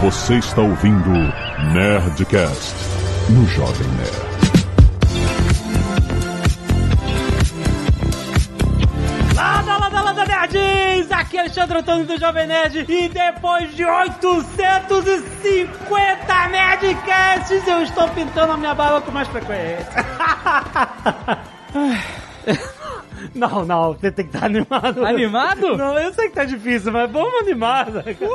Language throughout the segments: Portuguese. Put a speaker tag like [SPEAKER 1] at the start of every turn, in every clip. [SPEAKER 1] Você está ouvindo Nerdcast no Jovem Nerd.
[SPEAKER 2] Lada, lada, lada, nerds! Aqui é Alexandre Antônio do Jovem Nerd e depois de 850 Nerdcasts eu estou pintando a minha barba com mais frequência. Não, não, você tem que estar animado.
[SPEAKER 3] Animado?
[SPEAKER 2] Não, eu sei que tá difícil, mas vamos animar. né,
[SPEAKER 3] Uh!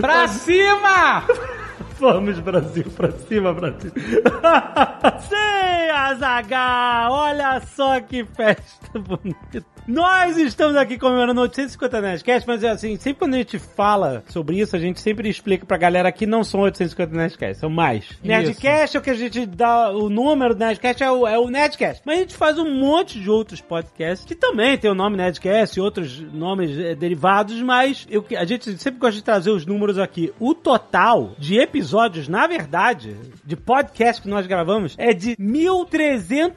[SPEAKER 3] pra cima!
[SPEAKER 2] Vamos, Brasil, pra cima, Brasil. Sim, Azagal, olha só que festa bonita. Nós estamos aqui comemorando 850 Nerdcast, mas é assim, sempre quando a gente fala sobre isso, a gente sempre explica pra galera que não são 850 Nerdcast, são mais. Nerdcast isso. é o que a gente dá, o número do Nerdcast é o, é o Nerdcast. Mas a gente faz um monte de outros podcasts que também tem o nome Nerdcast e outros nomes é, derivados, mas eu, a gente sempre gosta de trazer os números aqui. O total de episódios episódios, na verdade, de podcast que nós gravamos, é de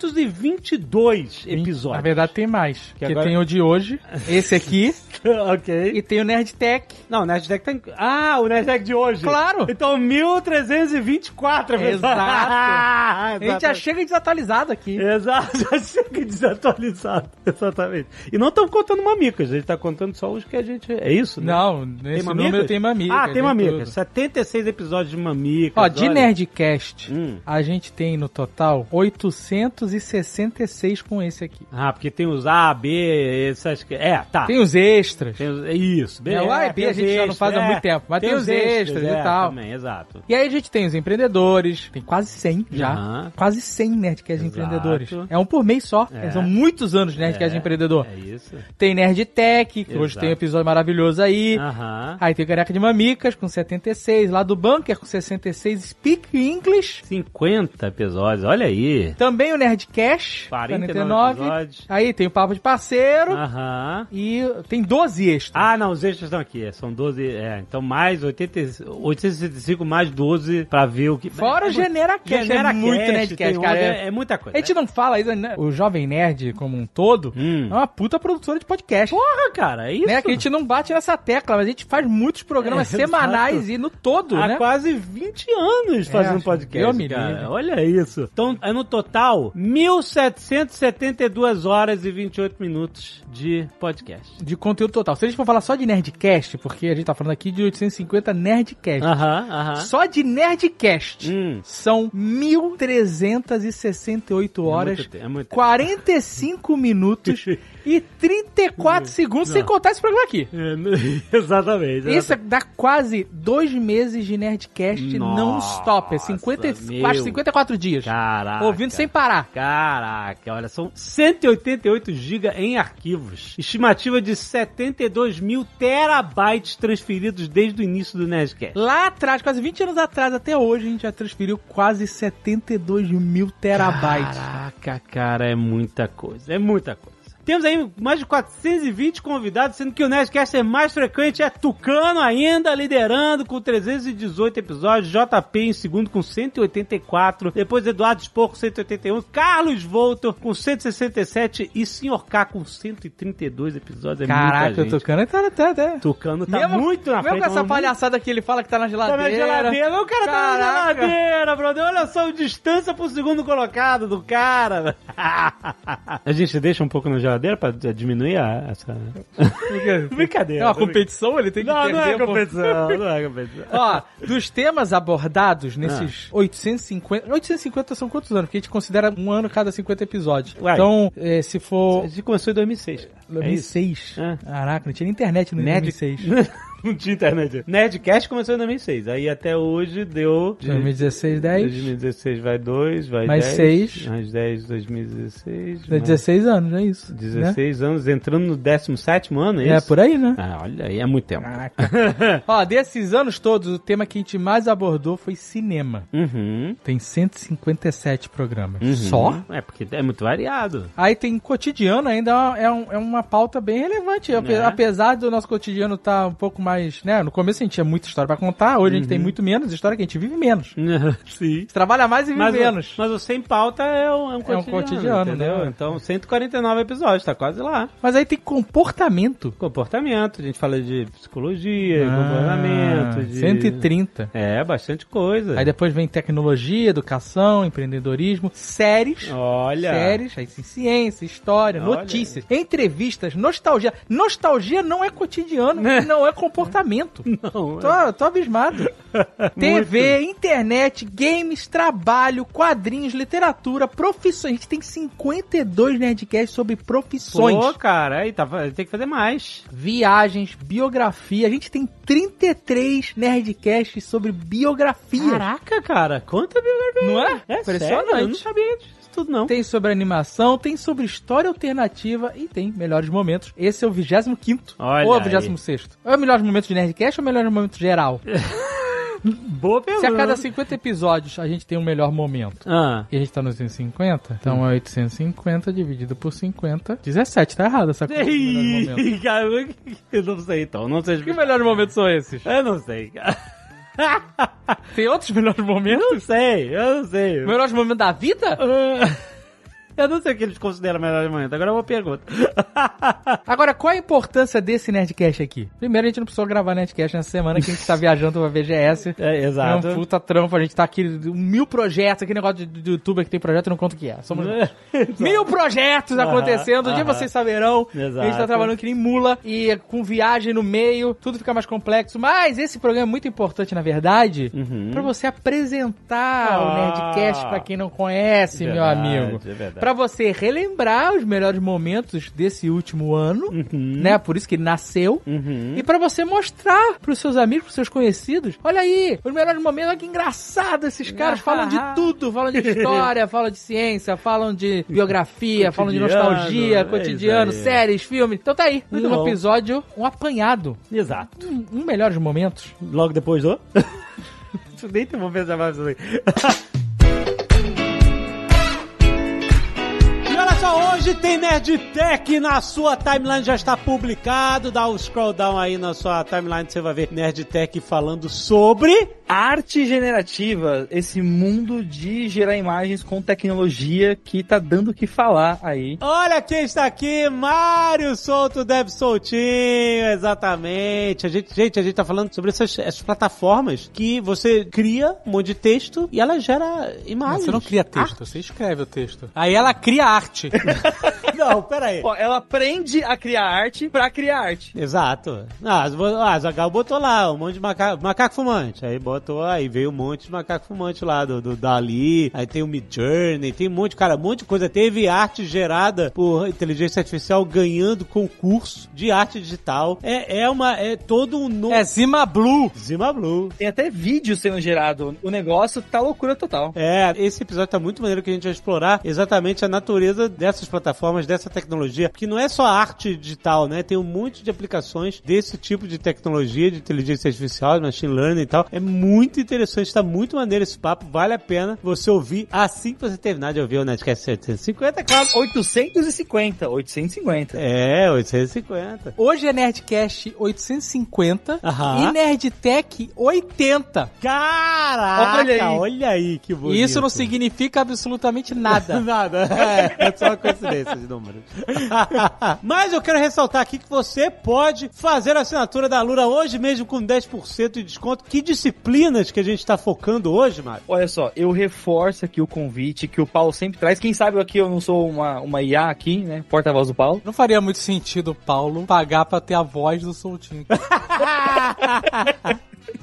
[SPEAKER 2] 1.322 episódios.
[SPEAKER 3] Na verdade, tem mais. Que, que agora... tem o de hoje, esse aqui.
[SPEAKER 2] ok.
[SPEAKER 3] E tem o Nerdtech.
[SPEAKER 2] Não, o Nerdtech tem. Ah, o Nerdtech de hoje.
[SPEAKER 3] Claro.
[SPEAKER 2] Então, 1.324, é
[SPEAKER 3] Exato. ah, A gente já chega desatualizado aqui.
[SPEAKER 2] Exato, já chega desatualizado. Exatamente. E não estamos contando mamicas, a gente está contando só os que a gente. É isso, né?
[SPEAKER 3] Não, nesse tem número tem mamicas.
[SPEAKER 2] Ah, tem mamicas. 76 episódios de Mamica.
[SPEAKER 3] Ó, de olha. Nerdcast, hum. a gente tem no total 866 com esse aqui.
[SPEAKER 2] Ah, porque tem os A, B, essas. É, tá.
[SPEAKER 3] Ah. Tem os extras.
[SPEAKER 2] Tem os... Isso,
[SPEAKER 3] beleza. É, o A e B a gente extras, já não faz é. há muito tempo, mas tem, tem os extras, extras é, e tal.
[SPEAKER 2] Também, exato.
[SPEAKER 3] E aí a gente tem os empreendedores, tem quase 100 já. Uhum. Quase 100 Nerdcast exato. empreendedores. É um por mês só. São muitos anos de Nerdcast empreendedor.
[SPEAKER 2] É isso.
[SPEAKER 3] Tem Nerdtech, que exato. hoje tem um episódio maravilhoso aí. Uhum. Aí tem Careca de Mamicas com 76, lá do Bunker com 66 Speak English.
[SPEAKER 2] 50 episódios, olha aí.
[SPEAKER 3] Também o Nerdcast,
[SPEAKER 2] 49. 49.
[SPEAKER 3] Aí tem o Papo de Parceiro.
[SPEAKER 2] Aham.
[SPEAKER 3] Uh -huh. E tem 12 extras.
[SPEAKER 2] Ah, não, os extras estão aqui. São 12. É, então mais 80, 865 mais 12 pra ver o que.
[SPEAKER 3] Fora o GeneraCast.
[SPEAKER 2] Genera é
[SPEAKER 3] muito Nerdcast, cara.
[SPEAKER 2] É, é, muita coisa.
[SPEAKER 3] A gente né? não fala isso, né? O Jovem Nerd como um todo hum. é uma puta produtora de podcast.
[SPEAKER 2] Porra, cara, é isso.
[SPEAKER 3] Né? Que a gente não bate nessa tecla, mas a gente faz muitos programas é, semanais exato. e no todo,
[SPEAKER 2] Há
[SPEAKER 3] né?
[SPEAKER 2] quase 20 anos é, fazendo podcast. Eu me cara. Olha isso. Então, é no total 1.772 horas e 28 minutos de podcast.
[SPEAKER 3] De conteúdo total. Se a gente for falar só de Nerdcast, porque a gente tá falando aqui de 850 Nerdcast.
[SPEAKER 2] Aham, uh aham. -huh, uh -huh.
[SPEAKER 3] Só de Nerdcast hum. são 1.368 horas,
[SPEAKER 2] é é
[SPEAKER 3] 45 minutos e 34 segundos, Não. sem contar esse programa aqui.
[SPEAKER 2] É, exatamente, exatamente.
[SPEAKER 3] Isso dá quase dois meses de Nerdcast non-stop. É 50, meu. quase 54 dias.
[SPEAKER 2] Caraca.
[SPEAKER 3] Ouvindo sem parar.
[SPEAKER 2] Caraca, olha, são 188 GB em arquivos. Estimativa de 72 mil terabytes transferidos desde o início do Nerdcast.
[SPEAKER 3] Lá atrás, quase 20 anos atrás, até hoje, a gente já transferiu quase 72 mil terabytes.
[SPEAKER 2] Caraca, cara, é muita coisa. É muita coisa. Temos aí mais de 420 convidados, sendo que o Nerdcast é mais frequente, é Tucano ainda, liderando com 318 episódios, JP em segundo com 184, depois Eduardo Spor com 181, Carlos Voltor com 167 e Sr. K com 132 episódios. É
[SPEAKER 3] Caraca, o Tucano tá, tá, tá.
[SPEAKER 2] Tucano tá mesmo, muito na frente.
[SPEAKER 3] Mesmo com essa palhaçada muito... que ele fala que tá na geladeira.
[SPEAKER 2] Tá na geladeira, o cara Caraca. tá na geladeira, brother. Olha só a distância pro segundo colocado do cara. a gente deixa um pouco na geladeira geladeira pra diminuir a, essa.
[SPEAKER 3] Brincadeira. É uma competição, ele tem que
[SPEAKER 2] não,
[SPEAKER 3] perder.
[SPEAKER 2] Não, é competição, por... não é competição.
[SPEAKER 3] Ó, dos temas abordados nesses ah. 850. 850 são quantos anos? Porque a gente considera um ano cada 50 episódios. Uai. Então, é, se for. É
[SPEAKER 2] A gente começou em 2006.
[SPEAKER 3] 2006? É Caraca, não tinha internet no Net...
[SPEAKER 2] 2006. né? Não tinha internet. Nerdcast começou em 2006. Aí até hoje deu.
[SPEAKER 3] De 2016, 10.
[SPEAKER 2] 2016 vai 2, vai
[SPEAKER 3] mais
[SPEAKER 2] 10.
[SPEAKER 3] 6.
[SPEAKER 2] Mais 10, 2016.
[SPEAKER 3] Mais... 16 anos, é isso.
[SPEAKER 2] 16 né? anos, entrando no 17 ano, é isso?
[SPEAKER 3] É por aí, né?
[SPEAKER 2] Ah, olha aí, é muito tempo.
[SPEAKER 3] Caraca. Ó, desses anos todos, o tema que a gente mais abordou foi cinema.
[SPEAKER 2] Uhum.
[SPEAKER 3] Tem 157 programas.
[SPEAKER 2] Uhum.
[SPEAKER 3] Só?
[SPEAKER 2] É, porque é muito variado.
[SPEAKER 3] Aí tem
[SPEAKER 2] Né?
[SPEAKER 3] cotidiano, ainda é, um, é uma pauta bem relevante. É. Apesar do nosso cotidiano estar tá um pouco mais mais, né? No começo a gente tinha muita história pra contar, hoje a gente tem muito menos história que a gente vive menos. A
[SPEAKER 2] Uhum. Sim.
[SPEAKER 3] gente trabalha mais e vive
[SPEAKER 2] Mas,
[SPEAKER 3] menos.
[SPEAKER 2] O, mas o Sem Pauta é um, é um cotidiano,
[SPEAKER 3] cotidiano,
[SPEAKER 2] entendeu?
[SPEAKER 3] né?
[SPEAKER 2] Então, 149 episódios, tá quase lá.
[SPEAKER 3] Mas aí tem comportamento.
[SPEAKER 2] Comportamento, a gente fala de psicologia,
[SPEAKER 3] Ah,
[SPEAKER 2] comportamento, de...
[SPEAKER 3] 130.
[SPEAKER 2] É, bastante coisa.
[SPEAKER 3] Aí depois vem tecnologia, educação, empreendedorismo, séries.
[SPEAKER 2] Olha...
[SPEAKER 3] Séries, aí tem ciência, história,
[SPEAKER 2] Olha.
[SPEAKER 3] notícias, entrevistas, nostalgia. Nostalgia não é cotidiano, não é comportamento.
[SPEAKER 2] Né? Não, é-
[SPEAKER 3] Tô, tô abismado. TV, internet, games, trabalho, quadrinhos, literatura, profissões. A gente tem 52 Nerdcasts sobre profissões.
[SPEAKER 2] Pô, cara, aí tá, tem que fazer mais.
[SPEAKER 3] Viagens, biografia. A gente tem 33 Nerdcasts sobre biografia.
[SPEAKER 2] Caraca, cara, quanta biografia.
[SPEAKER 3] Não é?
[SPEAKER 2] É
[SPEAKER 3] Impressionante.
[SPEAKER 2] sério? Eu não sabia disso tudo, não.
[SPEAKER 3] Tem sobre animação, tem sobre história alternativa e tem melhores momentos. Esse é o 25
[SPEAKER 2] Olha
[SPEAKER 3] ou é o
[SPEAKER 2] aí.
[SPEAKER 3] 26 É o melhor momento de Nerdcast ou o melhor momento geral?
[SPEAKER 2] Boa pergunta.
[SPEAKER 3] Se a cada 50 episódios a gente tem um melhor momento.
[SPEAKER 2] Ah,
[SPEAKER 3] E a gente tá no 150, então é 850 dividido por 50. 17, tá errado essa conta. do melhor momento.
[SPEAKER 2] Ei, cara, eu não sei então, não sei
[SPEAKER 3] Que melhores momentos são esses?
[SPEAKER 2] Eu não sei, cara.
[SPEAKER 3] Tem outros melhores momentos?
[SPEAKER 2] Eu não sei, eu não sei.
[SPEAKER 3] Melhores momentos da vida?
[SPEAKER 2] Eu não sei o que eles consideram melhor de momento, agora eu vou perguntar.
[SPEAKER 3] Agora, qual a importância desse Nerdcast aqui? Primeiro, a gente não precisou gravar Nerdcast nessa semana, que a gente tá viajando pra VGS.
[SPEAKER 2] É,
[SPEAKER 3] É um
[SPEAKER 2] exato.
[SPEAKER 3] puta trampo, a gente tá aqui, um mil projetos, aquele negócio de, de youtuber que tem projeto e não conta o que é. Somos mil projetos acontecendo, um dia
[SPEAKER 2] aham.
[SPEAKER 3] vocês saberão.
[SPEAKER 2] Exato.
[SPEAKER 3] A gente tá trabalhando que nem mula e com viagem no meio, tudo fica mais complexo. Mas esse programa é muito importante, na verdade,
[SPEAKER 2] Uhum.
[SPEAKER 3] pra você apresentar o
[SPEAKER 2] Ah.
[SPEAKER 3] Nerdcast pra quem não conhece,
[SPEAKER 2] Verdade,
[SPEAKER 3] meu amigo.
[SPEAKER 2] é verdade.
[SPEAKER 3] Pra você relembrar os melhores momentos desse último ano,
[SPEAKER 2] Uhum.
[SPEAKER 3] né? Por isso que ele nasceu.
[SPEAKER 2] Uhum.
[SPEAKER 3] E pra você mostrar pros seus amigos, pros seus conhecidos, olha aí, os melhores momentos, olha que engraçado esses
[SPEAKER 2] Ah.
[SPEAKER 3] caras, falam de tudo, falam de história, falam de ciência, falam de biografia, falam de
[SPEAKER 2] Cotidiano,
[SPEAKER 3] nostalgia,
[SPEAKER 2] é
[SPEAKER 3] cotidiano,
[SPEAKER 2] isso aí.
[SPEAKER 3] séries, filmes. Então tá aí,
[SPEAKER 2] Muito
[SPEAKER 3] um
[SPEAKER 2] bom.
[SPEAKER 3] episódio, um apanhado,
[SPEAKER 2] Exato.
[SPEAKER 3] um, um melhores momentos.
[SPEAKER 2] Logo depois do. Isso nem tem uma pensar mais assim. E olha só, hoje tem Nerdtech na sua timeline, já está publicado. Dá um scroll down aí na sua timeline, você vai ver Nerdtech falando sobre.
[SPEAKER 4] Arte generativa, esse mundo de gerar imagens com tecnologia que tá dando o que falar aí.
[SPEAKER 2] Olha quem está aqui, Mário Souto, Deb Soltinho, exatamente. A gente, gente, a gente tá falando sobre essas, essas plataformas que você cria um monte de texto e ela gera imagens.
[SPEAKER 5] Você não cria
[SPEAKER 2] Arte.
[SPEAKER 5] texto, você escreve o texto.
[SPEAKER 3] Aí ela cria arte.
[SPEAKER 2] Não, pera aí.
[SPEAKER 4] Ó, ela aprende a criar arte pra criar arte.
[SPEAKER 2] Exato. Ah, as- ah, Zagal botou lá um monte de macaco, macaco fumante. Aí botou, aí veio um monte de macaco fumante lá do, do Dali. Aí tem o Mid Journey, tem um monte, cara, um monte de coisa. Teve arte gerada por inteligência artificial ganhando concurso de arte digital. É, é uma, é todo um novo.
[SPEAKER 3] É Zima Blue.
[SPEAKER 2] Zima Blue.
[SPEAKER 4] Tem até vídeo sendo gerado. O negócio tá loucura total.
[SPEAKER 2] É, esse episódio tá muito maneiro que a gente vai explorar exatamente a natureza dessas plataformas, dessa tecnologia, que não é só arte digital, né? Tem um monte de aplicações desse tipo de tecnologia, de inteligência artificial, de machine learning e tal. É muito interessante, tá muito maneiro esse papo, vale a pena você ouvir assim que você terminar de ouvir o Nerdcast 750, é claro.
[SPEAKER 4] 850, 850.
[SPEAKER 2] É, 850.
[SPEAKER 3] Hoje é Nerdcast 850
[SPEAKER 2] Aham.
[SPEAKER 3] e Nerdtech 80.
[SPEAKER 2] Caraca! Olha
[SPEAKER 4] Olha
[SPEAKER 2] aí,
[SPEAKER 4] aí.
[SPEAKER 2] que bonito.
[SPEAKER 3] E isso não significa absolutamente nada.
[SPEAKER 2] Nada. É, é só uma coincidência de números. Mas eu quero ressaltar aqui que você pode fazer a assinatura da Lura hoje mesmo com 10% de desconto. Que disciplinas que a gente está focando hoje, Mário?
[SPEAKER 4] Olha só, eu reforço aqui o convite que o Paulo sempre traz. Quem sabe aqui eu não sou uma, uma IA aqui, né? Porta-voz do Paulo.
[SPEAKER 5] Não faria muito sentido o Paulo pagar pra ter a voz do Soltinho.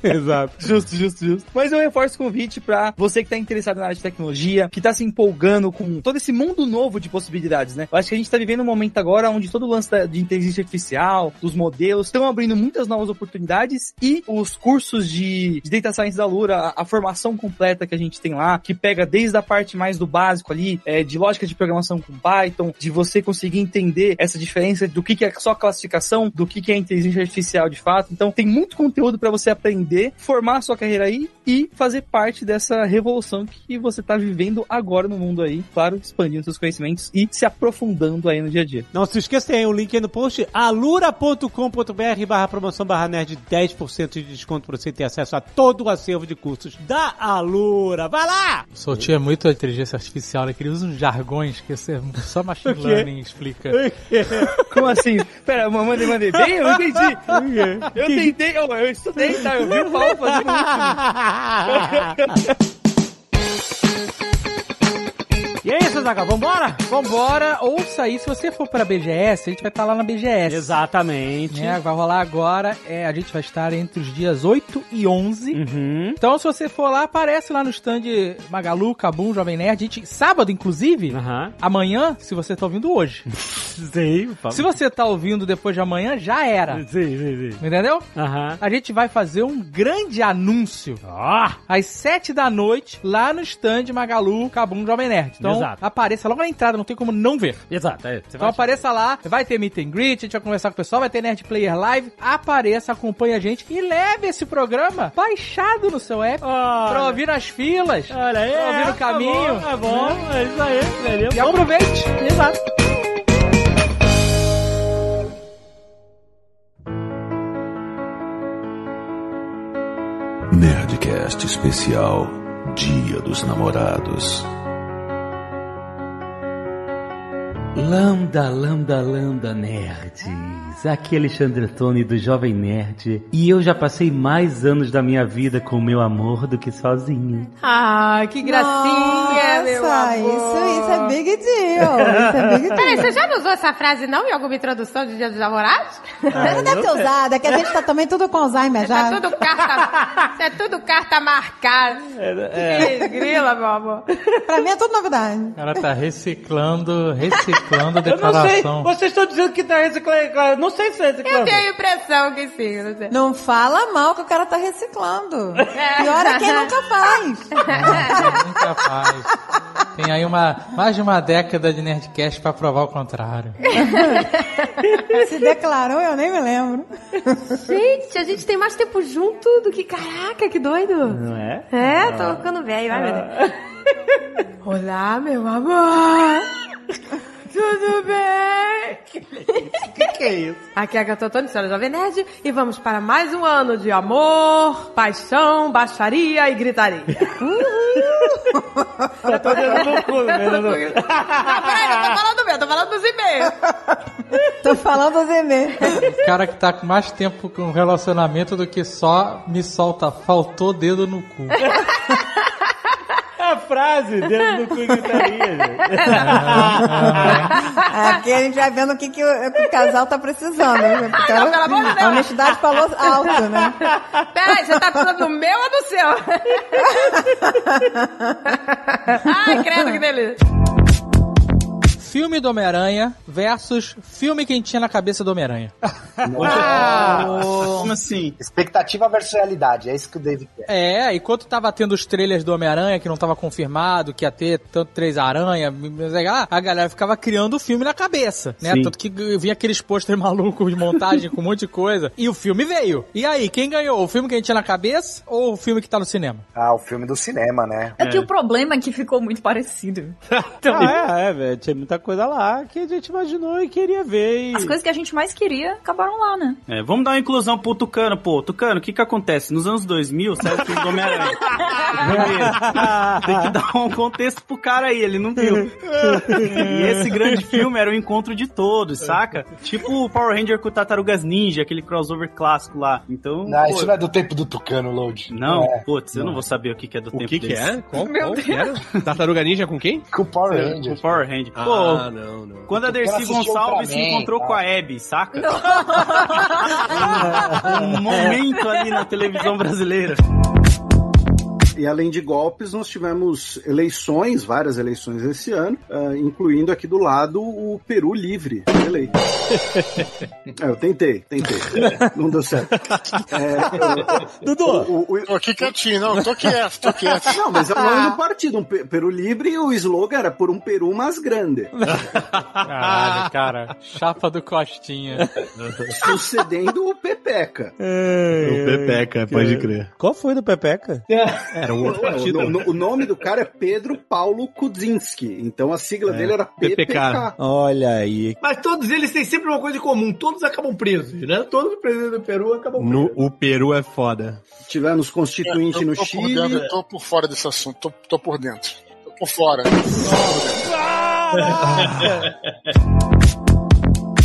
[SPEAKER 2] Exato.
[SPEAKER 4] Justo, justo, justo. Mas eu reforço o convite pra você que tá interessado na área de tecnologia, que tá se empolgando com todo esse mundo novo de possibilidades, né? Eu acho que a gente tá vivendo um momento agora onde todo o lance da- de inteligência artificial, dos modelos, estão abrindo muitas novas oportunidades e os cursos de, de Data Science da Lura, a, a formação completa que a gente tem lá, que pega desde a parte mais do básico ali, é, de lógica de programação com Python, de você conseguir entender essa diferença do que, que é só classificação, do que, que é inteligência artificial de fato. Então, tem muito conteúdo pra você aprender, formar a sua carreira aí e fazer parte dessa revolução que você tá vivendo agora no mundo aí. Claro, expandindo seus conhecimentos e se aprofundando aí no dia a dia.
[SPEAKER 2] Não se esqueça, tem o link aí no post, alura.com.br barra promoção barra nerd, 10% de desconto pra você ter acesso a todo o acervo de cursos da Alura. Vai lá!
[SPEAKER 6] O Solti é muito inteligência artificial, né? Que ele usa uns jargões que você- só machine
[SPEAKER 2] O quê?
[SPEAKER 6] learning explica.
[SPEAKER 4] Como assim? Pera, mandei, mandei bem? Eu entendi. Eu tentei, eu, eu estudei, tá? Eu vi o Paulo fazendo isso.
[SPEAKER 2] e é isso, Zaga, vambora?
[SPEAKER 3] Vambora, ouça aí. Se você for pra BGS, a gente vai estar lá na BGS.
[SPEAKER 2] Exatamente.
[SPEAKER 3] Né, vai rolar agora. É, a gente vai estar entre os dias 8 e 11.
[SPEAKER 2] Uhum.
[SPEAKER 3] Então, se você for lá, aparece lá no stand Magalu, Cabum, Jovem Nerd. A gente, sábado, inclusive,
[SPEAKER 2] Aham.
[SPEAKER 3] amanhã, se você tá ouvindo hoje.
[SPEAKER 2] Sim, por favor.
[SPEAKER 3] se você tá ouvindo depois de amanhã, já era.
[SPEAKER 2] Sim, sim, sim.
[SPEAKER 3] Entendeu?
[SPEAKER 2] Aham. Ah!
[SPEAKER 3] A gente vai fazer um grande anúncio
[SPEAKER 2] Ó!
[SPEAKER 3] às 7 da noite lá no stand Magalu, Cabum, Jovem Nerd. Então,
[SPEAKER 2] Exato.
[SPEAKER 3] apareça logo na entrada, não tem como não ver.
[SPEAKER 2] Exato, é. Você
[SPEAKER 3] Então
[SPEAKER 2] vai...
[SPEAKER 3] apareça lá, vai ter meet and greet, a gente vai conversar com o pessoal, vai ter Nerd Player Live. Apareça, acompanhe a gente e leve esse programa baixado no seu app pra
[SPEAKER 2] Olha,
[SPEAKER 3] ouvir nas filas.
[SPEAKER 2] olha aí.
[SPEAKER 3] pra ouvir o
[SPEAKER 2] tá
[SPEAKER 3] caminho.
[SPEAKER 2] bom, É bom, é isso aí, entendeu?
[SPEAKER 3] E aproveite! Exato.
[SPEAKER 7] Nerdcast especial Dia dos Namorados.
[SPEAKER 2] Lambda, lambda, lambda, nerds! Aqui é Alexandre Tony do Jovem Nerd e eu já passei mais anos da minha vida com o meu amor do que sozinho.
[SPEAKER 3] Ah, que gracinha, meu
[SPEAKER 8] Nossa,
[SPEAKER 3] amor.
[SPEAKER 8] isso, isso é big deal. Isso é big
[SPEAKER 9] Peraí, você
[SPEAKER 8] deal.
[SPEAKER 9] já não usou essa frase não em alguma introdução de Dia dos Namorados?
[SPEAKER 6] Ah,
[SPEAKER 8] Mas não deve ter usado, é que a gente tá também tudo com Alzheimer
[SPEAKER 2] É,
[SPEAKER 9] Você tá
[SPEAKER 8] já.
[SPEAKER 9] tudo carta, você é tudo carta marcada. Que grila, meu amor.
[SPEAKER 8] Pra mim é tudo novidade.
[SPEAKER 6] O cara tá reciclando, reciclando a declaração.
[SPEAKER 2] vocês estão dizendo que tá reciclando. Não sei se é
[SPEAKER 9] Eu tenho a impressão que sim, não sei.
[SPEAKER 8] Não fala mal que o cara tá reciclando.
[SPEAKER 9] É.
[SPEAKER 8] Pior é quem nunca faz.
[SPEAKER 6] Nossa, incapaz. Tem aí uma, mais de uma década de Nerdcast pra provar o contrário.
[SPEAKER 8] Se declarou, eu nem me lembro.
[SPEAKER 10] Gente, a gente tem mais tempo junto do que. Caraca, que doido!
[SPEAKER 2] Não é?
[SPEAKER 6] Ah.
[SPEAKER 9] Ah.
[SPEAKER 10] É, tô ficando velho,
[SPEAKER 2] Ah.
[SPEAKER 10] ai meu Deus. Olá, meu amor! Tudo bem?
[SPEAKER 2] Que é isso?
[SPEAKER 10] Aqui é a Gata Antônio, senhora Jovem Nerd, e vamos para mais um ano de amor, paixão, baixaria e gritaria.
[SPEAKER 2] Eu tô dando loucura, né? Dudu?
[SPEAKER 9] Não, Ah, peraí, não tô falando meu, tô falando dos e-mails.
[SPEAKER 8] Tô falando dos e-mails.
[SPEAKER 6] O cara que tá com mais tempo com relacionamento do que só me solta, faltou dedo no cu.
[SPEAKER 2] A frase dentro do cu e gritaria, gente.
[SPEAKER 8] Aqui a gente vai vendo o que, que, o, o que o casal tá precisando. né? Porque
[SPEAKER 9] Não, pelo amor de Deus.
[SPEAKER 8] a honestidade falou alto, né?
[SPEAKER 9] Peraí, você tá falando do meu ou do seu? Ai, credo que delícia.
[SPEAKER 3] Filme do Homem-Aranha versus filme que a gente tinha na cabeça do Homem-Aranha.
[SPEAKER 4] Como assim?
[SPEAKER 11] Expectativa versus realidade, é isso que o David quer.
[SPEAKER 3] É, enquanto tava tendo os trailers do Homem-Aranha, que não tava confirmado, que ia ter tanto Três Aranha, mas é lá, a galera ficava criando o filme na cabeça, né?
[SPEAKER 4] Sim.
[SPEAKER 3] Tanto que vinha aqueles pôster malucos de montagem com um monte de coisa. E o filme veio. E aí, quem ganhou? O filme que a gente tinha na cabeça ou o filme que tá no cinema?
[SPEAKER 11] Ah, o filme do cinema, né?
[SPEAKER 12] É que o problema é que ficou muito parecido. Então,
[SPEAKER 2] Ah, é, é, velho. Tinha muita coisa lá que a gente imaginou e queria ver.
[SPEAKER 12] As coisas que a gente mais queria acabaram lá, né?
[SPEAKER 13] É, vamos dar uma inclusão pro Tucano, pô. Tucano, o que que acontece? Nos anos 2000, saiu o filme do Homem-Aranha. Primeiro, Tem que dar um contexto pro cara aí, ele não viu. E esse grande filme era o encontro de todos, saca? Tipo o Power Ranger com o Tartarugas Ninja, aquele crossover clássico lá. Então,
[SPEAKER 11] Não,
[SPEAKER 13] pô,
[SPEAKER 11] isso não é do tempo do Tucano, Load.
[SPEAKER 13] não,
[SPEAKER 11] É,
[SPEAKER 13] putz, eu não vou saber o que que é do
[SPEAKER 14] O
[SPEAKER 13] tempo
[SPEAKER 14] que que
[SPEAKER 13] deles.
[SPEAKER 14] é? Qual, qual que era? Tartaruga Ninja com quem?
[SPEAKER 11] com o Power
[SPEAKER 13] O
[SPEAKER 11] Rangers.
[SPEAKER 13] Power Ranger. Pô,
[SPEAKER 14] Ah, não, não.
[SPEAKER 13] quando a Dercy
[SPEAKER 11] assistiu
[SPEAKER 13] Gonçalves se
[SPEAKER 11] Ultraman,
[SPEAKER 13] encontrou
[SPEAKER 11] tá?
[SPEAKER 13] com a Abby, saca? um momento ali na televisão brasileira.
[SPEAKER 11] E além de golpes, nós tivemos eleições, várias eleições esse ano, ah, incluindo aqui do lado o Peru Livre. Eleito. É, eu tentei, tentei. Não deu certo.
[SPEAKER 13] É,
[SPEAKER 2] Dudu!
[SPEAKER 11] O, o, aqui quietinho, não, tô quieto, tô quieto. Não, mas é o nome do partido, um Pe- Peru Livre, e o slogan era por um Peru mais grande.
[SPEAKER 3] Caralho, cara. Chapa do Costinha.
[SPEAKER 11] Sucedendo o Pepeca.
[SPEAKER 2] O
[SPEAKER 14] Pepeca, pode crer.
[SPEAKER 2] Qual foi do Pepeca?
[SPEAKER 11] É,
[SPEAKER 14] Era um outro
[SPEAKER 11] Não,
[SPEAKER 14] partido.
[SPEAKER 11] O, no- o nome do cara é Pedro Paulo Kudzinski. Então a sigla dele era PPK.
[SPEAKER 2] Olha aí.
[SPEAKER 13] Mas todos eles têm sempre uma coisa em comum, todos acabam presos, né? Todos os presidentes do Peru acabam presos.
[SPEAKER 14] No- o Peru é foda.
[SPEAKER 11] Tivemos constituinte
[SPEAKER 15] Eu
[SPEAKER 11] no
[SPEAKER 15] tô por
[SPEAKER 11] Chile.
[SPEAKER 15] dentro, eu tô por fora desse assunto, tô, tô por dentro. Tô por fora.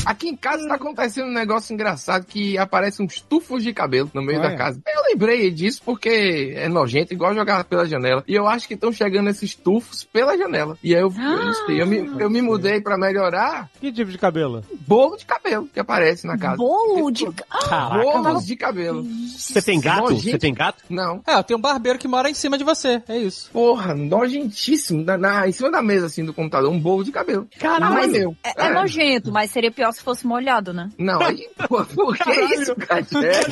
[SPEAKER 16] Aqui em casa tá acontecendo um negócio engraçado que aparecem uns tufos de cabelo no meio
[SPEAKER 17] Olha.
[SPEAKER 16] da casa. Eu lembrei disso porque é nojento, igual jogar pela janela. E eu acho que estão chegando esses tufos pela janela. E aí eu,
[SPEAKER 12] Ah!
[SPEAKER 16] eu, não sei, eu, me, eu me mudei pra melhorar
[SPEAKER 2] Que tipo de cabelo?
[SPEAKER 16] bolo de cabelo que aparece na casa. Tipo,
[SPEAKER 12] Bolo de. Ah!
[SPEAKER 3] Caraca,
[SPEAKER 16] Bolos
[SPEAKER 3] mano.
[SPEAKER 16] de cabelo.
[SPEAKER 14] Você tem gato?
[SPEAKER 16] Nojento.
[SPEAKER 14] Você tem gato?
[SPEAKER 16] Não.
[SPEAKER 3] É, tem um barbeiro que mora em cima de você. É isso.
[SPEAKER 16] Porra, nojentíssimo. Na, na- em cima da mesa, assim, do computador, um bolo de cabelo.
[SPEAKER 12] Caralho,
[SPEAKER 16] Não é
[SPEAKER 12] mas
[SPEAKER 16] meu.
[SPEAKER 12] é, é nojento, mas seria pior se fosse molhado, né?
[SPEAKER 16] Não, aí, pô, por que isso, cara?
[SPEAKER 13] é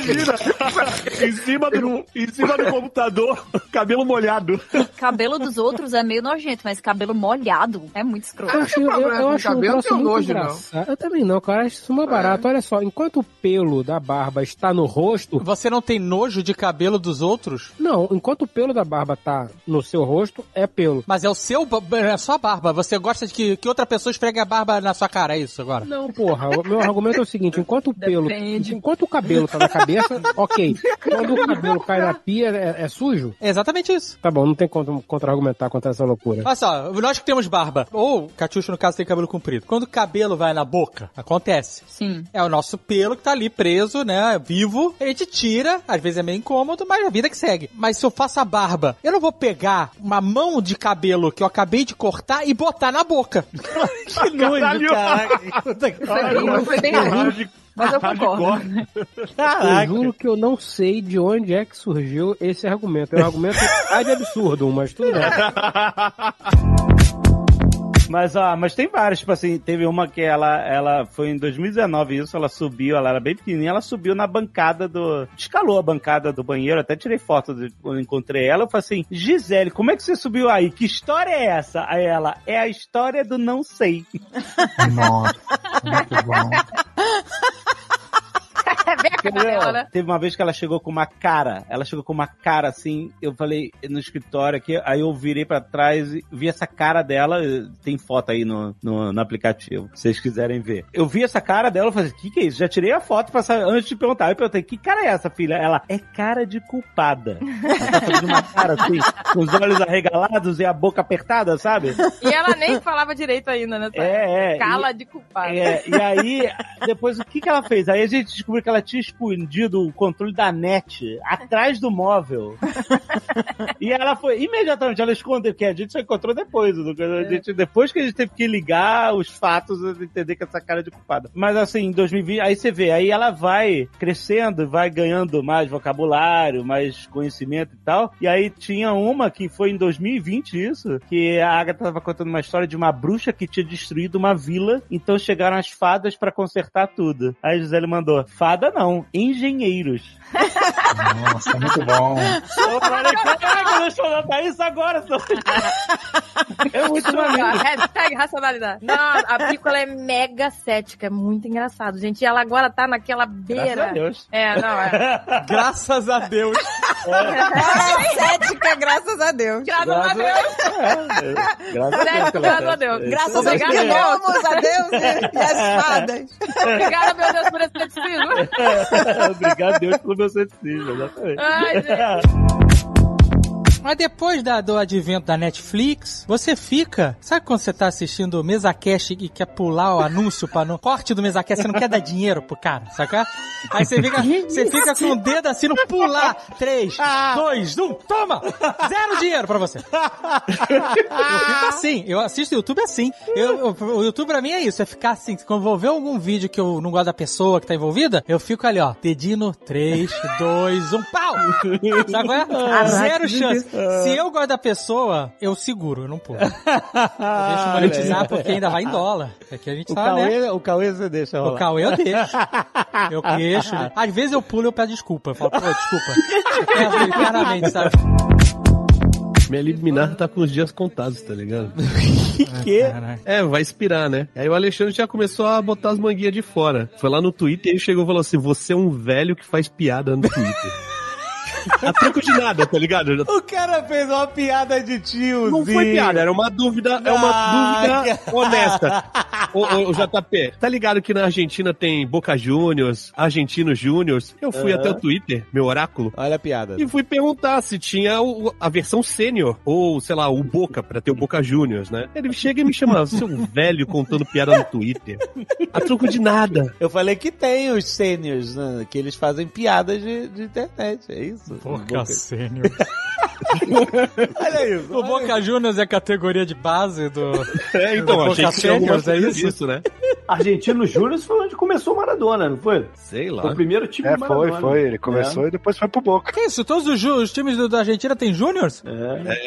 [SPEAKER 13] em, cima do, em cima do computador, cabelo molhado.
[SPEAKER 12] Cabelo dos outros é meio nojento, mas cabelo molhado é muito escroto.
[SPEAKER 18] Eu
[SPEAKER 3] Tá
[SPEAKER 18] acho, eu, eu acho um troço muito engraçado. Eu também não, cara. Eu acho
[SPEAKER 3] É.
[SPEAKER 18] isso uma barata. Olha só, enquanto o pelo da barba está no rosto...
[SPEAKER 3] Você não tem nojo de cabelo dos outros?
[SPEAKER 18] Não, enquanto o pelo da barba tá no seu rosto, é pelo.
[SPEAKER 3] Mas é o seu. ba- ba- É a sua barba. Você gosta de que, que outra pessoa esfregue a barba na sua cara, é isso agora?
[SPEAKER 18] Não, porra, o meu argumento é o seguinte, enquanto o pelo, enquanto o cabelo tá na cabeça, ok. Quando o cabelo cai na pia, é, é sujo?
[SPEAKER 3] É exatamente isso.
[SPEAKER 18] Tá bom, não tem como contra-argumentar contra essa loucura.
[SPEAKER 3] Olha só, nós que temos barba, ou Catiuxa no caso tem cabelo comprido, quando o cabelo vai na boca, acontece.
[SPEAKER 12] Sim.
[SPEAKER 3] É o nosso pelo que tá ali preso, né, vivo, a gente tira, às vezes é meio incômodo, mas a vida que segue. Mas se eu faço a barba, eu não vou pegar uma mão de cabelo que eu acabei de cortar e botar na boca. que
[SPEAKER 2] Caralho.
[SPEAKER 12] Foi bem ruim, mas eu concordo.
[SPEAKER 18] Eu juro que eu não sei de onde é que surgiu esse argumento. É um argumento ah, de absurdo, mas tudo bem.
[SPEAKER 2] Mas, ó, mas tem várias, tipo assim, teve uma que ela, ela foi em 2019 isso, ela subiu, ela era bem pequenininha, ela subiu na bancada do... Escalou a bancada do banheiro, até tirei foto de quando encontrei ela, eu falei assim, Gisele, como é que você subiu aí? Que história é essa? Aí ela, é a história do não sei.
[SPEAKER 15] Nossa,
[SPEAKER 2] muito bom.
[SPEAKER 19] É bem a cara dela, né?
[SPEAKER 2] Teve uma vez que ela chegou com uma cara, ela chegou com uma cara assim, eu falei no escritório aqui, aí eu virei pra trás e vi essa cara dela, eh, tem foto aí no, no, no aplicativo, se vocês quiserem ver. Eu vi essa cara dela, eu falei, o que que é isso? Já tirei a foto pra sa- antes de perguntar. Aí eu perguntei, que cara é essa, filha? Ela, é cara de culpada. Ela tá fazendo uma cara assim, com os olhos arregalados e a boca apertada, sabe?
[SPEAKER 9] E ela nem falava direito ainda, né?
[SPEAKER 2] É, é.
[SPEAKER 9] Cala
[SPEAKER 2] E-
[SPEAKER 9] de culpado.
[SPEAKER 2] É, e aí, depois o que, que ela fez? Aí a gente descobriu que ela tinha escondido o controle da net atrás do móvel. e ela foi, imediatamente, ela escondeu, que a gente só encontrou depois. do- a gente- depois que a gente teve que ligar os fatos, entender que essa cara é de culpada. Mas assim, em 2020, aí você vê, aí ela vai crescendo, vai ganhando mais vocabulário, mais conhecimento e tal. E aí tinha uma que foi em 2020 isso, que a Agatha tava contando uma história de uma bruxa que tinha destruído uma vila, então chegaram as fadas pra consertar tudo. Aí a Gisele mandou, fada não, engenheiros.
[SPEAKER 15] Nossa, muito bom.
[SPEAKER 2] Eu falei, caraca, deixa eu anotar isso agora, só. É muito maneiro.
[SPEAKER 9] Hashtag racionalidade. Não, a Pícola é mega cética. É muito engraçado, gente. E ela agora tá naquela
[SPEAKER 3] Graças
[SPEAKER 9] beira.
[SPEAKER 3] a Deus.
[SPEAKER 9] É, não, é.
[SPEAKER 3] Graças a Deus.
[SPEAKER 4] É.
[SPEAKER 9] cética, graças a Deus. Graças, a Deus.
[SPEAKER 2] Graças a Deus.
[SPEAKER 9] Graças a Deus.
[SPEAKER 2] Graças
[SPEAKER 9] a Deus.
[SPEAKER 4] Vamos a Deus e e as fadas.
[SPEAKER 9] Obrigada, meu Deus, por esse ceticismo.
[SPEAKER 2] Obrigado, Deus, pelo meu ceticismo, exatamente.
[SPEAKER 9] Ai,
[SPEAKER 3] Mas depois da- do advento da Netflix, você fica. Sabe quando você tá assistindo o MesaCast e quer pular o anúncio pra não. Corte do MesaCast, você não quer dar dinheiro pro cara, saca? Aí você fica, você fica com o dedo assim no pular. 3, 2, 1, toma! Zero dinheiro pra você. Eu fico assim, eu assisto YouTube assim. Eu, eu- o YouTube pra mim é isso, é ficar assim. Quando vou ver algum vídeo que eu não gosto da pessoa que tá envolvida, eu fico ali, ó, dedinho, 3, 2, 1, pau! Sabe qual é?
[SPEAKER 2] Caraca,
[SPEAKER 3] Zero
[SPEAKER 2] que
[SPEAKER 3] chance. Se eu gosto da pessoa, eu seguro, eu não pulo. Eu deixo monetizar porque ainda vai em dólar. É que a gente
[SPEAKER 2] O
[SPEAKER 3] tá,
[SPEAKER 2] Cauê-
[SPEAKER 3] né?
[SPEAKER 2] o Cauê você deixa rolar.
[SPEAKER 3] O Cauê eu deixo. Eu deixo. Às vezes eu pulo e eu peço desculpa. Eu falo, pô, desculpa. Eu peço internamente, sabe?
[SPEAKER 14] Minha liminar tá com os dias contados, tá ligado?
[SPEAKER 3] quê?
[SPEAKER 14] É, vai expirar, né? Aí o Alexandre já começou a botar as manguinhas de fora. Foi lá no Twitter e chegou e falou assim: Você é um velho que faz piada no Twitter. a troco de nada, tá ligado?
[SPEAKER 2] O cara fez uma piada de tiozinho.
[SPEAKER 14] Não foi piada, era uma dúvida, é uma
[SPEAKER 2] Ah,
[SPEAKER 14] dúvida
[SPEAKER 2] cara.
[SPEAKER 14] honesta. Ô, ô, ô, JP, tá ligado que na Argentina tem Boca Juniors, Argentino Juniors? Eu fui
[SPEAKER 2] Aham.
[SPEAKER 14] até o Twitter, meu oráculo.
[SPEAKER 2] Olha a piada.
[SPEAKER 14] E fui perguntar se tinha o- a versão sênior, ou sei lá, o Boca, pra ter o Boca Juniors, né? Ele chega e me chama, seu velho contando piada no Twitter. A troco de nada.
[SPEAKER 2] Eu falei que tem os sêniors, né, que eles fazem piadas de, de internet, é isso?
[SPEAKER 3] Boca sênior.
[SPEAKER 2] Olha isso. então,
[SPEAKER 3] O Boca Juniors é a categoria de base do.
[SPEAKER 14] É,
[SPEAKER 3] do Boca Seniors, é isso?
[SPEAKER 14] né?
[SPEAKER 13] Argentino Júnior foi onde começou o Maradona, não foi?
[SPEAKER 14] Sei
[SPEAKER 13] Foi o primeiro time
[SPEAKER 3] É,
[SPEAKER 13] do Maradona.
[SPEAKER 3] foi, foi. Ele
[SPEAKER 2] É.
[SPEAKER 3] começou
[SPEAKER 13] e depois foi pro Boca.
[SPEAKER 3] Que isso? É. Todos os, ju- os times do- da Argentina têm Juniors?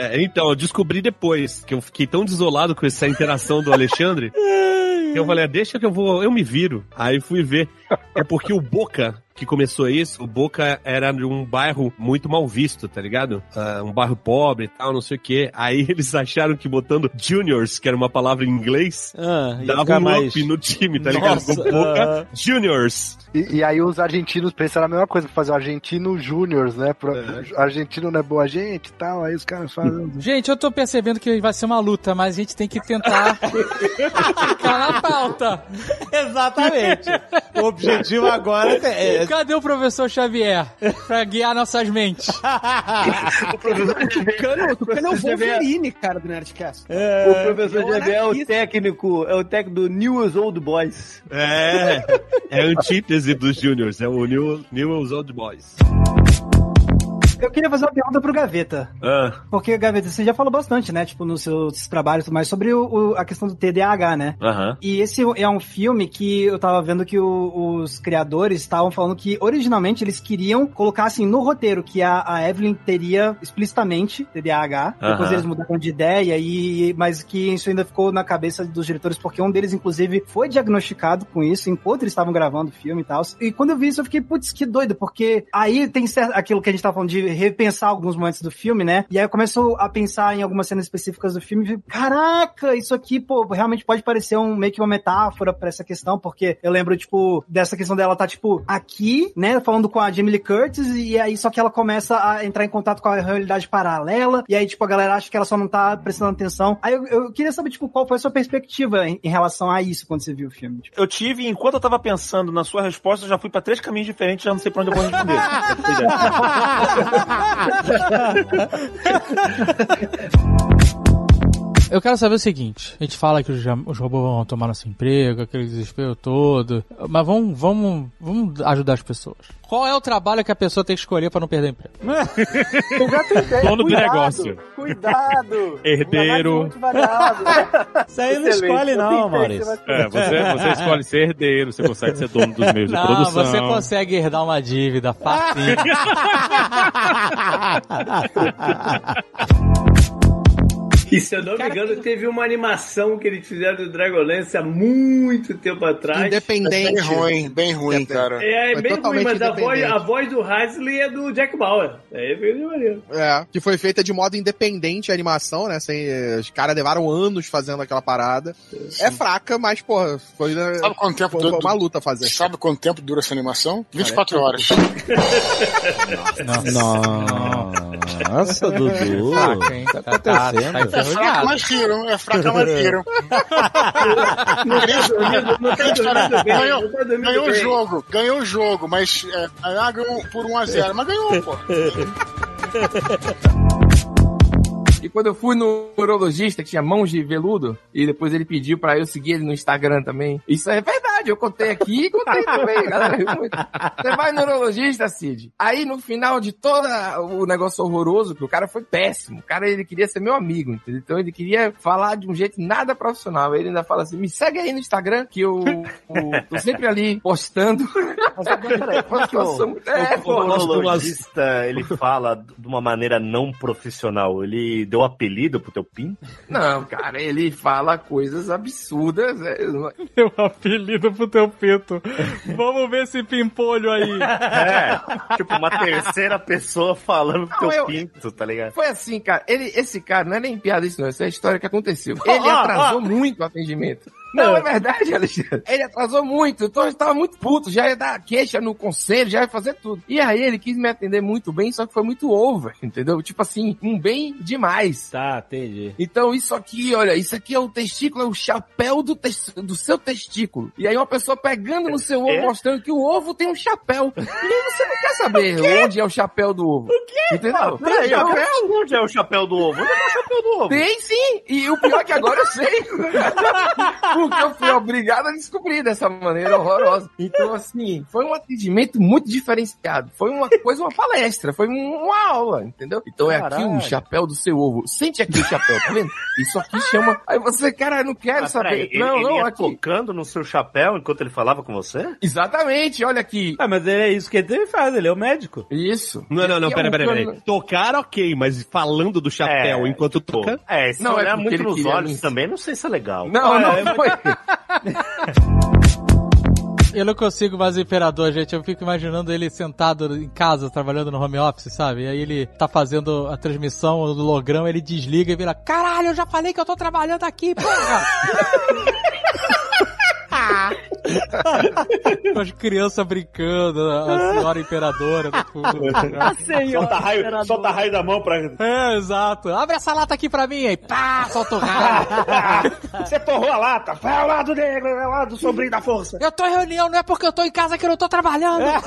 [SPEAKER 14] É, então, eu descobri depois que eu fiquei tão desolado com essa interação do Alexandre que eu falei, ah, deixa que eu vou, eu me viro. Aí fui ver. É porque o Boca que começou isso, o Boca era de um bairro muito mal visto, tá ligado? Ah, um bairro pobre e tal, não sei o quê. Aí eles acharam que botando juniors, que era uma palavra em inglês,
[SPEAKER 2] Ah, ia
[SPEAKER 14] dava
[SPEAKER 2] ficar
[SPEAKER 14] um
[SPEAKER 2] mais.
[SPEAKER 14] up no time, tá
[SPEAKER 2] Nossa,
[SPEAKER 14] ligado? Com Boca
[SPEAKER 2] ah.
[SPEAKER 14] juniors.
[SPEAKER 20] E, e aí os argentinos pensaram a mesma coisa, pra fazer o argentino júniors, né? Pro, Argentino não é boa gente e tal, aí os caras fazem...
[SPEAKER 3] Gente, eu tô percebendo que vai ser uma luta, mas a gente tem que tentar calar a pauta.
[SPEAKER 2] Exatamente. O objetivo agora é-
[SPEAKER 3] Cadê o professor Xavier pra guiar nossas mentes?
[SPEAKER 2] o
[SPEAKER 4] um
[SPEAKER 3] Tucano,
[SPEAKER 2] Tucano é o Wolverine,
[SPEAKER 13] cara, do Nerdcast.
[SPEAKER 2] É,
[SPEAKER 13] o professor
[SPEAKER 2] e
[SPEAKER 13] Xavier é o
[SPEAKER 2] anarquista.
[SPEAKER 13] técnico, é o técnico do News Old Boys.
[SPEAKER 14] É, é a antítese dos juniors, é o New, Newell's Old Boys.
[SPEAKER 21] Eu queria fazer uma pergunta pro Gaveta.
[SPEAKER 13] É.
[SPEAKER 14] Ah.
[SPEAKER 21] Porque, Gaveta, você já falou bastante, né? Tipo, nos seus trabalhos e tudo mais, sobre o- o- a questão do TDAH, né?
[SPEAKER 14] Aham.
[SPEAKER 21] E esse é um filme que eu tava vendo que o- os criadores estavam falando que originalmente eles queriam colocar assim no roteiro que a, a Evelyn teria explicitamente TDAH. Depois
[SPEAKER 22] Aham.
[SPEAKER 21] eles mudaram de ideia, e, mas que isso ainda ficou na cabeça dos diretores, porque um deles, inclusive, foi diagnosticado com isso enquanto eles estavam gravando o filme e tal. E quando eu vi isso, eu fiquei, putz, que doido, porque aí tem certo, aquilo que a gente tava falando de repensar alguns momentos do filme, né? E aí eu começo a pensar em algumas cenas específicas do filme e vi, caraca, isso aqui, pô, realmente pode parecer um, meio que uma metáfora pra essa questão, porque eu lembro, tipo, dessa questão dela tá, tipo, aqui, né, falando com a Jamie Lee Curtis, e aí só que ela começa a entrar em contato com a realidade paralela, e aí, tipo, a galera acha que ela só não tá prestando atenção. Aí eu, eu queria saber, tipo, qual foi a sua perspectiva em, em relação a isso quando você viu o filme. Tipo,
[SPEAKER 13] Eu tive, enquanto eu tava pensando na sua resposta, eu já fui pra três caminhos diferentes, já não sei pra onde eu vou responder. Pois
[SPEAKER 3] Eu quero saber o seguinte: a gente fala que os, jam- os robôs vão tomar nosso emprego, aquele desespero todo, mas vamos, vamos, vamos ajudar as pessoas. Qual é o trabalho que a pessoa tem que escolher pra não perder emprego?
[SPEAKER 2] Eu já tentei.
[SPEAKER 3] Dono do
[SPEAKER 2] Cuidado,
[SPEAKER 3] negócio.
[SPEAKER 2] Cuidado.
[SPEAKER 3] Herdeiro.
[SPEAKER 2] Isso aí não escolhe não, Maurício.
[SPEAKER 1] É, você, você escolhe ser herdeiro, você consegue ser dono dos meios
[SPEAKER 3] Não,
[SPEAKER 1] de produção.
[SPEAKER 3] Ah, você consegue herdar uma dívida facinho.
[SPEAKER 4] E se eu não me engano, teve uma animação que eles fizeram do Dragonlance há muito tempo atrás.
[SPEAKER 15] Independente.
[SPEAKER 23] É
[SPEAKER 15] Bem ruim, bem ruim, cara.
[SPEAKER 4] É, é
[SPEAKER 15] Foi
[SPEAKER 4] bem ruim,
[SPEAKER 15] totalmente
[SPEAKER 4] mas a voz,
[SPEAKER 15] independente.
[SPEAKER 4] a voz do Hasley é do Jack Bauer. É bem maneiro.
[SPEAKER 11] É, que foi feita de modo independente a animação, né? Sem, os caras levaram anos fazendo aquela parada. É fraca, mas, porra,
[SPEAKER 4] assim.
[SPEAKER 11] foi, né,
[SPEAKER 15] Sabe quanto tempo
[SPEAKER 11] foi, foi uma luta fazer.
[SPEAKER 15] Sabe quanto tempo dura essa animação? 24
[SPEAKER 11] Cara, é
[SPEAKER 15] horas.
[SPEAKER 2] Nossa, Dudu.
[SPEAKER 15] Fraca, hein?
[SPEAKER 2] Tá acontecendo.
[SPEAKER 15] É fraca, mas riram. É fraca, mas riram. Não queria-
[SPEAKER 2] dormindo, não tá dormindo bem,
[SPEAKER 15] Ganhou
[SPEAKER 2] não tá dormindo
[SPEAKER 15] ganhou o
[SPEAKER 2] bem.
[SPEAKER 15] jogo, ganhou o jogo, mas é, ah, ganhou por 1x0, mas ganhou, pô.
[SPEAKER 16] E quando eu fui no urologista, que tinha mãos de veludo, e depois ele pediu pra eu seguir ele no Instagram também. Isso é verdade. verdade, eu contei aqui e contei também, a galera. riu muito. Você vai no neurologista, Cid. Aí no final de todo o negócio horroroso, que o cara foi péssimo. O cara ele queria ser meu amigo, entendeu? Então ele queria falar de um jeito nada profissional. Ele ainda fala assim: me segue aí no Instagram, que eu, eu tô sempre ali postando.
[SPEAKER 23] Mas que
[SPEAKER 16] Eu sou
[SPEAKER 23] o,
[SPEAKER 2] um-
[SPEAKER 16] muito- é,
[SPEAKER 23] o
[SPEAKER 16] pô,
[SPEAKER 23] neurologista, ele fala de uma maneira não profissional. Ele deu apelido pro teu PIN?
[SPEAKER 16] Não, cara, ele fala coisas absurdas. né?
[SPEAKER 3] Meu apelido pro teu pinto. Vamos ver esse pimpolho aí.
[SPEAKER 23] É, tipo, uma terceira pessoa falando pro
[SPEAKER 16] Não,
[SPEAKER 23] teu
[SPEAKER 16] eu-
[SPEAKER 23] pinto, tá ligado?
[SPEAKER 16] Foi assim, cara. Ele, esse cara, não é nem piada isso, não. Isso é a história que aconteceu.
[SPEAKER 23] Ó,
[SPEAKER 16] Ele
[SPEAKER 23] ó,
[SPEAKER 16] atrasou
[SPEAKER 23] ó.
[SPEAKER 16] muito o atendimento. Não, é verdade, Alexandre. Ele atrasou muito, então ele tava muito puto, já ia dar queixa no conselho, já ia fazer tudo. E aí ele quis me atender muito bem, só que foi muito over, entendeu? Tipo assim, um bem demais.
[SPEAKER 24] Tá, entendi.
[SPEAKER 16] Então isso aqui, olha, isso aqui é o testículo, é o chapéu do, tes- do seu testículo. E aí uma pessoa pegando no seu ovo, mostrando que o ovo tem um chapéu. E aí você não quer saber onde é o chapéu do ovo. O quê? Entendeu?
[SPEAKER 4] Peraí,
[SPEAKER 16] Tem
[SPEAKER 4] eu quero
[SPEAKER 16] chapéu?
[SPEAKER 4] saber onde é o chapéu do ovo? Onde é o chapéu do ovo?
[SPEAKER 16] Tem sim! E o pior é que agora eu sei! Porque eu fui obrigado a descobrir dessa maneira horrorosa. Então, assim, foi um atendimento muito diferenciado. Foi uma coisa, uma palestra, foi um- uma aula, entendeu? Então é aqui
[SPEAKER 23] Caralho.
[SPEAKER 16] o chapéu do seu ovo. Sente aqui o chapéu, tá vendo? Isso aqui chama. Aí você, cara, eu não quero
[SPEAKER 23] Mas
[SPEAKER 16] saber.
[SPEAKER 23] peraí, ele,
[SPEAKER 16] não,
[SPEAKER 23] ele
[SPEAKER 4] é
[SPEAKER 16] não,
[SPEAKER 23] ia
[SPEAKER 16] aqui.
[SPEAKER 23] tocando no seu chapéu enquanto ele falava com você?
[SPEAKER 16] Exatamente, olha aqui.
[SPEAKER 2] Ah, mas ele é isso que ele faz, ele é o médico.
[SPEAKER 16] Isso.
[SPEAKER 14] Não, não, não,
[SPEAKER 2] E
[SPEAKER 14] pera,
[SPEAKER 2] é
[SPEAKER 14] pera,
[SPEAKER 2] um
[SPEAKER 14] pera.
[SPEAKER 2] plano-
[SPEAKER 14] Tocar, ok, mas falando do chapéu enquanto toca.
[SPEAKER 23] É, se
[SPEAKER 14] Não,
[SPEAKER 23] não,
[SPEAKER 14] é
[SPEAKER 23] olhar
[SPEAKER 14] porque
[SPEAKER 23] muito
[SPEAKER 14] ele
[SPEAKER 23] nos
[SPEAKER 14] queria
[SPEAKER 23] olhos
[SPEAKER 14] me-
[SPEAKER 23] também, não sei se é legal.
[SPEAKER 16] Não, não foi.
[SPEAKER 3] Eu não consigo mais o imperador, gente. Eu fico imaginando ele sentado em casa, trabalhando no home office, sabe? E aí ele tá fazendo a transmissão, o holograma, ele desliga e vira. Caralho, eu já falei que eu tô trabalhando aqui, porra! Com as crianças brincando, a senhora imperadora do fundo.
[SPEAKER 25] A senhora
[SPEAKER 4] Solta raio-
[SPEAKER 25] imperadora.
[SPEAKER 4] solta raio da mão pra.
[SPEAKER 3] Ah, É, exato. Abre essa lata aqui pra mim aí. Pá, solta o raio.
[SPEAKER 4] Você torrou a lata. Vai ao lado negro, vai ao lado sombrio da força. É.
[SPEAKER 3] Eu tô em reunião, não é porque eu tô em casa que eu não tô trabalhando.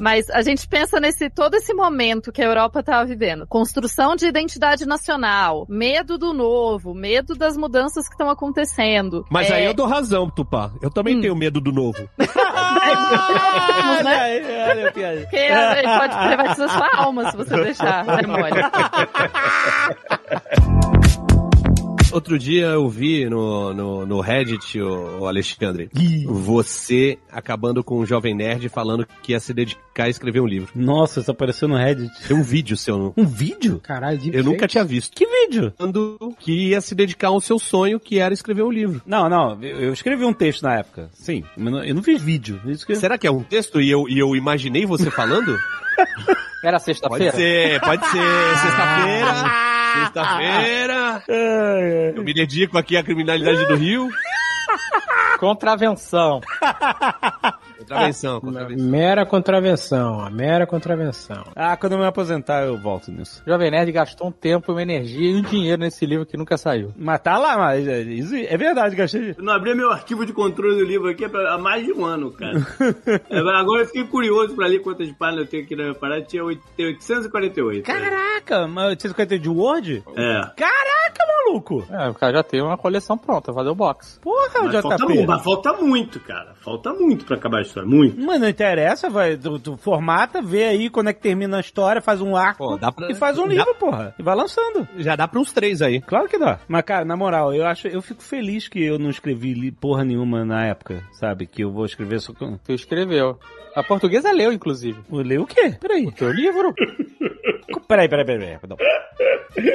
[SPEAKER 12] Mas a gente pensa nesse todo esse momento que a Europa estava vivendo. Construção de identidade nacional, medo do novo, medo das mudanças que estão acontecendo.
[SPEAKER 14] Mas
[SPEAKER 12] É,
[SPEAKER 14] aí eu dou razão, Tupá. Eu
[SPEAKER 2] Hum.
[SPEAKER 14] também tenho medo do novo.
[SPEAKER 12] né? Porque ele pode privatizar sua alma se você deixar. É mole.
[SPEAKER 14] Outro dia eu vi no, no, no Reddit, o, Alexandre, você acabando com o Jovem Nerd falando que ia se dedicar a escrever um livro.
[SPEAKER 2] Nossa, isso apareceu no Reddit.
[SPEAKER 14] Tem um vídeo seu. não? Um vídeo?
[SPEAKER 2] Caralho,
[SPEAKER 14] Eu nunca tinha visto. Que vídeo? Quando que ia se dedicar ao seu sonho, que era escrever um livro.
[SPEAKER 2] Não, não, eu eu escrevi um texto na época, sim, mas não- eu não fiz vídeo.
[SPEAKER 14] Será que é um texto e eu, e eu imaginei você falando?
[SPEAKER 26] Era
[SPEAKER 14] Pode
[SPEAKER 26] sexta-feira? Ah.
[SPEAKER 14] ser, pode ser. Sexta-feira. Sexta-feira. Eu me dedico aqui à criminalidade do Rio.
[SPEAKER 26] Contravenção.
[SPEAKER 14] Contravenção,
[SPEAKER 18] Mera contravenção, a mera contravenção.
[SPEAKER 2] Ah, quando eu me aposentar eu volto nisso.
[SPEAKER 26] Jovem Nerd gastou um tempo, uma energia e um dinheiro nesse livro que nunca saiu.
[SPEAKER 2] Mas tá lá, mas é- isso é verdade, gastei.
[SPEAKER 13] Eu não abri meu arquivo de controle do livro aqui há mais de um ano, cara. É, Agora eu fiquei curioso pra ler quantas páginas eu tenho aqui na minha parada. Tinha oito- tem 848.
[SPEAKER 2] Caraca, mas 850 um de Word?
[SPEAKER 13] É.
[SPEAKER 2] Caraca, maluco!
[SPEAKER 26] É, o cara já tem uma coleção pronta, fazer o box.
[SPEAKER 2] Porra, o
[SPEAKER 13] Mas falta,
[SPEAKER 2] JP.
[SPEAKER 13] muito, mas falta muito, cara. Falta muito pra acabar a história. Muito.
[SPEAKER 2] Mas não interessa, vai, tu, tu formata, vê aí quando é que termina a história, faz um arco e faz um
[SPEAKER 14] dá-
[SPEAKER 2] livro, porra. E vai lançando.
[SPEAKER 14] Já dá pra uns três aí.
[SPEAKER 2] Claro que dá. Mas, cara, na moral, eu acho, eu fico feliz que eu não escrevi li- porra nenhuma na época, sabe? Que eu vou escrever só com...
[SPEAKER 26] Tu escreveu. A portuguesa leu, inclusive.
[SPEAKER 2] Leu o quê? Peraí. O
[SPEAKER 26] teu livro?
[SPEAKER 2] peraí, peraí, peraí, peraí. perdão.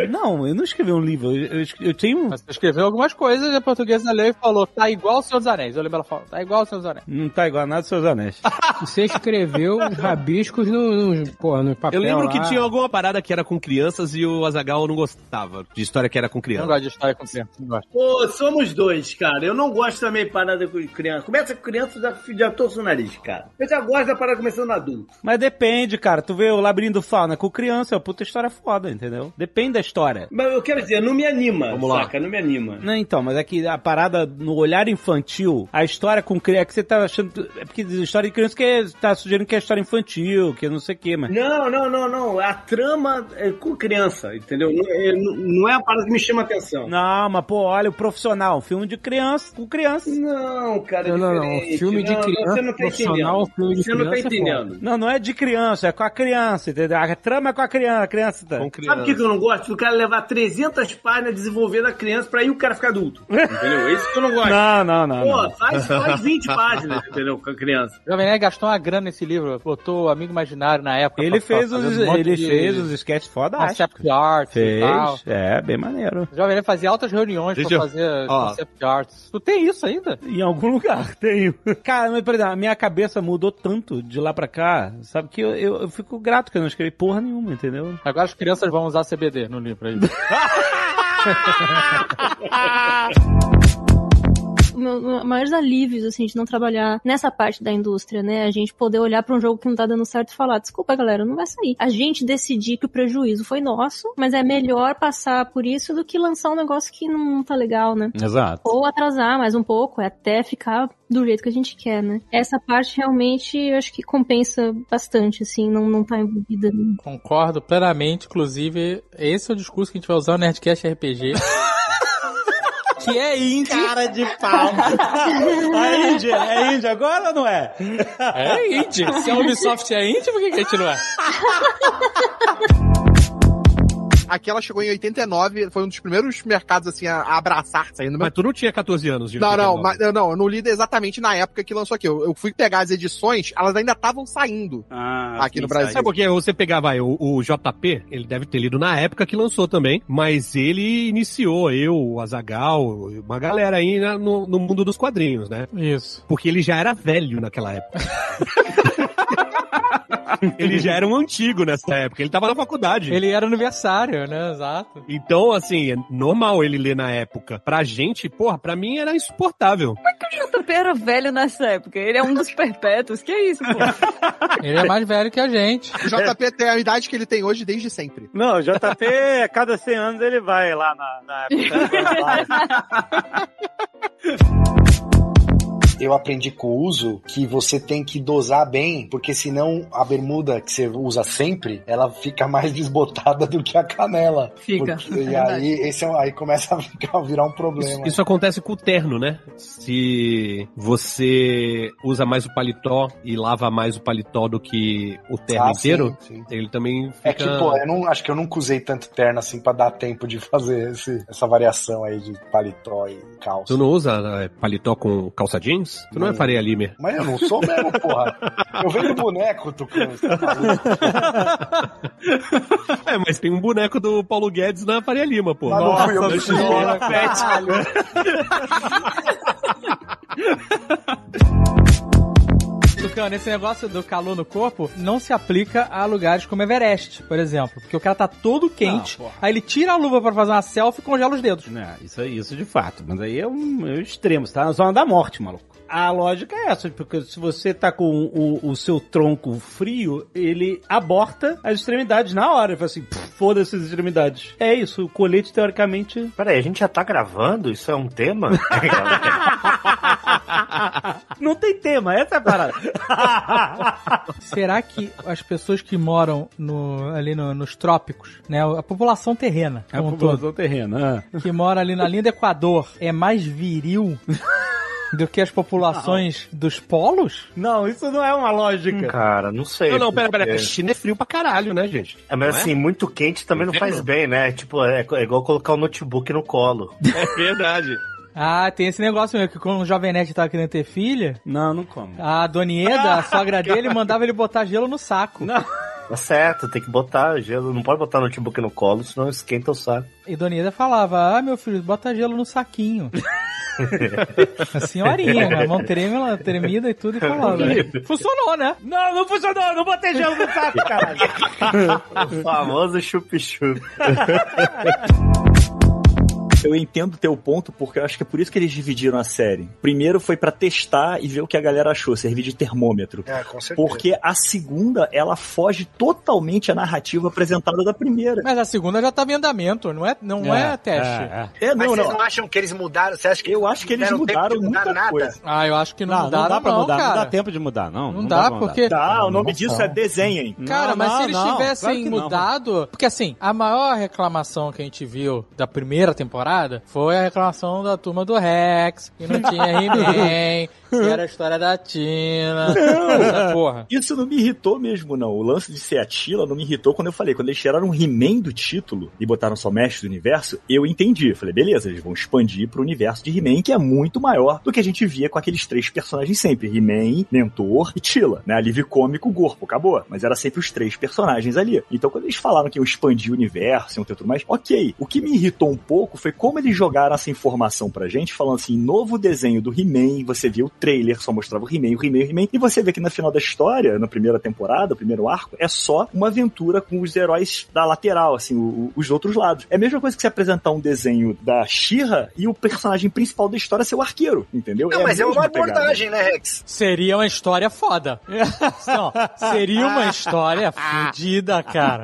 [SPEAKER 2] Não, eu não escrevi um livro, eu, eu, eu tenho... um.
[SPEAKER 26] Mas tu escreveu algumas coisas e a portuguesa leu e falou, tá igual o Senhor dos Anéis. Eu lembro ela falou, tá igual o Senhor dos Anéis.
[SPEAKER 2] Não tá igual a nada, seus anéis.
[SPEAKER 18] Você escreveu os rabiscos no, no, porra, no
[SPEAKER 26] Ah.
[SPEAKER 18] papel
[SPEAKER 14] Eu lembro
[SPEAKER 18] lá.
[SPEAKER 14] que tinha um- alguma parada que era com crianças e o Azagal não gostava de história que era com
[SPEAKER 26] Eu não
[SPEAKER 14] criança.
[SPEAKER 26] gosto de história com criança, não gosto.
[SPEAKER 13] Pô, somos dois, cara. Eu não gosto também parada com criança. Começa com criança, já, já torço o nariz, cara. Eu já gosto da parada começando adulto.
[SPEAKER 2] Mas depende, cara. Tu vê o Labirinto do Fauna com criança, é uma puta história foda, entendeu? Depende da história.
[SPEAKER 18] Mas eu quero dizer, não me anima,
[SPEAKER 2] Vamos lá.
[SPEAKER 18] saca? Não me anima.
[SPEAKER 2] Não, então, mas é que a parada no olhar infantil, a história com criança, que você tá achando. É porque história de criança que é- tá sugerindo que é história infantil, que não sei o quê, mas.
[SPEAKER 18] Não, não, não, não. A trama é com criança, entendeu? Não é, não- não é a parada que me chama atenção.
[SPEAKER 2] Não, mas pô, olha o profissional, filme de criança com criança.
[SPEAKER 18] Não, cara, é
[SPEAKER 2] não, não,
[SPEAKER 18] diferente. filme de Não, criança, você não tá profissional, entendendo. filme de Você não tá criança é entendendo. foda.
[SPEAKER 2] Não, não é de criança, é com a criança, entendeu? A trama é com a criança, a criança tá. Com
[SPEAKER 18] Sabe o que que eu não gosto? O cara levar 300 páginas desenvolvendo a criança pra aí o cara ficar adulto. Entendeu? É isso que eu não gosto.
[SPEAKER 2] Não, não, não.
[SPEAKER 18] Pô,
[SPEAKER 2] não.
[SPEAKER 18] faz, faz 20 páginas, entendeu? Com a criança.
[SPEAKER 3] Jovem Nerd gastou uma grana nesse livro, botou o Amigo Imaginário na época.
[SPEAKER 2] Ele
[SPEAKER 3] pra-
[SPEAKER 2] fez
[SPEAKER 3] pra
[SPEAKER 2] os,
[SPEAKER 3] fazer um monte
[SPEAKER 2] ele
[SPEAKER 3] de-
[SPEAKER 2] fez os sketches foda,
[SPEAKER 3] Concept art e
[SPEAKER 2] Fez,
[SPEAKER 3] tal.
[SPEAKER 2] é, bem maneiro.
[SPEAKER 3] O Jovem Nerd fazia altas reuniões
[SPEAKER 2] Deixa
[SPEAKER 3] pra
[SPEAKER 2] eu-
[SPEAKER 3] fazer
[SPEAKER 2] ó.
[SPEAKER 3] concept arts. Tu tem isso ainda?
[SPEAKER 2] Em algum lugar, tenho. Cara, mas, por exemplo, a minha cabeça mudou tanto de lá pra cá, sabe que eu, eu, eu fico grato que eu não escrevi porra nenhuma, entendeu?
[SPEAKER 3] Agora as crianças vão usar CBD no livro aí.
[SPEAKER 27] O meu- o maiores alívios, assim, de não trabalhar nessa parte da indústria, né? A gente poder olhar pra um jogo que não tá dando certo e falar, desculpa, galera, não vai sair. A gente decidir que o prejuízo foi nosso, mas é melhor passar por isso do que lançar um negócio que não tá legal, né?
[SPEAKER 2] Exato.
[SPEAKER 27] Ou atrasar mais um pouco, até ficar do jeito que a gente quer, né? Essa parte realmente eu acho que compensa bastante, assim, não, não tá envolvida.
[SPEAKER 3] Concordo plenamente, inclusive, esse é o discurso que a gente vai usar no Nerdcast RPG. que é indie.
[SPEAKER 2] Cara de pau. é indie, é indie agora ou não é?
[SPEAKER 3] É indie. Se a Ubisoft é indie, por que que a gente não é?
[SPEAKER 4] Aqui ela chegou em 89, foi um dos primeiros mercados assim a a abraçar saindo.
[SPEAKER 14] Mas tu não tinha 14 anos, de
[SPEAKER 4] Não, não,
[SPEAKER 14] 89.
[SPEAKER 4] mas, não, não, eu não li exatamente na época que lançou aqui. Eu, eu fui pegar as edições, elas ainda estavam saindo
[SPEAKER 2] Ah,
[SPEAKER 4] aqui no Brasil.
[SPEAKER 14] Sabe por quê? Você pegava aí, o, o JP, ele deve ter lido na época que lançou também, mas ele iniciou, eu, o Azagal, uma galera aí né, no, no mundo dos quadrinhos, né?
[SPEAKER 3] Isso.
[SPEAKER 14] Porque ele já era velho naquela época. ele já era um antigo nessa época, ele tava na faculdade.
[SPEAKER 3] Ele era aniversário, né? Exato.
[SPEAKER 14] Então, assim, é normal ele ler na época. Pra gente, porra, pra mim era insuportável.
[SPEAKER 12] é O JP era velho nessa época. Ele é um dos perpétuos. Que isso, pô?
[SPEAKER 3] Ele é mais velho que a gente.
[SPEAKER 4] O JP tem a idade que ele tem hoje desde sempre.
[SPEAKER 28] Não, o JP, a cada 100 anos ele vai lá na, na
[SPEAKER 11] Eu aprendi com o uso que você tem que dosar bem, porque senão a bermuda que você usa sempre, ela fica mais desbotada do que a canela.
[SPEAKER 12] Fica.
[SPEAKER 11] Porque-
[SPEAKER 12] É
[SPEAKER 11] e
[SPEAKER 12] verdade.
[SPEAKER 11] aí, esse é um- aí começa a ficar- virar um problema.
[SPEAKER 14] Isso acontece com o terno, né? Se você usa mais o paletó e lava mais o paletó do que o terno
[SPEAKER 11] Ah, sim,
[SPEAKER 14] inteiro,
[SPEAKER 11] sim.
[SPEAKER 14] ele também fica...
[SPEAKER 11] É que, pô, eu não, acho que eu nunca usei tanto terno assim pra dar tempo de fazer esse- essa variação aí de paletó e calça.
[SPEAKER 14] Tu não usa eh, paletó com calça jeans? Tu não, é
[SPEAKER 11] Não.
[SPEAKER 14] Faria Limer.
[SPEAKER 11] Mas Ah, eu não sou mesmo, porra. Eu venho do boneco, Tucano. você tá maluco?
[SPEAKER 14] É, mas tem um boneco do Paulo Guedes na Faria Lima, pô. é
[SPEAKER 11] Mas não fui eu que
[SPEAKER 14] antes de
[SPEAKER 11] fiz.
[SPEAKER 14] bola,
[SPEAKER 11] Caralho.
[SPEAKER 3] Lucano, esse negócio do calor no corpo não se aplica a lugares como Everest, por exemplo. Porque o cara tá todo quente, aí ele tira a luva pra fazer uma selfie e congela os dedos.
[SPEAKER 2] É, isso, aí- isso de fato. Mas aí é um, é um extremo, você tá na zona da morte, maluco. A lógica é essa, porque se você tá com o, o seu tronco frio, ele aborta as extremidades na hora. Ele fala assim, "Pff, foda-se as extremidades. É isso, o colete teoricamente.
[SPEAKER 13] Peraí, a gente já tá gravando? Isso é um tema?
[SPEAKER 2] Não tem tema, essa é a parada.
[SPEAKER 3] Será que as pessoas que moram no- ali no- nos trópicos, né? A população terrena.
[SPEAKER 2] É a
[SPEAKER 3] como um
[SPEAKER 2] população terrena.
[SPEAKER 3] todo, que mora ali na linha do Equador é mais viril
[SPEAKER 2] é.
[SPEAKER 3] do que as populações dos polos?
[SPEAKER 2] Ah, Não, isso não é uma lógica.
[SPEAKER 13] Cara, não sei.
[SPEAKER 14] Não, não, pera, pera.
[SPEAKER 13] porque-
[SPEAKER 14] China é frio pra caralho, né, gente?
[SPEAKER 13] É, mas
[SPEAKER 14] Não é?
[SPEAKER 13] assim, muito quente também não faz bem, né? Tipo, é, é igual colocar o notebook no colo.
[SPEAKER 14] É verdade.
[SPEAKER 3] Ah, tem esse negócio mesmo, que quando o Jovem Nerd tava querendo ter filha,
[SPEAKER 2] Não, não como.
[SPEAKER 3] a Donieda, a sogra dele, mandava ele botar gelo no saco.
[SPEAKER 13] Tá certo, tem que botar gelo. Não pode botar notebook no colo, senão esquenta o saco.
[SPEAKER 3] E Donieda falava, ah, meu filho, bota gelo no saquinho. a senhorinha, né? mão tremida, tremida e tudo, e falava. Funcionou, né?
[SPEAKER 2] Não, não funcionou, não botei gelo no saco, caralho.
[SPEAKER 13] o famoso chup-chup.
[SPEAKER 22] eu entendo teu ponto, porque eu acho que é por isso que eles dividiram a série. Primeiro foi pra testar e ver o que a galera achou, servir de termômetro.
[SPEAKER 29] É, com certeza.
[SPEAKER 22] Porque a segunda, ela foge totalmente à narrativa apresentada da primeira.
[SPEAKER 3] Mas a segunda já tava em andamento, não é, não é, teste.
[SPEAKER 22] É,
[SPEAKER 4] Mas
[SPEAKER 22] não,
[SPEAKER 4] vocês
[SPEAKER 22] não.
[SPEAKER 4] não acham que eles mudaram? Você acha que
[SPEAKER 22] eu acho que eles
[SPEAKER 4] deram tempo
[SPEAKER 22] mudaram
[SPEAKER 4] de mudar
[SPEAKER 22] muita
[SPEAKER 4] nada?
[SPEAKER 22] coisa.
[SPEAKER 3] Ah, eu acho que não,
[SPEAKER 22] Não, não
[SPEAKER 3] mudaram,
[SPEAKER 22] dá pra
[SPEAKER 3] não,
[SPEAKER 22] mudar, não
[SPEAKER 3] cara.
[SPEAKER 22] dá
[SPEAKER 2] tempo de mudar, não.
[SPEAKER 3] Não, dá, porque.
[SPEAKER 22] Tá, o nome disso é desenhem.
[SPEAKER 3] Cara, mas
[SPEAKER 22] Não,
[SPEAKER 3] se eles
[SPEAKER 22] não, claro
[SPEAKER 3] tivessem
[SPEAKER 22] que não.
[SPEAKER 3] mudado. Porque assim, a maior reclamação que a gente viu da primeira temporada foi a reclamação da turma do Rex, que não tinha He-Man, que era a história da Tina. Essa porra.
[SPEAKER 22] Isso não me irritou mesmo, não. O lance de ser a Tila não me irritou quando eu falei. Quando eles tiraram o He-Man do título e botaram só Mestre do Universo, eu entendi. Eu falei, beleza, eles vão expandir pro universo de He-Man, que é muito maior do que a gente via com aqueles três personagens sempre. He-Man, Mentor e Tila, né? Alívio cômico, corpo, acabou. Mas era sempre os três personagens ali. Então quando eles falaram que iam expandir o universo, iam ter tudo mais, ok. O que me irritou um pouco foi como eles jogaram essa informação pra gente, falando assim, novo desenho do He-Man, você via o trailer, só mostrava o He-Man, o He-Man, o He-Man, e você vê que no final da história, na primeira temporada, o primeiro arco, é só uma aventura com os heróis da lateral, assim, o- o- os outros lados. É a mesma coisa que você apresentar um desenho da She-Ra e o personagem principal da história ser o arqueiro, entendeu?
[SPEAKER 4] Não,
[SPEAKER 22] a
[SPEAKER 4] mas é uma
[SPEAKER 22] mesma pegada.
[SPEAKER 4] abordagem, né, Rex?
[SPEAKER 3] Seria uma história foda. Não, seria uma história fodida, cara.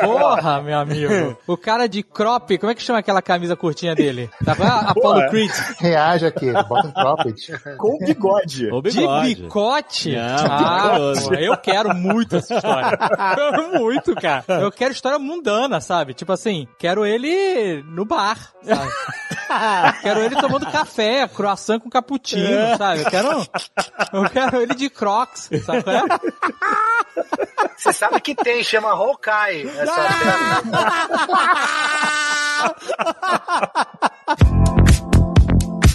[SPEAKER 3] Porra, meu amigo. O cara de crop, como é que chama aquela camisa curtinha dele? Tá com a Apollo
[SPEAKER 30] Porra.
[SPEAKER 3] Creed.
[SPEAKER 30] Reage aqui, bota um cropped.
[SPEAKER 22] Com bigode.
[SPEAKER 3] De bicote? ah,
[SPEAKER 30] maravilhoso.
[SPEAKER 3] pô, eu quero muito essa história. Quero muito, cara. Eu quero história mundana, sabe? Tipo assim, quero ele no bar, sabe? quero ele tomando café, croissant com cappuccino,
[SPEAKER 27] É.
[SPEAKER 3] sabe? Eu quero, eu quero ele de crocs, sabe? qual é?
[SPEAKER 4] Você sabe que tem, chama Hawkeye. Essa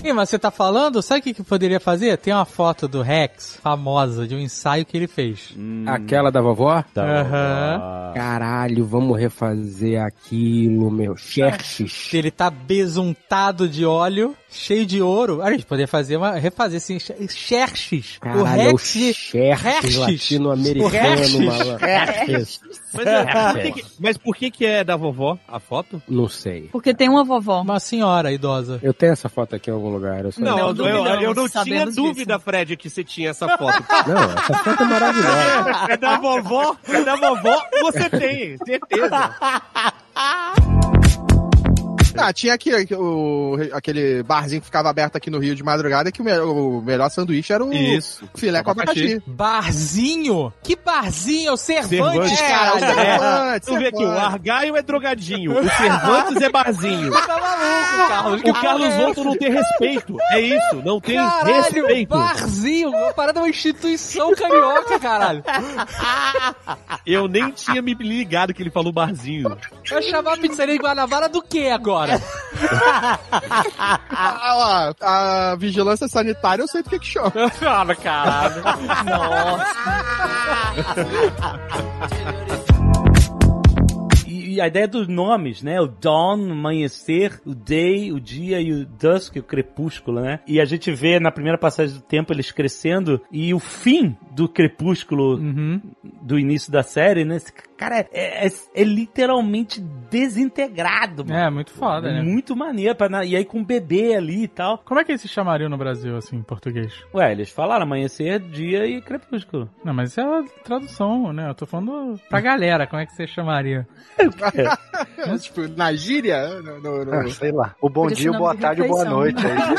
[SPEAKER 3] Ih, mas você tá falando, sabe o que, que poderia fazer? Tem uma foto do Rex, famosa, de um ensaio que ele fez.
[SPEAKER 18] Hum.
[SPEAKER 31] Aquela da vovó?
[SPEAKER 3] Aham.
[SPEAKER 31] Caralho, vamos refazer aquilo, meu. Xerxes.
[SPEAKER 3] Que Ele tá besuntado de óleo, cheio de ouro. A gente poderia fazer uma, refazer assim, Xe- Xerxes.
[SPEAKER 31] Caralho,
[SPEAKER 3] o
[SPEAKER 31] é o
[SPEAKER 3] Rex.
[SPEAKER 31] Xerxes latino-americano,
[SPEAKER 3] O Xerxes.
[SPEAKER 31] malandro.
[SPEAKER 3] Xerxes.
[SPEAKER 14] Mas, é, por
[SPEAKER 3] É.
[SPEAKER 14] que que- mas por que que é da vovó a foto?
[SPEAKER 31] Não sei.
[SPEAKER 32] Porque tem uma vovó.
[SPEAKER 3] Uma senhora idosa.
[SPEAKER 31] Eu tenho essa foto aqui em algum lugar. Eu só-
[SPEAKER 14] Não, eu, eu, eu não tinha
[SPEAKER 32] sabemos
[SPEAKER 14] dúvida, Fred, que você tinha essa foto.
[SPEAKER 31] Não, essa foto é maravilhosa.
[SPEAKER 14] É, é da vovó, é da vovó, você tem, certeza.
[SPEAKER 11] Ah, tinha aqui, aqui, o- aquele barzinho que ficava aberto aqui no Rio de madrugada que o, me- o melhor sanduíche era o
[SPEAKER 3] Isso.
[SPEAKER 11] filé com abacaxi.
[SPEAKER 3] Barzinho? Que barzinho? É o Cervantes,
[SPEAKER 14] Cervantes, cara,
[SPEAKER 3] caralho.
[SPEAKER 14] o Cervantes, Tu vê aqui, o
[SPEAKER 3] Cervantes.
[SPEAKER 14] Argaio é drogadinho, o Cervantes é barzinho.
[SPEAKER 3] Você tá maluco, Carlos? Que
[SPEAKER 14] O Carlos
[SPEAKER 3] porra é
[SPEAKER 14] Volto não tem respeito. É isso, não tem
[SPEAKER 3] Caralho,
[SPEAKER 14] respeito.
[SPEAKER 3] barzinho, uma parada é uma instituição carioca, caralho.
[SPEAKER 14] Eu nem tinha me ligado que ele falou barzinho.
[SPEAKER 3] Vai chamar a pizzaria de Guanabara do que agora?
[SPEAKER 11] Ah, ó, a vigilância sanitária eu sei do que que chama.
[SPEAKER 3] Chama, caralho.
[SPEAKER 2] E, e a ideia dos nomes, né? O dawn, amanhecer, o day, o dia e o dusk, o crepúsculo, né? E a gente vê na primeira passagem do tempo eles crescendo e o fim do crepúsculo
[SPEAKER 3] Uhum.
[SPEAKER 2] do início da série, né? Esse cara é, é- é literalmente desintegrado, mano.
[SPEAKER 3] É, muito foda, né?
[SPEAKER 2] Muito maneiro. pra na- E aí com o bebê ali e tal.
[SPEAKER 3] Como é que eles se chamariam no Brasil, assim, em português?
[SPEAKER 2] Ué, eles falaram amanhecer, dia e crepúsculo.
[SPEAKER 3] Não, mas isso é a tradução, né? Eu tô falando pra galera, como é que você chamaria?
[SPEAKER 11] tipo, na gíria? No, no- no-
[SPEAKER 29] É. Ah, sei lá. O bom
[SPEAKER 11] Por esse
[SPEAKER 29] dia, o
[SPEAKER 11] nome
[SPEAKER 29] boa
[SPEAKER 11] de
[SPEAKER 29] tarde, o boa
[SPEAKER 11] refeição. né?
[SPEAKER 29] noite.
[SPEAKER 13] é
[SPEAKER 29] Aí,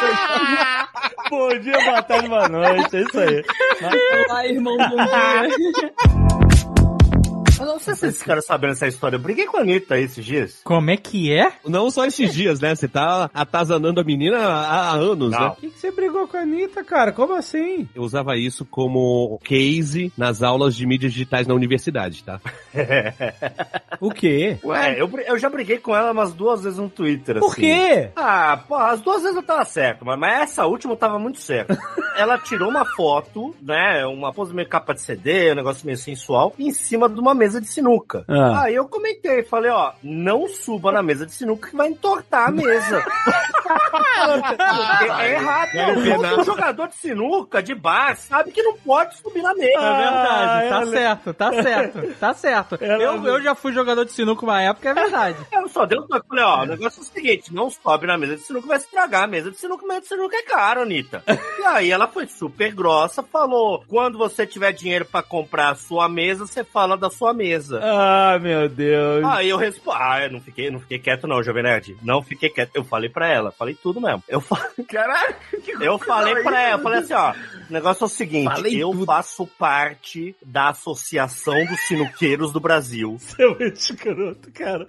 [SPEAKER 29] sei lá.
[SPEAKER 2] Bom dia, boa tarde, boa noite. É isso aí.
[SPEAKER 32] Olá, irmão, bom dia.
[SPEAKER 13] Eu não sei se esses caras sabem essa história. Eu briguei com a Anitta esses dias.
[SPEAKER 3] Como é que é?
[SPEAKER 14] Não só esses dias, né? Você tá atazanando a menina há, há anos,
[SPEAKER 13] Não.
[SPEAKER 14] né?
[SPEAKER 2] que, que você brigou com a Anitta, cara? Como assim?
[SPEAKER 14] Eu usava isso como case nas aulas de mídias digitais na universidade, tá?
[SPEAKER 2] o quê?
[SPEAKER 13] Ué, É, eu, bri- eu já briguei com ela umas duas vezes no Twitter.
[SPEAKER 2] Por
[SPEAKER 13] assim.
[SPEAKER 2] quê?
[SPEAKER 13] Ah, pô, as duas vezes eu tava certo, mas, mas essa última eu tava muito certo. ela tirou uma foto, né? Uma pose meio capa de CD, um negócio meio sensual, em cima de uma mesa de sinuca.
[SPEAKER 21] Ah.
[SPEAKER 13] Aí eu comentei, falei, ó, não suba na mesa de sinuca que vai entortar a mesa. Porque é errado.
[SPEAKER 14] Deve penar.
[SPEAKER 13] Todo jogador de sinuca, de bar, sabe que não pode subir na mesa.
[SPEAKER 3] É verdade, tá certo, tá certo, tá certo. Eu, eu já fui jogador de sinuca uma época, é verdade.
[SPEAKER 13] Eu só dei um toque, falei, ó, o negócio é o seguinte, não sobe na mesa de sinuca, vai estragar a mesa de sinuca, mesa de sinuca é caro, Anitta. E aí ela foi super grossa, falou, quando você tiver dinheiro pra comprar a sua mesa, você fala da sua mesa.
[SPEAKER 2] Ah, meu Deus.
[SPEAKER 13] Aí eu respondi, ah, eu não fiquei, não fiquei quieto não, Jovem Nerd, não fiquei quieto. Eu falei pra ela, falei tudo mesmo. Eu, fa-
[SPEAKER 33] Caraca,
[SPEAKER 13] eu falei pra
[SPEAKER 33] aí,
[SPEAKER 13] ela, falei assim, ó, o negócio é o seguinte,
[SPEAKER 33] Falei
[SPEAKER 13] eu faço parte da Associação dos Sinuqueiros do Brasil.
[SPEAKER 2] Seu escroto, cara.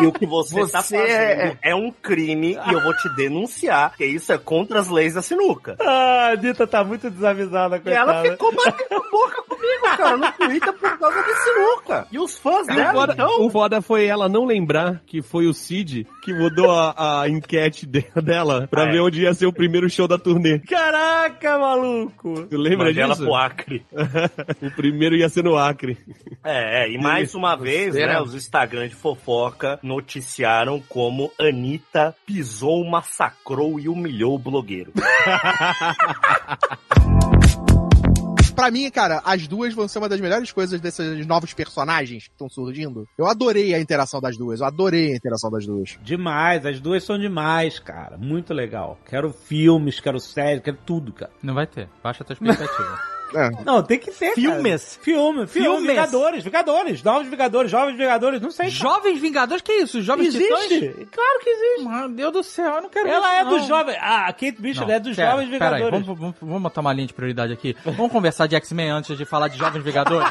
[SPEAKER 13] E o que você, tá
[SPEAKER 2] Você
[SPEAKER 13] fazendo
[SPEAKER 2] é-
[SPEAKER 13] é... um crime e eu vou te denunciar, porque isso é contra as leis da sinuca.
[SPEAKER 2] Ah, a Anitta tá muito desavisada com
[SPEAKER 13] E ela ficou batendo boca comigo, cara, no Twitter por causa de sinuca. E os fãs
[SPEAKER 14] E o
[SPEAKER 13] dela,
[SPEAKER 14] foda,
[SPEAKER 13] então.
[SPEAKER 14] o foda foi ela não lembrar que foi o Cid que mudou a, a enquete de- dela pra
[SPEAKER 13] Ah, é.
[SPEAKER 14] ver onde ia ser o primeiro show da turnê.
[SPEAKER 2] Caraca, maluco.
[SPEAKER 14] Tu lembra
[SPEAKER 13] Mandei ela
[SPEAKER 14] disso?
[SPEAKER 13] pro Acre.
[SPEAKER 14] o primeiro ia ser no Acre.
[SPEAKER 13] É, é, e mais uma vez,
[SPEAKER 14] Será?
[SPEAKER 13] né, os Instagram de fofoca noticiaram como Anitta pisou, massacrou e humilhou o blogueiro.
[SPEAKER 11] Pra mim, cara, as duas vão ser uma das melhores coisas desses novos personagens que estão surgindo. Eu adorei a interação das duas, eu adorei a interação das duas.
[SPEAKER 2] Demais, as duas são demais, cara. Muito legal. Quero filmes, quero séries, quero tudo, cara.
[SPEAKER 3] Não vai ter. Baixa a tua expectativa.
[SPEAKER 2] Não, tem que ser.
[SPEAKER 3] Filmes.
[SPEAKER 2] Cara. Filme, filme,
[SPEAKER 3] Filmes.
[SPEAKER 2] Vingadores, Vingadores, Novos Vingadores, Jovens Vingadores, não sei.
[SPEAKER 3] Jovens Vingadores, que isso? Jovens
[SPEAKER 2] Existe?
[SPEAKER 3] Titãs?
[SPEAKER 2] Claro que existe.
[SPEAKER 3] Meu Deus do céu, eu não quero
[SPEAKER 2] Ela
[SPEAKER 3] ver
[SPEAKER 2] é
[SPEAKER 3] isso, não.
[SPEAKER 2] do jovem. Ah, a Kate Bishop é dos
[SPEAKER 3] pera,
[SPEAKER 2] Jovens
[SPEAKER 3] pera aí,
[SPEAKER 2] Vingadores.
[SPEAKER 3] vamos, vamos, vamos botar uma linha de prioridade aqui. Vamos conversar de X-Men antes de falar de Jovens Vingadores?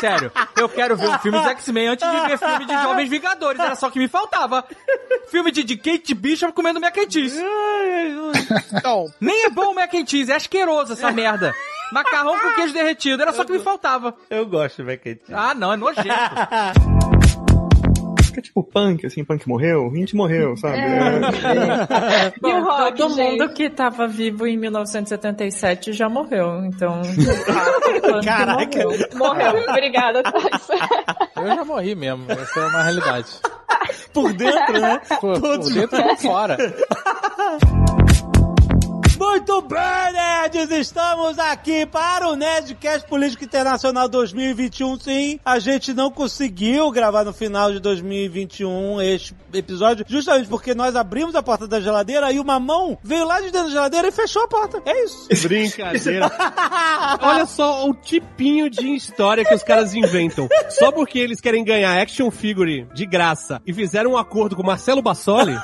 [SPEAKER 3] Sério, eu quero ver um filme de X-Men antes de ver filme de Jovens Vingadores. Era só o que me faltava. Filme de, de Kate Bishop comendo mac and cheese.
[SPEAKER 11] Então,
[SPEAKER 3] Nem é bom o mac and cheese, é asqueroso essa merda. Macarrão com queijo derretido, era só o que me faltava.
[SPEAKER 2] Eu gosto, velho, Kate.
[SPEAKER 3] Ah, não, é nojento.
[SPEAKER 22] Fica tipo punk, assim, punk morreu, o Hint morreu, sabe?
[SPEAKER 4] É.
[SPEAKER 32] Bom,
[SPEAKER 9] E o rock,
[SPEAKER 32] todo
[SPEAKER 9] gente?
[SPEAKER 32] mundo que tava vivo em 1977 já morreu, então.
[SPEAKER 3] Caraca.
[SPEAKER 9] Morreu. Obrigada,
[SPEAKER 32] tá
[SPEAKER 9] Thais.
[SPEAKER 3] Eu já morri mesmo, essa é uma realidade.
[SPEAKER 2] Por dentro, né?
[SPEAKER 3] Por,
[SPEAKER 2] Todos-
[SPEAKER 3] por dentro e por fora.
[SPEAKER 2] Muito bem, nerds! Estamos aqui para o Nerdcast Político Internacional 2021. Sim, a gente não conseguiu gravar no final de 2021 este episódio, justamente porque nós abrimos a porta da geladeira e uma mão veio lá de dentro da geladeira e fechou a porta. É isso.
[SPEAKER 14] Brincadeira.
[SPEAKER 13] é
[SPEAKER 14] Olha só o tipinho de história que os caras inventam. Só porque eles querem ganhar action figure de graça e fizeram um acordo com o Marcelo Bassoli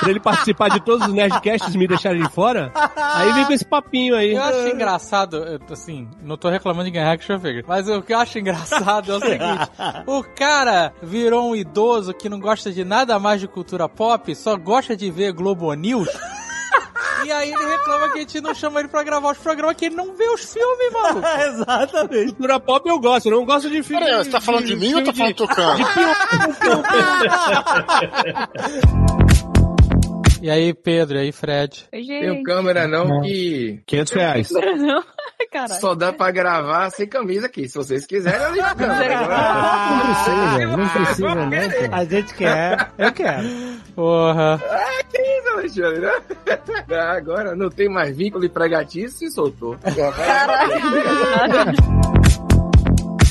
[SPEAKER 14] pra ele participar de todos os Nerdcasts e me deixarem de fora, aí vem com esse papinho aí.
[SPEAKER 3] Eu acho engraçado, eu, assim, não tô reclamando de ganhar action figure, mas o que eu acho engraçado é o seguinte, o cara virou um idoso que não gosta de nada mais de cultura pop, só gosta de ver Globo News, e aí ele reclama que a gente não chama ele pra gravar os programas, que ele não vê os filmes, mano.
[SPEAKER 2] Exatamente.
[SPEAKER 14] Cultura pop eu gosto, eu não gosto de filme.
[SPEAKER 15] Peraí, você tá falando de mim ou tá falando do Tucano?
[SPEAKER 14] De
[SPEAKER 13] Tá
[SPEAKER 3] E aí, Pedro, e aí, Fred?
[SPEAKER 16] Tem um câmera não
[SPEAKER 3] Não.
[SPEAKER 16] que.
[SPEAKER 14] 500 reais.
[SPEAKER 32] Não, caralho.
[SPEAKER 16] Só dá pra gravar sem camisa aqui. Se vocês quiserem, eu ligo a câmera.
[SPEAKER 31] Não
[SPEAKER 14] Ah,
[SPEAKER 31] precisa, não precisa, né? cara?
[SPEAKER 2] A gente quer, eu quero.
[SPEAKER 3] Porra.
[SPEAKER 16] Ah, que isso, Alexandre? Ah, Agora não tem mais vínculo e pregatice e soltou. né?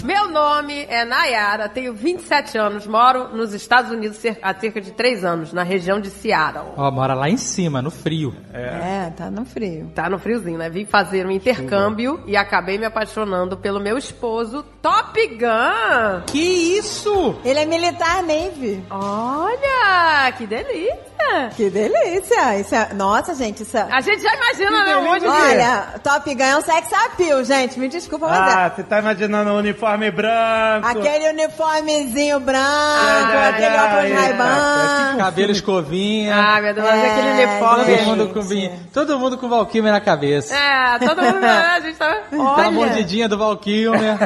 [SPEAKER 9] Meu nome é Nayara, tenho 27 anos, moro nos Estados Unidos cer- há cerca de 3 anos, na região de Seattle.
[SPEAKER 3] Ó, mora lá em cima, no frio.
[SPEAKER 9] É, tá no frio. Tá no friozinho, né? Vim fazer um intercâmbio e acabei me apaixonando pelo meu esposo, Top Gun!
[SPEAKER 3] Que isso?
[SPEAKER 8] Ele é militar Navy.
[SPEAKER 9] Olha, que delícia!
[SPEAKER 8] Que delícia! Isso é- Nossa, gente, isso é...
[SPEAKER 9] A gente já imagina, né? Onde que-
[SPEAKER 8] Olha, Top Gun é um sex appeal, gente. Me desculpa, mas é.
[SPEAKER 2] Ah, tá você tá imaginando o uniforme branco. É
[SPEAKER 8] Aquele uniformezinho branco,
[SPEAKER 2] já,
[SPEAKER 8] aquele
[SPEAKER 2] já,
[SPEAKER 8] óculos
[SPEAKER 2] já.
[SPEAKER 8] Ray-Ban.
[SPEAKER 3] Cabelo escovinha.
[SPEAKER 9] Ah, meu Deus, mas
[SPEAKER 8] É,
[SPEAKER 9] aquele uniforme.
[SPEAKER 3] Todo mundo com, todo mundo com Valkyrie na cabeça.
[SPEAKER 9] É, todo mundo. A gente tá.
[SPEAKER 3] Tá a
[SPEAKER 9] Olha.
[SPEAKER 3] mordidinha do Valkyrie, né?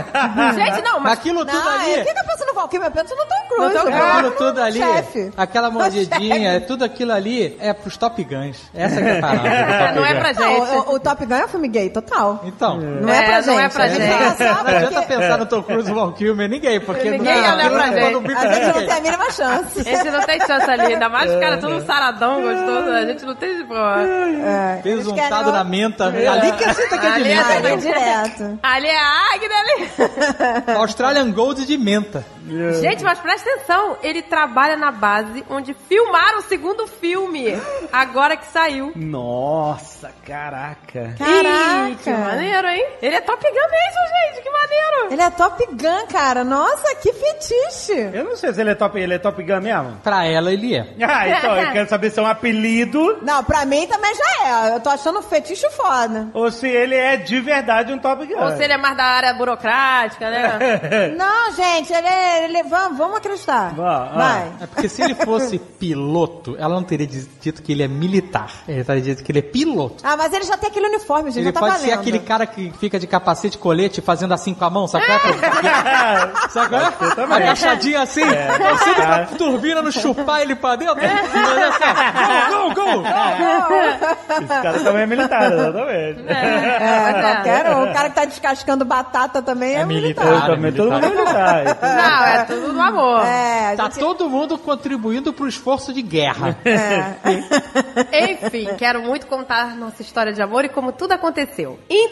[SPEAKER 9] Gente, não, mas. é
[SPEAKER 3] Aquilo tudo
[SPEAKER 8] Ah,
[SPEAKER 3] ali.
[SPEAKER 9] tá
[SPEAKER 8] ele fica passando Qualquer meu penso
[SPEAKER 9] um
[SPEAKER 8] não tão
[SPEAKER 3] Não,
[SPEAKER 8] cruz.
[SPEAKER 3] tá
[SPEAKER 8] eu
[SPEAKER 3] acabando
[SPEAKER 8] tô
[SPEAKER 3] tudo ali.
[SPEAKER 8] Chefe.
[SPEAKER 3] Aquela mordidinha,
[SPEAKER 8] Chefe.
[SPEAKER 3] tudo aquilo ali é pros Top Guns. Essa que é a parada. do Top Gun.
[SPEAKER 8] Não, o, o Top Gun é um filme gay, total.
[SPEAKER 3] Então.
[SPEAKER 8] Não é pra gente.
[SPEAKER 3] Não, é pra gente.
[SPEAKER 8] engraçado
[SPEAKER 3] não adianta
[SPEAKER 8] porque-
[SPEAKER 3] pensar no Tom Cruise e Val Kilmer, ninguém, porque...
[SPEAKER 9] Ninguém ia olhar pra
[SPEAKER 3] um
[SPEAKER 9] gente.
[SPEAKER 8] A gente não tem a mínima chance.
[SPEAKER 9] Esse não tem chance ali, ainda mais os caras todos saradão, gostoso. né? A gente não tem problema.
[SPEAKER 3] Fez um tado na menta.
[SPEAKER 9] É.
[SPEAKER 3] Ali que aceita que é de
[SPEAKER 9] Ali
[SPEAKER 3] menta.
[SPEAKER 9] aceita
[SPEAKER 3] né?
[SPEAKER 8] direto.
[SPEAKER 9] Ali é a Agnes, ali.
[SPEAKER 3] É. Australian Gold de menta.
[SPEAKER 9] Gente, mas presta atenção, ele trabalha na base onde filmaram o segundo filme, agora que saiu.
[SPEAKER 2] Nossa, caraca.
[SPEAKER 8] Caraca.
[SPEAKER 9] Ih, que maneiro, hein? Ele é Top Gun mesmo, gente, que maneiro.
[SPEAKER 8] Ele é Top Gun, cara. Nossa, que fetiche.
[SPEAKER 2] Eu não sei se ele é top, ele é top gun mesmo.
[SPEAKER 3] Pra ela ele é.
[SPEAKER 2] Ah, então, eu quero saber se é um apelido
[SPEAKER 8] Não, pra mim também já é. Eu tô achando o fetiche foda.
[SPEAKER 2] ou se ele é de verdade um top gun.
[SPEAKER 9] Ou se ele é mais da área burocrática, né?
[SPEAKER 8] Não, gente, ele, é- ele- vamos, vamos acreditar. Vai.
[SPEAKER 3] É porque se ele fosse piloto, ela não teria diz- dito que ele é militar. Ele teria dito que ele é piloto.
[SPEAKER 8] Ah, mas ele já tem aquele uniforme, gente.
[SPEAKER 3] Ele
[SPEAKER 8] já tá
[SPEAKER 3] pode
[SPEAKER 8] valendo.
[SPEAKER 3] ser aquele cara que fica de capacete e colete fazendo assim com a mão, sabe? É. sabe?
[SPEAKER 2] Pode ser também.
[SPEAKER 3] Agachadinho assim.
[SPEAKER 2] É,
[SPEAKER 3] Eu
[SPEAKER 2] pode
[SPEAKER 3] sinto
[SPEAKER 2] ser.
[SPEAKER 3] a turbina no chupar ele pra dentro. Mas é só, Gol, gol, gol!
[SPEAKER 2] Esse cara também é militar, exatamente.
[SPEAKER 8] É, qualquer um. O cara que tá descascando batata também é, militar.
[SPEAKER 2] Eu também, todo mundo é militar. então-
[SPEAKER 9] Não, é tudo no amor.
[SPEAKER 8] É,
[SPEAKER 3] Tá todo mundo contribuindo pro esforço de guerra.
[SPEAKER 9] Enfim, quero muito contar nossa história de amor e como tudo aconteceu. Em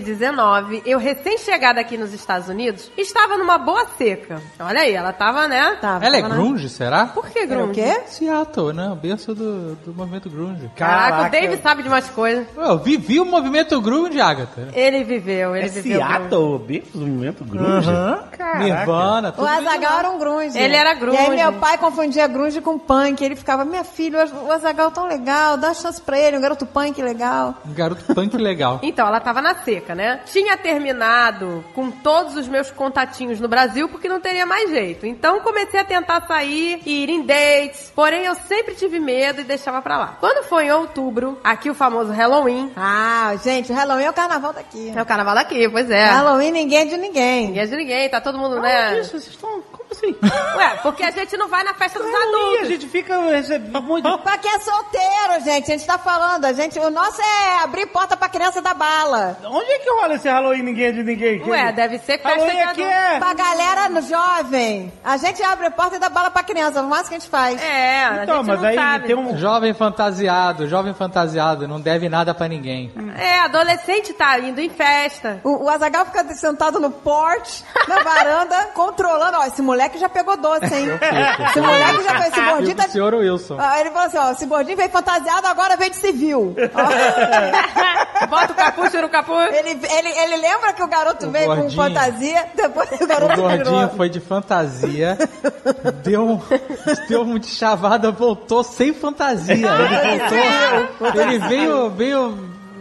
[SPEAKER 9] 2019, eu recém-chegada aqui nos Estados Unidos, estava numa boa seca. Olha aí, ela tava, né? Tava,
[SPEAKER 3] Ela é
[SPEAKER 9] tava na-
[SPEAKER 3] grunge, será?
[SPEAKER 9] Por que
[SPEAKER 8] Era
[SPEAKER 9] grunge?
[SPEAKER 8] o quê?
[SPEAKER 3] Seattle, né? O berço do, do movimento grunge.
[SPEAKER 9] Caraca, o David sabe de umas coisas.
[SPEAKER 3] Eu vivi o movimento grunge, Agatha.
[SPEAKER 9] Ele viveu, ele
[SPEAKER 2] É
[SPEAKER 9] viveu. grunge.
[SPEAKER 2] Seattle, Beatles, no momento grunge?
[SPEAKER 3] Aham.
[SPEAKER 2] Caraca.
[SPEAKER 3] Nirvana,
[SPEAKER 8] O
[SPEAKER 3] tudo
[SPEAKER 8] Azagal era um grunge.
[SPEAKER 9] Ele era grunge.
[SPEAKER 8] E aí meu pai confundia grunge com punk. Ele ficava, minha filha, o Azagal é tão legal, dá chance pra ele, um garoto punk legal.
[SPEAKER 3] Um garoto punk legal.
[SPEAKER 9] Então, ela tava na seca, né? Tinha terminado com todos os meus contatinhos no Brasil porque não teria mais jeito. Então, comecei a tentar sair e ir em dates. Porém, eu sempre tive medo e deixava pra lá. Quando foi em outubro, aqui o famoso Halloween.
[SPEAKER 8] Ah, gente, o Halloween é o carnaval daqui.
[SPEAKER 9] É o carnaval daqui, pois é.
[SPEAKER 8] Halloween ninguém é de ninguém.
[SPEAKER 9] Ninguém é de ninguém, tá todo mundo, né?
[SPEAKER 2] Isso, vocês estão... Como assim?
[SPEAKER 9] Ué, porque a gente não vai na festa dos
[SPEAKER 2] Ih, a
[SPEAKER 9] adultos.
[SPEAKER 2] gente fica recebendo muito...
[SPEAKER 8] Pra quem é solteiro, gente, a gente tá falando. A gente, o nosso é abrir porta pra criança da bala.
[SPEAKER 2] Onde é que rola esse Halloween ninguém é de ninguém?
[SPEAKER 9] Ué, deve ser tá festa
[SPEAKER 2] Halloween
[SPEAKER 9] de
[SPEAKER 2] aqui
[SPEAKER 9] adulto.
[SPEAKER 2] é...
[SPEAKER 8] Pra galera no jovem, a gente abre a porta e dá bala pra criança. O máximo que a gente faz.
[SPEAKER 9] É, a
[SPEAKER 2] Então,
[SPEAKER 9] gente
[SPEAKER 2] mas
[SPEAKER 9] não
[SPEAKER 2] aí
[SPEAKER 9] sabe.
[SPEAKER 2] tem um...
[SPEAKER 3] Jovem fantasiado, jovem fantasiado, não deve nada pra ninguém.
[SPEAKER 9] É, adolescente tá indo em festa.
[SPEAKER 8] O, o Azagal fica sentado no porte, na varanda, controlando. Ó, esse moleque já pegou doce, hein? Esse moleque já fez esse
[SPEAKER 3] E
[SPEAKER 8] gordinho.
[SPEAKER 3] o
[SPEAKER 8] Tá...
[SPEAKER 3] Ah, senhor Wilson.
[SPEAKER 9] Ah,
[SPEAKER 8] Ó, ele falou assim: ó, esse gordinho veio fantasiado, agora veio de civil.
[SPEAKER 9] Bota o capuz, tira o capuz.
[SPEAKER 8] ele, ele, ele lembra que o garoto
[SPEAKER 3] O
[SPEAKER 8] veio
[SPEAKER 3] gordinho.
[SPEAKER 8] com fantasia, depois o
[SPEAKER 3] O
[SPEAKER 8] garoto
[SPEAKER 3] gordinho
[SPEAKER 8] virou.
[SPEAKER 3] foi de fantasia, deu um, deu um de chavada, voltou sem fantasia.
[SPEAKER 9] Ah,
[SPEAKER 3] Ele voltou. Ele veio, veio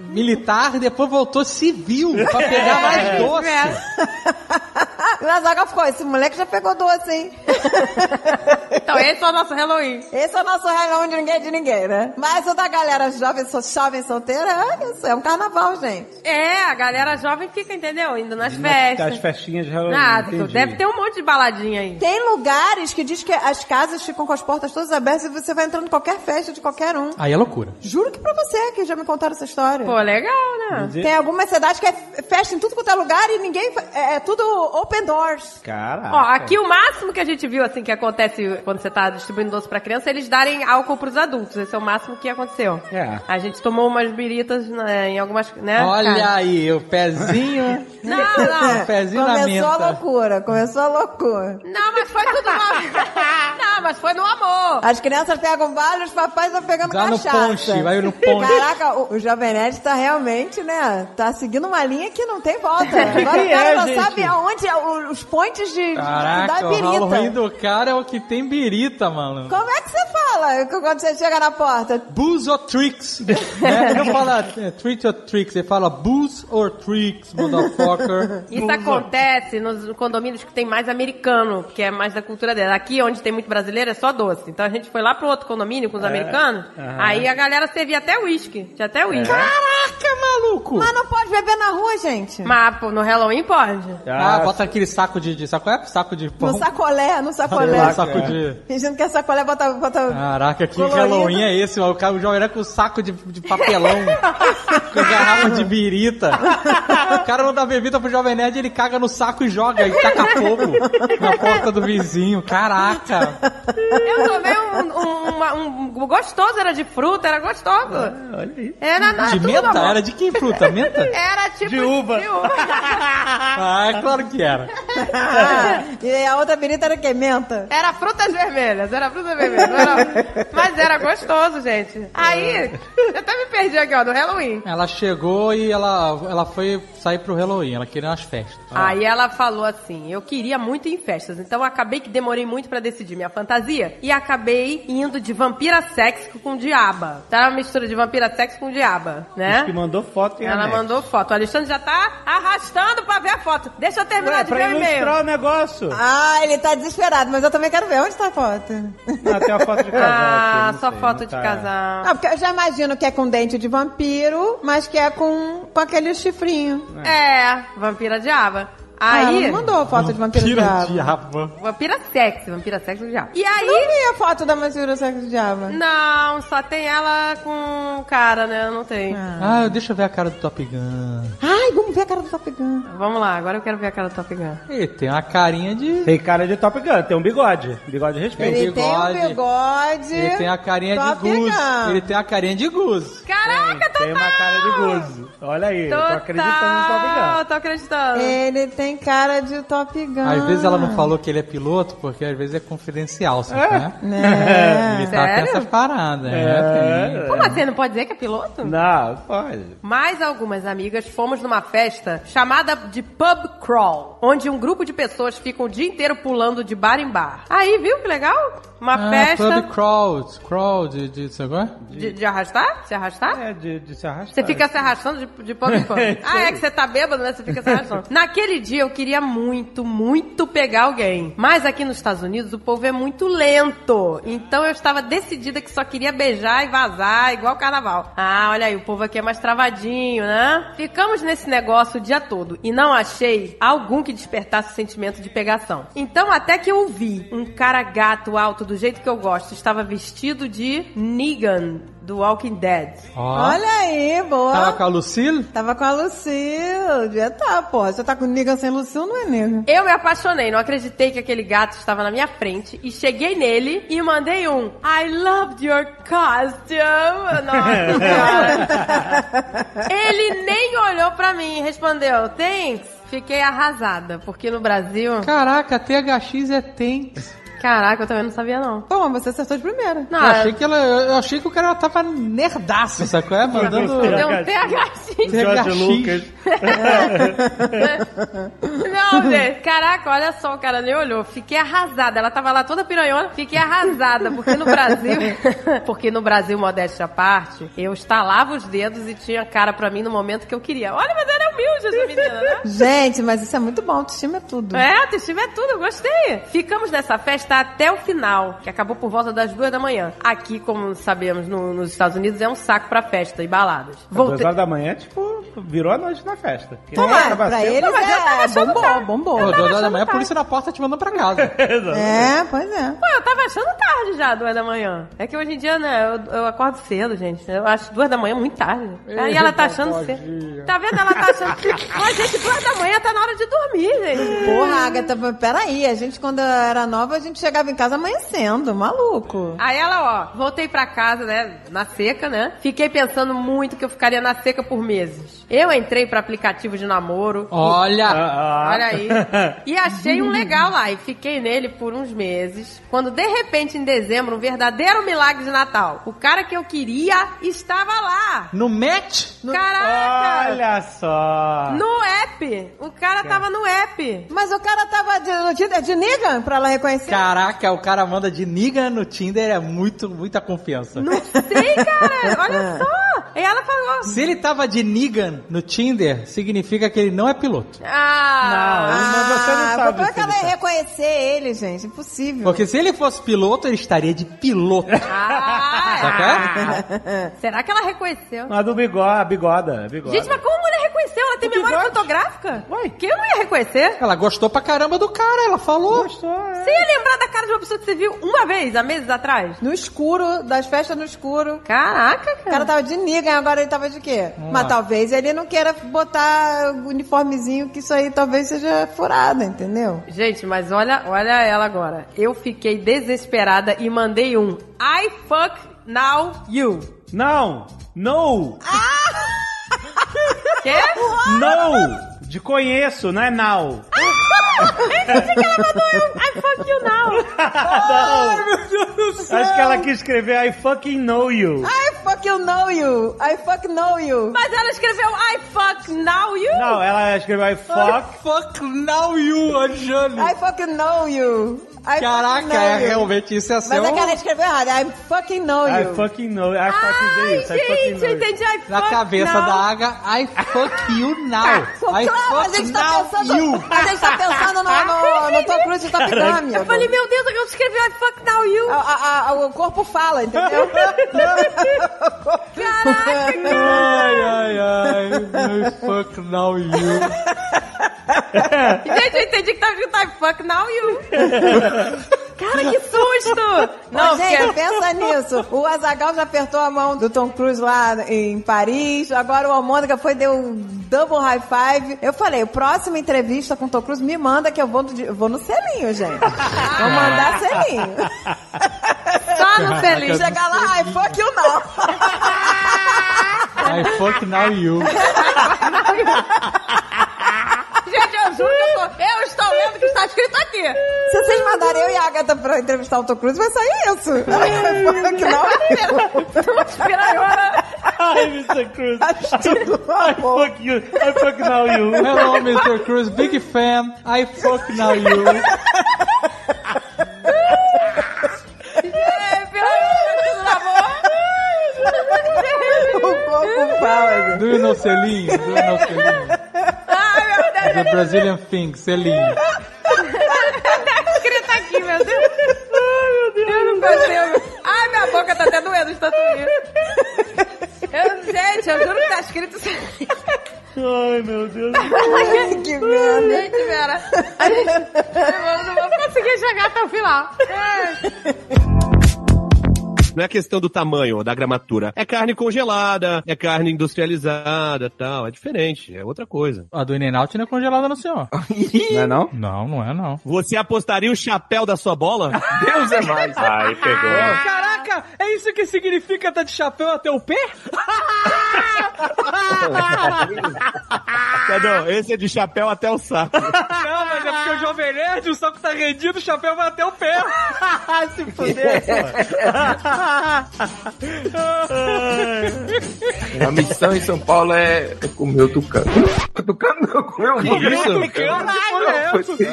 [SPEAKER 3] militar, depois voltou civil pra
[SPEAKER 9] É,
[SPEAKER 3] pegar mais doce.
[SPEAKER 8] O Azagal ficou: esse moleque já pegou doce, hein?
[SPEAKER 9] Então, esse é o nosso Halloween.
[SPEAKER 8] Esse é o nosso Halloween de ninguém é de ninguém, né? Mas o da galera jovem, so- jovem solteira, é isso, é um carnaval, gente.
[SPEAKER 9] É, a galera jovem fica, entendeu? Indo nas
[SPEAKER 2] As
[SPEAKER 9] festas.
[SPEAKER 2] festinhas de Halloween,
[SPEAKER 9] Nada,
[SPEAKER 2] entendi.
[SPEAKER 9] deve ter um monte de baladinha aí.
[SPEAKER 8] Tem lugares que diz que as casas ficam com as portas todas abertas e você vai entrando em qualquer festa de qualquer um.
[SPEAKER 3] Aí é loucura.
[SPEAKER 8] Juro que pra você que já me contaram essa história.
[SPEAKER 9] Pô, legal, né?
[SPEAKER 8] Tem algumas cidades que é f- festa em tudo quanto é lugar e ninguém. fa- É, é tudo open doors.
[SPEAKER 3] Ah,
[SPEAKER 2] Caraca.
[SPEAKER 9] Ó, aqui o máximo que a gente viu, assim, que acontece quando você tá distribuindo doce pra criança, é eles darem álcool pros adultos. Esse é o máximo que aconteceu.
[SPEAKER 2] É.
[SPEAKER 9] A gente tomou umas biritas né, em algumas, né?
[SPEAKER 3] Olha
[SPEAKER 9] cara?
[SPEAKER 3] aí, o pezinho.
[SPEAKER 9] Não, não.
[SPEAKER 3] O pezinho na
[SPEAKER 8] Começou a
[SPEAKER 3] menta.
[SPEAKER 8] loucura, começou a loucura.
[SPEAKER 9] Não, mas foi tudo no... Não, mas foi no amor.
[SPEAKER 8] As crianças pegam vários, os papais estão pegando
[SPEAKER 3] Dá no
[SPEAKER 8] cachaça.
[SPEAKER 3] ponche, vai no ponche.
[SPEAKER 8] Caraca, o, o Jovem Nerd tá realmente, né? Tá seguindo uma linha que não tem volta. Agora o cara
[SPEAKER 2] é,
[SPEAKER 8] não
[SPEAKER 2] gente?
[SPEAKER 8] sabe aonde é o- os pontes de, de
[SPEAKER 3] Caraca,
[SPEAKER 8] da
[SPEAKER 3] o Halloween
[SPEAKER 8] birita.
[SPEAKER 3] do cara é o que tem birita, mano.
[SPEAKER 8] Como é que você fala quando você chega na porta?
[SPEAKER 3] Booze or tricks? né? Ele não fala é, treat or tricks, ele fala booze or tricks, motherfucker.
[SPEAKER 9] Isso é acontece nos condomínios que tem mais americano, porque é mais da cultura dela. Aqui, onde tem muito brasileiro, é só doce. Então a gente foi lá
[SPEAKER 3] É,
[SPEAKER 9] pro outro condomínio com os americanos,
[SPEAKER 2] aham.
[SPEAKER 9] aí a galera servia até uísque. Tinha até uísque.
[SPEAKER 3] É. Caraca,
[SPEAKER 2] maluco?
[SPEAKER 8] Mas não pode beber na rua, gente.
[SPEAKER 9] Mas pô, no Halloween pode.
[SPEAKER 3] Ah, bota aquele saco de, de saco, é? Saco de pão.
[SPEAKER 8] No sacolé, no sacolé.
[SPEAKER 3] Sacolé, saco de-
[SPEAKER 8] A gente não quer sacolé, bota... bota...
[SPEAKER 3] Caraca, que
[SPEAKER 8] Colorido.
[SPEAKER 3] Halloween é esse, mano? O cara joga ele com saco de, de Ah, papelão, com garrafa de birita. O cara não dá bebida pro Jovem Nerd, ele caga no saco e joga, e taca fogo na porta do vizinho. Caraca!
[SPEAKER 9] Eu tomei um, um- uma- um- um gostoso, era de fruta, era gostoso.
[SPEAKER 3] Ah, Olha aí.
[SPEAKER 9] Era na
[SPEAKER 3] De
[SPEAKER 9] Tá tudo,
[SPEAKER 3] menta?
[SPEAKER 9] amor.
[SPEAKER 3] Era de que fruta? Menta?
[SPEAKER 9] Era tipo
[SPEAKER 3] De uva.
[SPEAKER 9] de uva.
[SPEAKER 3] Ah, é claro que era.
[SPEAKER 8] e a outra birita era o quê? Menta?
[SPEAKER 9] Era frutas vermelhas, era frutas vermelhas. não era- um. Mas era gostoso, gente. Aí,
[SPEAKER 3] É.
[SPEAKER 9] eu até me perdi aqui, ó, do Halloween.
[SPEAKER 3] Ela chegou e ela, ela foi sair pro Halloween, ela queria umas festas.
[SPEAKER 2] Ah.
[SPEAKER 9] Aí ela falou assim: Eu queria muito ir em festas, então eu acabei que demorei muito pra decidir minha fantasia e acabei indo de vampira sexy com diaba. Tá uma mistura de vampira sexy com diaba, né?
[SPEAKER 2] Diz que mandou foto em
[SPEAKER 9] Ela
[SPEAKER 2] anexo.
[SPEAKER 9] mandou foto. O Alexandre já tá arrastando pra ver a foto. Deixa eu terminar
[SPEAKER 2] Ué,
[SPEAKER 9] de
[SPEAKER 2] pra
[SPEAKER 9] ver o e-mail.
[SPEAKER 2] ilustrar o negócio.
[SPEAKER 8] Ah, ele tá desesperado, mas eu também quero ver. Onde tá a foto?
[SPEAKER 2] Ah, tem uma foto de casal.
[SPEAKER 9] Ah,
[SPEAKER 2] aqui, não
[SPEAKER 9] só
[SPEAKER 2] sei,
[SPEAKER 9] foto
[SPEAKER 2] não
[SPEAKER 9] de
[SPEAKER 2] tá.
[SPEAKER 9] casal.
[SPEAKER 8] Ah, porque eu já imagino que é com dente de vampiro, mas que é com, com aquele chifrinho.
[SPEAKER 9] É, vampira diaba.
[SPEAKER 8] Ah, ela
[SPEAKER 9] Aí.
[SPEAKER 8] não mandou foto de vampiro diabo.
[SPEAKER 3] diabo.
[SPEAKER 9] Vampira sexy, vampira sexy com diabo. E
[SPEAKER 8] Não
[SPEAKER 9] aí.
[SPEAKER 8] vi a foto da vampira sexo do diabo.
[SPEAKER 9] Não, só tem ela com cara, né? Não tem.
[SPEAKER 3] Ah, deixa eu ver a cara do Top Gun.
[SPEAKER 8] Ai, vamos ver a cara do Top Gun.
[SPEAKER 9] Vamos lá, agora eu quero ver a cara do Top Gun.
[SPEAKER 3] Ih, tem uma carinha de.
[SPEAKER 2] Tem cara de Top Gun, tem um bigode. Bigode respeito.
[SPEAKER 8] Ele tem um bigode.
[SPEAKER 3] Ele tem a carinha de
[SPEAKER 8] Top
[SPEAKER 3] Gus.
[SPEAKER 8] Gun.
[SPEAKER 3] Ele tem a carinha de Gus.
[SPEAKER 9] Caraca, tá
[SPEAKER 2] Tem uma cara de gozo. Olha aí, eu tô acreditando no Top Gun.
[SPEAKER 9] Total, tô acreditando.
[SPEAKER 8] Ele tem cara de Top Gun.
[SPEAKER 3] Às vezes ela não falou que ele é piloto, porque às vezes é confidencial, sabe?
[SPEAKER 8] É?
[SPEAKER 3] né?
[SPEAKER 8] Né?
[SPEAKER 3] Militar tem
[SPEAKER 9] Sério?
[SPEAKER 3] essas paradas,
[SPEAKER 2] É,
[SPEAKER 3] né? Tem.
[SPEAKER 9] Como assim? Não pode dizer que é piloto?
[SPEAKER 2] Não, pode.
[SPEAKER 9] Mais algumas amigas fomos numa festa chamada de Pub Crawl, onde um grupo de pessoas ficam o dia inteiro pulando de bar em bar. Aí, viu que legal? Uma
[SPEAKER 3] Ah,
[SPEAKER 9] festa
[SPEAKER 3] Pub crawl, crawl de, de, isso agora?
[SPEAKER 9] de, de arrastar? Se arrastar?
[SPEAKER 2] É, de, de se arrastar.
[SPEAKER 9] Você fica assim, se arrastando de, de pano em pano. Ah, é que você tá bêbado, né? Você fica se arrastando. Naquele dia eu queria muito, muito pegar alguém. Mas aqui nos Estados Unidos o povo é muito lento. Então eu estava decidida que só queria beijar e vazar, igual carnaval. Ah, olha aí, o povo aqui é mais travadinho, né? Ficamos nesse negócio o dia todo e não achei algum que despertasse o sentimento de pegação. Então até que eu vi um cara gato alto do jeito que eu gosto, estava vestido de Negan do Walking Dead.
[SPEAKER 3] Ó.
[SPEAKER 8] Olha aí, boa.
[SPEAKER 3] Tava com a Lucille?
[SPEAKER 8] Tava com a Lucille. Já tá, porra. Você tá com nega sem Lucille, não é nega.
[SPEAKER 9] Eu me apaixonei, não acreditei que aquele gato estava na minha frente e cheguei nele e mandei um I loved your costume. Nossa senhora. Ele nem olhou pra mim e respondeu thanks. Fiquei arrasada, porque no Brasil...
[SPEAKER 3] Caraca, THX é tem.
[SPEAKER 9] Caraca, eu também não sabia não.
[SPEAKER 8] Toma, você acertou de primeira.
[SPEAKER 9] Não, é-
[SPEAKER 3] eu, achei que ela, eu eu achei que o cara tava nerdaço, sacou? É, mandando.
[SPEAKER 9] Tá Deu um THX.
[SPEAKER 3] Jorge Lucas.
[SPEAKER 9] Não, gente. Caraca, olha só, o cara nem olhou. Fiquei arrasada. Ela tava lá toda piranhona. Fiquei arrasada, porque no Brasil... porque no Brasil, modéstia à parte, eu estalava os dedos e tinha cara pra mim no momento que eu queria. Olha, mas era humilde essa menina, né?
[SPEAKER 8] Gente, mas isso é muito bom. Autoestima é tudo.
[SPEAKER 9] É, autoestima é tudo, eu gostei. Ficamos nessa festa até o final, que acabou por volta das duas da manhã. Aqui, como sabemos, no- nos Estados Unidos é um saco pra festa e baladas.
[SPEAKER 2] Voltei. horas da manhã, tipo, virou a noite na festa. Que
[SPEAKER 8] Toma,
[SPEAKER 2] acaba
[SPEAKER 8] pra
[SPEAKER 2] cedo.
[SPEAKER 8] eles
[SPEAKER 9] mas eu tava
[SPEAKER 8] é
[SPEAKER 9] achando
[SPEAKER 8] bombou,
[SPEAKER 9] cara.
[SPEAKER 8] bombou.
[SPEAKER 3] Pô, duas horas da manhã, a polícia na porta tá te mandando pra casa.
[SPEAKER 8] É, pois é.
[SPEAKER 9] Pô, eu tava achando tarde já, duas da manhã. É que hoje em dia, né, eu, eu acordo cedo, gente. Eu acho duas da manhã muito tarde. Aí ela tá achando cedo. Tá vendo? Ela tá achando. Mas, gente, duas da manhã tá na hora de dormir, gente.
[SPEAKER 8] Porra, Agatha, mas peraí. A gente, quando era nova, a gente chegava em casa amanhecendo. Maluco.
[SPEAKER 9] Aí ela, ó, voltei pra casa, né, na seca, né? Fiquei pensando muito que eu ficaria na seca por meses. Eu entrei pra aplicativo de namoro.
[SPEAKER 2] Ah,
[SPEAKER 4] Ah,
[SPEAKER 3] Olha!
[SPEAKER 9] Olha aí. E achei um legal lá e fiquei nele por uns meses. Quando de repente em dezembro, um verdadeiro milagre de Natal. O cara que eu queria estava lá.
[SPEAKER 3] No match?
[SPEAKER 9] Caraca!
[SPEAKER 2] Olha
[SPEAKER 8] Ah.
[SPEAKER 2] só.
[SPEAKER 9] No app! O cara tava no app.
[SPEAKER 8] Mas o cara tava de, é de, de nega pra ela reconhecer.
[SPEAKER 3] Caraca, o cara manda de niga no Tinder, é muito, muita confiança.
[SPEAKER 9] Sei, cara! Olha só! E ela falou.
[SPEAKER 3] Se ele tava de Negan no Tinder, significa que ele não é piloto.
[SPEAKER 9] Ah!
[SPEAKER 3] Mas você não
[SPEAKER 8] Ah,
[SPEAKER 3] sabe
[SPEAKER 8] como é
[SPEAKER 3] se
[SPEAKER 8] que ela
[SPEAKER 3] ele tá.
[SPEAKER 8] ia reconhecer ele, gente? Impossível.
[SPEAKER 3] Porque se ele fosse piloto, ele estaria de piloto. é?
[SPEAKER 9] Ah,
[SPEAKER 3] Saca?
[SPEAKER 9] Será que ela reconheceu?
[SPEAKER 8] Ah,
[SPEAKER 2] A do bigode, a bigoda, a bigoda.
[SPEAKER 9] Gente, mas como a mulher reconheceu? Ela tem memória fotográfica? Ué? Que eu não ia reconhecer. é.
[SPEAKER 3] Ela gostou pra caramba do cara, ela falou.
[SPEAKER 2] Gostou,
[SPEAKER 9] Você ia lembrar da cara de uma pessoa que você viu uma vez, há meses atrás?
[SPEAKER 8] No escuro, das festas no escuro.
[SPEAKER 9] Caraca,
[SPEAKER 8] cara. O cara tava de niga, agora ele tava de quê?
[SPEAKER 9] Vamos
[SPEAKER 8] Mas
[SPEAKER 9] lá.
[SPEAKER 8] talvez ele não queira botar o uniformezinho, que isso aí talvez seja furado, entendeu?
[SPEAKER 9] Gente, mas olha, olha ela agora. Eu fiquei desesperada e mandei um I fuck now you.
[SPEAKER 2] Não! No!
[SPEAKER 9] Quê?
[SPEAKER 2] No! De conheço, não é now.
[SPEAKER 9] Eu achei que ela mandou eu, um I fuck you now.
[SPEAKER 2] Acho que ela quis escrever I fucking know you.
[SPEAKER 8] I fuck you know you. I fuck know you.
[SPEAKER 9] Mas ela escreveu I fuck now you.
[SPEAKER 2] Não, ela escreveu I fuck.
[SPEAKER 3] fuck now you, Anjane.
[SPEAKER 8] I fucking know you. I
[SPEAKER 3] Caraca,
[SPEAKER 8] fucking know
[SPEAKER 3] é,
[SPEAKER 8] you.
[SPEAKER 3] realmente isso é
[SPEAKER 8] Mas
[SPEAKER 3] seu.
[SPEAKER 8] é que ela escreveu errado. I fucking know
[SPEAKER 2] I
[SPEAKER 8] you.
[SPEAKER 2] fucking know. I fucking know isso. I fucking
[SPEAKER 9] Gente,
[SPEAKER 2] know
[SPEAKER 9] eu
[SPEAKER 2] you.
[SPEAKER 9] entendi I fuck
[SPEAKER 3] Na cabeça
[SPEAKER 9] now.
[SPEAKER 3] da Aga, I fuck you
[SPEAKER 8] Ah,
[SPEAKER 3] now. I
[SPEAKER 8] claro,
[SPEAKER 3] fuck
[SPEAKER 8] a gente tá
[SPEAKER 3] now
[SPEAKER 8] pensando-
[SPEAKER 3] you.
[SPEAKER 8] a gente tá pensando no- no- no Tom Cruise e Top Gun,
[SPEAKER 3] Caraca.
[SPEAKER 8] amigo.
[SPEAKER 9] Eu falei, meu Deus, eu escrevi I fuck now you.
[SPEAKER 8] A- a- a- o corpo fala, entendeu?
[SPEAKER 9] Caraca,
[SPEAKER 3] Ai, ai, ai. I fuck now you.
[SPEAKER 9] Gente, eu entendi que tava escrito I fuck now you. Cara, que susto! Não,
[SPEAKER 8] Ô, gente,
[SPEAKER 9] porque...
[SPEAKER 8] pensa nisso. O Azagal já apertou a mão do Tom Cruise lá em Paris. Agora o Almôndega foi deu um double high five. Eu falei, próxima entrevista com o Tom Cruise me manda que eu vou, no- eu vou no selinho, gente. Vou mandar selinho.
[SPEAKER 9] Só Tá no selinho.
[SPEAKER 8] Chegar lá, ai, fuck you não.
[SPEAKER 3] I fuck now you.
[SPEAKER 9] Gente, eu juro que eu, tô, eu estou lendo o que está escrito aqui.
[SPEAKER 8] Se vocês mandarem eu e a Agatha pra entrevistar o Tom Cruise, vai sair isso. Ai, fuck não.
[SPEAKER 9] Piraiora.
[SPEAKER 2] Hi, Mr. Cruz. I fuck you. I fuck now you.
[SPEAKER 3] Hello, Mr. Cruz, big fan. I fuck now you.
[SPEAKER 9] É, piraiora, tudo na boca.
[SPEAKER 8] O corpo fala, gente.
[SPEAKER 3] Do you know Celine? Do you know Celine? The Brazilian thing, Celine.
[SPEAKER 9] Tá escrito aqui, meu Deus. Ai, meu Deus. Eu não consigo. Ai, minha boca tá até doendo de tanto rir. Eu, gente, eu juro que tá escrito selinho.
[SPEAKER 2] Ai, meu Deus.
[SPEAKER 8] Ai, que merda.
[SPEAKER 9] Gente, Vera, a gente, eu não vou conseguir chegar até o final. É.
[SPEAKER 14] Não é questão do tamanho, da gramatura. É carne congelada, é carne industrializada tal. É diferente, é outra coisa.
[SPEAKER 3] A do In-N-Out não é congelada, não, senhor.
[SPEAKER 2] Não é não?
[SPEAKER 3] Não, não é não.
[SPEAKER 14] Você apostaria o chapéu da sua bola?
[SPEAKER 2] Deus é mais.
[SPEAKER 22] Aí pegou.
[SPEAKER 3] Caraca, é isso que significa tá de chapéu até o pé?
[SPEAKER 14] Tá, Não, esse é de chapéu até o saco.
[SPEAKER 3] Não, mas é porque o Jovem Nerd, o saco tá rendido, o chapéu vai até o pé.
[SPEAKER 2] Ah, Se fuder, A missão em São Paulo é comer o tucano. Tucano não, comer o
[SPEAKER 14] Que isso?
[SPEAKER 2] Tucano,
[SPEAKER 9] é,
[SPEAKER 2] que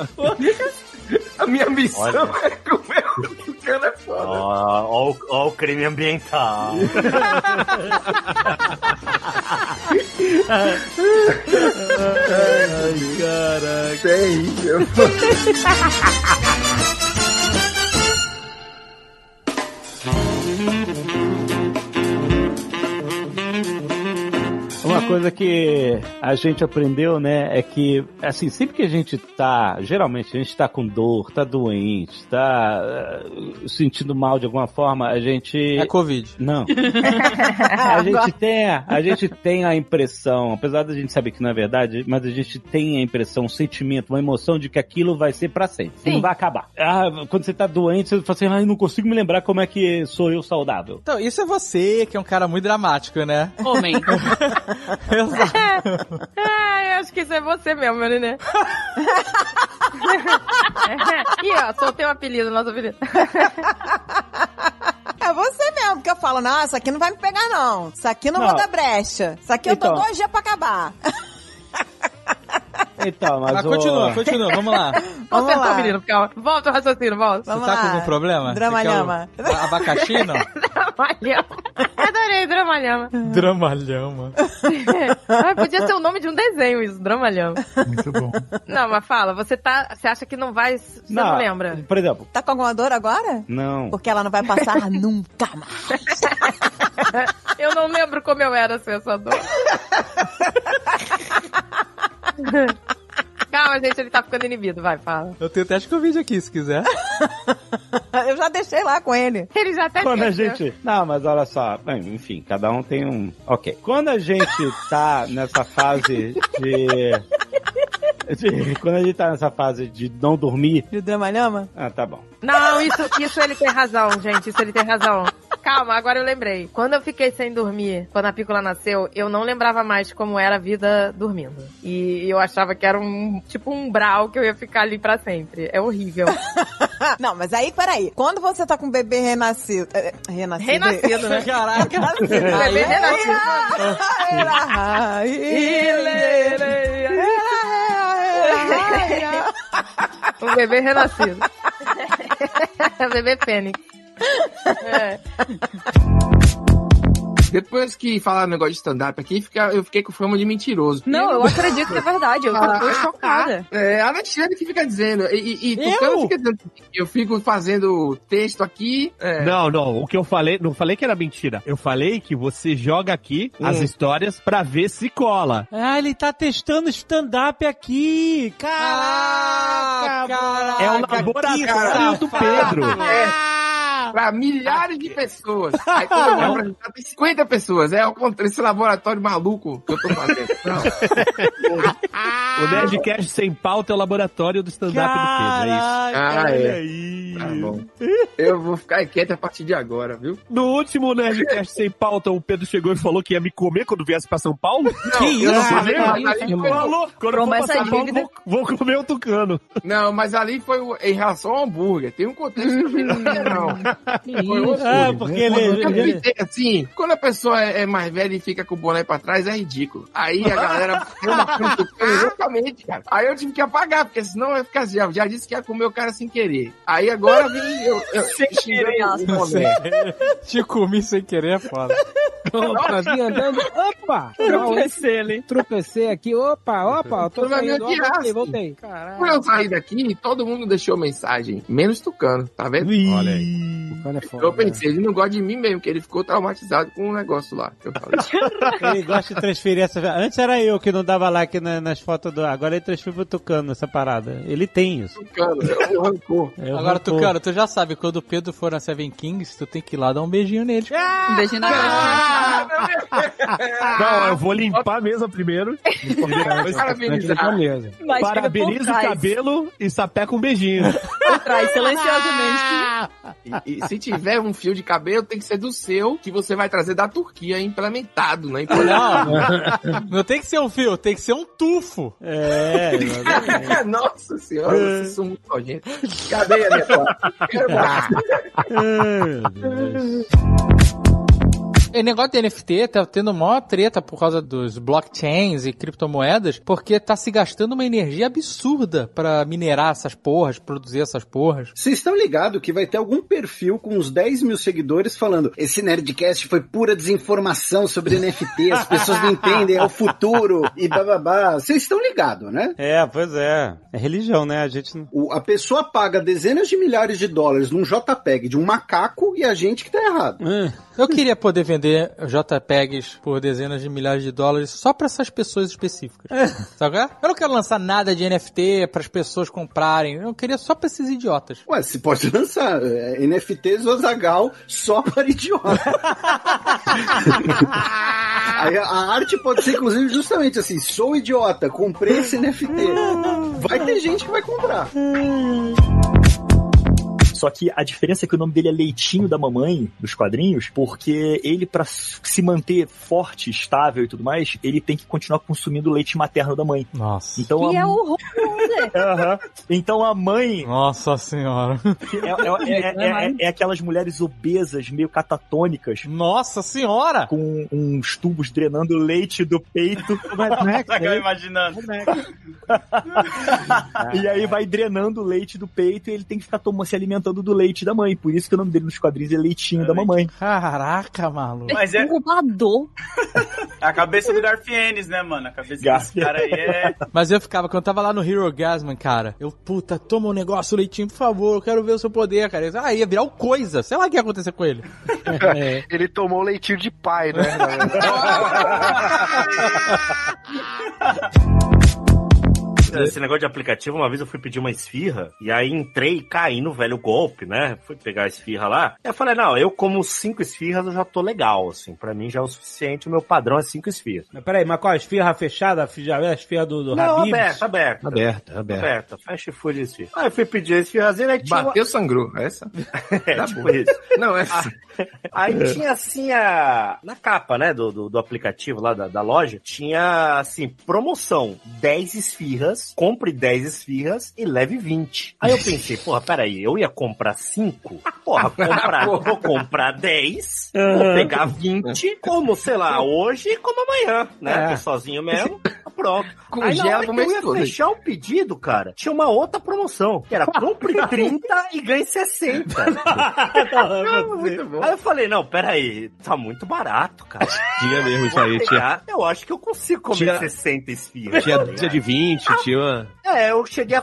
[SPEAKER 2] essa? A minha missão é comer o tucano, é foda.
[SPEAKER 13] Ó, ó, o crime ambiental.
[SPEAKER 2] Ai, caraca. Terrível. Uma coisa que a gente aprendeu, né, é que, assim, sempre que a gente tá, geralmente a gente tá com dor, tá doente, tá eh, sentindo mal de alguma forma, a gente...
[SPEAKER 3] É Covid.
[SPEAKER 2] Não. A gente tem, a a gente tem a impressão, apesar da gente saber que não é verdade, mas a gente tem a impressão, um sentimento, uma emoção de que aquilo vai ser pra sempre, que
[SPEAKER 3] Sim.
[SPEAKER 2] não vai acabar. Ah, quando você tá doente, você fala assim, ai, não consigo me lembrar como é que sou eu saudável.
[SPEAKER 3] Então, isso é você, que é um cara muito dramático, né?
[SPEAKER 32] Homem.
[SPEAKER 9] Ai, eu acho que isso é você mesmo, meu neném. Ih, É, ó, soltei o apelido, nosso apelido.
[SPEAKER 8] É você mesmo, porque eu falo, não, isso aqui não vai me pegar, não. Isso aqui não,
[SPEAKER 2] Não.
[SPEAKER 8] vou dar brecha. Isso aqui eu tô
[SPEAKER 2] Então.
[SPEAKER 8] dois dias pra acabar.
[SPEAKER 2] Então, mas.
[SPEAKER 3] Mas
[SPEAKER 2] o-
[SPEAKER 3] continua, continua, vamos lá.
[SPEAKER 8] Vamos
[SPEAKER 9] Consertou,
[SPEAKER 8] lá.
[SPEAKER 9] menino, calma. Volta o raciocínio, volta.
[SPEAKER 3] Você tá com algum problema? Você quer
[SPEAKER 8] Dramalhama.
[SPEAKER 3] o- a- Abacaxi, não?
[SPEAKER 9] Dramalhama. Adorei, Dramalhama.
[SPEAKER 3] Dramalhama.
[SPEAKER 9] Ah, podia ser o nome de um desenho isso, Dramalhama.
[SPEAKER 3] Muito bom.
[SPEAKER 9] Não, mas fala, você tá. Você acha que não vai. Você não, lembra?
[SPEAKER 34] Por exemplo.
[SPEAKER 8] Tá com alguma dor agora?
[SPEAKER 34] Não.
[SPEAKER 8] Porque ela não vai passar nunca mais.
[SPEAKER 9] Eu não lembro como eu era sem essa dor. Calma, gente, ele tá ficando inibido, vai, fala.
[SPEAKER 3] Eu tenho até acho que o vídeo aqui, se quiser.
[SPEAKER 8] Eu já deixei lá com ele.
[SPEAKER 9] Ele já até
[SPEAKER 34] Quando a
[SPEAKER 9] esqueceu.
[SPEAKER 34] gente. Não, mas olha só. Bem, Enfim, cada um tem um. Ok. Quando a gente tá nessa fase de. de- Quando a gente tá nessa fase de não dormir.
[SPEAKER 8] De dramalhama?
[SPEAKER 34] Ah, tá bom.
[SPEAKER 9] Não, isso, isso ele tem razão, gente. Isso ele tem razão. Calma, agora eu lembrei. Quando eu fiquei sem dormir, quando a Pícola nasceu, eu não lembrava mais como era a vida dormindo. E eu achava que era um tipo um umbral que eu ia ficar ali pra sempre. É horrível.
[SPEAKER 8] Não, mas aí, peraí. Quando você tá com um bebê renascido. é, é, Renascido.
[SPEAKER 9] Renascido, né?
[SPEAKER 8] Caraca. renascido.
[SPEAKER 9] Bebê renascido. O bebê renascido. o bebê fênix. É.
[SPEAKER 16] Depois que falaram negócio de stand-up aqui, fica- eu fiquei com fama de mentiroso.
[SPEAKER 9] Não, eu acredito que é verdade. Eu
[SPEAKER 16] Ah,
[SPEAKER 9] tô chocada.
[SPEAKER 16] É, a Alexandre que fica dizendo. E, e, e Tucano
[SPEAKER 14] Eu?
[SPEAKER 16] fica dizendo que eu fico fazendo texto aqui. é.
[SPEAKER 14] Não, não. O que eu falei, não falei que era mentira. Eu falei que você joga aqui
[SPEAKER 2] Hum.
[SPEAKER 14] as histórias pra ver se cola.
[SPEAKER 2] Ah, ele tá testando stand-up aqui.
[SPEAKER 11] Ah,
[SPEAKER 2] Caraca,
[SPEAKER 14] É o laboratório do Pedro.
[SPEAKER 16] É. Pra milhares
[SPEAKER 14] Ah,
[SPEAKER 16] de pessoas. Aí quando eu vou apresentar, tem 50 pessoas. É o contra- esse laboratório maluco que eu tô fazendo.
[SPEAKER 14] O Nerdcast sem pauta é o laboratório do stand-up do Pedro. É isso.
[SPEAKER 16] Ah, é. Tá bom. Eu vou ficar quieto a partir de agora, viu?
[SPEAKER 14] No último Nerdcast sem pauta, o Pedro chegou e falou que ia me comer quando viesse pra São Paulo?
[SPEAKER 16] Que isso,
[SPEAKER 14] eu falei?
[SPEAKER 16] cara,
[SPEAKER 14] Ele
[SPEAKER 16] isso, irmão.
[SPEAKER 14] falou, quando eu for pra
[SPEAKER 16] Promessa
[SPEAKER 14] São Paulo,
[SPEAKER 16] dívida.
[SPEAKER 14] vou, vou comer o tucano.
[SPEAKER 16] Não, mas ali foi o- em relação ao hambúrguer. Tem um contexto
[SPEAKER 14] Hum.
[SPEAKER 16] também, não. Foi
[SPEAKER 14] é,
[SPEAKER 16] outro
[SPEAKER 2] Ah,
[SPEAKER 16] hambúrguer,
[SPEAKER 2] porque
[SPEAKER 16] né?
[SPEAKER 2] ele-
[SPEAKER 16] Eu
[SPEAKER 2] ele-
[SPEAKER 16] pensei Assim, quando a pessoa é é mais velha e fica com o boné pra trás, é ridículo. Aí a galera deu uma cutucada, exatamente, cara. Aí eu tive que apagar, porque senão ia ficar assim, ó, já disse que ia comer o cara sem querer. Aí agora vem eu... eu
[SPEAKER 3] Sem
[SPEAKER 16] xingando
[SPEAKER 3] querer,
[SPEAKER 16] o boné.
[SPEAKER 3] Te comi sem querer é foda.
[SPEAKER 12] Opa, vim andando. Opa! Tropecei ali. Tropecei aqui. Opa, opa. Eu tô
[SPEAKER 16] Foi uma
[SPEAKER 12] saindo.
[SPEAKER 16] grande
[SPEAKER 12] ó, Voltei,
[SPEAKER 16] asco.
[SPEAKER 12] voltei. Caraca.
[SPEAKER 16] Quando eu saí daqui, todo mundo deixou mensagem, menos Tucano, tá vendo?
[SPEAKER 34] Olha aí.
[SPEAKER 12] Tucano é foda.
[SPEAKER 16] Eu pensei, ele não gosta de mim mesmo, porque ele ficou traumatizado com um negócio lá. que eu falei.
[SPEAKER 2] Ele gosta de transferir essa. Antes era eu que não dava like na- nas fotos do. Agora ele transfere pro Tucano essa parada. Ele tem isso.
[SPEAKER 16] Tucano, é um rancor.
[SPEAKER 2] Eu
[SPEAKER 3] Agora,
[SPEAKER 2] rancor.
[SPEAKER 3] Tucano, tu já sabe, quando o Pedro for na Seven Kings, tu tem que ir lá dar um beijinho nele.
[SPEAKER 9] Um beijinho na cara.
[SPEAKER 14] Não, eu vou limpar a mesa primeiro.
[SPEAKER 12] é
[SPEAKER 14] né?
[SPEAKER 12] Parabéns.
[SPEAKER 9] Mas fica por
[SPEAKER 14] Parabeniza o
[SPEAKER 9] trás.
[SPEAKER 14] cabelo e sapeca um beijinho.
[SPEAKER 9] Por trás, silenciosamente.
[SPEAKER 16] E, e se tiver um fio de cabelo, tem que ser do seu, que você vai trazer da Turquia, implementado, né? Implementado.
[SPEAKER 3] Não, não tem que ser um fio, tem que ser um tufo.
[SPEAKER 2] É,
[SPEAKER 16] Nossa senhora, vocês são muito nojentos. Cadê a minha foto? Quero mais.
[SPEAKER 3] E negócio de NFT tá tendo maior treta por causa dos blockchains e criptomoedas, porque tá se gastando uma energia absurda pra minerar essas porras, produzir essas porras.
[SPEAKER 11] Vocês estão ligados que vai ter algum perfil com uns 10 mil seguidores falando esse Nerdcast foi pura desinformação sobre NFT, as pessoas não entendem, é o futuro e bababá. Vocês estão ligados, né?
[SPEAKER 2] É, pois é. É religião, né? A gente não.
[SPEAKER 11] O- a pessoa paga dezenas de milhares de dólares num JPEG de um macaco e a gente que tá errado.
[SPEAKER 3] Eu queria poder vender JPEGs por dezenas de milhares de dólares só pra essas pessoas específicas. Sabe? qual é? Eu não quero lançar nada de NFT pras pessoas comprarem. Eu queria só pra esses idiotas.
[SPEAKER 11] Ué, se pode lançar é, NFTs Ozagal só para idiota. Aí a, a arte pode ser, inclusive, justamente assim: sou idiota, comprei esse NFT. Vai ter gente que vai comprar.
[SPEAKER 22] Só que a diferença é que o nome dele é Leitinho da Mamãe, dos quadrinhos, porque ele, pra se manter forte, estável e tudo mais, ele tem que continuar consumindo o leite materno da mãe.
[SPEAKER 3] Nossa.
[SPEAKER 22] Então
[SPEAKER 9] Que
[SPEAKER 22] a...
[SPEAKER 9] é o
[SPEAKER 22] Aham. Então a mãe
[SPEAKER 3] Nossa senhora.
[SPEAKER 22] é, é- é- é- é aquelas mulheres obesas, meio catatônicas.
[SPEAKER 3] Nossa senhora!
[SPEAKER 22] Com uns tubos drenando leite do peito.
[SPEAKER 3] é
[SPEAKER 29] é
[SPEAKER 4] Agora imaginando.
[SPEAKER 22] e aí vai drenando o leite do peito e ele tem que ficar tomando, se alimentando lembrando do leite da mãe. Por isso que o nome dele nos quadrinhos é Leitinho da Mamãe.
[SPEAKER 3] Caraca, maluco.
[SPEAKER 7] Mas é-
[SPEAKER 3] roubador.
[SPEAKER 7] A cabeça do Garfienes, né, mano? A cabeça desse cara aí é.
[SPEAKER 3] Mas eu ficava, quando eu tava lá no Hero Gasman, cara, eu, puta, toma um negócio, leitinho, por favor, eu quero ver o seu poder, cara. Eu, ah, ia virar o coisa, sei lá o que ia acontecer com ele.
[SPEAKER 11] É.
[SPEAKER 29] Ele tomou leitinho de pai, né? na verdade.
[SPEAKER 13] Esse negócio de aplicativo, uma vez eu fui pedir uma esfirra, e aí entrei e caí no velho golpe, né? Fui pegar a esfirra lá. Eu falei, não, eu como cinco esfirras, eu já tô legal, assim. Pra mim já é o suficiente, o meu padrão é cinco esfirras.
[SPEAKER 2] Mas peraí, mas qual a esfirra fechada? A fi- A esfirra do, do
[SPEAKER 13] Não,
[SPEAKER 2] Habib's?
[SPEAKER 13] aberta, aberta.
[SPEAKER 2] Aberta, aberta.
[SPEAKER 13] Aberta, fast food esfirra. Aí eu fui pedir a esfirrazinha, aí tinha... uma-
[SPEAKER 16] Bateu, sangrou. Essa?
[SPEAKER 13] É,
[SPEAKER 16] Tá
[SPEAKER 13] tipo
[SPEAKER 16] bom.
[SPEAKER 13] isso.
[SPEAKER 16] Não, é.
[SPEAKER 4] assim. É.
[SPEAKER 13] Aí tinha assim a. Na capa, né? Do, do, do aplicativo lá da, da loja, tinha assim, promoção: 10 esfirras, compre 10 esfirras e leve 20. Aí eu pensei, porra, peraí, eu ia comprar 5? Porra, comprar, vou comprar 10, vou
[SPEAKER 2] Aham.
[SPEAKER 13] pegar 20, como, sei lá, hoje e como amanhã, né?
[SPEAKER 2] É.
[SPEAKER 13] Tô sozinho mesmo, tá pronto. Aí na
[SPEAKER 2] Congela pro
[SPEAKER 13] hora que eu
[SPEAKER 2] mês
[SPEAKER 13] ia
[SPEAKER 2] todo.
[SPEAKER 13] fechar o pedido, cara, tinha uma outra promoção, que era compre 30 e ganhe 60.
[SPEAKER 2] Ah, Não,
[SPEAKER 13] muito bom. Aí eu falei, não, peraí, tá muito barato, cara.
[SPEAKER 14] Tinha mesmo isso aí,
[SPEAKER 13] Vou
[SPEAKER 14] tinha.
[SPEAKER 13] pegar, Eu acho que eu consigo comer
[SPEAKER 14] Tinha-
[SPEAKER 13] 60 esfirras.
[SPEAKER 14] Tinha,
[SPEAKER 13] tá ligado?
[SPEAKER 14] tinha de 20, tinha uma...
[SPEAKER 13] É, eu cheguei a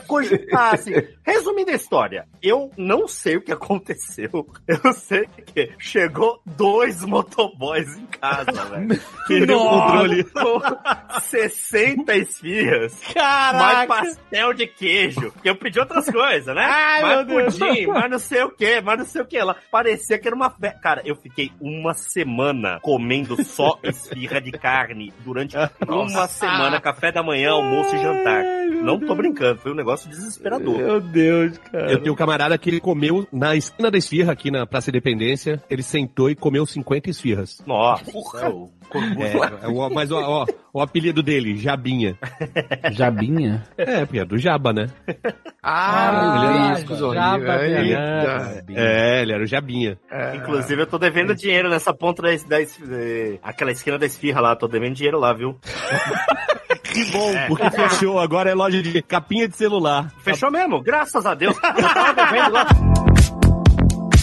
[SPEAKER 13] cogitar, assim. Resumindo a história, eu não sei o que aconteceu. Eu sei que é. chegou dois motoboys em casa, velho. Perdeu o
[SPEAKER 14] Nossa.
[SPEAKER 13] controle. Com 60 esfirras.
[SPEAKER 2] Caraca.
[SPEAKER 13] Mais pastel de queijo. Porque eu pedi outras coisas, né?
[SPEAKER 2] Ai,
[SPEAKER 13] mais
[SPEAKER 2] meu Deus.
[SPEAKER 13] pudim, mais não sei o que, mais não sei o que lá. Parecia que era uma festa. Cara, eu fiquei uma semana comendo só esfirra de carne durante uma semana, café da manhã, almoço e jantar. Não tô brincando, foi um negócio desesperador.
[SPEAKER 2] Meu Deus, cara.
[SPEAKER 14] Eu tenho um camarada que ele comeu na esquina da esfirra, aqui na Praça Independência. Ele sentou e comeu 50 esfirras.
[SPEAKER 13] Nossa,
[SPEAKER 14] é o- É, é o- mas ó, ó, o apelido dele, Jabinha.
[SPEAKER 27] Jabinha?
[SPEAKER 14] É, porque é do Jaba, né?
[SPEAKER 16] Ah,
[SPEAKER 14] ele
[SPEAKER 16] ah
[SPEAKER 13] Jaba,
[SPEAKER 14] Ele-
[SPEAKER 13] Jaba.
[SPEAKER 14] É, ele era o Jabinha.
[SPEAKER 11] É.
[SPEAKER 13] Inclusive, eu tô devendo dinheiro nessa ponta da, es- da es- eh, aquela esquina da esfirra lá, tô devendo dinheiro lá, viu?
[SPEAKER 14] Que bom, porque fechou. Agora é loja de capinha de celular.
[SPEAKER 13] Fechou mesmo, graças a Deus. Eu tava devendo lá.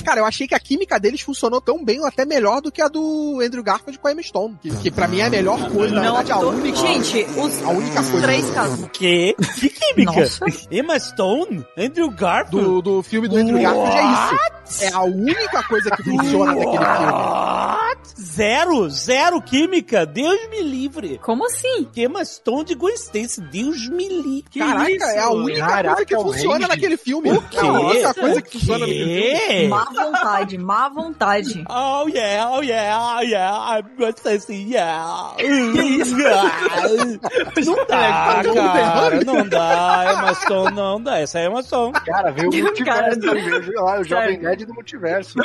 [SPEAKER 11] Cara, eu achei que a química deles funcionou tão bem, ou até melhor do que a do Andrew Garfield com a Emma Stone, que, que pra mim é a melhor coisa, na
[SPEAKER 2] Não,
[SPEAKER 11] verdade, a
[SPEAKER 2] tô-
[SPEAKER 11] única.
[SPEAKER 2] gente,
[SPEAKER 11] os a única coisa.
[SPEAKER 2] três casos. O quê? Que química?
[SPEAKER 11] Nossa.
[SPEAKER 2] Emma Stone? Andrew Garfield?
[SPEAKER 11] Do, do filme do Andrew Garfield é isso. É a única coisa que funciona daquele
[SPEAKER 4] Ah,
[SPEAKER 11] filme.
[SPEAKER 2] Zero, zero química. Deus me livre. Como assim? Que Emma Stone de Gwen Stacy. Deus me livre. Que
[SPEAKER 11] Caraca,
[SPEAKER 2] isso?
[SPEAKER 11] é a única coisa que funciona naquele filme.
[SPEAKER 2] O quê?
[SPEAKER 11] É a única coisa que
[SPEAKER 2] O
[SPEAKER 11] funciona naquele
[SPEAKER 2] quê?
[SPEAKER 12] Má vontade, má vontade.
[SPEAKER 2] É. Oh yeah, oh yeah, oh yeah, I'm Gwen Stacy, yeah. Não
[SPEAKER 7] é
[SPEAKER 2] dá,
[SPEAKER 4] é,
[SPEAKER 12] Tá
[SPEAKER 7] um
[SPEAKER 12] todo
[SPEAKER 2] Ah, cara,
[SPEAKER 12] mundo
[SPEAKER 4] um
[SPEAKER 12] errando.
[SPEAKER 2] não dá, Emma Stone, não dá, essa é Emma Stone.
[SPEAKER 29] Cara, veio o
[SPEAKER 2] um
[SPEAKER 4] um
[SPEAKER 29] multiverso
[SPEAKER 12] Cara,
[SPEAKER 29] do meu, lá, o Jovem Nerd do multiverso.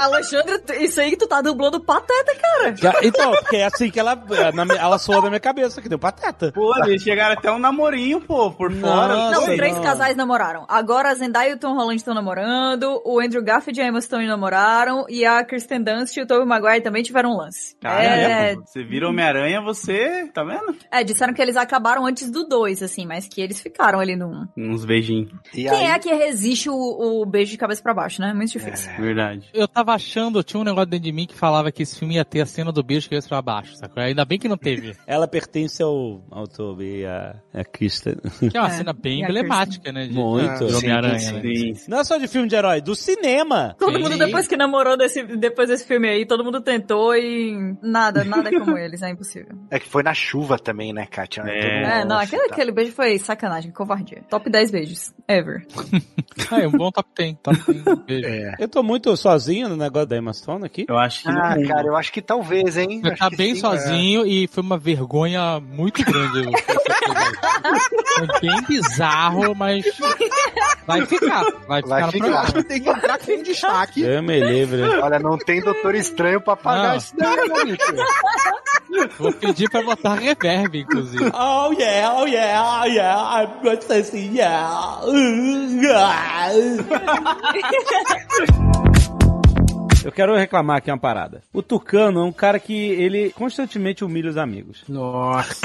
[SPEAKER 12] Alexandre, tu- isso aí que tu tá dublando pateta, cara.
[SPEAKER 2] Já- Então, porque é assim que ela, é, na minha- ela soa da minha cabeça, que deu pateta.
[SPEAKER 7] Pô, eles chegaram até um namorinho, pô, por fora.
[SPEAKER 12] não, três casais namoraram. Agora a Zendaya e o Tom Holland estão namorando, o Andrew Garfield e a Emma Stone namoraram, e a Kristen Dunst e o Tobey Maguire também tiveram um lance.
[SPEAKER 7] Cara,
[SPEAKER 12] é,
[SPEAKER 7] você vira Homem-Aranha, você. Tá vendo?
[SPEAKER 12] é, disseram que eles acabaram antes do dois, assim, mas que eles ficaram ali no um.
[SPEAKER 7] Uns beijinhos.
[SPEAKER 12] Quem é que resiste o, o beijo de cabeça pra baixo, né? É muito difícil.
[SPEAKER 7] Verdade.
[SPEAKER 3] Eu tava achando, tinha um negócio dentro de mim que falava que esse filme ia ter a cena do beijo que ia pra baixo, sacou? Ainda bem que não teve.
[SPEAKER 2] Ela pertence ao, ao Toby e à, à Kristen.
[SPEAKER 3] Que é uma cena bem
[SPEAKER 12] e a
[SPEAKER 3] emblemática, né? de-
[SPEAKER 2] Muito.
[SPEAKER 3] de Homem-Aranha.
[SPEAKER 2] Sim,
[SPEAKER 3] né?
[SPEAKER 2] sim, sim. Não é só de filme de herói, do cinema.
[SPEAKER 12] Todo mundo, depois que namorou desse, depois desse filme aí, todo mundo tentou e nada, nada é como eles, é impossível.
[SPEAKER 1] É que foi na chuva também, né, Kátia?
[SPEAKER 12] É, não, aquele,
[SPEAKER 11] tá.
[SPEAKER 12] aquele beijo foi sacanagem, covardia. Top 10 beijos, ever.
[SPEAKER 3] Ah, é um bom top 10. Top 10 beijo.
[SPEAKER 2] Eu tô muito sozinho no negócio da Emma Stone aqui.
[SPEAKER 7] Eu acho
[SPEAKER 1] Ah, cara, eu acho que talvez, hein?
[SPEAKER 3] Eu
[SPEAKER 1] Acho
[SPEAKER 3] tá
[SPEAKER 1] que
[SPEAKER 3] bem
[SPEAKER 1] sim,
[SPEAKER 3] sozinho e foi uma vergonha muito grande. assim, né? foi bem bizarro, mas vai
[SPEAKER 11] Ah,
[SPEAKER 3] ficar. Vai ficar
[SPEAKER 29] Vai
[SPEAKER 3] no
[SPEAKER 29] ficar. É
[SPEAKER 3] programa.
[SPEAKER 11] Tem que entrar com um destaque.
[SPEAKER 2] Eu me livre.
[SPEAKER 29] Olha, não tem doutor estranho pra pagar
[SPEAKER 2] Ah.
[SPEAKER 3] Não.
[SPEAKER 29] isso daí, né, bicho?
[SPEAKER 3] Vou pedir pra botar reverb, inclusive.
[SPEAKER 2] Oh yeah, oh yeah, oh yeah, I'm Gwen Stacy, yeah. Uh, ah. Eu quero reclamar aqui uma parada. O Tucano é um cara que ele constantemente humilha os amigos.
[SPEAKER 31] Nossa.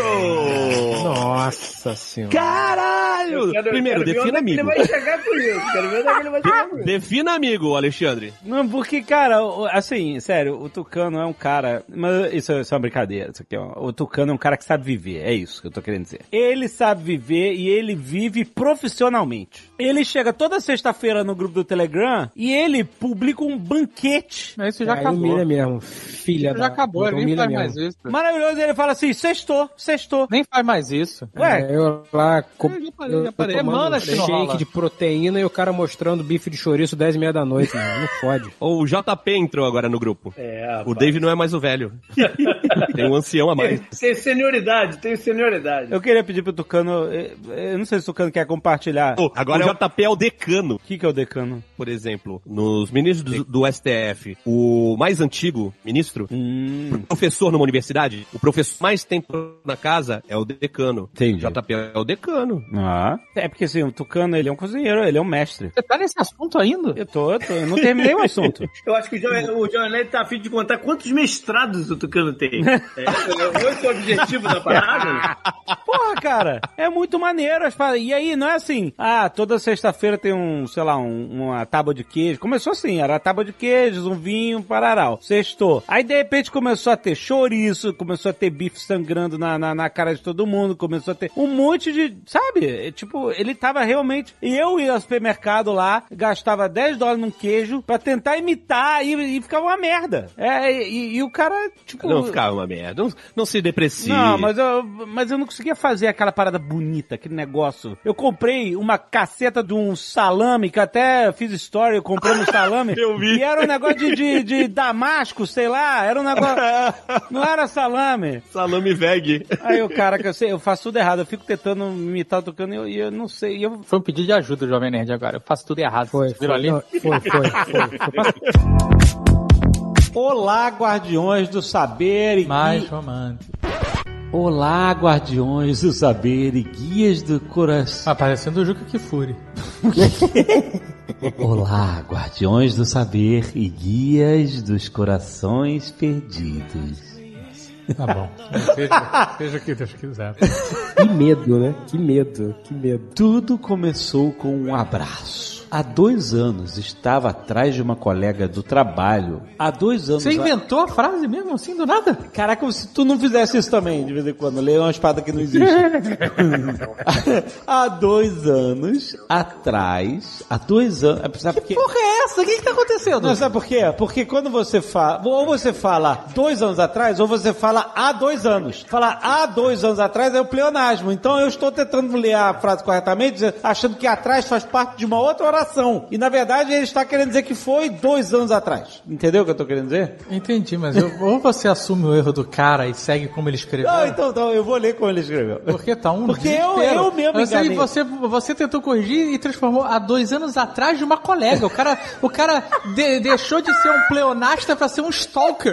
[SPEAKER 2] Caralho!
[SPEAKER 31] Nossa senhora.
[SPEAKER 14] Caralho!
[SPEAKER 2] Eu quero- eu
[SPEAKER 14] Primeiro,
[SPEAKER 2] quero ver
[SPEAKER 14] defina
[SPEAKER 2] onde é que
[SPEAKER 14] amigo.
[SPEAKER 2] ele vai
[SPEAKER 33] chegar com isso. Quero ver onde é que ele vai chegar com isso.
[SPEAKER 14] Defina amigo, Alexandre.
[SPEAKER 2] Não, porque, cara, o- assim, sério, o Tucano é um cara. Mas isso é só uma brincadeira. Isso aqui, ó. O Tucano é um cara que sabe viver. É isso que eu tô querendo dizer. Ele sabe viver e ele vive profissionalmente. Ele chega toda sexta-feira no grupo do Telegram e ele publica um banquete.
[SPEAKER 31] Mas isso
[SPEAKER 3] já acabou.
[SPEAKER 31] Humilha mesmo, filha
[SPEAKER 3] Já
[SPEAKER 31] da...
[SPEAKER 3] acabou, ele nem
[SPEAKER 31] humilha
[SPEAKER 3] faz
[SPEAKER 31] mesmo.
[SPEAKER 3] mais isso.
[SPEAKER 2] Maravilhoso, ele fala assim: sextou, sextou.
[SPEAKER 3] Nem faz mais isso.
[SPEAKER 31] É, eu lá. Com... Eu
[SPEAKER 3] parei, já parei.
[SPEAKER 31] tô tomando
[SPEAKER 3] Semana
[SPEAKER 31] um
[SPEAKER 3] que não rola.
[SPEAKER 31] shake de proteína e o cara mostrando bife de chouriço 10 e meia da noite, mano. Não fode.
[SPEAKER 14] Ou o JP entrou agora no grupo.
[SPEAKER 33] É, rapaz.
[SPEAKER 14] O Dave não é mais o velho. Tem um ancião a mais.
[SPEAKER 33] Tem senioridade, tem senioridade.
[SPEAKER 2] Eu queria pedir pro Tucano. eh, eh, Eu não sei se o Tucano quer compartilhar.
[SPEAKER 14] Pô, agora
[SPEAKER 2] O
[SPEAKER 14] é o JP é o decano. O
[SPEAKER 2] que, que é o decano?
[SPEAKER 14] Por exemplo, nos ministros do, do STF, o mais antigo ministro,
[SPEAKER 2] Hum.
[SPEAKER 14] professor numa universidade, o professor mais tempo na casa é o decano.
[SPEAKER 2] Entendi.
[SPEAKER 14] JP é o decano.
[SPEAKER 2] Ah. É porque assim, o Tucano ele é um cozinheiro, ele é um mestre.
[SPEAKER 3] Você tá nesse assunto ainda?
[SPEAKER 2] Eu tô, eu tô. Eu não terminei o assunto.
[SPEAKER 33] Eu acho que o John, o John Lennon tá afim de contar quantos mestrados o Tucano tem. É, é esse o objetivo da parada?
[SPEAKER 2] Porra, cara, é muito maneiro as paradas. E aí, não é assim, ah, toda sexta-feira tem um, sei lá, um- uma tábua de queijo. Começou assim, era tábua de queijos, um vinho, um pararal. Sextou. Aí, de repente, começou a ter chouriço, começou a ter bife sangrando na, na, na cara de todo mundo, começou a ter um monte de, sabe? É, Tipo, ele tava realmente... E eu ia ao supermercado lá, gastava 10 dólares num queijo pra tentar imitar e, e ficava uma merda. É, e, e o cara, tipo...
[SPEAKER 14] Não ficava uma merda. Não, não se deprecie.
[SPEAKER 2] Não, mas eu, mas eu não conseguia fazer aquela parada bonita, aquele negócio. Eu comprei uma caceta de um salame, que até fiz story, eu comprei um salame. eu vi. E era um negócio de, de, de damasco, sei lá, era um negócio... não era salame.
[SPEAKER 14] Salame veg.
[SPEAKER 2] Aí o cara, que eu sei, eu faço tudo errado, eu fico tentando imitar tocando e eu, e eu não sei, e eu...
[SPEAKER 3] Foi um pedido de ajuda do Jovem Nerd agora. Eu faço tudo errado. Foi, Vocês viram ali?
[SPEAKER 2] foi, foi, foi. Olá, guardiões do saber e...
[SPEAKER 3] Mais romântico.
[SPEAKER 2] Olá, guardiões do saber e guias do coração.
[SPEAKER 3] Aparecendo Ah, o Juca Kifuri.
[SPEAKER 2] Olá, guardiões do saber e guias dos corações perdidos.
[SPEAKER 3] Tá bom. Seja, seja o que Deus quiser.
[SPEAKER 31] Que medo, né? Que medo, que medo.
[SPEAKER 2] Tudo começou com um abraço. Há dois anos estava atrás de uma colega do trabalho. Há dois anos.
[SPEAKER 3] Você inventou a frase mesmo, assim, do nada?
[SPEAKER 2] Caraca, como se tu não fizesse isso também, de vez em quando. Lê uma espada que não existe. há dois anos atrás. Há dois anos. é, Sabe que
[SPEAKER 3] porra é essa? O que, que tá acontecendo?
[SPEAKER 2] Não, sabe por quê? Porque quando você fala. Ou você fala dois anos atrás, ou você fala há dois anos. Falar há dois anos atrás é o pleonasmo. Então eu estou tentando ler a frase corretamente, achando que atrás faz parte de uma outra oração. E na verdade ele está querendo dizer que foi dois anos atrás. Entendeu o que eu tô querendo dizer?
[SPEAKER 3] Entendi, mas eu- ou você assume o erro do cara e segue como ele escreveu.
[SPEAKER 2] Não, então, então eu vou ler como ele escreveu.
[SPEAKER 3] Porque tá um
[SPEAKER 2] Porque eu-
[SPEAKER 3] desespero.
[SPEAKER 2] eu mesmo
[SPEAKER 3] você,
[SPEAKER 2] enganei.
[SPEAKER 3] você, você tentou corrigir e transformou há dois anos atrás de uma colega. O cara, o cara de- deixou de ser um pleonasta pra ser um stalker.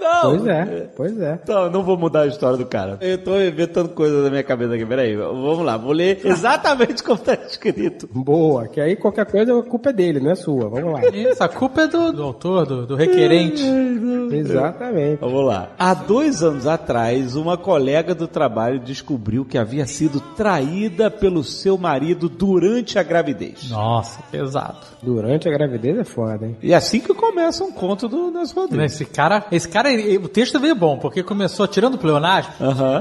[SPEAKER 2] Não.
[SPEAKER 31] Pois é, pois é.
[SPEAKER 2] Então, eu não vou mudar a história do cara. Eu tô inventando coisa na minha cabeça aqui, peraí. Vamos lá, vou ler exatamente como tá escrito.
[SPEAKER 31] Boa, que aí qualquer coisa a culpa é dele, não é sua. Vamos lá.
[SPEAKER 3] Isso, a culpa é do, do autor, do, do requerente.
[SPEAKER 31] Exatamente.
[SPEAKER 2] Então, Vamos lá. Há dois anos atrás, uma colega do trabalho descobriu que havia sido traída pelo seu marido durante a gravidez.
[SPEAKER 3] Nossa, pesado.
[SPEAKER 31] Durante a gravidez é foda, hein?
[SPEAKER 2] E assim que começa um conto do Nelson Rodrigues.
[SPEAKER 3] Esse cara, esse cara, ele- o texto veio bom, porque começou, tirando o pleonasmo,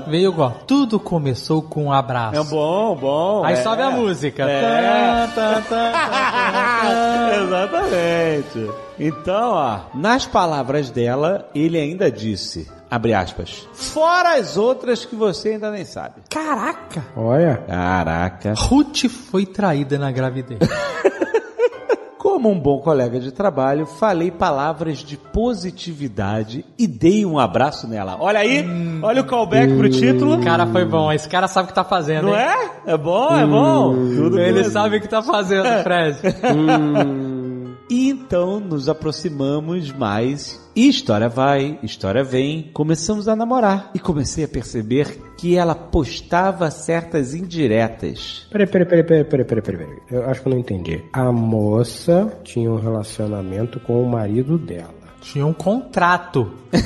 [SPEAKER 3] veio igual. Tudo começou com um abraço.
[SPEAKER 2] É bom, bom.
[SPEAKER 3] Aí
[SPEAKER 2] é.
[SPEAKER 3] sobe a música.
[SPEAKER 2] É.
[SPEAKER 3] Tá, tá, tá,
[SPEAKER 2] Exatamente. Então, ó, nas palavras dela, ele ainda disse, abre aspas, fora as outras que você ainda nem sabe.
[SPEAKER 3] Caraca!
[SPEAKER 31] Olha.
[SPEAKER 2] Caraca.
[SPEAKER 3] Ruth foi traída na gravidez.
[SPEAKER 2] Como um bom colega de trabalho, falei palavras de positividade e dei um abraço nela. Olha aí, olha o callback pro título.
[SPEAKER 3] Cara, foi bom. Esse cara sabe o que tá fazendo.
[SPEAKER 2] Não
[SPEAKER 3] hein?
[SPEAKER 2] é? É bom, é bom. Tudo É.
[SPEAKER 3] Ele
[SPEAKER 2] bem.
[SPEAKER 3] sabe o que tá fazendo, Fred.
[SPEAKER 2] E Então nos aproximamos mais. E história vai, história vem. Começamos a namorar e comecei a perceber que ela postava certas indiretas.
[SPEAKER 18] Peraí, peraí, peraí, peraí, peraí, peraí, peraí, peraí. Eu acho que eu não entendi. A moça tinha um relacionamento com o marido dela.
[SPEAKER 3] Tinha um contrato.
[SPEAKER 18] Um,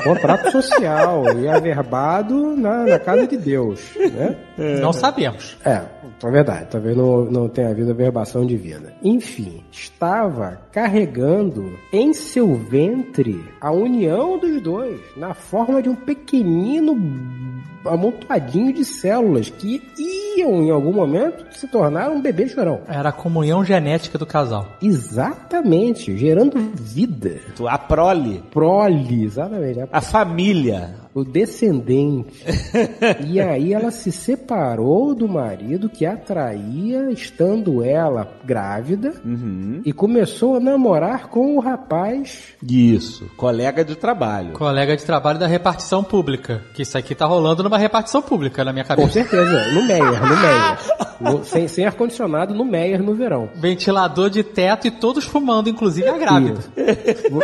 [SPEAKER 18] co- um contrato social e averbado na, na casa de Deus, né?
[SPEAKER 3] Não sabemos.
[SPEAKER 18] É, é verdade. Talvez não, não tenha havido averbação divina. Enfim, estava carregando em seu ventre a união dos dois na forma de um pequenino amontoadinho de células que iam, em algum momento, se tornar um bebê chorão.
[SPEAKER 3] Era a comunhão genética do casal.
[SPEAKER 18] Exatamente, gerando vida.
[SPEAKER 2] A prole.
[SPEAKER 18] Prole, exatamente.
[SPEAKER 2] A família.
[SPEAKER 18] O descendente. e aí ela se separou do marido que a traía, estando ela grávida,
[SPEAKER 2] Uhum.
[SPEAKER 18] e começou a namorar com o rapaz.
[SPEAKER 2] Isso, colega de trabalho.
[SPEAKER 3] Colega de trabalho da repartição pública. Que isso aqui tá rolando numa repartição pública na minha cabeça.
[SPEAKER 18] Com certeza, no Meyer, no Meyer. No- sem sem ar-condicionado, no Meyer, no verão.
[SPEAKER 3] Ventilador de teto e todos fumando, inclusive a grávida.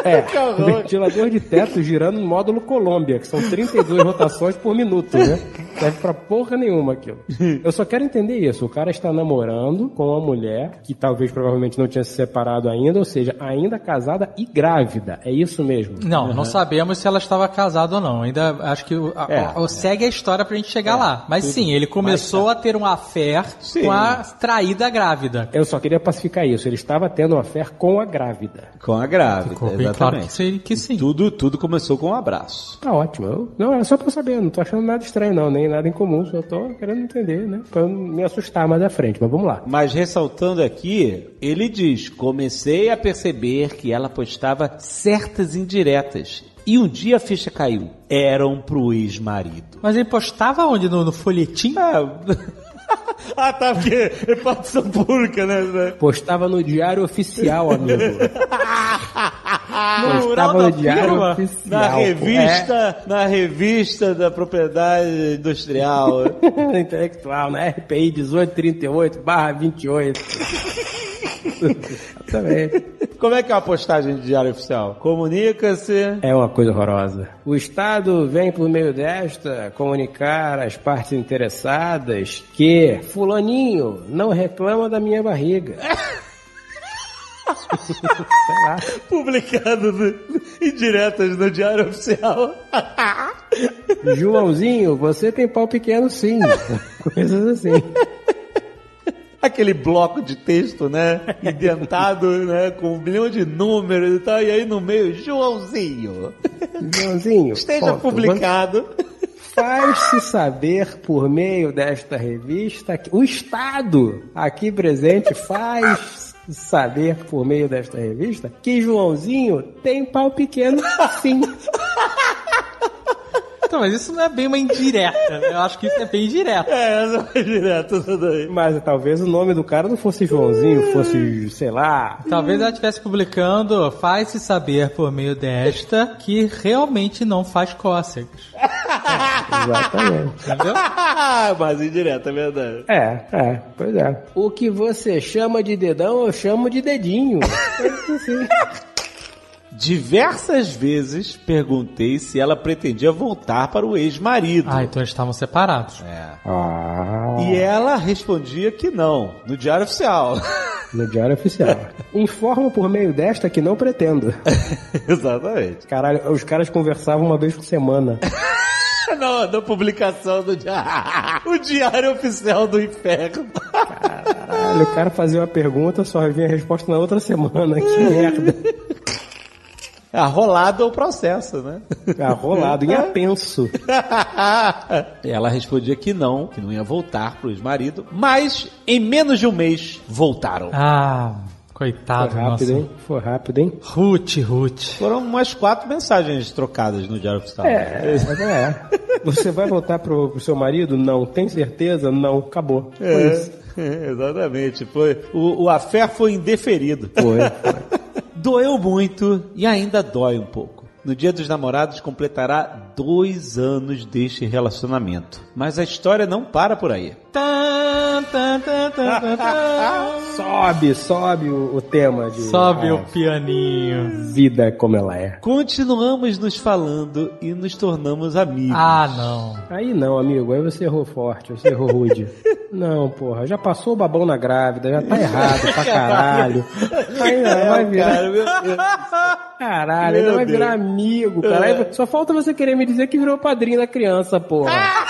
[SPEAKER 18] É,
[SPEAKER 3] Que horror.
[SPEAKER 18] ventilador de teto girando no módulo Colômbia, que são 32 rotações por minuto, né? Serve pra porra nenhuma aquilo. Eu só quero entender isso. O cara está namorando com uma mulher que talvez provavelmente não tinha se separado ainda, ou seja, ainda casada e grávida. É isso mesmo?
[SPEAKER 3] Não,
[SPEAKER 18] Uhum.
[SPEAKER 3] não sabemos se ela estava casada ou não. Ainda acho que o- a-
[SPEAKER 18] É,
[SPEAKER 3] o- segue a história pra gente chegar lá. Mas
[SPEAKER 18] tudo.
[SPEAKER 3] sim, ele começou a ter um affair com a traída grávida.
[SPEAKER 18] Eu só queria pacificar isso. Ele estava tendo uma fé com a grávida.
[SPEAKER 2] Com a grávida,
[SPEAKER 18] bem
[SPEAKER 2] exatamente.
[SPEAKER 18] claro que
[SPEAKER 2] sim. Tudo, tudo começou com um abraço.
[SPEAKER 18] Tá ótimo. Eu- não, era só pra eu saber. Não tô achando nada estranho, não. Nem nada incomum. Só tô querendo entender, né? Pra eu não me assustar mais à frente. Mas vamos lá.
[SPEAKER 2] Mas ressaltando aqui, ele diz: comecei a perceber que ela postava certas indiretas. E um dia a ficha caiu. Eram pro ex-marido.
[SPEAKER 3] Mas ele postava onde? No, no folhetim?
[SPEAKER 2] ah, tá, porque é partição pública, né?
[SPEAKER 18] Postava no Diário Oficial, amigo.
[SPEAKER 33] Ah,
[SPEAKER 4] Ah.
[SPEAKER 2] No
[SPEAKER 18] Postava
[SPEAKER 2] mural
[SPEAKER 18] no
[SPEAKER 2] da
[SPEAKER 18] Diário
[SPEAKER 2] firma,
[SPEAKER 18] Oficial,
[SPEAKER 2] na
[SPEAKER 18] pô. É.
[SPEAKER 2] revista, na revista da propriedade industrial.
[SPEAKER 18] Intelectual, né? na RPI 1838 barra 28. Também.
[SPEAKER 2] Como é que é a postagem do Diário Oficial? Comunica-se.
[SPEAKER 18] É uma coisa horrorosa. O Estado vem por meio desta comunicar às partes interessadas que fulaninho não reclama da minha barriga.
[SPEAKER 2] Publicado no- em diretas no Diário Oficial.
[SPEAKER 18] Joãozinho, você tem pau pequeno sim. Coisas assim.
[SPEAKER 2] Aquele bloco de texto, né? Indentado, né? Com um milhão de números e tal. E aí no meio, Joãozinho.
[SPEAKER 18] Joãozinho.
[SPEAKER 2] Esteja
[SPEAKER 18] ponto.
[SPEAKER 2] publicado.
[SPEAKER 18] Faz-se saber por meio desta revista que o Estado aqui presente faz saber por meio desta revista que Joãozinho tem pau pequeno sim.
[SPEAKER 3] Então, mas isso não é bem uma indireta. né? Eu acho que isso é bem direto.
[SPEAKER 2] É, não é direto isso daí.
[SPEAKER 18] Mas talvez o nome do cara não fosse Joãozinho, fosse, sei lá.
[SPEAKER 3] Talvez ela estivesse publicando, faz-se saber por meio desta, que realmente não faz cócegas.
[SPEAKER 18] Exatamente.
[SPEAKER 3] Entendeu?
[SPEAKER 2] Mas indireta, é verdade.
[SPEAKER 18] É, é, pois é. O que você chama de dedão, eu chamo de dedinho.
[SPEAKER 2] Diversas vezes perguntei se ela pretendia voltar para o ex-marido.
[SPEAKER 3] Ah, então eles estavam separados.
[SPEAKER 2] É.
[SPEAKER 18] Ah.
[SPEAKER 2] E ela respondia que não, no Diário Oficial.
[SPEAKER 18] No Diário Oficial. Informo por meio desta que não pretendo.
[SPEAKER 2] Exatamente.
[SPEAKER 18] Caralho, os caras conversavam uma vez por semana.
[SPEAKER 2] não, na publicação do Diário. o Diário Oficial do Inferno.
[SPEAKER 18] Caralho, o cara fazia uma pergunta, só vinha a resposta na outra semana. Que merda.
[SPEAKER 2] Arrolado é o processo, né?
[SPEAKER 18] Arrolado, Ah, em apenso.
[SPEAKER 2] Ah. Ela respondia que não, que não ia voltar pro ex-marido, mas em menos de um mês voltaram.
[SPEAKER 3] Ah, coitado,
[SPEAKER 2] Foi rápido,
[SPEAKER 3] nossa.
[SPEAKER 2] hein?
[SPEAKER 18] Foi rápido, hein?
[SPEAKER 3] Ruth, Ruth.
[SPEAKER 2] Foram umas quatro mensagens trocadas no Diário Oficial.
[SPEAKER 18] É, é. Você vai voltar pro, pro seu marido? Não. Tem certeza? Não. Acabou. Foi isso.
[SPEAKER 2] É, é, exatamente. Foi, o, o afé foi indeferido.
[SPEAKER 18] Foi,
[SPEAKER 2] Doeu muito e ainda dói um pouco. No dia dos namorados completará dois anos deste relacionamento. Mas a história não para por aí.
[SPEAKER 18] Sobe, sobe o, o tema de.
[SPEAKER 2] Sobe o
[SPEAKER 18] pianinho. Vida como ela é.
[SPEAKER 2] Continuamos nos falando e nos tornamos amigos.
[SPEAKER 18] Ah, não. Aí não, amigo. Aí você errou forte, você errou rude. não, porra. Já passou o babão na grávida, já tá errado pra caralho. Ainda vai virar.
[SPEAKER 2] Cara, meu Deus.
[SPEAKER 18] Caralho, ainda
[SPEAKER 2] Meu
[SPEAKER 18] vai
[SPEAKER 2] Deus.
[SPEAKER 18] virar amigo, cara.
[SPEAKER 2] É.
[SPEAKER 18] Aí Só falta você querer me dizer que virou padrinho da criança, porra.
[SPEAKER 3] Ah!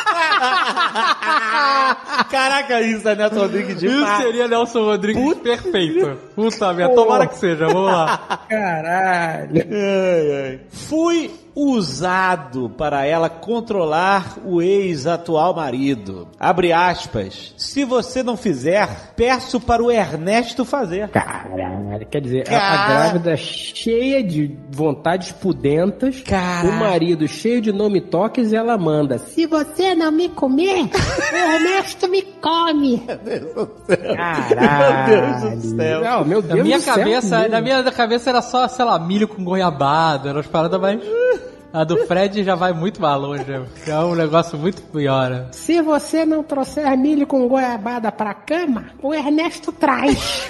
[SPEAKER 2] Caraca, isso é Nelson Rodrigues de
[SPEAKER 35] Isso seria Nelson Rodrigues perfeito. Puta merda, É, tomara que seja, vamos lá.
[SPEAKER 18] Caralho.
[SPEAKER 2] Fui usado para ela controlar o ex-atual marido. Abre aspas. Se você não fizer, peço para o Ernesto fazer.
[SPEAKER 18] Caralho, quer dizer, a- a grávida é cheia de vontades pudentas, o marido cheio de nome toques e ela manda. assim. Se você não me comer, o Ernesto me come.
[SPEAKER 2] Ah,
[SPEAKER 3] Caralho.
[SPEAKER 18] Meu Deus do céu. Não, meu
[SPEAKER 3] Na
[SPEAKER 18] Deus
[SPEAKER 3] minha
[SPEAKER 18] do céu
[SPEAKER 3] cabeça,
[SPEAKER 18] mesmo.
[SPEAKER 3] na minha cabeça era só, sei lá, milho com goiabada, eram as paradas mais... A do Fred já vai muito mais longe, é um negócio muito pior. né?
[SPEAKER 18] Se você não trouxer milho com goiabada pra cama, o Ernesto traz.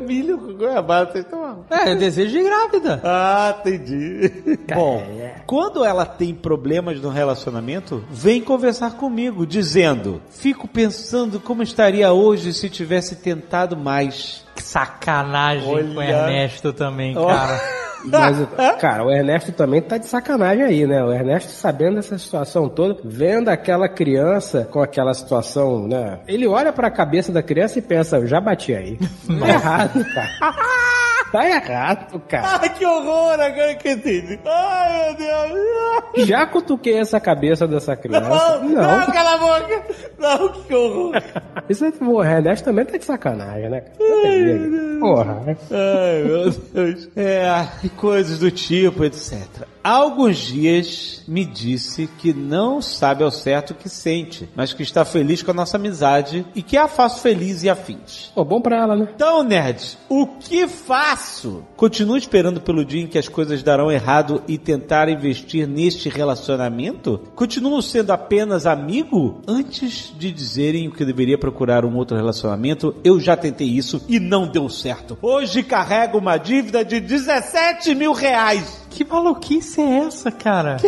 [SPEAKER 2] Milho com goiabada, vocês estão malucos.
[SPEAKER 3] É, desejo de grávida. é.
[SPEAKER 2] Ah, entendi. Bom, quando ela tem problemas no relacionamento, vem conversar comigo, dizendo: Fico pensando como estaria hoje se tivesse tentado mais.
[SPEAKER 3] Que sacanagem com o Ernesto também,
[SPEAKER 2] Ó.
[SPEAKER 3] cara.
[SPEAKER 18] Mas, cara, o Ernesto também tá de sacanagem aí, né? O Ernesto sabendo dessa situação toda, vendo aquela criança com aquela situação, né? Ele olha pra cabeça da criança e pensa, eu já bati aí. Tá errado, cara. Tá errado, cara.
[SPEAKER 2] que horror! Agora que eu entendi. Ai, meu Deus!
[SPEAKER 18] Já cutuquei essa cabeça dessa criança. Não.
[SPEAKER 2] cala a boca! Não, que horror!
[SPEAKER 18] Isso é, o Ernesto também tá de sacanagem, né? Não tem jeito. Porra. né?
[SPEAKER 2] Ai, meu Deus. É, e coisas do tipo, etc. Há alguns dias me disse que não sabe ao certo o que sente, mas que está feliz com a nossa amizade e que a faço feliz e afins.
[SPEAKER 18] Pô, bom pra ela, né?
[SPEAKER 2] Então, nerd, o que faço? Continuo esperando pelo dia em que as coisas darão errado e tentar investir neste relacionamento? Continuo sendo apenas amigo? Antes de dizerem que eu deveria procurar um outro relacionamento, eu já tentei isso e não deu certo. Hoje carrego uma dívida de 17 mil reais.
[SPEAKER 3] Que maluquice é essa, cara?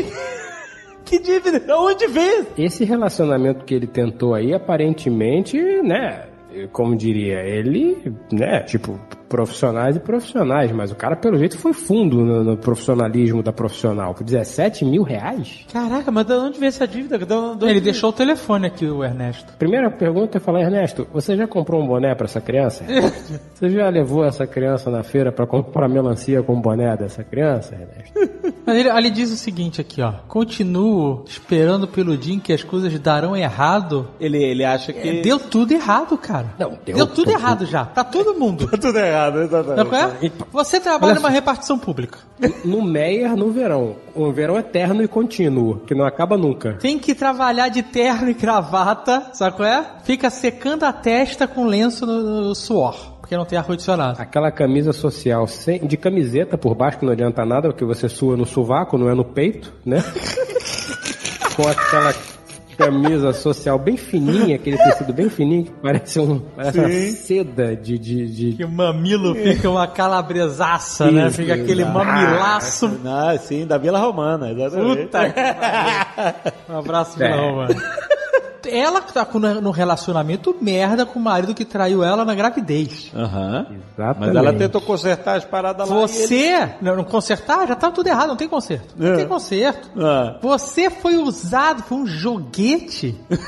[SPEAKER 2] Que dívida? Da onde vem?
[SPEAKER 18] Esse relacionamento que ele tentou aí, aparentemente, né? Como diria ele, né? Tipo, profissionais e profissionais, mas o cara, pelo jeito, foi fundo no, no profissionalismo da profissional. Por 17 mil reais?
[SPEAKER 3] Caraca, mas de onde veio essa dívida? Ele deixou o telefone aqui, o Ernesto.
[SPEAKER 18] Primeira pergunta é falar, Ernesto, você já comprou um boné pra essa criança? Você já levou essa criança na feira pra comprar melancia com o boné dessa criança, Ernesto?
[SPEAKER 3] Mas ele, ele diz o seguinte aqui, ó. Continuo esperando pelo dia em que as coisas darão errado. É,
[SPEAKER 2] Ele, ele acha que...
[SPEAKER 3] Deu tudo errado, cara. Não, deu, tudo errado já. Tá todo mundo. tá
[SPEAKER 2] tudo errado, né,
[SPEAKER 3] Não,
[SPEAKER 2] exatamente.
[SPEAKER 3] qual é? Você trabalha numa repartição pública.
[SPEAKER 18] No Meyer, no verão. Um verão eterno e contínuo, que não acaba nunca.
[SPEAKER 3] Tem que trabalhar de terno e gravata, sabe qual é? Fica secando a testa com lenço no, no suor, porque não tem ar-condicionado.
[SPEAKER 18] Aquela camisa social sem, de camiseta por baixo, que não adianta nada, porque você sua no sovaco, não é no peito, né? Com aquela camisa social bem fininha, aquele tecido bem fininho, que parece, um, parece uma
[SPEAKER 3] Sim.
[SPEAKER 18] seda de... de, de-
[SPEAKER 3] Que o mamilo fica uma calabresaça, né?
[SPEAKER 18] Isso,
[SPEAKER 3] Fica aquele
[SPEAKER 18] exato.
[SPEAKER 3] mamilaço.
[SPEAKER 2] Ah, sim, da Vila Romana, exatamente.
[SPEAKER 3] Puta que pariu. Um abraço,
[SPEAKER 2] É.
[SPEAKER 3] Vila Romana. Ela tá com, no relacionamento merda com o marido que traiu ela na gravidez.
[SPEAKER 2] Aham.
[SPEAKER 18] Exatamente.
[SPEAKER 2] Mas ela tentou consertar as paradas lá. e
[SPEAKER 3] Você,
[SPEAKER 2] ele-
[SPEAKER 3] não, não consertar, já tá tudo errado, não tem conserto. Não
[SPEAKER 2] É.
[SPEAKER 3] tem conserto.
[SPEAKER 2] Ah.
[SPEAKER 3] Você foi usado, foi um joguete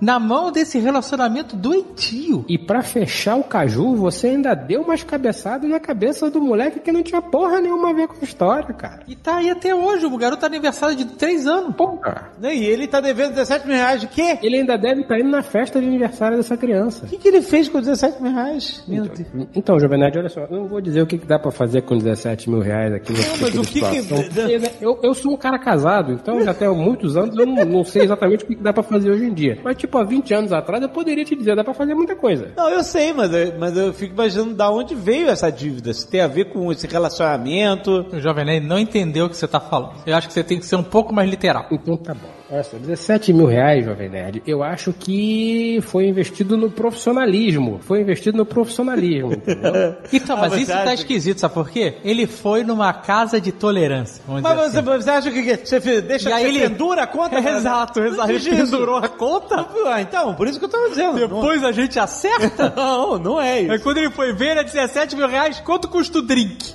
[SPEAKER 3] na mão desse relacionamento doentio.
[SPEAKER 18] E pra fechar o caju, você ainda deu umas cabeçadas na cabeça do moleque que não tinha porra nenhuma a ver com a história, cara.
[SPEAKER 3] E tá aí até hoje, o garoto tá aniversário de 3 anos.
[SPEAKER 18] Porra.
[SPEAKER 2] E ele tá devendo 17 mil reais de quê?
[SPEAKER 18] Ele ainda deve estar indo na festa de aniversário dessa criança.
[SPEAKER 2] O que, que ele fez com 17 mil reais? Meu Deus.
[SPEAKER 18] Então, Jovem Nerd, olha só, eu não vou dizer o que, que dá pra fazer com 17 mil reais aqui nesse
[SPEAKER 2] mas
[SPEAKER 18] tipo
[SPEAKER 2] o
[SPEAKER 18] de
[SPEAKER 2] que que-
[SPEAKER 18] situação. Porque, né, Eu, eu sou um cara casado, então já tenho muitos anos, eu não, não sei exatamente o que, que dá pra fazer hoje em dia. Mas, tipo, há 20 anos atrás, eu poderia te dizer, dá pra fazer muita coisa.
[SPEAKER 2] Não, eu sei, mas, eu- mas eu fico imaginando da onde veio essa dívida. Se tem a ver com esse relacionamento.
[SPEAKER 3] O Jovem Nerd não entendeu o que você tá falando. Eu acho que você tem que ser um pouco mais literal.
[SPEAKER 18] Então tá bom. Olha só, 17 mil reais, Jovem Nerd, eu acho que foi investido no profissionalismo. Foi investido no profissionalismo, entendeu?
[SPEAKER 3] Então,
[SPEAKER 18] Ah,
[SPEAKER 3] mas
[SPEAKER 18] você
[SPEAKER 3] isso tá
[SPEAKER 18] acha
[SPEAKER 3] esquisito, sabe por quê? Ele foi numa casa de tolerância. Vamos
[SPEAKER 2] Mas
[SPEAKER 3] dizer
[SPEAKER 2] você,
[SPEAKER 3] assim.
[SPEAKER 2] você acha que que- você fe- deixa
[SPEAKER 3] E aí
[SPEAKER 2] você
[SPEAKER 3] ele- É,
[SPEAKER 2] pendura a conta? cara?
[SPEAKER 3] Exato, exato.
[SPEAKER 2] Antes
[SPEAKER 3] Ele
[SPEAKER 2] disso.
[SPEAKER 3] pendurou a conta?
[SPEAKER 2] Ah, então, por isso que eu tava dizendo.
[SPEAKER 3] Depois a gente acerta? não, não é isso. É quando ele foi ver, era 17 mil reais. Quanto custa o drink?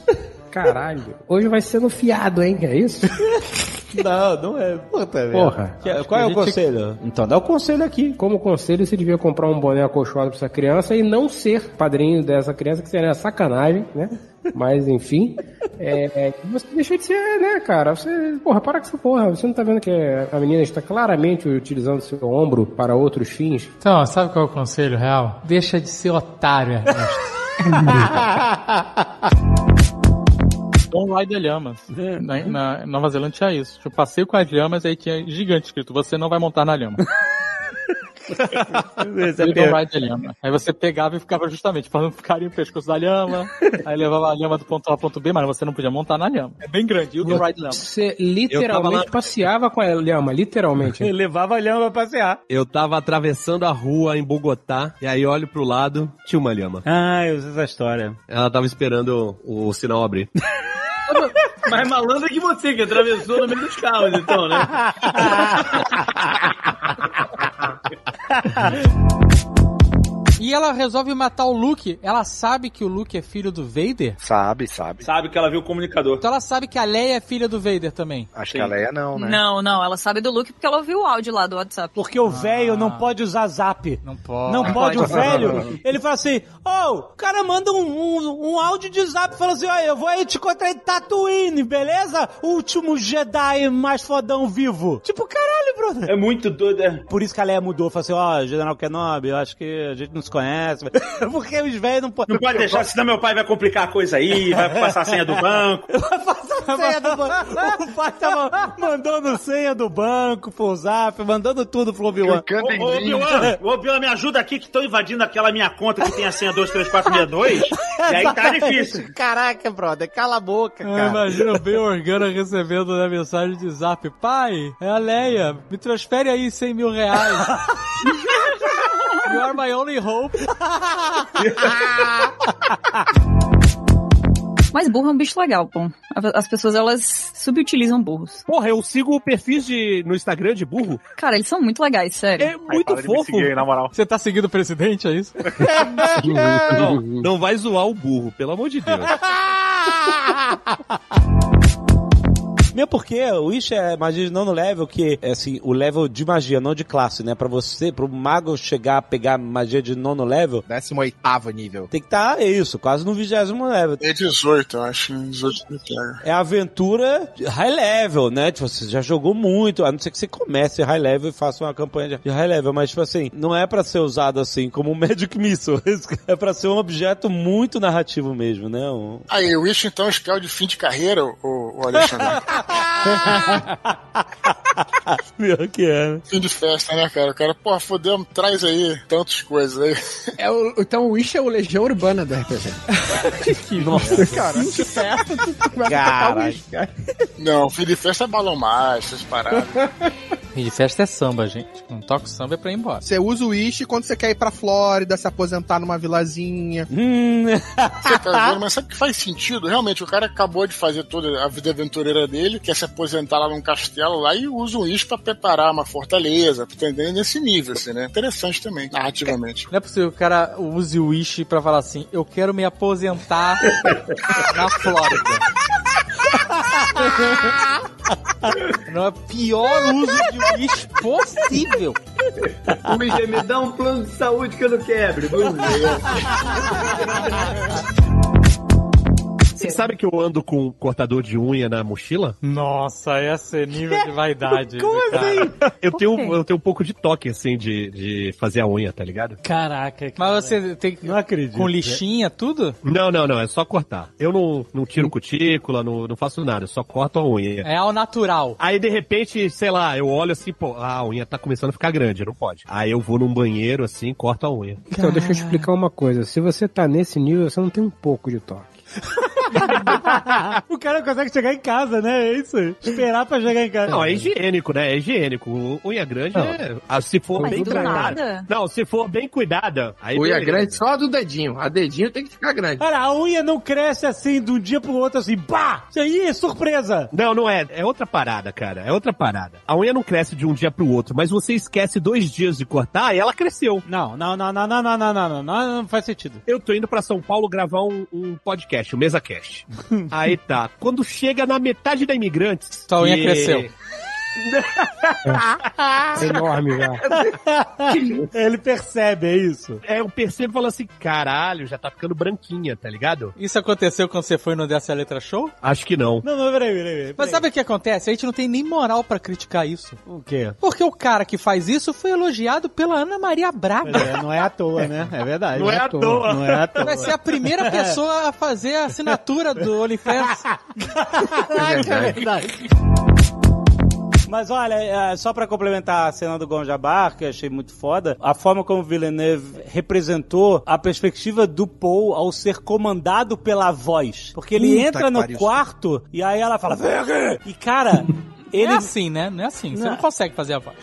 [SPEAKER 18] Caralho. Hoje vai ser no fiado, hein? É isso?
[SPEAKER 2] Não, não é. Puta, velho.
[SPEAKER 18] Porra.
[SPEAKER 2] Que- qual é o conselho? Então dá o conselho aqui.
[SPEAKER 18] Como conselho, você devia comprar um boné acolchoado pra essa criança e não ser padrinho dessa criança, que seria sacanagem, né? Mas enfim. É, é, você deixa de ser, né, cara? Você, porra, para com essa porra. Você não tá vendo que a menina está claramente utilizando seu ombro para outros fins?
[SPEAKER 3] Então, sabe qual é o conselho real? Deixa de ser otário, Ernesto.
[SPEAKER 4] Don't ride the llamas. Na, na Nova Zelândia tinha isso. Eu passei com as llamas aí tinha gigante escrito: Você não vai montar na lhama.
[SPEAKER 2] é
[SPEAKER 3] é
[SPEAKER 4] You don't ride the llama. Aí você pegava e ficava justamente fazendo carinho no pescoço da lhama. aí levava a lhama do ponto A ao ponto B, mas você não podia montar na lhama. É bem grande. You don't ride the llama.
[SPEAKER 18] Você literalmente passeava com a lhama, literalmente.
[SPEAKER 2] Ele levava a lhama pra passear.
[SPEAKER 14] Eu tava atravessando a rua em Bogotá, e aí olho pro lado, tinha uma lhama.
[SPEAKER 2] Ah, eu uso essa história.
[SPEAKER 14] Ela tava esperando o, o sinal abrir.
[SPEAKER 33] Mais malandro que você, que atravessou no meio dos carros, então, né?
[SPEAKER 3] E ela resolve matar o Luke. Ela sabe que o Luke é filho do Vader?
[SPEAKER 29] Sabe, sabe.
[SPEAKER 7] Sabe que ela viu o comunicador.
[SPEAKER 3] Então ela sabe que a Leia é filha do Vader também.
[SPEAKER 29] Acho que a Leia não, né?
[SPEAKER 12] Não, não, ela sabe do Luke porque ela ouviu o áudio lá do WhatsApp.
[SPEAKER 2] Porque o velho não pode usar zap. Não
[SPEAKER 3] pode.
[SPEAKER 2] Não pode, o
[SPEAKER 3] Não pode.
[SPEAKER 2] velho. Ele fala assim: Ô, o cara manda um, um, um áudio de zap e fala assim: Olha, eu vou aí te encontrar em Tatooine, beleza? Último Jedi mais fodão vivo. Tipo, caralho, brother.
[SPEAKER 33] É muito doido, é.
[SPEAKER 2] Por isso que a Leia mudou. Falou assim: Ó, General Kenobi, eu acho que a gente não se conhece. Porque os velhos não podem.
[SPEAKER 33] Não pode deixar, senão meu pai vai complicar a coisa aí, vai passar a senha do banco.
[SPEAKER 2] Senha do
[SPEAKER 3] um
[SPEAKER 2] banco. O pai tava mandando senha do banco pro zap, mandando tudo pro Obi-Wan.
[SPEAKER 33] Ô, ô, Obi-Wan, ô, Obi-Wan, me ajuda aqui que estão invadindo aquela minha conta que tem a senha 23462. e aí tá
[SPEAKER 2] Exatamente.
[SPEAKER 33] difícil.
[SPEAKER 2] Caraca, brother, cala a boca,
[SPEAKER 3] um Ah,
[SPEAKER 2] cara.
[SPEAKER 3] Imagina o Ben Organa recebendo né, mensagem de zap: Pai, é a Leia, me transfere aí 100 mil reais. You are my only hope.
[SPEAKER 12] Mas burro é um bicho legal, pô. As pessoas, elas subutilizam burros.
[SPEAKER 14] Porra, eu sigo perfis de, no Instagram de burro.
[SPEAKER 12] Cara, eles são muito legais, sério. É
[SPEAKER 14] Muito fofo.
[SPEAKER 3] Você tá seguindo o presidente, é isso?
[SPEAKER 14] não, não vai zoar o burro, pelo amor de Deus.
[SPEAKER 2] Mesmo porque o Wish é magia não no level que, é assim, o level de magia, não de classe, né? Pra você, pro mago chegar a pegar magia de nono level...
[SPEAKER 11] 18 nível.
[SPEAKER 2] Tem que estar, é isso, quase no vigésimo level.
[SPEAKER 15] É 18, eu acho. 18 que pega.
[SPEAKER 2] É aventura de high level, né? Tipo, você já jogou muito, a não ser que você comece high level e faça uma campanha de high level, mas tipo assim, não é pra ser usado assim como um Magic Missile. É pra ser um objeto muito narrativo mesmo, né? Um-
[SPEAKER 15] Aí, o Wish então escala de fim de carreira, o, o Alexandre.
[SPEAKER 2] Pior que é, né?
[SPEAKER 15] fim de festa, né, cara? O cara, porra, fodeu, traz aí tantas coisas aí.
[SPEAKER 30] É o, então o Wish é o Legião Urbana do RPG.
[SPEAKER 15] Nossa,
[SPEAKER 30] né, cara.
[SPEAKER 15] de festa, tu
[SPEAKER 30] começa a tocar o Caralho. Wish,
[SPEAKER 15] cara. Não, fim de festa é balão mais, essas paradas.
[SPEAKER 3] E de festa é samba, gente. Não toca o samba é pra ir embora.
[SPEAKER 11] Você usa o Wish quando você quer ir pra Flórida, se aposentar numa vilazinha.
[SPEAKER 3] Hum.
[SPEAKER 15] Você tá vendo, mas sabe que faz sentido? Realmente, o cara acabou de fazer toda a vida aventureira dele, quer se aposentar lá num castelo lá e usa um isco pra preparar uma fortaleza, pretendendo nesse nível, assim, né? Interessante também, narrativamente.
[SPEAKER 3] Não é possível que o cara use o Wish pra falar assim: eu quero me aposentar na Flórida. Não é o pior uso de Wish possível.
[SPEAKER 33] O Miguel me dá um plano de saúde que eu não quebre. Vamos ver.
[SPEAKER 12] Você
[SPEAKER 14] Vocês sabem que eu ando com um cortador de unha na mochila?
[SPEAKER 3] Nossa, essa é nível de vaidade. Como assim?
[SPEAKER 14] Eu tenho,
[SPEAKER 3] quê?
[SPEAKER 14] eu tenho um pouco de toque, assim, de, de fazer a unha, tá ligado?
[SPEAKER 3] Caraca. Mas você tem que... Não
[SPEAKER 36] acredito.
[SPEAKER 3] Com lixinha, tudo?
[SPEAKER 14] Não, não, não, é só cortar. Eu não, não tiro cutícula, não, não faço nada, eu só corto a unha.
[SPEAKER 3] É ao natural.
[SPEAKER 14] Aí, de repente, sei lá, eu olho assim, pô, a unha tá começando a ficar grande, não pode. Aí eu vou num banheiro, assim, corto a unha.
[SPEAKER 18] Então, deixa eu explicar uma coisa. Se você tá nesse nível, você não tem um pouco de toque.
[SPEAKER 13] o cara consegue chegar em casa, né? É isso. Esperar pra chegar em casa.
[SPEAKER 14] Não, é higiênico, né? É higiênico. O- Unha grande
[SPEAKER 13] Não.
[SPEAKER 14] é. ah, Se for
[SPEAKER 13] Mas
[SPEAKER 14] bem
[SPEAKER 13] do
[SPEAKER 14] cuidada.
[SPEAKER 13] nada?
[SPEAKER 14] Não, se for bem cuidada. Aí
[SPEAKER 37] Unha
[SPEAKER 14] beleza.
[SPEAKER 37] grande só a do dedinho. A dedinho tem que ficar grande.
[SPEAKER 13] Cara, a unha não cresce assim de um dia pro outro, assim, pá! Isso aí é surpresa!
[SPEAKER 14] Não, não é. É outra parada, cara. É outra parada. A unha não cresce de um dia pro outro, mas você esquece dois dias de cortar e ela cresceu.
[SPEAKER 13] Não, não, não, não, não, não, não, não, não, não faz sentido.
[SPEAKER 14] Eu tô indo pra São Paulo gravar um, um podcast, um MesaCast. Aí tá. Quando chega na metade da Imigrantes...
[SPEAKER 3] Sua unha cresceu.
[SPEAKER 14] Ah!
[SPEAKER 4] É
[SPEAKER 18] Enorme,
[SPEAKER 4] né?
[SPEAKER 18] já.
[SPEAKER 13] Ele percebe, é isso.
[SPEAKER 14] É, eu percebo e falo assim, caralho, já tá ficando branquinha, tá ligado?
[SPEAKER 3] Isso aconteceu quando você foi no Dessa Letra Show?
[SPEAKER 14] Acho que não.
[SPEAKER 13] Não, não, peraí, peraí. peraí.
[SPEAKER 3] Mas sabe o que acontece? A gente não tem nem moral pra criticar isso.
[SPEAKER 13] O quê?
[SPEAKER 3] Porque o cara que faz isso foi elogiado pela Ana Maria Braga.
[SPEAKER 13] Pois é, não é à toa, né? É verdade.
[SPEAKER 3] Não é à toa.
[SPEAKER 13] Não é à toa.
[SPEAKER 3] Vai ser a primeira pessoa a fazer a assinatura do OnlyFans.
[SPEAKER 13] Caraca, é verdade. Mas olha, eh, só pra complementar a cena do Gonjabar, que eu achei muito foda, a forma como o Villeneuve representou a perspectiva do Paul ao ser comandado pela voz. Porque ele
[SPEAKER 3] Puta
[SPEAKER 13] entra
[SPEAKER 3] que
[SPEAKER 13] no
[SPEAKER 3] pariu.
[SPEAKER 13] quarto e aí ela fala, vem Tá aqui! E cara, ele.
[SPEAKER 3] Não é assim, né? Não é assim. Você
[SPEAKER 13] Não.
[SPEAKER 3] não consegue fazer a voz.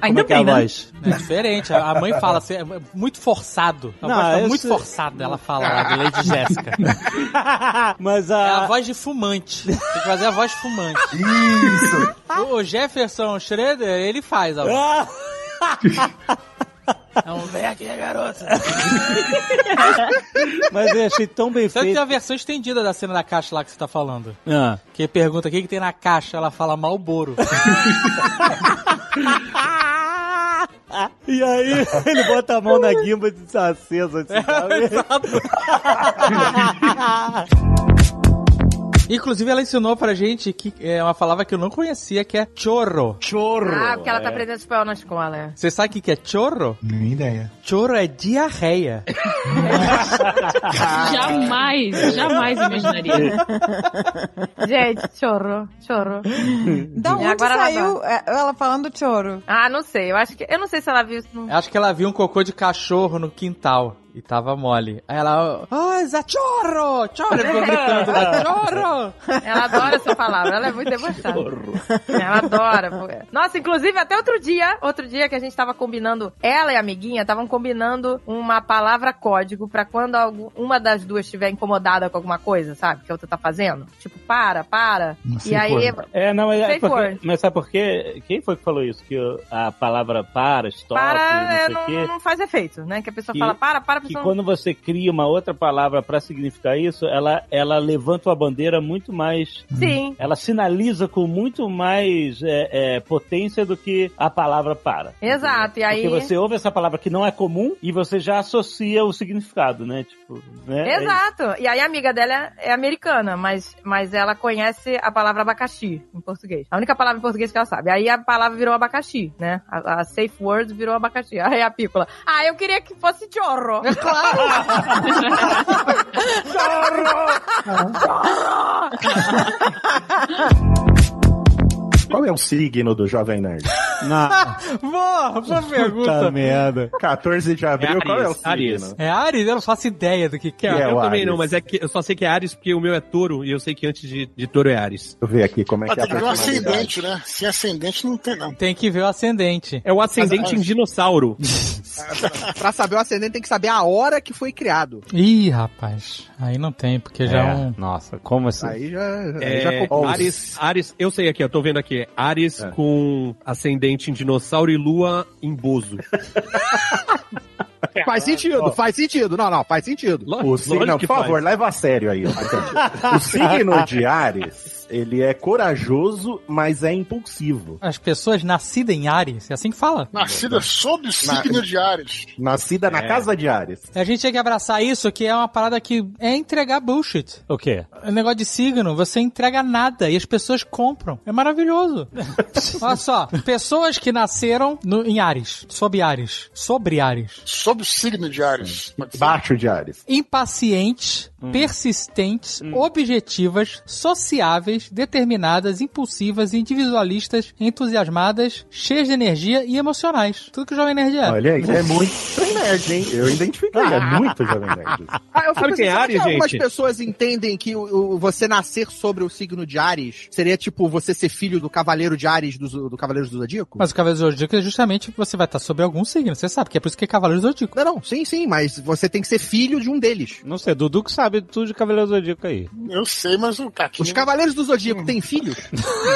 [SPEAKER 13] Ainda é que é a bem, né? voz?
[SPEAKER 3] É diferente. A a mãe fala assim, é muito forçado. A
[SPEAKER 13] Não,
[SPEAKER 3] voz tá
[SPEAKER 13] eu
[SPEAKER 3] muito
[SPEAKER 13] sei-
[SPEAKER 3] forçada, ela fala lá do Lady Jéssica.
[SPEAKER 13] Mas a... É
[SPEAKER 3] a voz de fumante. Tem que fazer a voz de fumante. Isso! O o Jefferson Schroeder, ele faz a voz. Então, vem aqui, garota.
[SPEAKER 13] Mas eu achei tão bem
[SPEAKER 3] Só que tem
[SPEAKER 13] feito.
[SPEAKER 3] a versão estendida da cena da caixa lá que você tá falando.
[SPEAKER 13] Ah.
[SPEAKER 3] Que pergunta o que, que tem na caixa, ela fala Malboro.
[SPEAKER 13] E aí ele bota a mão na guimba de acesa. Assim,
[SPEAKER 3] Inclusive, ela ensinou pra gente que é uma palavra que eu não conhecia, que é chorro. Chorro.
[SPEAKER 9] Ah, porque ela tá aprendendo espanhol na escola. é.
[SPEAKER 3] Você sabe o que que é chorro?
[SPEAKER 38] Nem ideia.
[SPEAKER 3] Chorro é diarreia.
[SPEAKER 27] Jamais, jamais imaginaria.
[SPEAKER 9] Gente, chorro, chorro.
[SPEAKER 8] Da onde saiu
[SPEAKER 9] ela falando choro? Ah, não sei. Eu acho que. Eu não sei se ela viu isso no.
[SPEAKER 3] Acho que ela viu um cocô de cachorro no quintal e tava mole. Aí ela, ah, é chorro, chorro, ficou gritando lá, chorro.
[SPEAKER 9] Ela adora essa palavra, ela é muito debochada. Ela adora. pô. Nossa, inclusive até outro dia, outro dia que a gente tava combinando, ela e a amiguinha estavam combinando uma palavra código pra quando algu- uma das duas estiver incomodada com alguma coisa, sabe? Que a outra tá fazendo. Tipo, para, para. E aí.
[SPEAKER 2] É, não, mas, é
[SPEAKER 9] Safe
[SPEAKER 2] porque-
[SPEAKER 9] word.
[SPEAKER 2] mas sabe por quê? Quem foi que falou isso? Que o- a palavra para, stop,
[SPEAKER 9] Para é,
[SPEAKER 2] não
[SPEAKER 9] não,
[SPEAKER 2] sei o quê?
[SPEAKER 9] não faz efeito, né? Que a pessoa
[SPEAKER 2] Que-
[SPEAKER 9] fala para, para, a
[SPEAKER 2] Que
[SPEAKER 9] pessoa.
[SPEAKER 2] quando você cria uma outra palavra pra significar isso, ela, ela levanta uma bandeira muito mais.
[SPEAKER 9] Sim.
[SPEAKER 2] Ela sinaliza com muito mais é, é, potência do que a palavra para.
[SPEAKER 9] Exato, e aí.
[SPEAKER 2] Porque você né, ouve essa palavra que não é comum e você já associa o significado, né? Tipo, né? É isso.
[SPEAKER 9] Exato. E aí a amiga dela é americana, mas, mas ela conhece a palavra abacaxi em português. A única palavra em português que ela sabe. Aí a palavra virou abacaxi, né? A, a safe word virou abacaxi. Aí a pícola. Ah, eu queria que fosse chorro.
[SPEAKER 1] Qual é o signo do Jovem Nerd?
[SPEAKER 3] Boa, boa pergunta.
[SPEAKER 1] merda. 14 de abril, qual é o signo?
[SPEAKER 3] É Ares? Eu não faço ideia do que, que é.
[SPEAKER 14] eu também não, mas é que eu só sei que é Ares porque o meu é touro e eu sei que antes de, de touro é Ares.
[SPEAKER 1] Deixa eu ver aqui como
[SPEAKER 14] é
[SPEAKER 2] que é a
[SPEAKER 14] Tem
[SPEAKER 2] Tem
[SPEAKER 39] Tem um ascendente, né? Sem ascendente não tem, não.
[SPEAKER 3] Tem que ver o ascendente.
[SPEAKER 14] É o ascendente em dinossauro.
[SPEAKER 11] pra saber o ascendente, tem que saber a hora que foi criado.
[SPEAKER 3] Ih, rapaz. Aí não tem, porque já é
[SPEAKER 2] É,
[SPEAKER 3] um...
[SPEAKER 2] Nossa, como assim?
[SPEAKER 11] Aí já.
[SPEAKER 14] É,
[SPEAKER 11] aí já complicou.
[SPEAKER 14] Ares, Ares, eu sei aqui, eu tô vendo aqui. Ares com ascendente em dinossauro e lua em bozo.
[SPEAKER 11] Faz sentido, faz sentido. Não, não, faz sentido.
[SPEAKER 29] né?
[SPEAKER 1] O signo, não, por favor, leva a sério aí. ó. o signo de Ares
[SPEAKER 40] Ele é corajoso, mas é impulsivo.
[SPEAKER 3] As pessoas nascidas em Ares, é assim que fala?
[SPEAKER 15] Nascida sob o signo de Ares.
[SPEAKER 40] Nascida na
[SPEAKER 3] É.
[SPEAKER 40] casa de Ares.
[SPEAKER 3] A gente tem que abraçar isso, que é uma parada que é entregar bullshit.
[SPEAKER 2] O quê?
[SPEAKER 3] O negócio de signo, você entrega nada e as pessoas compram. É maravilhoso. Olha só, pessoas que nasceram no- em Ares, sob Ares, sobre Ares.
[SPEAKER 15] Sob o signo de Ares.
[SPEAKER 40] Baixo de Ares.
[SPEAKER 3] Impacientes,
[SPEAKER 2] Hum.
[SPEAKER 3] persistentes, objetivas, sociáveis, determinadas, impulsivas, individualistas, entusiasmadas, cheias de energia e emocionais. Tudo que o Jovem Nerd é. Ah.
[SPEAKER 40] Olha aí, é muito Jovem Nerd, hein? Eu identifiquei, é muito Jovem Nerd.
[SPEAKER 11] Ah, eu fico
[SPEAKER 40] Sabe quem é
[SPEAKER 11] será
[SPEAKER 40] Ares,
[SPEAKER 11] que algumas
[SPEAKER 40] gente?
[SPEAKER 11] pessoas entendem que o, o- você nascer sobre o signo de Ares seria tipo você ser filho do cavaleiro de Ares do, Zo- do Cavaleiro do Zodíaco?
[SPEAKER 3] Mas o Cavaleiro do Zodíaco é justamente você vai estar sob algum signo, você sabe, que é por isso que é Cavaleiro do Zodíaco.
[SPEAKER 11] Não, não, sim, sim, mas você tem que ser filho de um deles.
[SPEAKER 2] Não sei, Dudu que sabe tudo de Cavaleiro do Zodíaco aí.
[SPEAKER 15] Eu sei, mas o Caquinho...
[SPEAKER 11] Os Cavaleiros do Zodíaco têm filhos?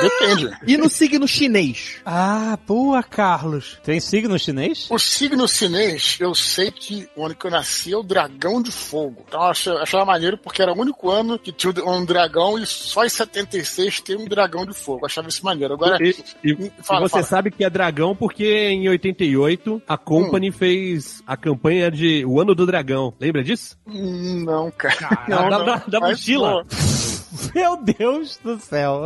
[SPEAKER 15] Depende.
[SPEAKER 11] E no signo chinês?
[SPEAKER 3] Ah, boa, Carlos.
[SPEAKER 2] Tem signo chinês?
[SPEAKER 15] O signo chinês, eu sei que o ano que eu nasci é o Dragão de Fogo. Então eu acha- achava, maneiro porque era o único ano que tinha um dragão e só em 76 tem um dragão de fogo. Eu achava isso maneiro. Agora,
[SPEAKER 14] E, e-
[SPEAKER 15] fala,
[SPEAKER 14] e você
[SPEAKER 15] fala.
[SPEAKER 14] sabe que é dragão porque em 88 a Company fez a campanha de O Ano do Dragão. Lembra disso?
[SPEAKER 15] hum, não, cara.
[SPEAKER 14] Não, da-
[SPEAKER 15] não.
[SPEAKER 14] da- da
[SPEAKER 15] Mas,
[SPEAKER 14] mochila.
[SPEAKER 15] pô,
[SPEAKER 2] Meu Deus do céu.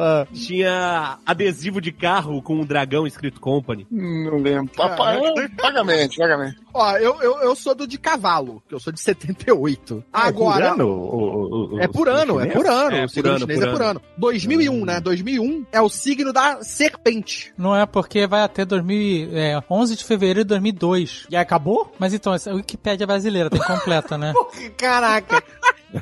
[SPEAKER 14] Tinha adesivo de carro com um dragão escrito Company.
[SPEAKER 15] Não lembro.
[SPEAKER 11] Cara,
[SPEAKER 15] Papai, Vagamente, vagamente.
[SPEAKER 11] Ó, eu, eu, eu sou do de cavalo, que eu sou de 78.
[SPEAKER 2] Ah, é
[SPEAKER 11] Agora.
[SPEAKER 40] Ah, é Por ano, o- o- o-
[SPEAKER 11] É por ano, é por ano.
[SPEAKER 40] É
[SPEAKER 11] o signo chinês é por ano. 2001,
[SPEAKER 40] Hum.
[SPEAKER 11] né? 2001 é o signo da serpente.
[SPEAKER 3] Não é porque vai até 2000, é, 11 de fevereiro de 2002.
[SPEAKER 2] E acabou?
[SPEAKER 3] Mas então, essa Wikipédia brasileira tem completa, né?
[SPEAKER 11] Caraca.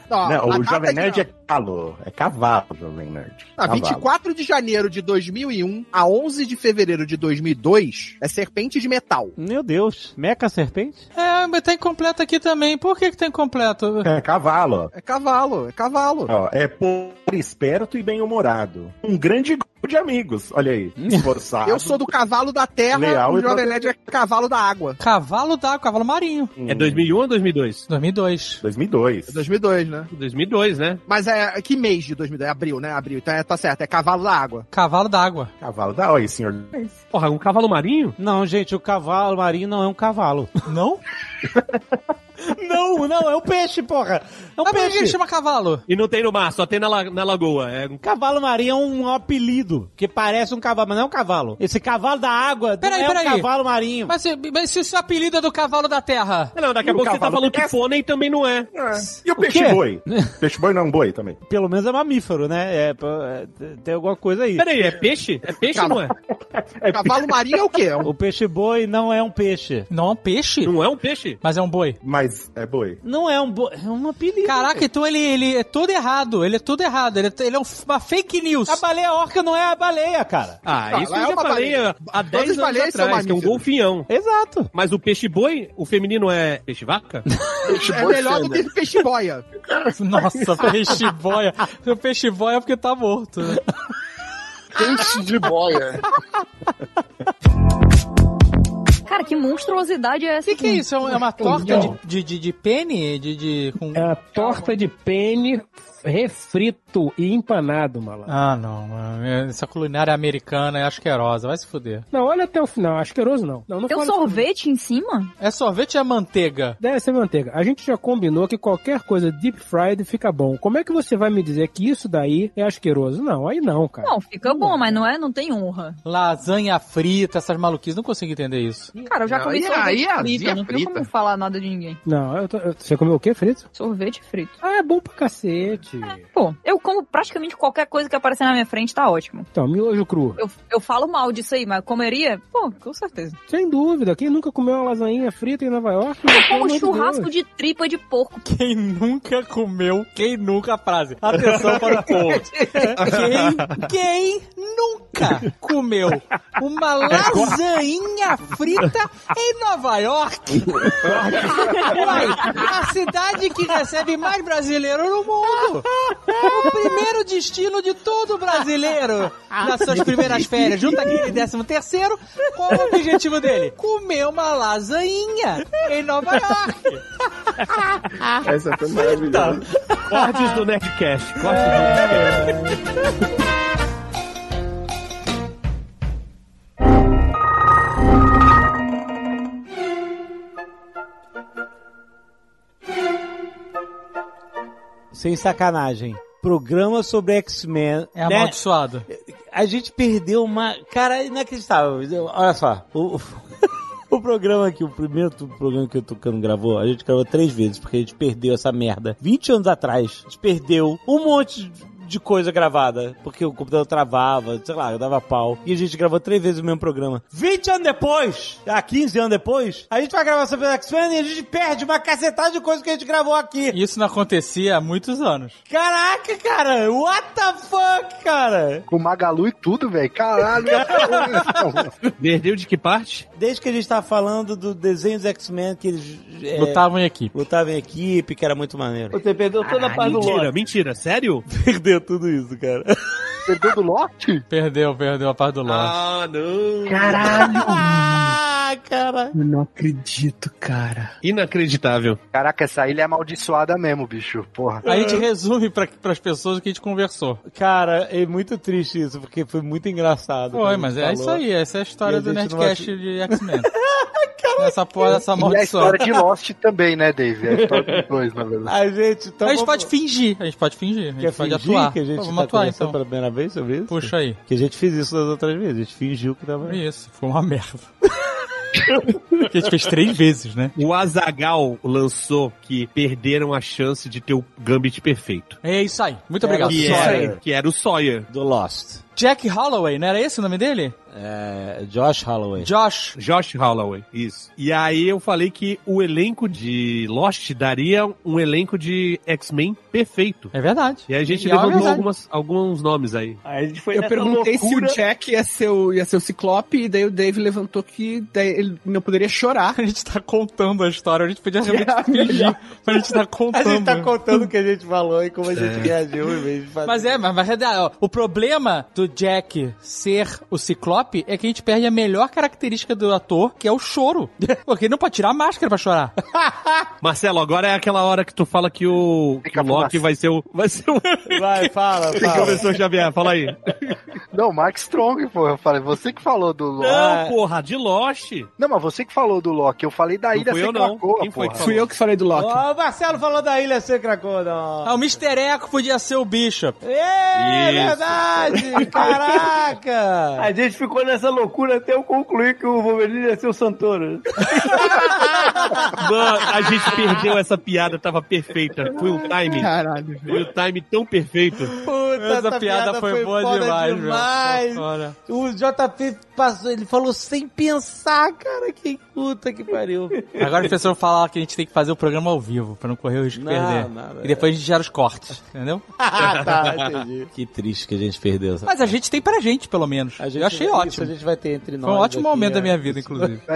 [SPEAKER 11] Ó,
[SPEAKER 40] Não,
[SPEAKER 11] a
[SPEAKER 30] o
[SPEAKER 11] data
[SPEAKER 40] Jovem
[SPEAKER 11] de-
[SPEAKER 40] Nerd é calo, é cavalo, Jovem Nerd.
[SPEAKER 11] Ah,
[SPEAKER 40] Cavalo.
[SPEAKER 11] 24 de janeiro de 2001 a 11 de fevereiro de 2002 é serpente de metal.
[SPEAKER 2] Meu Deus. Meca serpente?
[SPEAKER 3] É, mas tá incompleto aqui também. Por que que tá incompleto?
[SPEAKER 40] É cavalo.
[SPEAKER 11] É cavalo, é cavalo.
[SPEAKER 40] Ó, é por esperto e bem-humorado. Um grande grupo de amigos. Olha aí.
[SPEAKER 1] Hum.
[SPEAKER 40] Esforçado.
[SPEAKER 11] Eu sou do cavalo da terra,
[SPEAKER 40] Leal
[SPEAKER 11] o
[SPEAKER 40] e
[SPEAKER 11] Jovem Nerd é cavalo da água.
[SPEAKER 3] Cavalo da cavalo marinho.
[SPEAKER 14] É 2001 ou 2002?
[SPEAKER 3] 2002.
[SPEAKER 40] 2002.
[SPEAKER 11] 2002, né?
[SPEAKER 14] 2002, né?
[SPEAKER 11] Mas é que mês de 2002? É Abril, né? Abril. Então é, tá certo, é cavalo da água.
[SPEAKER 3] Cavalo d'água.
[SPEAKER 40] Cavalo da. Olha aí, senhor.
[SPEAKER 14] Porra, um cavalo marinho?
[SPEAKER 2] Não, gente, o cavalo marinho não é um cavalo.
[SPEAKER 3] Não?
[SPEAKER 2] não, não, é um peixe, porra. É um
[SPEAKER 3] Mas por que
[SPEAKER 2] peixe.
[SPEAKER 3] ele chama cavalo?
[SPEAKER 14] E não tem no mar, só tem na, la- na lagoa. É um
[SPEAKER 2] Cavalo marinho é um apelido, que parece um cavalo, mas não é um cavalo. Esse cavalo da água
[SPEAKER 3] Peraí,
[SPEAKER 2] não é
[SPEAKER 3] peraí.
[SPEAKER 2] um cavalo marinho.
[SPEAKER 3] Mas, se- mas se o seu apelido é do cavalo da terra?
[SPEAKER 14] Não, daqui a
[SPEAKER 40] E o
[SPEAKER 14] pouco você tá
[SPEAKER 40] cavalo
[SPEAKER 14] falando que
[SPEAKER 40] pesca?
[SPEAKER 14] fônem também não é.
[SPEAKER 40] E o um peixe boi? peixe boi não, um boi também.
[SPEAKER 2] Pelo menos é mamífero, né? É, pô, é, t- tem alguma coisa aí.
[SPEAKER 14] Peraí, é peixe? É peixe ou não é?
[SPEAKER 11] Cavalo marinho é o quê? É um-
[SPEAKER 2] O peixe boi não é um peixe.
[SPEAKER 3] Não é um peixe?
[SPEAKER 14] Não é um peixe?
[SPEAKER 3] Mas é um boi.
[SPEAKER 40] Mas é boi.
[SPEAKER 2] Não é um boi, é um apelido.
[SPEAKER 3] Caraca, então ele, ele é todo errado. Ele é todo errado. Ele é, ele é um- uma fake news.
[SPEAKER 2] A baleia orca não é a baleia, cara.
[SPEAKER 14] Ah,
[SPEAKER 11] Não,
[SPEAKER 14] isso
[SPEAKER 11] lá
[SPEAKER 14] eu
[SPEAKER 11] é
[SPEAKER 14] já
[SPEAKER 11] uma
[SPEAKER 14] falei
[SPEAKER 11] baleia.
[SPEAKER 14] há há 10
[SPEAKER 11] Todas as
[SPEAKER 14] anos
[SPEAKER 11] baleias são
[SPEAKER 14] atrás, que é um
[SPEAKER 11] mamíferos.
[SPEAKER 14] golfinhão.
[SPEAKER 2] Exato.
[SPEAKER 14] Mas o peixe boi, o feminino é peixe vaca?
[SPEAKER 15] Peixe
[SPEAKER 11] É
[SPEAKER 15] boi
[SPEAKER 11] melhor do
[SPEAKER 15] fêmea.
[SPEAKER 11] que peixe boia.
[SPEAKER 3] né? Nossa, peixe boia. O peixe boia é porque tá morto. né?
[SPEAKER 15] Peixe de boia.
[SPEAKER 12] Cara, que monstruosidade é essa?
[SPEAKER 3] O que, que é isso? É uma- é uma torta de, de, de, de pene? De, de, com...
[SPEAKER 13] É a torta de pene refrito e empanado, malandro.
[SPEAKER 3] Ah, não. mano. Essa culinária americana é asquerosa. Vai se fuder.
[SPEAKER 13] Não, olha até o final. Asqueroso não. não, não
[SPEAKER 12] Tem um
[SPEAKER 13] fala-
[SPEAKER 12] sorvete em cima?
[SPEAKER 3] É sorvete ou é manteiga?
[SPEAKER 13] Deve ser manteiga. A gente já combinou que qualquer coisa deep fried fica bom. Como é que você vai me dizer que isso daí é asqueroso? Não, aí não, cara.
[SPEAKER 12] Não, fica bom, mas não é, não tem honra.
[SPEAKER 3] Lasanha frita, essas maluquices. Não consigo entender isso.
[SPEAKER 12] Cara, eu já
[SPEAKER 16] Não,
[SPEAKER 12] comi
[SPEAKER 16] e aí
[SPEAKER 12] sorvete
[SPEAKER 16] é
[SPEAKER 12] frito,
[SPEAKER 16] azia
[SPEAKER 12] eu não tenho
[SPEAKER 16] frita.
[SPEAKER 12] como falar nada de ninguém.
[SPEAKER 13] Não, eu tô- eu- você comeu o quê, frito?
[SPEAKER 12] Sorvete frito. Ah,
[SPEAKER 13] Ah, é bom pra cacete.
[SPEAKER 12] Pô, eu como praticamente qualquer coisa que aparecer na minha frente, tá ótimo.
[SPEAKER 13] Então, miojo cru.
[SPEAKER 12] Eu, eu falo mal disso aí, mas comeria? Pô, com certeza.
[SPEAKER 13] Sem dúvida. Quem nunca comeu uma lasanha frita em Nova York?
[SPEAKER 12] Eu
[SPEAKER 13] Pelo amor
[SPEAKER 12] como
[SPEAKER 13] de
[SPEAKER 12] churrasco
[SPEAKER 13] Deus.
[SPEAKER 12] de tripa de porco.
[SPEAKER 3] Quem nunca comeu, quem nunca a frase. Atenção para o povo. Quem, quem nunca comeu uma
[SPEAKER 40] É
[SPEAKER 3] lasanha frita em Nova York? Uai, a cidade que recebe mais brasileiro no mundo. É o primeiro destino de todo brasileiro nas suas primeiras férias, junto aquele décimo terceiro. Qual o objetivo dele? Comer uma lasanha em Nova York.
[SPEAKER 14] Cortes do Nerdcast. Cortes do Nerdcast.
[SPEAKER 2] sem sacanagem. Programa sobre X-Men. né?
[SPEAKER 41] É
[SPEAKER 3] Né?
[SPEAKER 41] amaldiçoado.
[SPEAKER 2] A gente perdeu uma. Cara, inacreditável. Olha só. O, o programa que o primeiro tu- programa que o Tucano gravou, a gente gravou três vezes, porque a gente perdeu essa merda. 20 anos atrás, a gente perdeu um monte de- de coisa gravada, porque o computador travava, sei lá, dava pau. E a gente gravou três vezes o mesmo programa. 20 anos depois, há 15 anos depois, a gente vai gravar sobre X-Men e a gente perde uma cacetada de coisa que a gente gravou aqui.
[SPEAKER 3] Isso não acontecia há muitos anos.
[SPEAKER 2] Caraca, cara! What the fuck, cara?
[SPEAKER 11] Com Magalu e tudo, velho. Caralho.
[SPEAKER 14] Perdeu de que parte?
[SPEAKER 2] Desde que a gente tava falando do desenho dos X-Men, que eles... é,
[SPEAKER 3] Lutavam em equipe.
[SPEAKER 2] Lutavam em equipe, que era muito maneiro.
[SPEAKER 13] Você perdeu toda
[SPEAKER 3] Ah,
[SPEAKER 13] a parte do
[SPEAKER 2] mentira,
[SPEAKER 13] Loki.
[SPEAKER 14] mentira, sério?
[SPEAKER 2] Perdeu tudo isso, cara.
[SPEAKER 11] Perdeu do lote?
[SPEAKER 3] Perdeu, perdeu a parte do Lost.
[SPEAKER 14] Ah, não.
[SPEAKER 2] Ah, cara.
[SPEAKER 11] Eu não acredito, cara.
[SPEAKER 14] Inacreditável.
[SPEAKER 11] Caraca, essa ilha é amaldiçoada mesmo, bicho. Porra.
[SPEAKER 3] A gente resume pra, pras pessoas o que a gente conversou.
[SPEAKER 2] Cara, é muito triste isso, porque foi muito engraçado.
[SPEAKER 3] Foi, mas é isso aí. Essa é a
[SPEAKER 2] tá E
[SPEAKER 3] história
[SPEAKER 2] a
[SPEAKER 3] do
[SPEAKER 2] gente não
[SPEAKER 3] Nerdcast de X-Men. Essa porra dessa
[SPEAKER 11] E a
[SPEAKER 3] maldição.
[SPEAKER 11] história de Lost também, né, Dave? É a história dos dois, na verdade.
[SPEAKER 2] A gente, então
[SPEAKER 3] a gente pode fingir, a gente pode fingir, a gente
[SPEAKER 2] Quer
[SPEAKER 3] pode
[SPEAKER 2] fingir
[SPEAKER 3] atuar.
[SPEAKER 2] que a gente
[SPEAKER 3] Pô, vamos
[SPEAKER 2] tá
[SPEAKER 3] atuar
[SPEAKER 2] conversando
[SPEAKER 3] então.
[SPEAKER 2] pela primeira vez sobre isso?
[SPEAKER 3] Puxa aí.
[SPEAKER 2] Que a gente fez isso das outras vezes, a gente fingiu que tava...
[SPEAKER 3] Isso, foi uma merda. que a gente fez três vezes, né?
[SPEAKER 14] O Azagal lançou que perderam a chance de ter o Gambit perfeito.
[SPEAKER 3] É isso aí. Muito obrigado.
[SPEAKER 14] Que
[SPEAKER 3] Sawyer.
[SPEAKER 14] era, que era o Sawyer.
[SPEAKER 2] Do Lost.
[SPEAKER 3] Jack Holloway, né? não era esse o nome dele?
[SPEAKER 2] É, Josh Holloway.
[SPEAKER 3] Josh.
[SPEAKER 14] Josh Holloway, isso. E aí eu falei que o elenco de Lost daria um elenco de X-Men perfeito.
[SPEAKER 3] É verdade.
[SPEAKER 14] E aí a gente
[SPEAKER 4] E é
[SPEAKER 14] levantou
[SPEAKER 4] verdade.
[SPEAKER 14] algumas, alguns nomes aí.
[SPEAKER 4] Aí a gente foi
[SPEAKER 11] né?
[SPEAKER 14] Eu perguntei se o
[SPEAKER 4] Jack ia ser, o, ia ser o Ciclope, e daí o Dave levantou que ele não poderia chorar.
[SPEAKER 3] A gente tá contando a história, a gente
[SPEAKER 4] É
[SPEAKER 3] podia realmente fingir, mas a gente tá contando.
[SPEAKER 2] A gente tá contando o que a gente falou e como a
[SPEAKER 13] É.
[SPEAKER 2] gente reagiu em vez de fazer.
[SPEAKER 3] Mas é, mas, mas é da- ó, o problema do Jack ser o Ciclope é que a gente perde a melhor característica do ator, que é o choro. Porque ele não pode tirar a máscara pra chorar.
[SPEAKER 14] Marcelo, agora é aquela hora que tu fala que o, que o Loki vai ser o. Vai ser o.
[SPEAKER 2] Vai, fala,
[SPEAKER 11] fala.
[SPEAKER 14] Professor Xavier, fala aí.
[SPEAKER 11] Não, Mark Strong, porra. Eu falei, você que falou do Lost.
[SPEAKER 14] Não, porra, de Lost.
[SPEAKER 11] Não, mas você que falou do Loki. Eu falei da
[SPEAKER 14] Não
[SPEAKER 11] ilha
[SPEAKER 14] fui
[SPEAKER 11] sem
[SPEAKER 14] eu, não.
[SPEAKER 11] Krakoa,
[SPEAKER 14] Quem foi
[SPEAKER 11] porra.
[SPEAKER 14] que falou? Fui eu
[SPEAKER 11] que falei do
[SPEAKER 2] Ó, o Marcelo falou da Ilha Sem Cracona.
[SPEAKER 3] Ah, o Mr. Echo podia ser o Bishop.
[SPEAKER 2] É
[SPEAKER 3] Isso.
[SPEAKER 2] verdade! Caraca!
[SPEAKER 13] é A gente ficou nessa loucura até eu concluir que o Wolverine ia ser o Santoro.
[SPEAKER 14] Mano, a gente perdeu essa piada, tava perfeita. Foi um time.
[SPEAKER 4] Caralho,
[SPEAKER 14] Foi um time tão perfeito.
[SPEAKER 2] Puta,
[SPEAKER 3] Essa piada foi boa
[SPEAKER 2] foda
[SPEAKER 3] demais, velho.
[SPEAKER 2] demais.
[SPEAKER 3] Foda.
[SPEAKER 2] O JP passou, ele falou sem pensar, cara. Que puta que pariu.
[SPEAKER 3] Agora o professor fala que a gente tem que fazer o programa ao vivo, pra não correr o risco de
[SPEAKER 2] Não,
[SPEAKER 3] perder.
[SPEAKER 2] não,
[SPEAKER 3] e depois a gente gera os cortes, entendeu?
[SPEAKER 2] Ah, tá, entendi. Que triste que a gente perdeu. essa-
[SPEAKER 3] Mas a gente tem pra gente, pelo menos. Eu achei
[SPEAKER 2] isso
[SPEAKER 3] ótimo.
[SPEAKER 2] a gente vai ter entre
[SPEAKER 3] Foi um
[SPEAKER 2] nós
[SPEAKER 3] ótimo
[SPEAKER 2] aqui,
[SPEAKER 3] momento
[SPEAKER 2] é.
[SPEAKER 3] da minha vida, inclusive.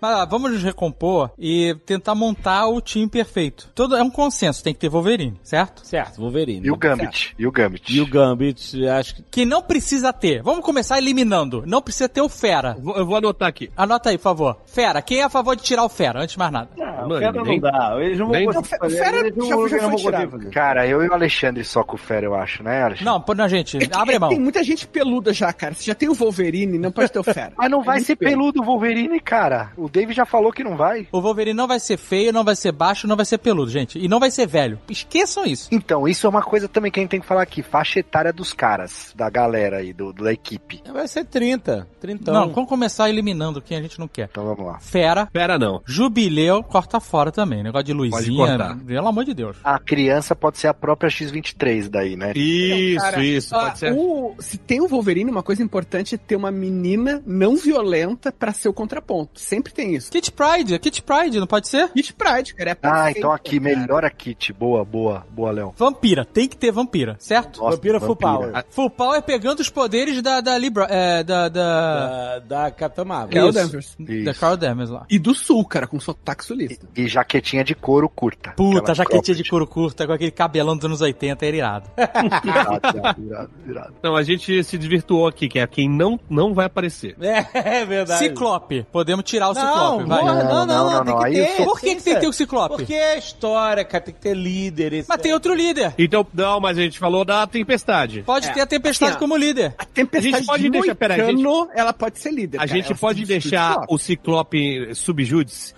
[SPEAKER 3] Mas ah, vamos nos recompor e tentar montar o time perfeito. Todo, é um consenso, tem que ter Wolverine, certo?
[SPEAKER 2] Certo, Wolverine.
[SPEAKER 11] E o Gambit. E o Gambit.
[SPEAKER 2] E o Gambit, acho que.
[SPEAKER 3] Que não precisa ter. Vamos começar eliminando. Não precisa ter o Fera.
[SPEAKER 14] Eu vou anotar aqui.
[SPEAKER 3] Anota aí, por favor. Fera, quem é a favor de tirar o Fera? Antes de mais nada.
[SPEAKER 13] Não, o Fera não dá. Eles não vão
[SPEAKER 11] nem- Então,
[SPEAKER 13] conseguir fazer. Eles não vão- não vão conseguir fazer.
[SPEAKER 11] Cara, eu e o Alexandre só com o Fera, eu acho, né, Alexandre?
[SPEAKER 3] Não, pô, não, gente, abre mão.
[SPEAKER 4] Tem muita gente peluda já, cara. Você já tem o Wolverine, não pode ter o Fera. É
[SPEAKER 11] Mas não vai
[SPEAKER 4] muito
[SPEAKER 11] ser
[SPEAKER 4] feio.
[SPEAKER 11] peludo o Wolverine, cara. O Dave já falou que não vai.
[SPEAKER 3] O Wolverine não vai ser feio, não vai ser baixo, não vai ser peludo, gente. E não vai ser velho. Esqueçam isso.
[SPEAKER 11] Então, isso é uma coisa também que a gente tem que falar aqui. Faixa etária dos caras, da galera aí, do, da equipe.
[SPEAKER 2] Vai ser 30. 30
[SPEAKER 3] Não, vamos começar eliminando quem a gente não quer.
[SPEAKER 11] Então vamos lá.
[SPEAKER 3] Fera.
[SPEAKER 14] Fera não.
[SPEAKER 3] Jubileu, corta fora também. Negócio de luzinha. né?
[SPEAKER 11] cortar.
[SPEAKER 3] Pelo amor de Deus.
[SPEAKER 11] A criança pode ser a própria X-23 daí, né?
[SPEAKER 14] Isso,
[SPEAKER 4] Cara, ah, o- se tem o Wolverine, uma coisa importante é ter uma menina não violenta pra ser o contraponto. Sempre tem isso.
[SPEAKER 3] Kit Pride, é Kit Pride, não pode ser?
[SPEAKER 4] Kit Pride, cara. É
[SPEAKER 11] Ah,
[SPEAKER 4] perfeito,
[SPEAKER 11] então aqui,
[SPEAKER 4] cara.
[SPEAKER 11] melhor a Kit. Boa, boa, boa, Léo.
[SPEAKER 3] Vampira, tem que ter vampira, certo?
[SPEAKER 11] Nossa,
[SPEAKER 2] Vampira full
[SPEAKER 11] vampira.
[SPEAKER 2] power.
[SPEAKER 3] Full Power é pegando os poderes da, da Libra. É, da. Da,
[SPEAKER 2] Da, da Capitã Marvel.
[SPEAKER 4] Carol
[SPEAKER 3] Isso.
[SPEAKER 4] Danvers.
[SPEAKER 3] da Carl Demers lá.
[SPEAKER 4] E do Sul, cara, com sotaque sulista.
[SPEAKER 11] E jaquetinha de couro curta.
[SPEAKER 3] Puta,
[SPEAKER 11] Aquela
[SPEAKER 3] jaquetinha de couro curta com aquele cabelão dos anos 80, era irado.
[SPEAKER 11] Irado,
[SPEAKER 14] Ah,
[SPEAKER 11] irado, irado, irado.
[SPEAKER 14] Não, Então, a gente se desvirtuou aqui, que é quem não, não vai aparecer.
[SPEAKER 2] É, é verdade.
[SPEAKER 3] Ciclope, podemos tirar o
[SPEAKER 2] Não,
[SPEAKER 3] Ciclope, vai.
[SPEAKER 2] porra, não, não, não,
[SPEAKER 11] não,
[SPEAKER 2] tem
[SPEAKER 11] não,
[SPEAKER 2] que
[SPEAKER 11] aí
[SPEAKER 2] ter.
[SPEAKER 11] eu sou-
[SPEAKER 3] Por que, que tem que ter o Ciclope?
[SPEAKER 2] Porque é história, cara, tem que ter líder. Esse
[SPEAKER 3] Mas tem outro líder.
[SPEAKER 14] Então, não, mas a gente falou falou da tempestade.
[SPEAKER 2] É.
[SPEAKER 3] Pode ter a tempestade
[SPEAKER 14] Assim, ó,
[SPEAKER 3] como líder.
[SPEAKER 14] A tempestade a gente pode deixar, peraí, a gente-
[SPEAKER 40] ela pode ser líder.
[SPEAKER 14] A gente pode deixar o Ciclope subjúdice?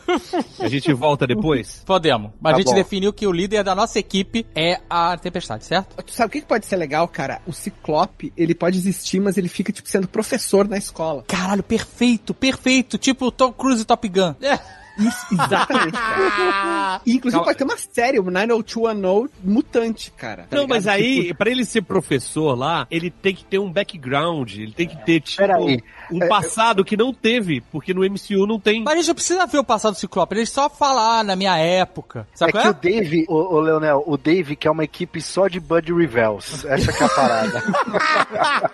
[SPEAKER 14] A gente volta depois?
[SPEAKER 3] Podemos. Mas
[SPEAKER 14] Tá
[SPEAKER 3] a gente
[SPEAKER 14] bom.
[SPEAKER 3] definiu que o líder da nossa equipe é a tempestade, certo?
[SPEAKER 40] Tu sabe o que, que pode ser legal, cara? O Ciclope, ele pode existir, mas ele fica, tipo, sendo professor na escola.
[SPEAKER 3] Caralho, perfeito, perfeito. Tipo Tom Cruise e Top Gun.
[SPEAKER 40] É. Exatamente. cara. E, Inclusive,
[SPEAKER 14] Calma.
[SPEAKER 40] pode ter uma série, o 90210 mutante, cara. tá
[SPEAKER 14] não,
[SPEAKER 40] ligado?
[SPEAKER 14] mas aí,
[SPEAKER 40] Tipo,
[SPEAKER 14] pra ele ser professor lá, ele tem que ter um background, ele tem que ter, tipo,
[SPEAKER 40] Peraí. É,
[SPEAKER 14] um passado que não teve, porque no MCU não tem.
[SPEAKER 3] Mas a gente não precisa ver o passado do Ciclope, ele só fala ah, na minha época. Sabe
[SPEAKER 29] É
[SPEAKER 3] qual
[SPEAKER 29] que
[SPEAKER 3] é?
[SPEAKER 29] o Dave, o, Leonel, o Dave que é uma equipe só de Bud Revels. Essa que é a parada.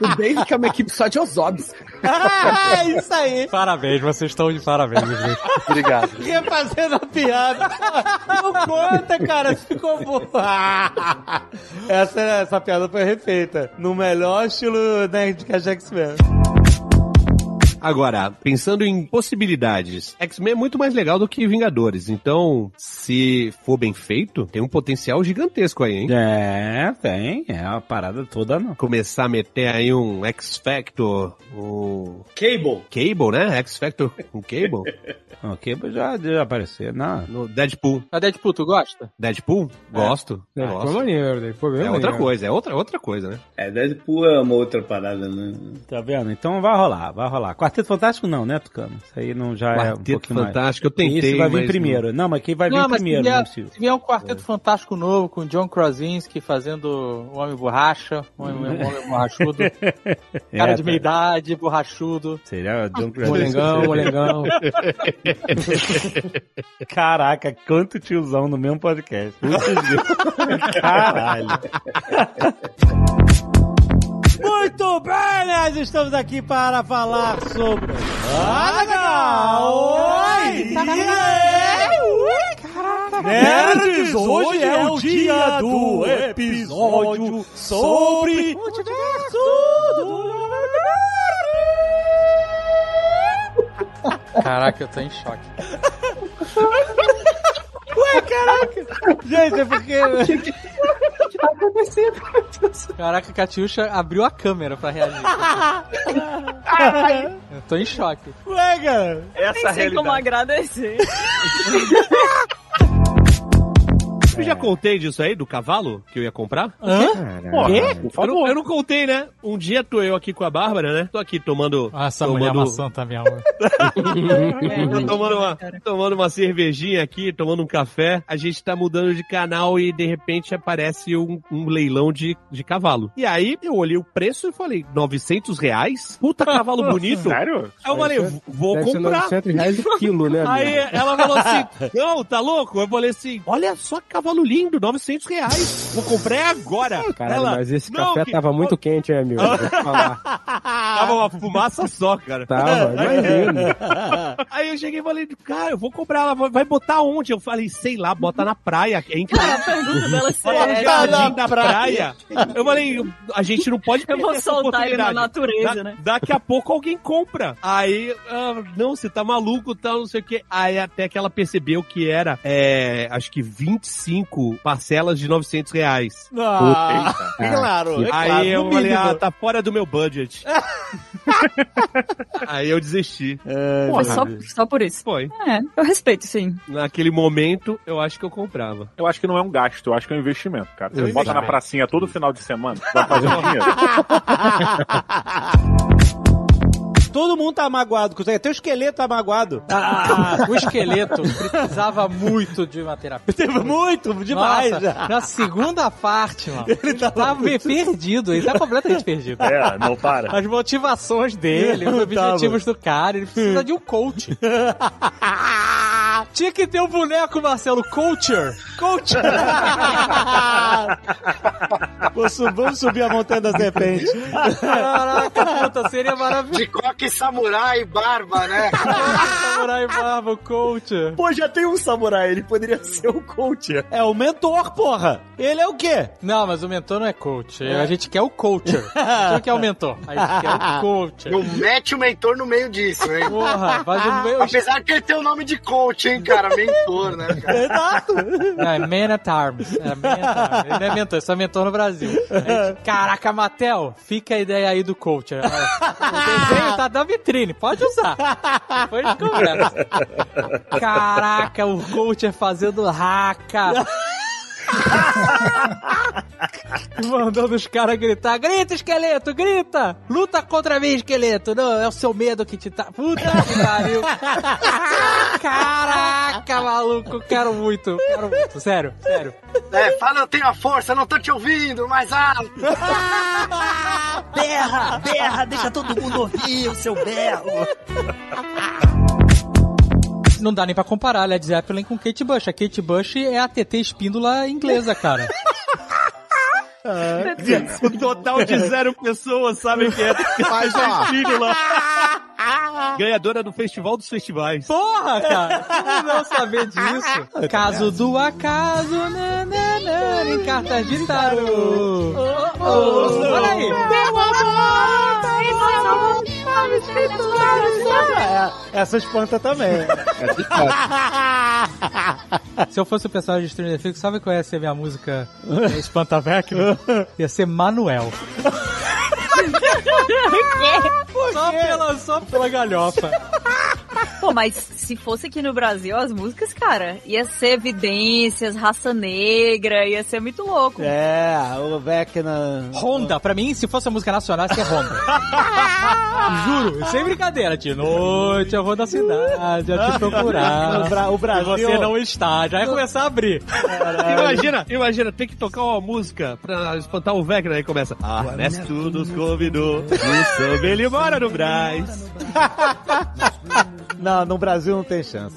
[SPEAKER 40] o Dave que é uma equipe só de Ozobis.
[SPEAKER 3] Ah, isso aí.
[SPEAKER 4] Parabéns, vocês estão de parabéns.
[SPEAKER 29] Obrigado.
[SPEAKER 3] Refazendo a piada. Não conta, cara. Ficou boa.
[SPEAKER 2] essa, essa piada foi refeita. No melhor estilo Nerdcast X-Men.
[SPEAKER 14] Agora, pensando em possibilidades, X-Men é muito mais legal do que Vingadores. Então, se for bem feito, tem um potencial gigantesco aí, hein?
[SPEAKER 2] É, tem. É uma parada toda, não.
[SPEAKER 14] Começar a meter aí um X-Factor, o...
[SPEAKER 2] Cable.
[SPEAKER 14] Cable, né? X-Factor com Cable.
[SPEAKER 2] O Cable já, já apareceu, não.
[SPEAKER 14] No Deadpool.
[SPEAKER 3] A Deadpool, tu gosta?
[SPEAKER 14] Deadpool? Gosto.
[SPEAKER 13] É,
[SPEAKER 14] gosto.
[SPEAKER 13] foi maneiro, daí foi bem
[SPEAKER 14] É outra
[SPEAKER 13] maneiro.
[SPEAKER 14] coisa, é outra, outra coisa, né?
[SPEAKER 2] É, Deadpool é uma outra parada, né? Tá vendo? Então vai rolar, vai rolar. Quarteto Fantástico não, né, Tucano? Isso aí não já é um
[SPEAKER 14] Quarteto
[SPEAKER 2] pouquinho mais.
[SPEAKER 14] Fantástico, eu tentei,
[SPEAKER 2] Esse vai vir
[SPEAKER 14] mas
[SPEAKER 2] primeiro. Não, mas quem vai vir
[SPEAKER 3] mas
[SPEAKER 2] primeiro,
[SPEAKER 3] se
[SPEAKER 2] É. não é
[SPEAKER 3] vier,
[SPEAKER 2] possível.
[SPEAKER 3] se vier um quarteto fantástico novo com John Krasinski fazendo o Homem Borracha, o Homem, o homem Borrachudo, cara de
[SPEAKER 2] tá.
[SPEAKER 3] meia idade, borrachudo.
[SPEAKER 2] Seria Ah, o John
[SPEAKER 3] Molengão, molengão.
[SPEAKER 2] Caraca, quanto tiozão no mesmo podcast. Putz, Deus. Caralho. Muito bem, nós estamos aqui para falar sobre.
[SPEAKER 12] Tá
[SPEAKER 27] Nerds, hoje é o dia do episódio sobre...
[SPEAKER 3] Caraca, eu tô em choque.
[SPEAKER 2] Ué, caraca! Gente, é porque.
[SPEAKER 3] Caraca, a Katiusha abriu a câmera pra reagir. Eu tô em choque.
[SPEAKER 2] Ué, cara!
[SPEAKER 12] Nem sei como agradecer.
[SPEAKER 14] Eu já contei disso aí, do cavalo que eu ia comprar?
[SPEAKER 3] Hã?
[SPEAKER 14] Pô,
[SPEAKER 3] Quê?
[SPEAKER 14] Eu, não, eu não contei, né? Um dia tô eu aqui com a Bárbara, né? Tô aqui tomando.
[SPEAKER 3] Ah, essa
[SPEAKER 14] tomando...
[SPEAKER 3] mulher é uma santa, minha mãe.
[SPEAKER 15] É,
[SPEAKER 14] Tô Tá tomando uma, tomando uma cervejinha aqui, tomando um café. A gente tá mudando de canal e de repente aparece um, um leilão de, de cavalo. E aí eu olhei o preço e falei, 900 reais? Puta cavalo bonito.
[SPEAKER 11] Sério?
[SPEAKER 14] Aí eu
[SPEAKER 3] é
[SPEAKER 14] falei,
[SPEAKER 13] Deve ser-
[SPEAKER 14] vou
[SPEAKER 13] deve ser
[SPEAKER 14] comprar.
[SPEAKER 13] 900 reais o quilo, né,
[SPEAKER 14] Aí
[SPEAKER 13] amigo?
[SPEAKER 14] ela falou assim: Não, tá louco? Eu falei assim: Olha só que cavalo lindo, 900 reais. Vou comprar é agora.
[SPEAKER 13] Caralho,
[SPEAKER 14] ela,
[SPEAKER 13] mas esse
[SPEAKER 14] "Não,
[SPEAKER 13] café
[SPEAKER 14] que-
[SPEAKER 13] tava muito quente,
[SPEAKER 18] né,
[SPEAKER 13] hein, amigo? Vou te falar.
[SPEAKER 14] Tava uma fumaça só, cara.
[SPEAKER 13] Tava, imagina.
[SPEAKER 14] Aí eu cheguei e falei, cara, eu vou comprar ela, vai- vai botar onde? Eu falei, sei lá, bota na praia. É
[SPEAKER 12] A pergunta dela é
[SPEAKER 14] Bota no
[SPEAKER 12] séria.
[SPEAKER 14] jardim da praia. Eu falei, a gente não pode
[SPEAKER 12] Eu vou
[SPEAKER 14] perder essa
[SPEAKER 12] soltar ele na
[SPEAKER 14] oportunidade.
[SPEAKER 12] natureza,
[SPEAKER 14] Da-
[SPEAKER 12] né?
[SPEAKER 14] Daqui a pouco alguém compra. Aí, ah, não, você tá maluco, tal, não sei o quê. Aí até que ela percebeu que era, é, acho que 25 parcelas de 900 reais.
[SPEAKER 27] Ah,
[SPEAKER 14] Puta, hein?
[SPEAKER 27] claro, é
[SPEAKER 14] Aí
[SPEAKER 27] claro,
[SPEAKER 14] eu
[SPEAKER 27] no
[SPEAKER 14] falei,
[SPEAKER 27] mínimo.
[SPEAKER 14] ah, tá fora do meu budget. Aí eu desisti.
[SPEAKER 13] É,
[SPEAKER 12] Pô, só, só por isso.
[SPEAKER 14] Foi.
[SPEAKER 12] É, eu respeito, sim.
[SPEAKER 14] Naquele momento, eu acho que eu comprava.
[SPEAKER 1] Eu acho que não é um gasto, eu acho que é um investimento, cara. Você
[SPEAKER 14] É um
[SPEAKER 1] bota na
[SPEAKER 14] investimento.
[SPEAKER 1] pracinha todo final de semana, vai fazer um dinheiro.
[SPEAKER 2] Todo mundo tá magoado com isso aí. Até o esqueleto tá magoado. Ah,
[SPEAKER 3] O esqueleto precisava muito de uma terapia.
[SPEAKER 2] Muito, demais.
[SPEAKER 3] Nossa, na segunda parte, mano. Ele tava, meio perdido, ele tá completamente perdido.
[SPEAKER 1] É, não para.
[SPEAKER 3] As motivações dele, os
[SPEAKER 1] Tava.
[SPEAKER 3] objetivos do cara, ele precisa de um coach. Tinha que ter um boneco, Marcelo, coacher. Coacher.
[SPEAKER 2] Vou su- Vamos subir a montanha das serpentes.
[SPEAKER 3] é Caraca, puta, seria maravilhoso.
[SPEAKER 30] De coque samurai e barba, né?
[SPEAKER 3] Samurai Barba, o coach.
[SPEAKER 11] Pô, já tem um samurai, ele poderia ser o coach.
[SPEAKER 3] É o mentor, porra. Ele é o quê? Não, mas o mentor não é coach. A gente quer o coach. A gente não quer é o mentor. A gente quer o coach.
[SPEAKER 11] Não mete o mentor no meio disso, hein?
[SPEAKER 3] Porra, faz o meio-
[SPEAKER 11] Apesar que ele tem o nome de coach, hein, cara? Mentor, né, cara?
[SPEAKER 3] Exato. Não, é Man at Arms. É Man at Arms. Ele não é mentor, é só mentor no Brasil. A gente- Caraca, Matel, fica a ideia aí do coach. O desenho tá da vitrine, pode usar. Depois de conversa. Caraca, o coach é fazendo raca. Mandando os caras gritar: Grita, esqueleto, grita! Luta contra mim, esqueleto! Não, é o seu medo que te tá. Puta que pariu! Caraca, maluco, quero muito, quero muito, sério, sério.
[SPEAKER 11] É, fala, eu tenho a força, não tô te ouvindo, ah. mais alto.
[SPEAKER 42] Berra, berra, deixa todo mundo ouvir o seu berro.
[SPEAKER 3] Não dá nem pra comparar Led Zeppelin com Kate Bush. A Kate Bush é a TT espíndola inglesa, cara.
[SPEAKER 4] Ah, O total de zero pessoas sabe que é.
[SPEAKER 14] Mas, ó.
[SPEAKER 4] Espírula.
[SPEAKER 14] Ganhadora do Festival dos Festivais.
[SPEAKER 3] Porra, Ah, cara! Como não saber disso? Caso do acaso, nananã, em cartas de tarô. Oh, oh, Olha aí!
[SPEAKER 4] Meu amor, tem amor, sabe, escrito lá no céu.
[SPEAKER 13] Essa espanta também.
[SPEAKER 3] Se eu fosse o personagem de Stranger Things, sabe qual ia ser a minha música é, Espantavecno? Ia ser Manuel. Só pela, só pela galhofa.
[SPEAKER 12] Pô, mas se fosse aqui no Brasil, as músicas, cara, ia ser evidências, raça negra, ia ser muito louco.
[SPEAKER 13] É, o Vecna.
[SPEAKER 3] Honda, pra mim, se fosse a música nacional, ia ser Honda. Juro, sem brincadeira, de noite eu vou da cidade, eu te procurar.
[SPEAKER 13] O Bra- o Brasil-
[SPEAKER 3] E você não está, já ia começar a abrir.
[SPEAKER 14] Imagina, imagina, tem que tocar uma música pra espantar o Vecna, aí começa. Ah, Ernesto
[SPEAKER 13] é
[SPEAKER 14] nos convidou, no samba ele mora no Brás.
[SPEAKER 13] Não, no Brasil não tem chance.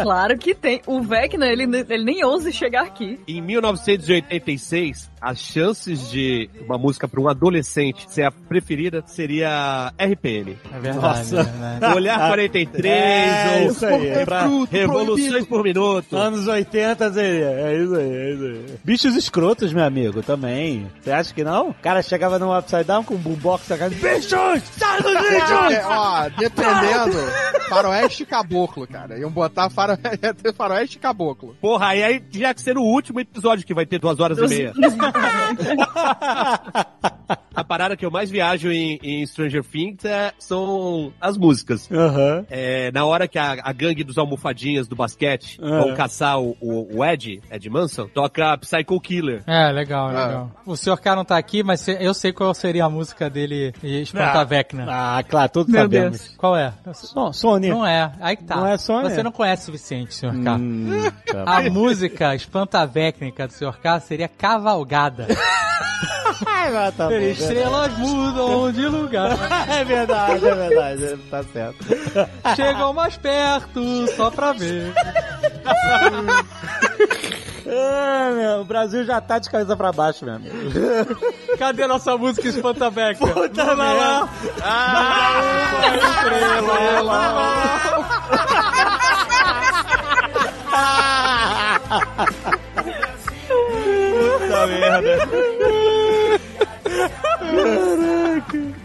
[SPEAKER 12] Claro que tem. O Vecna, ele, ele nem ousa chegar aqui.
[SPEAKER 14] Em 1986, as chances de uma música pra um adolescente ser a preferida seria RPM. É
[SPEAKER 3] verdade,
[SPEAKER 14] Nossa.
[SPEAKER 3] é verdade.
[SPEAKER 14] Olhar 43
[SPEAKER 13] É,
[SPEAKER 14] ou
[SPEAKER 13] isso aí.
[SPEAKER 14] pra
[SPEAKER 13] É fruto
[SPEAKER 14] Revoluções
[SPEAKER 13] proibido.
[SPEAKER 14] por Minuto.
[SPEAKER 13] Anos 80 seria. É isso aí, é isso aí. Bichos escrotos, meu amigo, também. Você acha que não? O cara chegava no Upside Down com um boombox na cara. Bichos! Sai dos bichos!
[SPEAKER 43] É, ó, dependendo, faroeste e caboclo, cara. Iam botar faro- ia ter faroeste e caboclo.
[SPEAKER 14] Porra, aí, aí tinha que ser o último episódio que vai ter duas horas e meia. A parada que eu mais viajo em, em Stranger Things é- são as músicas. É, na hora que a, a gangue dos almofadinhas do basquete
[SPEAKER 3] Ah.
[SPEAKER 14] vão caçar o, o- o Ed, Ed Manson, toca Psycho Killer.
[SPEAKER 3] É, legal,
[SPEAKER 14] Ah.
[SPEAKER 3] legal. O senhor K não tá aqui, mas se- eu sei qual seria a música dele e Espantar
[SPEAKER 13] Ah.
[SPEAKER 3] Vecna.
[SPEAKER 13] Ah, claro, todos
[SPEAKER 3] Meu
[SPEAKER 13] sabemos.
[SPEAKER 3] Deus. Qual é?
[SPEAKER 13] Sony.
[SPEAKER 3] Não é, aí que tá.
[SPEAKER 13] Não é Sony?
[SPEAKER 3] Você não conhece o suficiente, senhor K.
[SPEAKER 13] tá
[SPEAKER 3] a
[SPEAKER 13] bom.
[SPEAKER 3] música espantavécnica do senhor K seria Cavalgada.
[SPEAKER 13] Ai, mas tá bom,
[SPEAKER 3] Estrelas mudam de lugar.
[SPEAKER 13] É verdade, é verdade, tá certo.
[SPEAKER 3] Chegam mais perto, só pra ver.
[SPEAKER 2] É,
[SPEAKER 13] Ah, meu, o Brasil já tá de cabeça pra baixo mesmo.
[SPEAKER 3] Cadê nossa música espantaveca? Puta lá, lá.
[SPEAKER 4] Puta merda.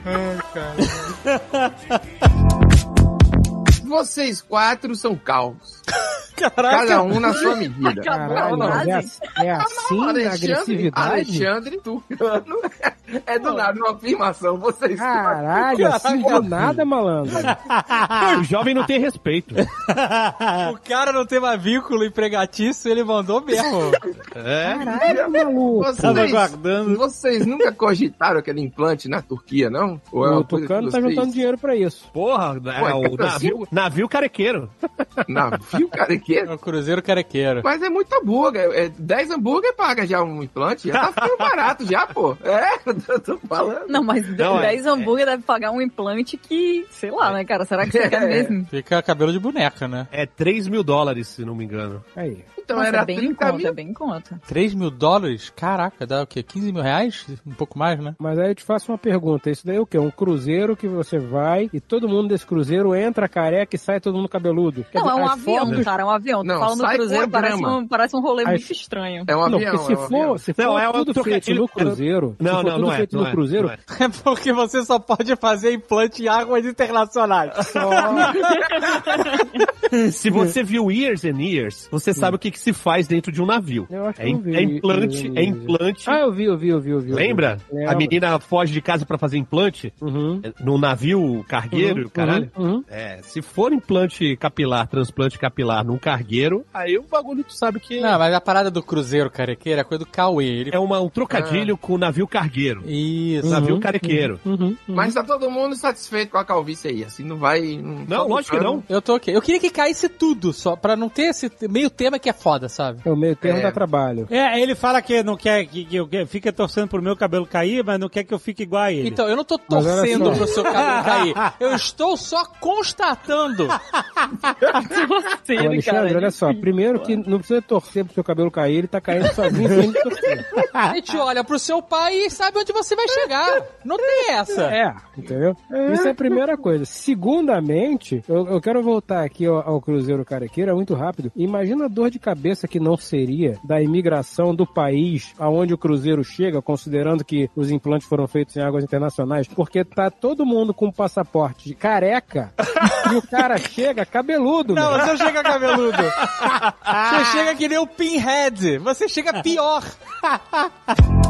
[SPEAKER 3] É,
[SPEAKER 16] Vocês quatro são calvos.
[SPEAKER 3] Caraca.
[SPEAKER 16] Cada um na sua medida.
[SPEAKER 18] Caralho, mas é, é assim a
[SPEAKER 16] Alexandre-
[SPEAKER 18] agressividade?
[SPEAKER 16] Alexandre Tucano. É do nada, uma afirmação. Vocês
[SPEAKER 18] Caralho, assim do nada, malandro. Ah.
[SPEAKER 14] o jovem não tem respeito.
[SPEAKER 3] o cara não tem mais vínculo empregatício, ele mandou mesmo. É.
[SPEAKER 18] Caralho, maluco.
[SPEAKER 14] é
[SPEAKER 16] Vocês, vocês nunca cogitaram aquele implante na Turquia, não? Ou é uma
[SPEAKER 18] O
[SPEAKER 16] coisa que
[SPEAKER 18] Tucano tá
[SPEAKER 16] vocês-
[SPEAKER 18] juntando dinheiro pra isso.
[SPEAKER 14] Porra,
[SPEAKER 16] Ué,
[SPEAKER 14] é, o
[SPEAKER 16] Brasil?
[SPEAKER 14] navio, navio carequeiro.
[SPEAKER 16] Navio carequeiro?
[SPEAKER 3] O um cruzeiro carequeiro.
[SPEAKER 16] Mas é muito hambúrguer. É, 10 hambúrguer paga já um implante. Já tá ficando barato já, pô. É, que eu tô falando.
[SPEAKER 12] Não, mas
[SPEAKER 16] Não, é-
[SPEAKER 12] 10 hambúrguer deve pagar um implante que, sei lá, né, cara? Será que você quer mesmo?
[SPEAKER 3] Fica cabelo de boneca, né?
[SPEAKER 14] É 3 mil dólares, se não me engano.
[SPEAKER 18] Aí.
[SPEAKER 12] Então
[SPEAKER 16] era
[SPEAKER 12] é bem em
[SPEAKER 16] 30
[SPEAKER 12] conta,
[SPEAKER 16] mil.
[SPEAKER 12] é bem em conta.
[SPEAKER 3] 3 mil dólares? Caraca, dá o quê? 15 mil reais? Um pouco mais, né?
[SPEAKER 18] Mas aí eu te faço uma pergunta: isso daí é o quê? Um cruzeiro que você vai e todo mundo desse cruzeiro entra careca e sai todo mundo cabeludo. Quer
[SPEAKER 12] Não, é
[SPEAKER 18] dizer,
[SPEAKER 12] um
[SPEAKER 18] as
[SPEAKER 12] avião,
[SPEAKER 18] fotos-
[SPEAKER 12] cara, é um avião.
[SPEAKER 18] Não,
[SPEAKER 12] Tô falando do
[SPEAKER 18] sai com
[SPEAKER 12] cruzeiro,
[SPEAKER 18] a
[SPEAKER 12] parece
[SPEAKER 18] grama.
[SPEAKER 12] um, parece um rolê
[SPEAKER 18] Aí-
[SPEAKER 12] muito estranho.
[SPEAKER 18] não, porque se for, se for
[SPEAKER 3] Não, é um
[SPEAKER 18] tudo feito
[SPEAKER 3] trocadilho-
[SPEAKER 18] no cruzeiro,
[SPEAKER 3] Não,
[SPEAKER 18] se for
[SPEAKER 3] não,
[SPEAKER 18] tudo
[SPEAKER 3] não é,
[SPEAKER 18] feito
[SPEAKER 3] não
[SPEAKER 18] no
[SPEAKER 3] é,
[SPEAKER 18] cruzeiro,
[SPEAKER 3] não é. É porque você só pode fazer implante em águas internacionais.
[SPEAKER 14] Se você viu Years and Years, você sabe o que, que se faz dentro de um navio.
[SPEAKER 18] Eu acho
[SPEAKER 14] é,
[SPEAKER 18] que eu
[SPEAKER 14] im-
[SPEAKER 18] vi
[SPEAKER 14] é implante,
[SPEAKER 18] Years and
[SPEAKER 14] é
[SPEAKER 18] Years.
[SPEAKER 14] implante.
[SPEAKER 18] Ah, eu vi, eu vi, eu vi, eu vi. É, eu vi.
[SPEAKER 14] Lembra? A
[SPEAKER 18] Lembro.
[SPEAKER 14] menina foge de casa pra fazer implante
[SPEAKER 18] É,
[SPEAKER 14] no navio cargueiro,
[SPEAKER 18] Uhum,
[SPEAKER 14] caralho.
[SPEAKER 18] uhum, uhum.
[SPEAKER 14] É, se for implante capilar, transplante capilar num cargueiro, aí o bagulho tu sabe que
[SPEAKER 3] Não, mas a parada do cruzeiro carequeira é coisa do Cauê.
[SPEAKER 14] é uma, um trocadilho com o navio cargueiro.
[SPEAKER 3] Isso.
[SPEAKER 18] Uhum,
[SPEAKER 14] Navio carequeiro.
[SPEAKER 16] Mas tá todo mundo satisfeito com a calvície aí, assim, não vai... Não,
[SPEAKER 3] Eu tô ok. Eu queria que caísse tudo, só pra não ter esse meio tema que é foda, sabe?
[SPEAKER 18] É o meio termo
[SPEAKER 3] É.
[SPEAKER 18] dá trabalho.
[SPEAKER 2] É, ele fala que não quer que, que eu que- fica torcendo pro meu cabelo cair, mas não quer que eu fique igual a ele.
[SPEAKER 3] Então, eu não tô
[SPEAKER 2] Mas olha
[SPEAKER 3] torcendo
[SPEAKER 2] só.
[SPEAKER 3] pro seu cabelo cair. Eu estou só constatando.
[SPEAKER 18] Ô, Alexandre, olha só, primeiro que não precisa torcer pro seu cabelo cair, ele tá caindo sozinho sem ele torcer.
[SPEAKER 3] A gente olha pro seu pai e sabe onde você vai chegar. Não tem essa.
[SPEAKER 18] É, entendeu? Isso é a primeira coisa. Segundamente, eu, eu quero voltar aqui ao, ao Cruzeiro Carequeira muito rápido. Imagina a dor de cabeça que não seria da imigração do país aonde o Cruzeiro chega, considerando que os implantes foram feitos em águas internacionais, porque tá todo mundo com passaporte de careca e o cara chega cabeludo.
[SPEAKER 3] Não,
[SPEAKER 11] Né?
[SPEAKER 18] meu.
[SPEAKER 3] você chega cabeludo. Ah. Você chega que nem o Pinhead. Você chega pior.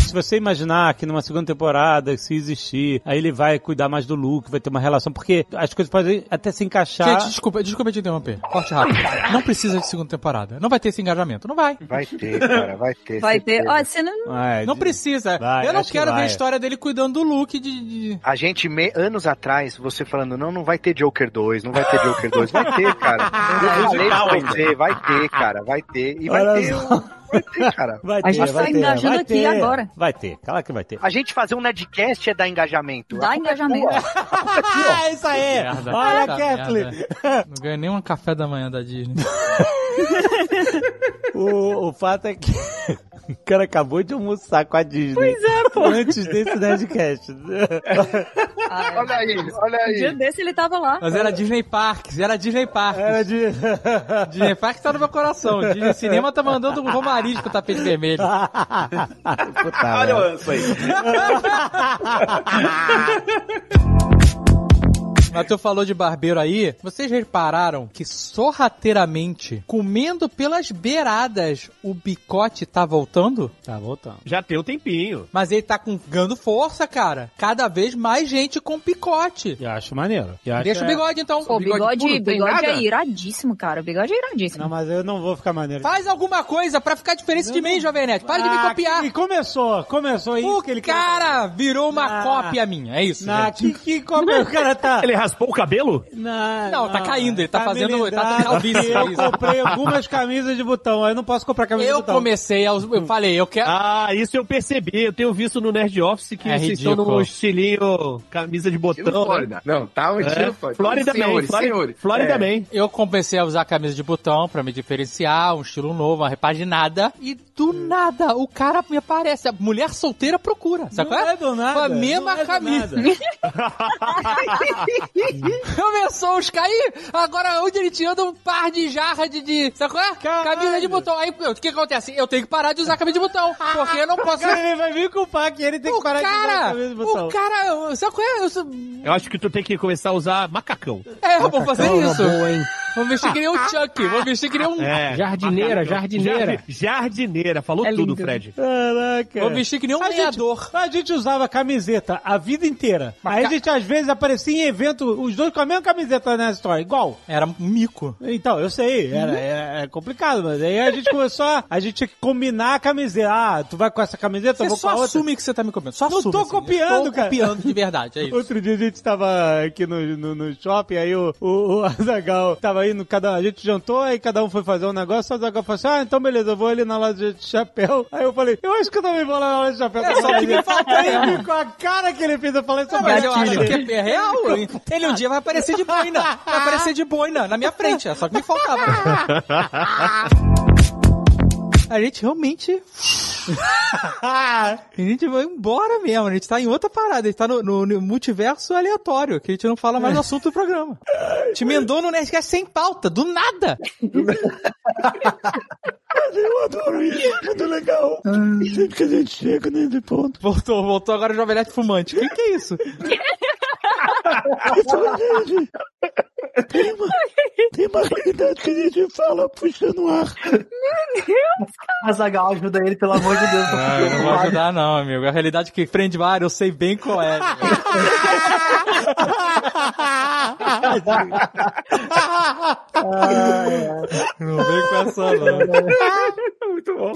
[SPEAKER 2] Se você imaginar que numa segunda temporada, se existir, aí ele vai cuidar mais do Luke, vai ter uma relação, porque as coisas podem até se encaixar.
[SPEAKER 3] Gente, desculpa, desculpa te interromper. Corte rápido. Não precisa de segunda temporada. Não vai ter esse engajamento. Não vai.
[SPEAKER 11] Vai ter, cara, vai ter.
[SPEAKER 12] Vai ter.
[SPEAKER 11] certeza. Ah, é,
[SPEAKER 12] Ó, você não.
[SPEAKER 3] Não precisa.
[SPEAKER 11] Vai,
[SPEAKER 3] eu não
[SPEAKER 11] acho que
[SPEAKER 3] quero ver
[SPEAKER 11] vai.
[SPEAKER 3] a história dele cuidando do Luke de... de-
[SPEAKER 11] A gente, me- anos atrás, você falando, não, não vai ter Joker 2, não vai ter Joker 2. Vai ter, cara. Eu falei pra você, vai ter, cara, vai ter. E vai
[SPEAKER 2] Olha
[SPEAKER 11] ter, um,
[SPEAKER 2] só.
[SPEAKER 11] vai ter, cara.
[SPEAKER 2] Vai
[SPEAKER 11] A gente
[SPEAKER 2] vai
[SPEAKER 11] tá engajando
[SPEAKER 2] vai
[SPEAKER 11] aqui
[SPEAKER 2] ter,
[SPEAKER 11] agora.
[SPEAKER 2] Vai ter, cala que vai ter.
[SPEAKER 11] A gente fazer um Nedcast é dar engajamento.
[SPEAKER 12] Dá engajamento.
[SPEAKER 2] Ah, isso aí!
[SPEAKER 3] Merda,
[SPEAKER 2] Olha,
[SPEAKER 3] puta
[SPEAKER 2] Kathleen!
[SPEAKER 3] é. merda. é.
[SPEAKER 11] É.
[SPEAKER 3] Não ganha nem um café da manhã da Disney. é.
[SPEAKER 2] O, o fato é que o cara acabou de almoçar com a Disney. Pois
[SPEAKER 12] é, pô.
[SPEAKER 2] Antes desse Nerdcast.
[SPEAKER 12] olha aí,
[SPEAKER 11] olha
[SPEAKER 12] aí. Ah, é. Assim? Um dia desse ele tava lá.
[SPEAKER 3] Mas era Disney Parks, era Disney Parks. Era
[SPEAKER 2] de...
[SPEAKER 3] Disney Parks tá no meu coração. Disney Cinema tá mandando um romariz pro tapete vermelho.
[SPEAKER 2] Olha
[SPEAKER 3] merda.
[SPEAKER 2] o anso aí.
[SPEAKER 3] Mas tu falou de barbeiro aí, vocês repararam que sorrateiramente, comendo pelas beiradas, o bicote tá voltando?
[SPEAKER 2] Tá voltando.
[SPEAKER 14] Já tem um tempinho.
[SPEAKER 3] Mas ele tá com, ganhando força, cara. Cada vez mais gente com picote.
[SPEAKER 2] Eu acho maneiro. Eu acho
[SPEAKER 3] Deixa o
[SPEAKER 2] é-
[SPEAKER 3] bigode, então.
[SPEAKER 12] Pô, bigode, bigode,
[SPEAKER 3] irado.
[SPEAKER 12] é iradíssimo, cara. O bigode é iradíssimo.
[SPEAKER 2] Não, mas eu não vou ficar maneiro.
[SPEAKER 3] Faz alguma coisa pra ficar diferente de mim, Jovem Nerd. Para de me
[SPEAKER 2] Ah,
[SPEAKER 3] copiar.
[SPEAKER 2] E começou, começou isso que ele
[SPEAKER 3] cara virou uma
[SPEAKER 2] Ah.
[SPEAKER 3] cópia minha, é isso,
[SPEAKER 2] Ah,
[SPEAKER 3] gente.
[SPEAKER 2] que, que cópia o cara tá...
[SPEAKER 14] Ele raspou o cabelo?
[SPEAKER 2] Não,
[SPEAKER 3] Não, tá caindo, ele tá fazendo-
[SPEAKER 2] me
[SPEAKER 3] ele tá
[SPEAKER 2] lembrando
[SPEAKER 3] calvície,
[SPEAKER 2] que
[SPEAKER 3] é
[SPEAKER 2] Eu
[SPEAKER 3] isso.
[SPEAKER 2] comprei algumas camisas de botão, aí eu não posso comprar camisa
[SPEAKER 3] Eu
[SPEAKER 2] de botão.
[SPEAKER 3] comecei, a us- eu falei, eu quero...
[SPEAKER 14] Ah, isso eu percebi. Eu tenho visto no Nerd Office que
[SPEAKER 3] É
[SPEAKER 14] vocês
[SPEAKER 3] ridículo.
[SPEAKER 14] estão num estilinho camisa de botão. né? É.
[SPEAKER 16] Flórida. Não, tá um
[SPEAKER 2] É.
[SPEAKER 16] estilo Flórida.
[SPEAKER 14] Flórida
[SPEAKER 16] Senhores,
[SPEAKER 14] bem, Flórida,
[SPEAKER 16] senhores.
[SPEAKER 14] Flórida
[SPEAKER 16] É.
[SPEAKER 14] bem.
[SPEAKER 3] Eu comecei a usar camisa de botão pra me diferenciar, um estilo novo, uma repaginada. E do nada, o cara me aparece. A mulher solteira procura, sabe
[SPEAKER 2] Não
[SPEAKER 3] qual é?
[SPEAKER 2] é do nada,
[SPEAKER 3] Com a mesma
[SPEAKER 2] não é do
[SPEAKER 3] camisa.
[SPEAKER 2] nada.
[SPEAKER 3] Começou os cair. Agora, onde ele tinha um par de jarra de... de sabe qual é? Camisa de botão. Aí, o que acontece? Eu tenho que parar de usar camisa de botão. Porque eu não posso...
[SPEAKER 2] Cara, ele vai vir culpar que ele tem que parar de usar
[SPEAKER 3] Cara,
[SPEAKER 2] camisa de botão.
[SPEAKER 3] o cara... Sabe qual é? Eu sou-
[SPEAKER 14] Eu acho que tu tem que começar a usar macacão.
[SPEAKER 3] É, eu
[SPEAKER 16] Tá
[SPEAKER 3] vou fazer
[SPEAKER 14] Macacão é uma
[SPEAKER 3] isso.
[SPEAKER 14] boa, hein?
[SPEAKER 3] Vou vestir que nem um Chuck. Vou vestir que nem um...
[SPEAKER 14] É, macacão. Jardi- jardineira, falou
[SPEAKER 3] É
[SPEAKER 14] tudo,
[SPEAKER 3] né?
[SPEAKER 14] Fred.
[SPEAKER 2] Caraca.
[SPEAKER 3] Vou vestir que nem um
[SPEAKER 2] A gente-
[SPEAKER 3] lenhador.
[SPEAKER 2] A gente usava camiseta a vida inteira. Aí a gente, às vezes, aparecia em evento, os dois com a mesma camiseta na história, igual.
[SPEAKER 3] Era um mico.
[SPEAKER 2] Então, eu sei, era, é, é complicado, mas aí a gente começou a... A gente tinha que combinar a camiseta. Ah, tu vai com essa camiseta, eu
[SPEAKER 3] Você
[SPEAKER 2] vou com a
[SPEAKER 3] só
[SPEAKER 2] outra.
[SPEAKER 3] assume que você tá me copiando. Só
[SPEAKER 2] Não
[SPEAKER 3] assume,
[SPEAKER 2] tô
[SPEAKER 3] assim.
[SPEAKER 2] copiando,
[SPEAKER 3] Estou
[SPEAKER 2] cara.
[SPEAKER 3] copiando de verdade, é isso.
[SPEAKER 2] Outro dia a gente tava aqui no, no, no shopping, aí o, o, o Azagal tava tava indo, cada, a gente jantou, aí cada um foi fazer um negócio, o Azaghal falou assim, ah, então beleza, eu vou ali na loja de chapéu. Aí eu falei, eu acho que eu também vou lá na loja de chapéu.
[SPEAKER 3] É, só que me falta ele.
[SPEAKER 2] com a cara que ele fez, eu falei, é
[SPEAKER 3] Não, mas eu acho que é real. Ele um dia vai aparecer de boina. Vai aparecer de boina na minha frente. É só que me faltava. A gente realmente. a gente vai embora mesmo. A gente tá em outra parada. A gente tá no, no- no multiverso aleatório, que a gente não fala mais do assunto do programa. Te emendou no Nerdcast sem pauta, do nada.
[SPEAKER 4] Eu adoro isso, é muito legal. Sempre que a gente chega né? nesse ponto.
[SPEAKER 3] Voltou, voltou agora o Jovem Nerd fumante. O que, que é isso?
[SPEAKER 4] Tem uma, tem uma realidade que a gente fala puxando o ar. Meu Deus, cara.
[SPEAKER 13] Azagal, ajuda ele, pelo amor de Deus.
[SPEAKER 3] Ah, eu não vou ajudar, não, amigo. A realidade é que prende bar, eu sei bem qual é. Não vem com essa, não.
[SPEAKER 4] Muito bom.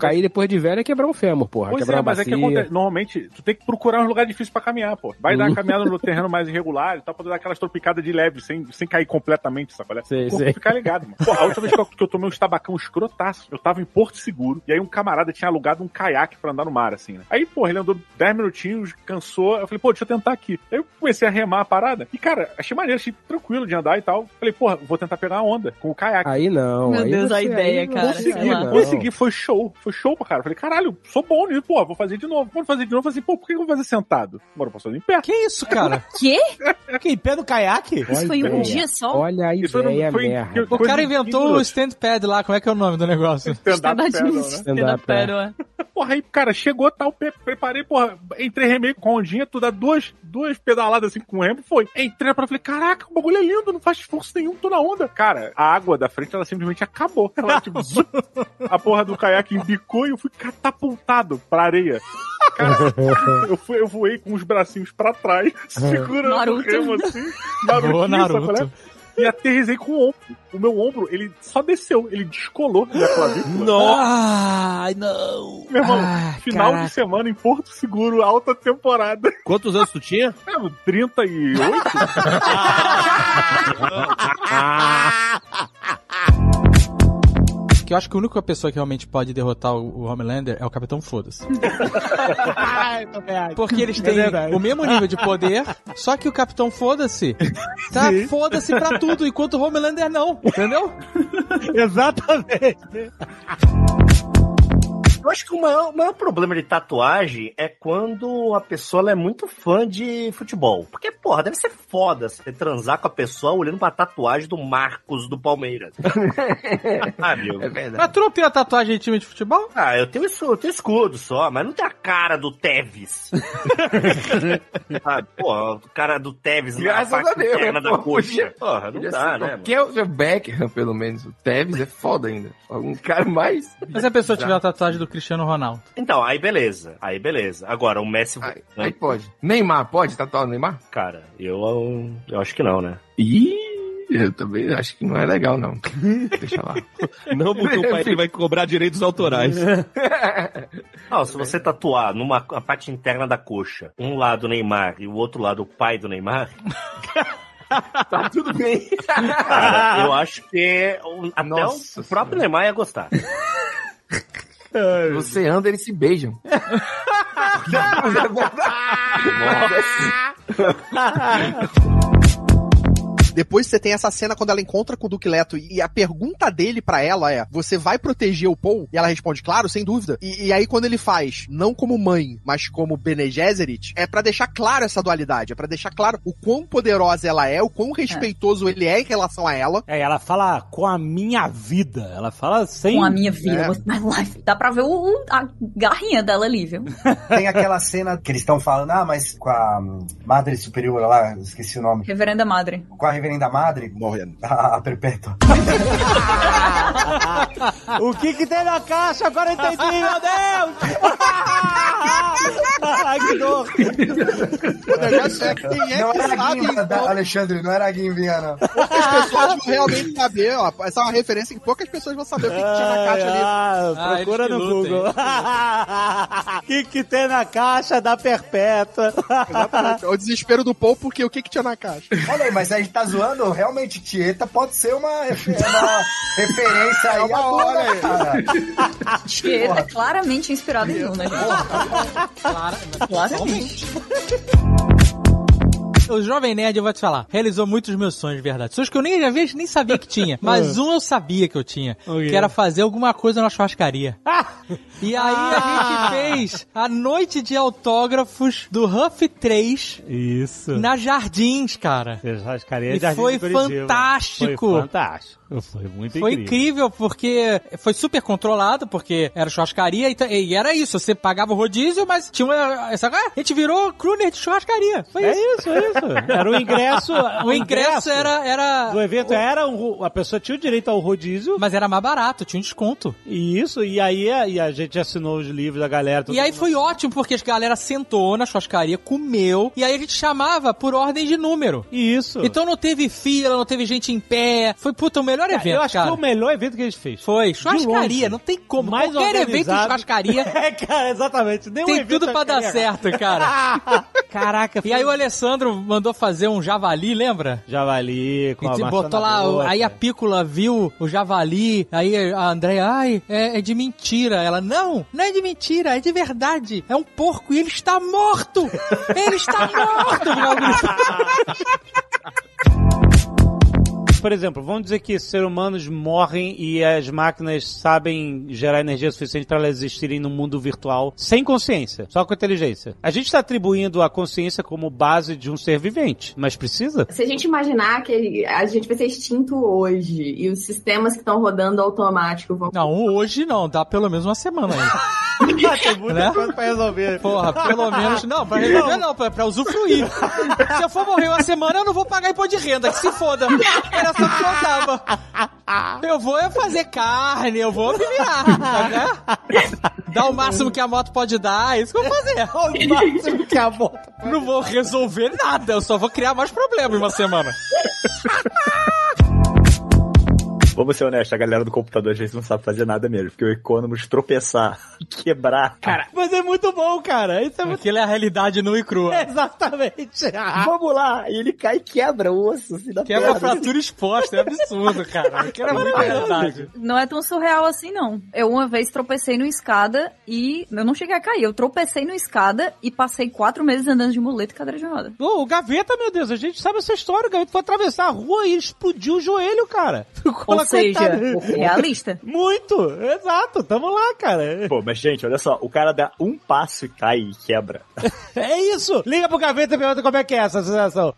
[SPEAKER 18] Cair depois de velho é quebrar um fêmur, porra.
[SPEAKER 1] Pois
[SPEAKER 18] quebrar
[SPEAKER 1] é,
[SPEAKER 18] uma
[SPEAKER 1] mas é que
[SPEAKER 18] bacia.
[SPEAKER 1] acontece. Normalmente, tu tem que procurar um lugar difícil pra caminhar, pô. Vai dar
[SPEAKER 18] Hum.
[SPEAKER 1] uma caminhada no terreno mais irregular e tal, pra dar aquelas tropicadas de leve, sem, sem cair completamente, sabe? é?
[SPEAKER 18] Sei,
[SPEAKER 1] Pô,
[SPEAKER 18] sei.
[SPEAKER 1] Ficar ligado, mano. Porra, a última vez que eu- que eu tomei um estabacão escrotaço, eu tava em Porto Seguro, e aí um camarada tinha alugado um caiaque pra andar no mar, assim, né? Aí, porra, ele andou 10 minutinhos, cansou, eu falei, pô, deixa eu tentar aqui. Aí eu comecei a remar a parada, e cara, achei maneiro, achei tranquilo de andar e tal. Falei, porra, vou tentar pegar a onda com o caiaque.
[SPEAKER 18] Aí não,
[SPEAKER 1] Meu
[SPEAKER 18] aí
[SPEAKER 1] Deus,
[SPEAKER 18] você-
[SPEAKER 1] a
[SPEAKER 18] aí
[SPEAKER 12] ideia,
[SPEAKER 18] não
[SPEAKER 12] cara, sei
[SPEAKER 1] Consegui,
[SPEAKER 12] lá.
[SPEAKER 1] consegui, foi show, foi show pra cara. Falei, caralho, sou bom nisso, pô, vou fazer de novo, vou fazer de novo. Falei assim, pô, por que eu vou fazer sentado? Bora eu posso fazer em pé. É,
[SPEAKER 2] Que isso, cara?
[SPEAKER 12] Quê?
[SPEAKER 2] Que em pé no caiaque?
[SPEAKER 12] Isso foi em um dia só?
[SPEAKER 18] Olha aí,
[SPEAKER 1] Isso não-
[SPEAKER 18] ideia
[SPEAKER 1] foi- um
[SPEAKER 18] merda.
[SPEAKER 1] que-
[SPEAKER 3] O cara inventou o stand-pad lá, como é que é o nome do negócio?
[SPEAKER 1] Stand-up paddle, né?
[SPEAKER 18] Stand-up paddle,
[SPEAKER 1] Porra, aí, cara, chegou tal, pe- preparei, porra, entrei remei com a ondinha, tu dá duas, duas pedaladas assim com o remo, foi. Entrei pra falei, caraca, o bagulho é lindo, não faz esforço nenhum, tô na onda. Cara, a água da frente, ela simplesmente acabou. Ela, tipo, zup, a porra do caiaque embicou e eu fui catapultado pra areia. Cara, eu, fui, eu voei com os bracinhos pra trás, segurando o
[SPEAKER 4] Naruto.
[SPEAKER 1] remo assim.
[SPEAKER 4] Boa, Naruto.
[SPEAKER 1] sacolé, E aterrisei com o ombro. O meu ombro, ele só desceu, ele descolou da clavícula.
[SPEAKER 13] Ai, não.
[SPEAKER 1] Meu irmão,
[SPEAKER 13] Ah,
[SPEAKER 1] final
[SPEAKER 13] caraca.
[SPEAKER 1] de semana em Porto Seguro, alta temporada.
[SPEAKER 14] Quantos anos tu tinha?
[SPEAKER 16] É, um
[SPEAKER 1] 38.
[SPEAKER 3] Ah. Que eu acho que a única pessoa que realmente pode derrotar o, o Homelander é o Capitão Foda-se. Porque eles
[SPEAKER 1] É
[SPEAKER 2] É
[SPEAKER 3] têm o mesmo nível de poder, só que o Capitão Foda-se tá
[SPEAKER 4] Sim.
[SPEAKER 3] foda-se pra tudo, enquanto o Homelander não, entendeu?
[SPEAKER 2] Exatamente.
[SPEAKER 13] Eu acho que o maior, o maior problema de tatuagem é quando a pessoa ela é muito fã de futebol. Porque, porra, deve ser foda você transar com a pessoa olhando pra tatuagem do Marcos do Palmeiras. ah, meu. É
[SPEAKER 3] Mas tu não tem a tatuagem em time de futebol?
[SPEAKER 13] Ah, eu tenho, isso, eu tenho escudo só, mas não tem a cara do Tevez. ah, porra, o cara do Tevez na
[SPEAKER 16] Graças a
[SPEAKER 13] parte
[SPEAKER 16] Deus.
[SPEAKER 13] interna da
[SPEAKER 16] pô,
[SPEAKER 13] coxa.
[SPEAKER 16] podia-
[SPEAKER 13] Porra, não
[SPEAKER 16] podia
[SPEAKER 13] dá,
[SPEAKER 16] ser
[SPEAKER 13] né? mano?
[SPEAKER 16] Porque o seu Beckham, pelo menos, o Tevez é foda ainda. Algum cara mais...
[SPEAKER 3] Mas se a pessoa tiver a tatuagem do Cristiano Ronaldo.
[SPEAKER 13] Então, aí beleza. Aí beleza. Agora, o Messi. Aí,
[SPEAKER 16] pode. Neymar, pode tatuar o Neymar?
[SPEAKER 13] Cara, eu, eu, acho que não, né?
[SPEAKER 16] Ih, eu também acho que não é legal, não. Deixa lá.
[SPEAKER 14] Não porque o pai dele vai cobrar direitos autorais.
[SPEAKER 13] Não, se você tatuar numa a parte interna da coxa, um lado o Neymar e o outro lado o pai do Neymar,
[SPEAKER 16] Tá tudo bem.
[SPEAKER 13] cara, eu acho que o- até
[SPEAKER 16] Nossa
[SPEAKER 13] o próprio Neymar ia gostar.
[SPEAKER 16] Você anda, eles se beijam.
[SPEAKER 11] Depois você tem essa cena quando ela encontra com o Duque Leto e a pergunta dele pra ela é: Você vai proteger o Paul? E ela responde: Claro, sem dúvida. E, e aí quando ele faz, não como mãe, mas como Bene Gesserit, é pra deixar claro essa dualidade, é pra deixar claro o quão poderosa ela é, o quão respeitoso ele é em relação a ela.
[SPEAKER 2] É, ela fala com a minha vida. Ela fala sem.
[SPEAKER 12] Com a minha vida,
[SPEAKER 2] É.
[SPEAKER 12] with my life. Dá pra ver o, o- a garrinha dela ali, viu?
[SPEAKER 44] Tem aquela cena que eles estão falando, ah, mas com a hum, Madre Superior lá, esqueci o nome.
[SPEAKER 12] Reverenda Madre.
[SPEAKER 44] Com a Reverenda Madre. Morrendo. A, a Perpétua.
[SPEAKER 2] O que que tem na caixa? Agora eu entendi, meu Deus!
[SPEAKER 21] que dor! O negócio é quem é não que era sabe. Guinva, da- Alexandre, não era a Guinvinha, não.
[SPEAKER 11] então? Poucas pessoas vão realmente saber, ó. Essa é uma referência que poucas pessoas vão saber o que, que tinha na caixa ali.
[SPEAKER 2] Ah, procura no Google. O que, que tem na caixa da perpétua?
[SPEAKER 11] Exatamente. É o desespero do povo, porque o que, que tinha na caixa?
[SPEAKER 21] Olha aí, mas a gente tá zoando, realmente, Tieta pode ser uma, refe- é uma
[SPEAKER 11] É
[SPEAKER 21] referência aí à
[SPEAKER 11] né?
[SPEAKER 21] hora, cara.
[SPEAKER 12] Tieta é claramente inspirado em Duna, gente. Claramente.
[SPEAKER 3] O Jovem Nerd, eu vou te falar, realizou muitos meus sonhos de verdade. Sonhos que eu nem já vez nem sabia que tinha.
[SPEAKER 2] É.
[SPEAKER 3] Mas um eu sabia que eu tinha. Que era fazer alguma coisa na churrascaria. E aí
[SPEAKER 2] Ah.
[SPEAKER 3] a gente fez a noite de autógrafos do Huff 3
[SPEAKER 2] Isso.
[SPEAKER 3] na Jardins, cara.
[SPEAKER 2] Churrascaria é
[SPEAKER 3] E
[SPEAKER 2] Jardim
[SPEAKER 3] foi
[SPEAKER 2] de Curitiba.
[SPEAKER 3] fantástico.
[SPEAKER 2] Foi fantástico. Foi muito
[SPEAKER 3] Foi
[SPEAKER 2] incrível.
[SPEAKER 3] incrível porque foi super controlado, porque era churrascaria e, ta- e era isso. Você pagava o rodízio, mas tinha uma. Essa, ah, a gente virou crooner de churrascaria. Foi
[SPEAKER 2] É
[SPEAKER 3] isso.
[SPEAKER 2] isso, é isso. Era o ingresso.
[SPEAKER 3] o ingresso era. era
[SPEAKER 2] Do evento era um, ro- a pessoa tinha o direito ao rodízio.
[SPEAKER 3] Mas era mais barato, tinha um desconto.
[SPEAKER 2] E isso, e aí a, e a gente assinou os livros da galera. todo
[SPEAKER 3] E aí
[SPEAKER 2] mundo-
[SPEAKER 3] foi ótimo, porque a galera sentou na churrascaria, comeu, e aí a gente chamava por ordem de número.
[SPEAKER 2] Isso.
[SPEAKER 3] Então não teve fila, não teve gente em pé. Foi, puta, o melhor
[SPEAKER 2] Cara,
[SPEAKER 3] evento,
[SPEAKER 2] É, eu acho
[SPEAKER 3] cara.
[SPEAKER 2] que foi o melhor evento que a gente fez.
[SPEAKER 3] Foi.
[SPEAKER 2] longe.
[SPEAKER 3] Churrascaria, não tem como.
[SPEAKER 2] Mais
[SPEAKER 3] Qualquer evento de
[SPEAKER 2] organizado.
[SPEAKER 3] churrascaria.
[SPEAKER 2] É, cara, exatamente. Nenhum
[SPEAKER 3] tem
[SPEAKER 2] evento
[SPEAKER 3] tudo
[SPEAKER 2] da
[SPEAKER 3] pra dar
[SPEAKER 2] churrascaria.
[SPEAKER 3] certo, cara. Caraca. E aí o Alessandro mandou fazer um javali, lembra?
[SPEAKER 2] Javali, com
[SPEAKER 3] E
[SPEAKER 2] a
[SPEAKER 3] te
[SPEAKER 2] maçã
[SPEAKER 3] botou
[SPEAKER 2] na
[SPEAKER 3] lá, o-
[SPEAKER 2] boca.
[SPEAKER 3] aí a Pícola viu o javali, aí a Andréia, ai, é, é de mentira. Ela, não, não é de mentira, é de verdade. É um porco e ele está morto! Ele está morto!
[SPEAKER 2] Por exemplo, vamos dizer que seres humanos morrem e as máquinas sabem gerar energia suficiente para elas existirem no mundo virtual sem consciência, só com inteligência. A gente está atribuindo a consciência como base de um ser vivente, mas precisa?
[SPEAKER 9] Se a gente imaginar que a gente vai ser extinto hoje e os sistemas que estão rodando automático vão.
[SPEAKER 3] Não, hoje não, dá pelo menos uma semana aí.
[SPEAKER 2] Tem muita
[SPEAKER 3] Né?
[SPEAKER 2] coisa pra resolver.
[SPEAKER 3] Porra, pelo menos. Não, pra resolver não, pra, pra usufruir. Se eu for morrer uma semana, eu não vou pagar imposto de renda, que se foda. Era só que faltava. Eu vou é fazer carne, eu vou me virar. Né? Dar o máximo que a moto pode dar, é isso que eu vou fazer.
[SPEAKER 2] O máximo que a moto
[SPEAKER 3] Não vou resolver nada, eu só vou criar mais problemas em uma semana.
[SPEAKER 18] Vamos ser honestos, a galera do computador às vezes não sabe fazer nada mesmo, porque o Economist tropeçar, quebrar. Cara,
[SPEAKER 2] Mas é muito bom, cara. Isso é muito...
[SPEAKER 3] Aquilo é a realidade nua e crua.
[SPEAKER 2] É. Exatamente.
[SPEAKER 18] Vamos lá. E ele cai e quebra o osso. Assim, na
[SPEAKER 3] Quebra
[SPEAKER 18] perna.
[SPEAKER 3] fratura exposta, é absurdo, cara. Aquilo é muito verdade.
[SPEAKER 12] Não é tão surreal assim, não. Eu uma vez tropecei numa escada e. Eu não cheguei a cair, eu tropecei numa escada e passei quatro meses andando de muleta e cadeira de roda.
[SPEAKER 2] Ô, o Gaveta, meu Deus, a gente sabe essa história. O Gaveta foi atravessar a rua e explodiu o joelho, cara. Ficou
[SPEAKER 12] Ou
[SPEAKER 2] lá,
[SPEAKER 12] seja, é
[SPEAKER 2] coitado.
[SPEAKER 12] realista.
[SPEAKER 2] Muito, exato. Tamo lá, cara.
[SPEAKER 18] Pô, mas gente, olha só, o cara dá um passo e cai e quebra.
[SPEAKER 2] É isso. Liga pro Gaveta e pergunta como é que é essa sensação.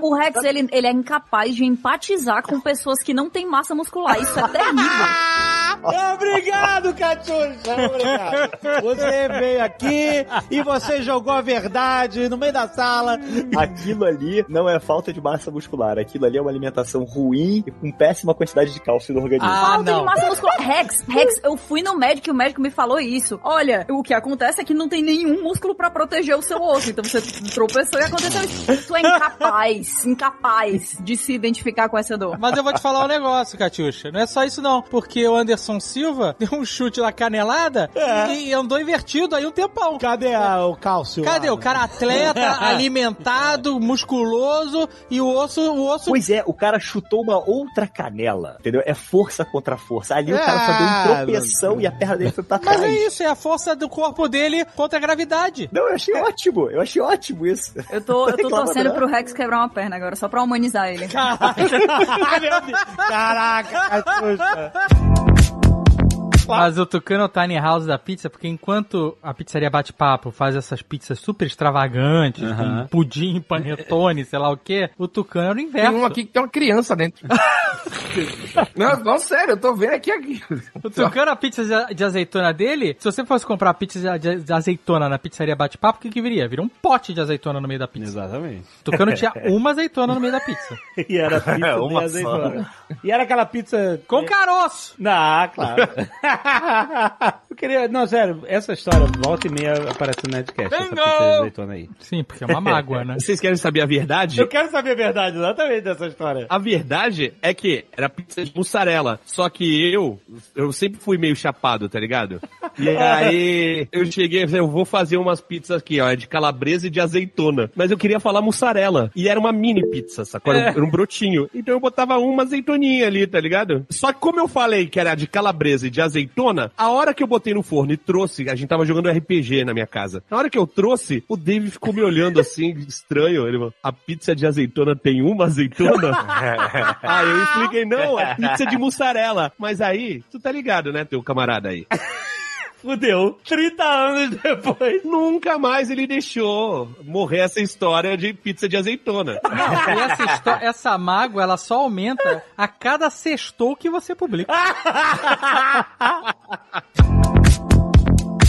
[SPEAKER 12] O Rex, ele, ele é incapaz de empatizar com pessoas que não têm massa muscular. Isso é terrível.
[SPEAKER 18] Ah,
[SPEAKER 2] Obrigado, Catiuxa. Obrigado. Você
[SPEAKER 18] é
[SPEAKER 2] veio aqui e você jogou a verdade no meio da sala.
[SPEAKER 18] Aquilo ali não é falta de massa muscular. Aquilo ali é uma alimentação ruim e com péssima quantidade de cálcio no organismo.
[SPEAKER 3] Ah,
[SPEAKER 22] Ah,
[SPEAKER 12] Falta de massa muscular. Rex, Rex, eu fui no médico e o médico me falou isso. Olha, o que acontece é que não tem nenhum músculo pra proteger o seu osso. Então você tropeçou e aconteceu isso. Tu é incapaz, incapaz de se identificar com essa dor.
[SPEAKER 3] Mas eu vou te falar um negócio, Catiuxa. Não é só isso, não. Porque o Anderson Silva deu um chute na canelada
[SPEAKER 2] É.
[SPEAKER 3] e andou invertido aí um tempão.
[SPEAKER 2] Cadê o cálcio?
[SPEAKER 3] Cadê?
[SPEAKER 18] lá, né?
[SPEAKER 3] O cara atleta, alimentado, musculoso e o osso, o osso.
[SPEAKER 18] Pois é, o cara chutou uma outra canela, entendeu? É força contra força. Ali o cara só deu um
[SPEAKER 3] Ah,
[SPEAKER 18] tropeção e a perna dele foi pra trás.
[SPEAKER 3] Mas é isso, é a força do corpo dele contra a gravidade. É.
[SPEAKER 18] Não, eu achei ótimo, eu achei ótimo isso.
[SPEAKER 12] Eu tô, eu tô
[SPEAKER 18] Reclama,
[SPEAKER 12] torcendo
[SPEAKER 18] não.
[SPEAKER 12] pro Rex quebrar uma perna agora, só pra humanizar ele.
[SPEAKER 2] Caraca, Catiuxa.
[SPEAKER 3] Mas o Tucano Tiny House da pizza, porque enquanto a pizzaria Bate-Papo faz essas pizzas super extravagantes, com pudim, panetone, sei lá o quê, o Tucano era o inverso.
[SPEAKER 16] Tem um aqui que tem uma criança dentro. não, não, sério, eu tô vendo aqui. aqui.
[SPEAKER 3] O Tucano, a pizza de a- de azeitona dele, se você fosse comprar a pizza de a- de azeitona na pizzaria Bate-Papo, o que, que viria? Viria um pote de azeitona no meio da pizza.
[SPEAKER 2] Exatamente.
[SPEAKER 3] O Tucano tinha uma azeitona no meio da pizza.
[SPEAKER 2] E era pizza de
[SPEAKER 3] Uma só.
[SPEAKER 2] azeitona. E era aquela pizza...
[SPEAKER 3] Com caroço!
[SPEAKER 2] Ah, claro. Eu queria. Não, sério, essa história volta e meia aparece no Nerdcast. essa princesa azeitona aí.
[SPEAKER 3] Sim, porque é uma mágoa, né?
[SPEAKER 14] Vocês querem saber a verdade?
[SPEAKER 2] Eu quero saber a verdade exatamente dessa história.
[SPEAKER 14] A verdade é que era pizza de mussarela. Só que eu, eu sempre fui meio chapado, tá ligado? E aí eu cheguei e falei, eu vou fazer umas pizzas aqui, ó, é de calabresa e de azeitona. Mas eu queria falar mussarela. E era uma mini pizza, sacou? Era um-
[SPEAKER 45] É.
[SPEAKER 14] Era um brotinho. Então eu botava uma azeitoninha ali, tá ligado? Só que como eu falei que era de calabresa e de azeitona, a hora que eu botei no forno e trouxe, a gente tava jogando RPG na minha casa. Na hora que eu trouxe, o David ficou me olhando assim, estranho. Ele falou, a pizza de azeitona tem uma azeitona? Aí Ah, eu expliquei, não, é pizza de mussarela. Mas aí, tu tá ligado, né, teu camarada aí?
[SPEAKER 2] Fudeu. 30 anos depois.
[SPEAKER 14] Nunca mais ele deixou morrer essa história de pizza de azeitona.
[SPEAKER 3] E essa, histó- essa mágoa, ela só aumenta a cada sextou que você publica.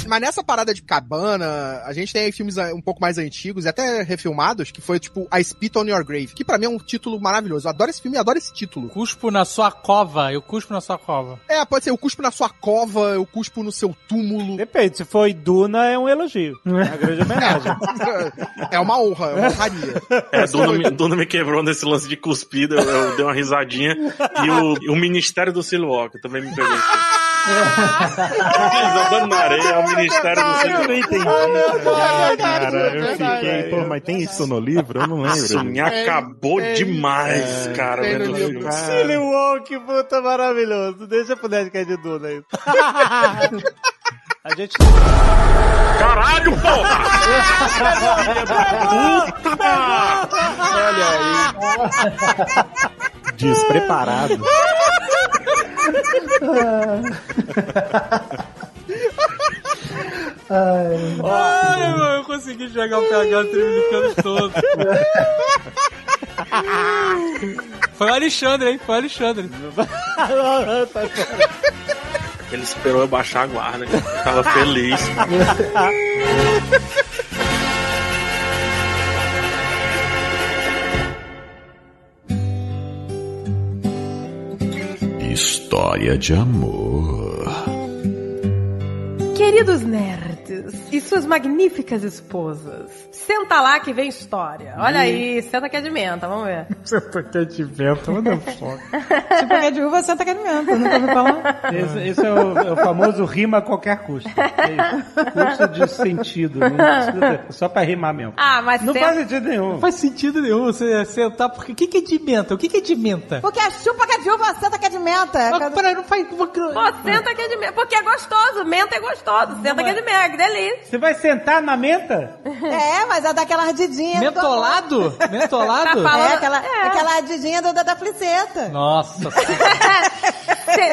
[SPEAKER 11] Mas nessa parada de cabana, a gente tem aí filmes ah, um pouco mais antigos e até refilmados, que foi tipo I Spit on Your Grave, que pra mim é um título maravilhoso. Eu adoro esse filme e adoro esse título.
[SPEAKER 3] Cuspo Tipo, na sua cova, eu cuspo na sua cova.
[SPEAKER 11] É, pode ser, eu cuspo na sua cova, eu cuspo no seu túmulo.
[SPEAKER 2] Depende, se foi Duna é um elogio. É uma grande homenagem.
[SPEAKER 11] é uma honra, é uma honraria.
[SPEAKER 1] É, Duna me, Duna me quebrou nesse lance de cuspida, eu, eu dei uma risadinha. E o, e o Ministério do Silwalker também me pegou. Jogando na areia, é o Ministério do
[SPEAKER 13] Eu
[SPEAKER 1] Silwalker.
[SPEAKER 13] não entendi. Cara, eu fiquei, pô, mas tem isso no livro? Eu não lembro.
[SPEAKER 1] Isso me acabou
[SPEAKER 2] É,
[SPEAKER 13] Tem-
[SPEAKER 1] demais, cara.
[SPEAKER 13] tem
[SPEAKER 1] vendo
[SPEAKER 13] no
[SPEAKER 1] esse
[SPEAKER 13] livro.
[SPEAKER 1] filme.
[SPEAKER 2] Silly Walk, puta maravilhoso. Deixa pro Nerdcast de Duna aí. A gente.
[SPEAKER 1] Caralho, porra!
[SPEAKER 13] Olha aí. Despreparado.
[SPEAKER 3] Ai, mano, eu consegui jogar o PH trivificando todo. Foi o Alexandre, hein? Foi o Alexandre.
[SPEAKER 1] Ele esperou eu baixar a guarda, cara. eu tava feliz.
[SPEAKER 7] História de amor.
[SPEAKER 9] Queridos nerds e suas magníficas esposas, senta lá que vem história. Olha aí, senta que adimenta, vamos ver.
[SPEAKER 2] Santa Cativenta, manda foda. Tipo,
[SPEAKER 9] Se pegar de uva, senta que adimenta, nunca ouvi falar.
[SPEAKER 2] Esse, esse é, o, é o famoso rima a qualquer custo. É isso. Custo de sentido. Não precisa, só pra rimar mesmo.
[SPEAKER 9] Ah, mas
[SPEAKER 2] Não
[SPEAKER 9] senta-
[SPEAKER 2] faz sentido nenhum.
[SPEAKER 3] Não faz sentido nenhum você sentar, porque o que, que é de menta? O que, que é de menta?
[SPEAKER 9] Porque é chupa que é de é uva, senta que adimenta. Mas peraí, não faz... Pô, senta que adimenta, porque é gostoso, menta é gostoso, senta que adimenta, que delícia.
[SPEAKER 2] Você vai sentar na menta?
[SPEAKER 9] É, mas é daquela ardidinha
[SPEAKER 3] Mentolado? Tá Mentolado?
[SPEAKER 9] É,
[SPEAKER 2] tá-
[SPEAKER 9] aquela, aquela ardidinha do, da, da fliceta.
[SPEAKER 3] Nossa
[SPEAKER 9] Você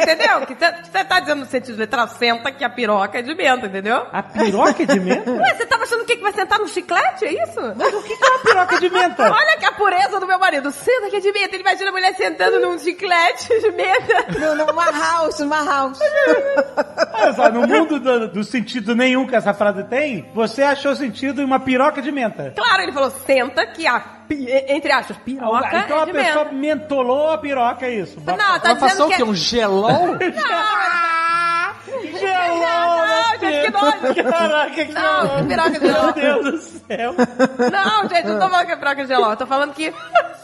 [SPEAKER 9] entendeu? Que Você tá dizendo no sentido literal, senta que a piroca é de menta, entendeu?
[SPEAKER 2] A piroca é de menta?
[SPEAKER 9] Ué, você tava achando o quê? Que vai sentar no chiclete? É isso? Mas o que,
[SPEAKER 2] é uma piroca de menta?
[SPEAKER 9] Olha que a pureza do meu marido. Senta que é de menta. Ele imagina a mulher sentando num chiclete de menta. Numa house, numa house.
[SPEAKER 2] Olha só, no mundo do, do sentido nenhum que essa frase tem, você achou sentido em uma piroca de menta.
[SPEAKER 9] Claro, ele falou, senta que a, pi- entre aspas, piroca
[SPEAKER 2] então
[SPEAKER 9] é
[SPEAKER 2] a
[SPEAKER 9] de
[SPEAKER 2] pessoa
[SPEAKER 9] menta.
[SPEAKER 2] mentolou a piroca, é isso.
[SPEAKER 9] Não, tá dizendo que...
[SPEAKER 3] Um gelol?
[SPEAKER 9] Não, gente, que nojo.
[SPEAKER 2] Caraca, que
[SPEAKER 9] Não, piroca de
[SPEAKER 2] Meu
[SPEAKER 9] gelol.
[SPEAKER 2] Deus do céu.
[SPEAKER 9] Não, gente, não tô falando que é piroca de gelol. Eu Tô falando que...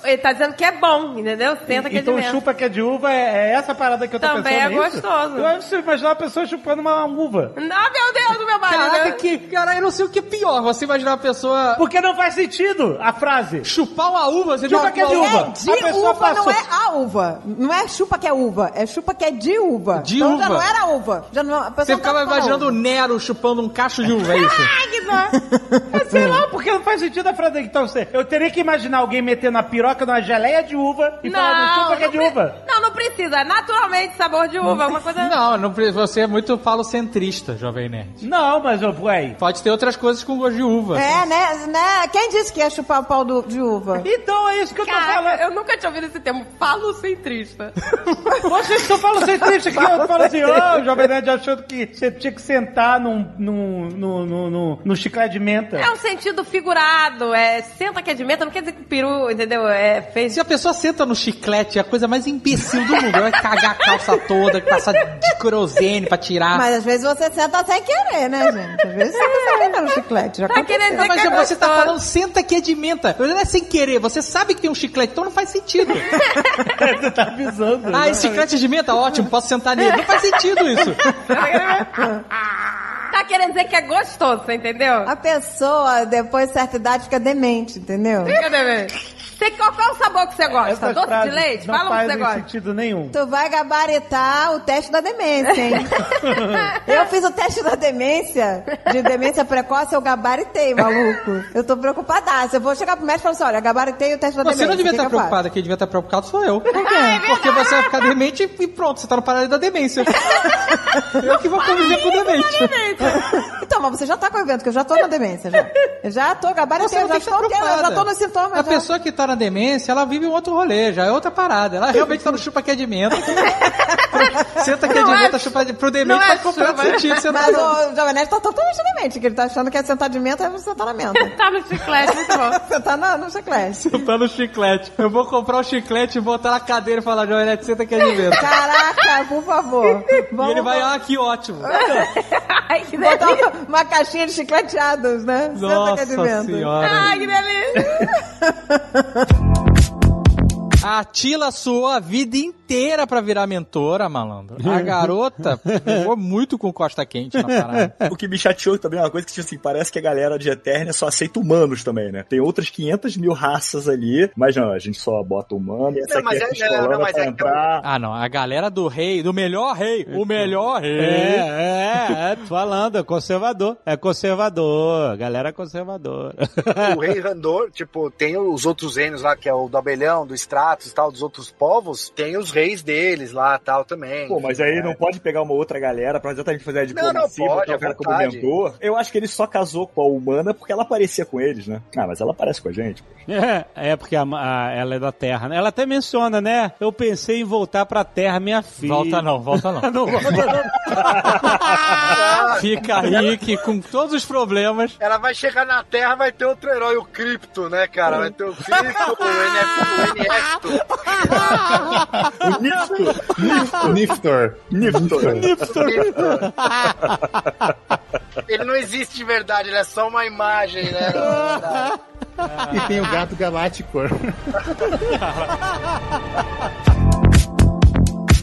[SPEAKER 9] Ele tá dizendo que é bom, entendeu? Senta que é de
[SPEAKER 2] então
[SPEAKER 9] menta.
[SPEAKER 2] chupa que é de uva é, é essa parada que eu tô
[SPEAKER 9] Também
[SPEAKER 2] pensando.
[SPEAKER 9] é
[SPEAKER 2] nisso?
[SPEAKER 9] gostoso.
[SPEAKER 2] Eu você imaginar uma pessoa chupando uma uva.
[SPEAKER 9] Ah, meu Deus, do meu marido.
[SPEAKER 3] Caraca, que. Caralho, eu não sei o que é pior. Você imaginar uma pessoa.
[SPEAKER 2] Porque não faz sentido a frase.
[SPEAKER 3] Chupar uma uva, você
[SPEAKER 2] Chupa que é de uva.
[SPEAKER 8] de
[SPEAKER 2] a pessoa
[SPEAKER 8] uva,
[SPEAKER 2] passou.
[SPEAKER 8] não é a uva. Não é chupa que é uva, é chupa que é de uva.
[SPEAKER 3] De
[SPEAKER 8] então já
[SPEAKER 3] uva.
[SPEAKER 8] não era uva. Já não, a pessoa
[SPEAKER 3] Você
[SPEAKER 8] não tava
[SPEAKER 3] ficava
[SPEAKER 8] falando
[SPEAKER 3] imaginando o
[SPEAKER 8] uva.
[SPEAKER 3] Nero chupando um cacho de uva, é isso?
[SPEAKER 2] Mas É, sei lá, porque não faz sentido a frase. Então, você- eu teria que imaginar alguém metendo a piroca numa geleia de uva e
[SPEAKER 9] Não,
[SPEAKER 2] falando chupa que é de uva.
[SPEAKER 9] Não, não precisa. é Naturalmente, sabor de uva. é Uma coisa...
[SPEAKER 3] Não, não, pre- você é muito falocentrista, jovem nerd.
[SPEAKER 2] Não, mas eu ué.
[SPEAKER 3] Pode ter outras coisas com gosto de uva.
[SPEAKER 8] É, né, né? Quem disse que ia chupar o pau do- de uva?
[SPEAKER 2] Então é isso que eu
[SPEAKER 9] Caraca, eu nunca tinha ouvido esse termo, falocentrista.
[SPEAKER 2] Vocês estão falando sem triste aqui, eu falo assim, ó, o Jovem Nerd achando que você tinha que sentar num, num, num, num, num, num chiclete de menta.
[SPEAKER 9] É um sentido figurado, é senta que é de meta, não quer dizer que o peru, entendeu? É, fez...
[SPEAKER 3] Se a pessoa senta no chiclete, é a coisa mais imbecil imbecil do mundo. Vai cagar a calça toda, passar de querosene pra
[SPEAKER 2] Ah.
[SPEAKER 3] tirar.
[SPEAKER 8] Mas às vezes você senta sem querer, né, gente? Às vezes você tá sentando no chiclete. Já
[SPEAKER 3] Tá querendo
[SPEAKER 8] aconteceu.
[SPEAKER 3] dizer mas você tá falando, senta que é de menta. Não é sem querer, você sabe que tem um chiclete, então não faz sentido. você tá avisando. Ah, esse chiclete é de menta? Ótimo, posso sentar nele. Não faz sentido isso.
[SPEAKER 9] Tá querendo dizer que é gostoso, você entendeu?
[SPEAKER 8] A pessoa, depois de certa idade, fica demente, entendeu?
[SPEAKER 9] Fica demente. Você, qual, qual o sabor que você gosta?
[SPEAKER 8] Essas
[SPEAKER 9] Doce de
[SPEAKER 8] frases
[SPEAKER 9] leite?
[SPEAKER 8] não
[SPEAKER 9] Fala um que você
[SPEAKER 8] fazem
[SPEAKER 9] gosta.
[SPEAKER 2] sentido nenhum.
[SPEAKER 8] Tu vai gabaritar o teste da demência, hein? eu fiz o teste da demência, de demência precoce, eu gabaritei, maluco. Eu tô preocupada. Se eu vou chegar pro médico e falar assim, olha, gabaritei o teste da
[SPEAKER 3] Você
[SPEAKER 8] demência.
[SPEAKER 3] não devia
[SPEAKER 8] o que
[SPEAKER 3] estar
[SPEAKER 8] que eu faço?
[SPEAKER 3] preocupado, quem devia estar preocupado sou eu. Por quê? Porque você vai ficar demente e pronto, você tá no paralelo da demência. eu que vou conviver com o demente.
[SPEAKER 8] Então, mas você já tá com o evento, que eu já tô na demência, já. Eu já tô gabaritei,
[SPEAKER 3] Você
[SPEAKER 8] eu já
[SPEAKER 3] não está
[SPEAKER 8] estou, eu é? já tô
[SPEAKER 3] preocupada.
[SPEAKER 8] nos sintomas.
[SPEAKER 3] A
[SPEAKER 8] já.
[SPEAKER 3] pessoa que tá na demência, ela vive um outro rolê, já é outra parada. Ela realmente tá no chupa que é de menta. Senta que é de menta, chupa de... Pro demente
[SPEAKER 9] é
[SPEAKER 3] faz completo sentido. sentar
[SPEAKER 8] Mas
[SPEAKER 3] no-
[SPEAKER 8] o Jovem Nerd tá totalmente demente, que ele tá achando que é sentar de menta, é sentar na menta.
[SPEAKER 9] tá no chiclete, muito bom.
[SPEAKER 8] sentar na, no chiclete.
[SPEAKER 3] Tá no chiclete. Eu vou comprar o chiclete e botar na cadeira e falar, Joelete, senta aqui de vento.
[SPEAKER 8] Caraca, por favor.
[SPEAKER 3] E ele vai, ah, que ótimo.
[SPEAKER 8] Ai, que Botar uma, uma caixinha de chicleteados, né? Senta que é de
[SPEAKER 3] Nossa
[SPEAKER 8] vento.
[SPEAKER 3] Senhora. Ai,
[SPEAKER 8] que delícia.
[SPEAKER 3] A Tila suou a vida inteira pra virar mentora, malandro. A garota jogou muito com Costa Quente na parada.
[SPEAKER 22] o que me chateou também é uma coisa que, tipo assim, parece que a galera de Eternia só aceita humanos também, né? Tem outras 500 mil raças ali, mas não, a gente só bota humano e essa
[SPEAKER 3] Não, mas
[SPEAKER 22] aqui é
[SPEAKER 3] é-
[SPEAKER 22] pistolona
[SPEAKER 3] não, não, mas
[SPEAKER 22] pra
[SPEAKER 3] é-
[SPEAKER 22] entrar.
[SPEAKER 3] Ah, não. A galera do rei, do melhor rei. O melhor rei.
[SPEAKER 2] É, é, é, tô falando, é conservador. É conservador, galera é conservadora.
[SPEAKER 11] É, o rei Randor, tipo, tem os outros reinos lá, que é o do abelhão, do Stratos e tal, dos outros povos, tem os reis deles lá tal também.
[SPEAKER 22] Pô, mas aí não pode pegar uma outra galera pra exatamente fazer a
[SPEAKER 11] Não, não,
[SPEAKER 22] diplomacia,
[SPEAKER 11] pode,
[SPEAKER 22] botar
[SPEAKER 11] à
[SPEAKER 22] então o cara como
[SPEAKER 11] vontade.
[SPEAKER 22] mentor. Eu acho que ele só casou com a humana porque ela parecia com eles, né? Ah, mas ela parece com a gente.
[SPEAKER 2] É, é porque a- a- ela é da Terra, né? Ela até menciona, né? Eu pensei em voltar pra Terra, minha filha.
[SPEAKER 3] Volta não, volta não.
[SPEAKER 2] não volta não.
[SPEAKER 3] Fica rico com todos os problemas.
[SPEAKER 11] Ela vai chegar na Terra, vai ter outro herói, o Cripto, né, cara? Vai ter o Cripto, o NF, o Nefto.
[SPEAKER 15] Niftor.
[SPEAKER 22] Niftor.
[SPEAKER 11] Niftor. Ele não existe de verdade, ele é só uma imagem, né?
[SPEAKER 15] E tem o gato galáctico.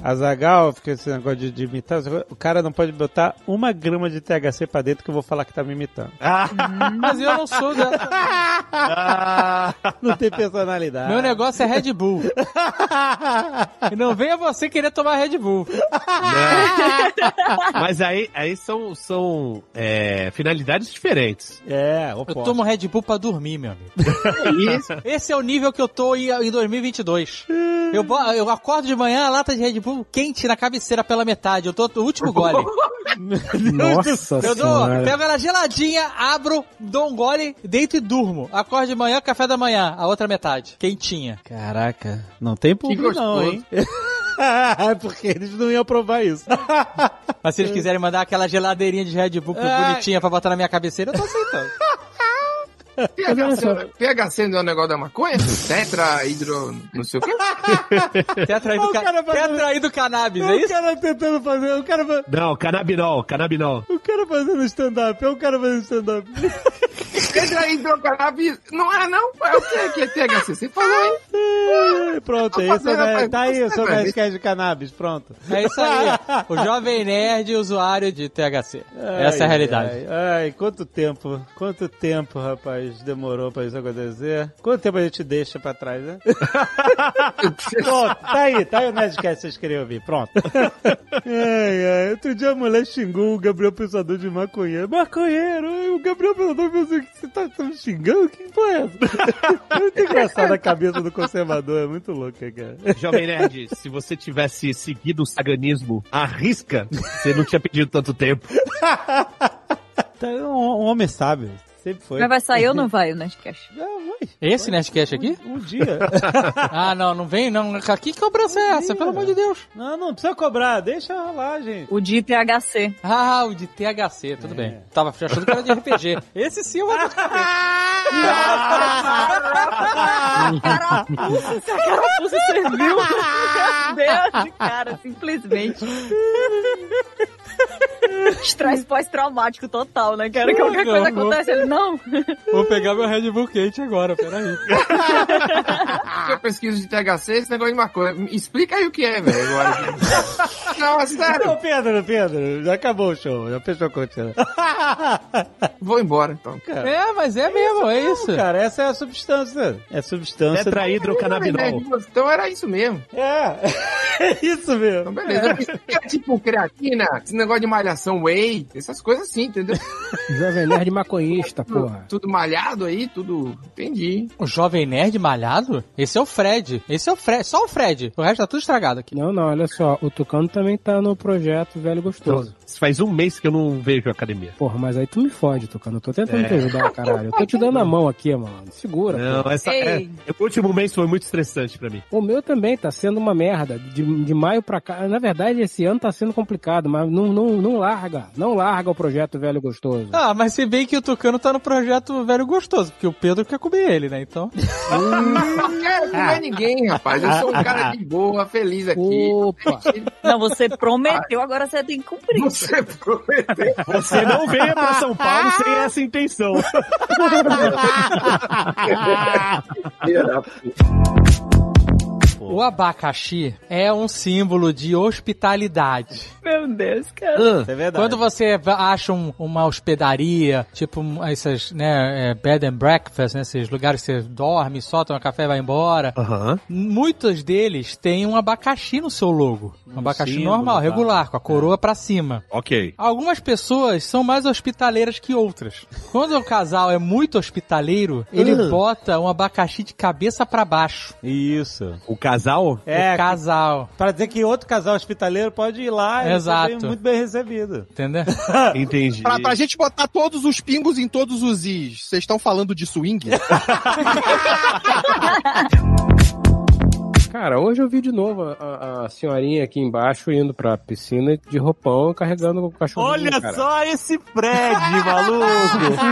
[SPEAKER 2] A Zagal, fica esse negócio de, de imitar. O cara não pode botar uma grama de THC pra dentro que eu vou falar que tá me imitando.
[SPEAKER 3] Mas eu não sou dessa.
[SPEAKER 4] Ah.
[SPEAKER 2] não tem personalidade.
[SPEAKER 3] Meu negócio é Red Bull. E não venha você querer tomar Red Bull.
[SPEAKER 14] Mas aí, aí são, são é, finalidades diferentes.
[SPEAKER 2] É,
[SPEAKER 3] Eu tomo Red Bull pra dormir, meu amigo.
[SPEAKER 14] Isso.
[SPEAKER 3] Esse é o nível que eu tô em em 2022. Eu, bo- eu acordo de manhã, a lata de Red Bull quente na cabeceira pela metade. Eu tô no último gole. é-
[SPEAKER 46] Nossa
[SPEAKER 3] Eu dou,
[SPEAKER 46] senhora.
[SPEAKER 3] pego ela geladinha, abro, dou um gole, deito e durmo. Acordo de manhã, café da manhã, a outra metade, quentinha.
[SPEAKER 2] Caraca, não tem público não,
[SPEAKER 3] gostoso.
[SPEAKER 2] hein? Porque eles não iam provar isso.
[SPEAKER 3] Mas se eles quiserem mandar aquela geladeirinha de Red Bull
[SPEAKER 2] É.
[SPEAKER 4] Ai.
[SPEAKER 3] bonitinha pra botar na minha cabeceira, eu tô aceitando.
[SPEAKER 4] PHC, PHC
[SPEAKER 16] um
[SPEAKER 4] não é o negócio da maconha? Tetra, hidro, não sei o quê?
[SPEAKER 3] Tetra, hidro,
[SPEAKER 2] cara
[SPEAKER 3] um-
[SPEAKER 2] fazendo-
[SPEAKER 3] cannabis,
[SPEAKER 2] é isso? O cara tentando fazer, o cara, fa-
[SPEAKER 14] Não, canabinol, canabinol.
[SPEAKER 2] o cara fazendo stand-up, é o cara fazendo stand-up.
[SPEAKER 4] Tetra, hidro, cannabis. então, Não é, não? É o que que é THC? Você falou, hein?
[SPEAKER 2] É, Pronto, é isso, né? tá aí, eu sou Mestre de Cannabis, pronto.
[SPEAKER 3] É isso aí. O jovem nerd usuário de THC. Essa é a
[SPEAKER 2] Ai,
[SPEAKER 3] realidade.
[SPEAKER 2] Ai, ai, quanto tempo, quanto tempo, rapaz, demorou pra isso acontecer. Quanto tempo a gente deixa pra trás, né? Pronto, tá aí, tá aí o Nerdcast que vocês queriam ouvir, pronto. Ai, ai, outro dia a mulher xingou o Gabriel Pensador de maconheiro. Maconheiro, ai, o Gabriel Pensador pensou que você tá tá me xingando? Que porra é essa? É muito engraçado a cabeça do conservador, é muito louca, cara.
[SPEAKER 14] Jovem Nerd, se você tivesse seguido o saganismo à risca, você não tinha pedido tanto tempo.
[SPEAKER 2] Tá, é um, um homem sábio, sempre foi.
[SPEAKER 9] Mas vai sair ou não vai o Nerdcast?
[SPEAKER 3] Esse Nerdcast aqui?
[SPEAKER 2] Um, dia.
[SPEAKER 3] ah, não, não vem não. Que cobrança é essa? Pelo amor de Deus.
[SPEAKER 2] Não, não precisa cobrar, deixa rolar, gente.
[SPEAKER 9] O de THC.
[SPEAKER 3] Ah, o de THC,
[SPEAKER 2] É.
[SPEAKER 3] tudo bem. Tava achando que era de RPG. Esse sim eu vou...
[SPEAKER 12] Carapuça, se a carapuça serviu. Meu Ah, Deus, cara, simplesmente. Estresse pós-traumático total, né, cara? Qualquer
[SPEAKER 3] Não,
[SPEAKER 12] coisa
[SPEAKER 3] vou-
[SPEAKER 12] acontece, ele não.
[SPEAKER 3] Vou pegar meu Red Bull quente agora, peraí.
[SPEAKER 16] Eu pesquiso de THC, esse negócio de maconha. Explica aí o que é, velho. agora. Não, é sério.
[SPEAKER 2] Não, Pedro, Pedro, já acabou o show. Já fechou a cortina.
[SPEAKER 16] Vou embora, então.
[SPEAKER 2] É, mas é mesmo, é isso. Cara, essa é a substância. É substância.
[SPEAKER 16] Então era isso mesmo.
[SPEAKER 2] É. É isso mesmo. É.
[SPEAKER 16] Então, beleza. Eu pensei que era tipo creatina, esse negócio de malhação whey, essas coisas assim, entendeu?
[SPEAKER 18] Jovem Nerd maconhista, porra.
[SPEAKER 16] Tudo malhado aí, tudo. Entendi.
[SPEAKER 3] O Jovem Nerd malhado? Esse é o Fred. Esse é o Fred. Só o Fred. O resto tá tudo estragado aqui.
[SPEAKER 18] Não, não, olha só, o Tucano também tá no projeto Velho Gostoso.
[SPEAKER 14] Isso Faz um mês que eu não vejo a academia.
[SPEAKER 18] Porra, mas aí tu me fode, Tucano. Eu tô tentando
[SPEAKER 14] É.
[SPEAKER 18] te ajudar, caralho. Eu tô te dando a mão aqui, mano. Segura.
[SPEAKER 14] Não,
[SPEAKER 18] porra.
[SPEAKER 14] essa, é, o último mês foi muito estressante pra mim.
[SPEAKER 18] O meu também tá sendo uma merda. De, de maio pra cá. Na verdade, esse ano tá sendo complicado, mas não, não, não larga. Não larga o projeto Velho Gostoso.
[SPEAKER 3] Ah, mas se bem que o Tucano tá no projeto Velho Gostoso, porque o Pedro quer comer ele, né? Então.
[SPEAKER 14] Uh,
[SPEAKER 16] Não quero comer ninguém, rapaz. Eu sou um cara de boa, feliz aqui. Opa.
[SPEAKER 12] Não, você prometeu, agora você tem que cumprir.
[SPEAKER 16] Você prometeu.
[SPEAKER 14] Você não venha pra São Paulo sem essa intenção.
[SPEAKER 3] O abacaxi é um símbolo de hospitalidade. Ah,
[SPEAKER 12] Meu Deus,
[SPEAKER 14] É
[SPEAKER 12] cara.
[SPEAKER 3] Quando você va- acha um- uma hospedaria, tipo um- essas, né, é, bed and breakfast, né, esses lugares que você dorme, só toma café e vai embora, muitos deles têm um abacaxi no seu logo. Um abacaxi
[SPEAKER 14] símbolo,
[SPEAKER 3] normal,
[SPEAKER 14] tá.
[SPEAKER 3] regular, com a coroa pra cima.
[SPEAKER 14] Ok.
[SPEAKER 3] Algumas pessoas são mais hospitaleiras que outras. Quando um casal é muito hospitaleiro, ele
[SPEAKER 14] Ah.
[SPEAKER 3] bota um abacaxi de cabeça pra baixo.
[SPEAKER 2] Isso.
[SPEAKER 14] O casal?
[SPEAKER 3] É, casal.
[SPEAKER 2] Pra dizer que outro casal hospitaleiro pode ir lá
[SPEAKER 3] Exato.
[SPEAKER 2] e ser bem- muito bem recebido.
[SPEAKER 3] Entendeu?
[SPEAKER 4] ah.
[SPEAKER 14] Entendi.
[SPEAKER 11] Pra, pra gente botar todos os pingos em todos os is. Vocês estão falando de swing?
[SPEAKER 18] Cara, hoje eu vi de novo a, a- a senhorinha aqui embaixo indo pra piscina de roupão carregando o cachorro.
[SPEAKER 4] Olha só esse Fred, maluco!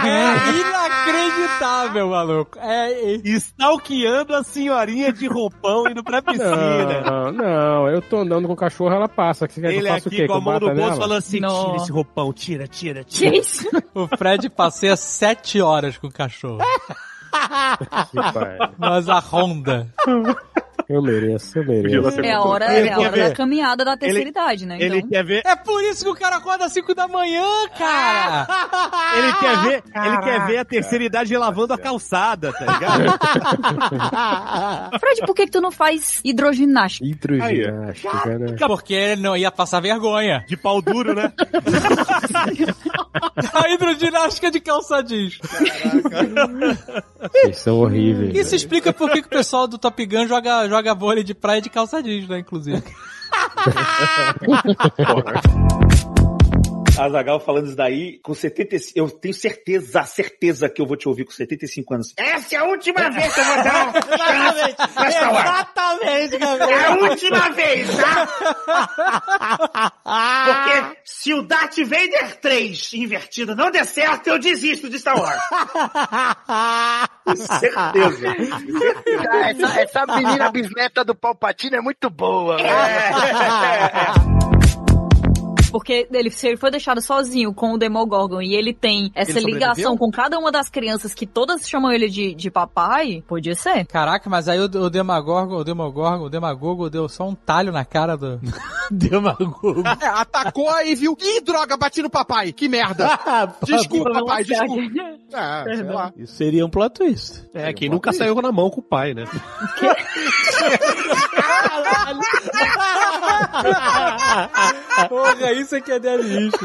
[SPEAKER 3] É inacreditável, maluco. É,
[SPEAKER 4] Stalkeando a senhorinha de roupão indo pra piscina.
[SPEAKER 18] Não, não, eu tô andando com o cachorro, ela passa. Você quer que
[SPEAKER 4] Ele
[SPEAKER 18] eu faça o
[SPEAKER 4] aqui
[SPEAKER 18] quê?
[SPEAKER 4] com a
[SPEAKER 18] Que eu
[SPEAKER 4] mão no
[SPEAKER 18] bata
[SPEAKER 4] bolso
[SPEAKER 18] nela?
[SPEAKER 4] falando assim,
[SPEAKER 3] Não.
[SPEAKER 4] tira esse roupão, tira, tira, tira.
[SPEAKER 3] Gente. O Fred passeia sete horas com o cachorro.
[SPEAKER 4] Ah.
[SPEAKER 3] Mas a Honda.
[SPEAKER 18] Eu mereço, eu mereço.
[SPEAKER 12] É a hora, é a hora da caminhada da terceira
[SPEAKER 18] Ele-
[SPEAKER 12] idade, né?
[SPEAKER 18] ele
[SPEAKER 12] Então.
[SPEAKER 14] quer ver.
[SPEAKER 3] É por isso que o cara acorda às 5 da manhã, cara!
[SPEAKER 14] Ele quer ver,
[SPEAKER 3] Caraca.
[SPEAKER 14] ele quer ver a terceira idade lavando a calçada, tá ligado?
[SPEAKER 12] Fred, por que, que tu não faz hidroginástica?
[SPEAKER 18] Hidroginástica, né?
[SPEAKER 3] Porque ele não ia passar vergonha.
[SPEAKER 14] De pau duro, né?
[SPEAKER 3] a hidroginástica de calça jeans.
[SPEAKER 18] Vocês são horríveis.
[SPEAKER 3] Isso explica por que, que o pessoal do Top Gun joga, joga vôlei de praia de calça jeans, né, inclusive.
[SPEAKER 13] Azagal falando isso daí, com 75. Eu tenho certeza, certeza que eu vou te ouvir com 75 anos. Essa é a última vez que eu vou dar um
[SPEAKER 4] Exatamente.
[SPEAKER 13] Nessa hora.
[SPEAKER 4] Exatamente,
[SPEAKER 13] É a última vez, tá? Porque se o Darth Vader 3 invertido não der certo, eu desisto de Star Wars. tá? Com certeza.
[SPEAKER 47] Ah, essa, essa menina bisneta do Palpatine é muito boa.
[SPEAKER 11] né? Ah,
[SPEAKER 12] Porque ele, se ele foi deixado sozinho com o Demogorgon e ele tem essa
[SPEAKER 3] Ele sobreviveu?
[SPEAKER 12] ligação com cada uma das crianças que todas chamam ele de, de papai, podia ser.
[SPEAKER 3] Caraca, mas aí o, o Demagorgon, o Demogorgon, o Demagogo deu só um talho na cara do... Demagogo.
[SPEAKER 11] É, atacou aí, viu? Ih, droga, bati no papai. Que merda.
[SPEAKER 29] Ah,
[SPEAKER 11] desculpa,
[SPEAKER 14] Não,
[SPEAKER 11] papai,
[SPEAKER 14] cara.
[SPEAKER 11] desculpa. Ah, sei lá.
[SPEAKER 2] Isso seria um plot twist.
[SPEAKER 14] É, quem nunca saiu na mão com o pai, né?
[SPEAKER 3] Porra, isso aqui é delícia.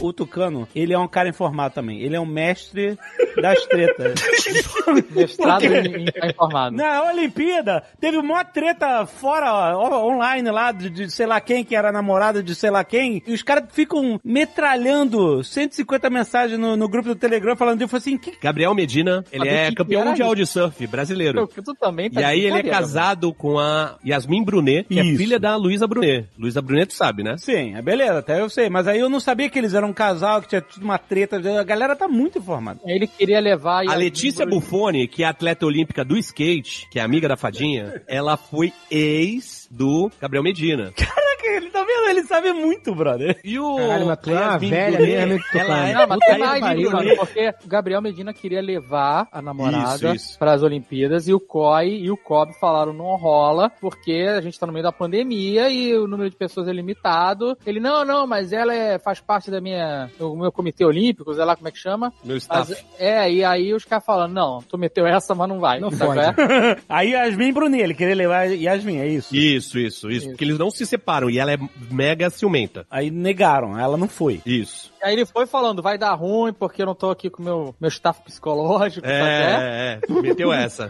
[SPEAKER 2] O Tucano, ele é um cara informado também. Ele é um mestre das tretas.
[SPEAKER 3] Mestrado em, em- tá informado.
[SPEAKER 2] Na Olimpíada, teve uma treta fora, ó, online lá, de, de sei lá quem, que era namorada de sei lá quem, e os caras ficam metralhando 150 mensagens no, no grupo do Telegram falando, eu falei assim, que...
[SPEAKER 14] Gabriel Medina, ele
[SPEAKER 2] Mas o
[SPEAKER 14] é
[SPEAKER 2] que
[SPEAKER 14] campeão
[SPEAKER 2] era
[SPEAKER 14] mundial
[SPEAKER 2] isso?
[SPEAKER 14] de surf brasileiro.
[SPEAKER 3] Tu também tá
[SPEAKER 14] E aí
[SPEAKER 3] de
[SPEAKER 14] ele é
[SPEAKER 3] brincadeira,
[SPEAKER 14] casado com a Yasmin Brunet, que é
[SPEAKER 2] Isso.
[SPEAKER 14] filha da Luísa Brunet. Luísa Brunet tu sabe, né?
[SPEAKER 2] Sim, é beleza, até eu sei, mas aí eu não sabia que eles eram um casal, que tinha tudo uma treta, a galera tá muito informada.
[SPEAKER 3] Ele queria levar...
[SPEAKER 14] A Letícia Buffoni, que é atleta olímpica do skate, que é amiga da Fadinha, ela foi ex do Gabriel Medina.
[SPEAKER 2] Caraca, ele tá vendo? Ele sabe muito, brother.
[SPEAKER 14] E o...
[SPEAKER 18] Caralho, mas tu é uma
[SPEAKER 14] Yasmin
[SPEAKER 18] velha
[SPEAKER 14] Brunet,
[SPEAKER 18] mesmo que tu tá
[SPEAKER 14] ela
[SPEAKER 18] fala.
[SPEAKER 14] é
[SPEAKER 3] Não, mas tem
[SPEAKER 14] puta
[SPEAKER 3] mais,
[SPEAKER 14] que pariu,
[SPEAKER 3] mano,
[SPEAKER 14] né?
[SPEAKER 3] porque o Gabriel Medina queria levar a
[SPEAKER 14] Isso,
[SPEAKER 3] namorada
[SPEAKER 14] isso.
[SPEAKER 3] para as Olimpíadas e o COI e o COB falaram não rola, porque a gente tá no meio da pandemia e o número de pessoas é limitado. Ele, não, não, mas ela é, faz parte da minha, do meu comitê olímpico, sei lá como é que chama.
[SPEAKER 14] Meu
[SPEAKER 3] Mas, é, e aí os caras falam, não, tu meteu essa, mas não vai. é? Não
[SPEAKER 2] Aí Yasmin Bruni, ele queria levar a Yasmin, é isso?
[SPEAKER 14] Isso, isso, isso. Porque eles não se separam e ela é mega ciumenta.
[SPEAKER 2] Aí negaram, ela não foi.
[SPEAKER 14] Isso.
[SPEAKER 3] Aí ele foi falando, vai dar ruim, porque eu não tô aqui com meu, meu staff psicológico,
[SPEAKER 14] É, é, meteu essa.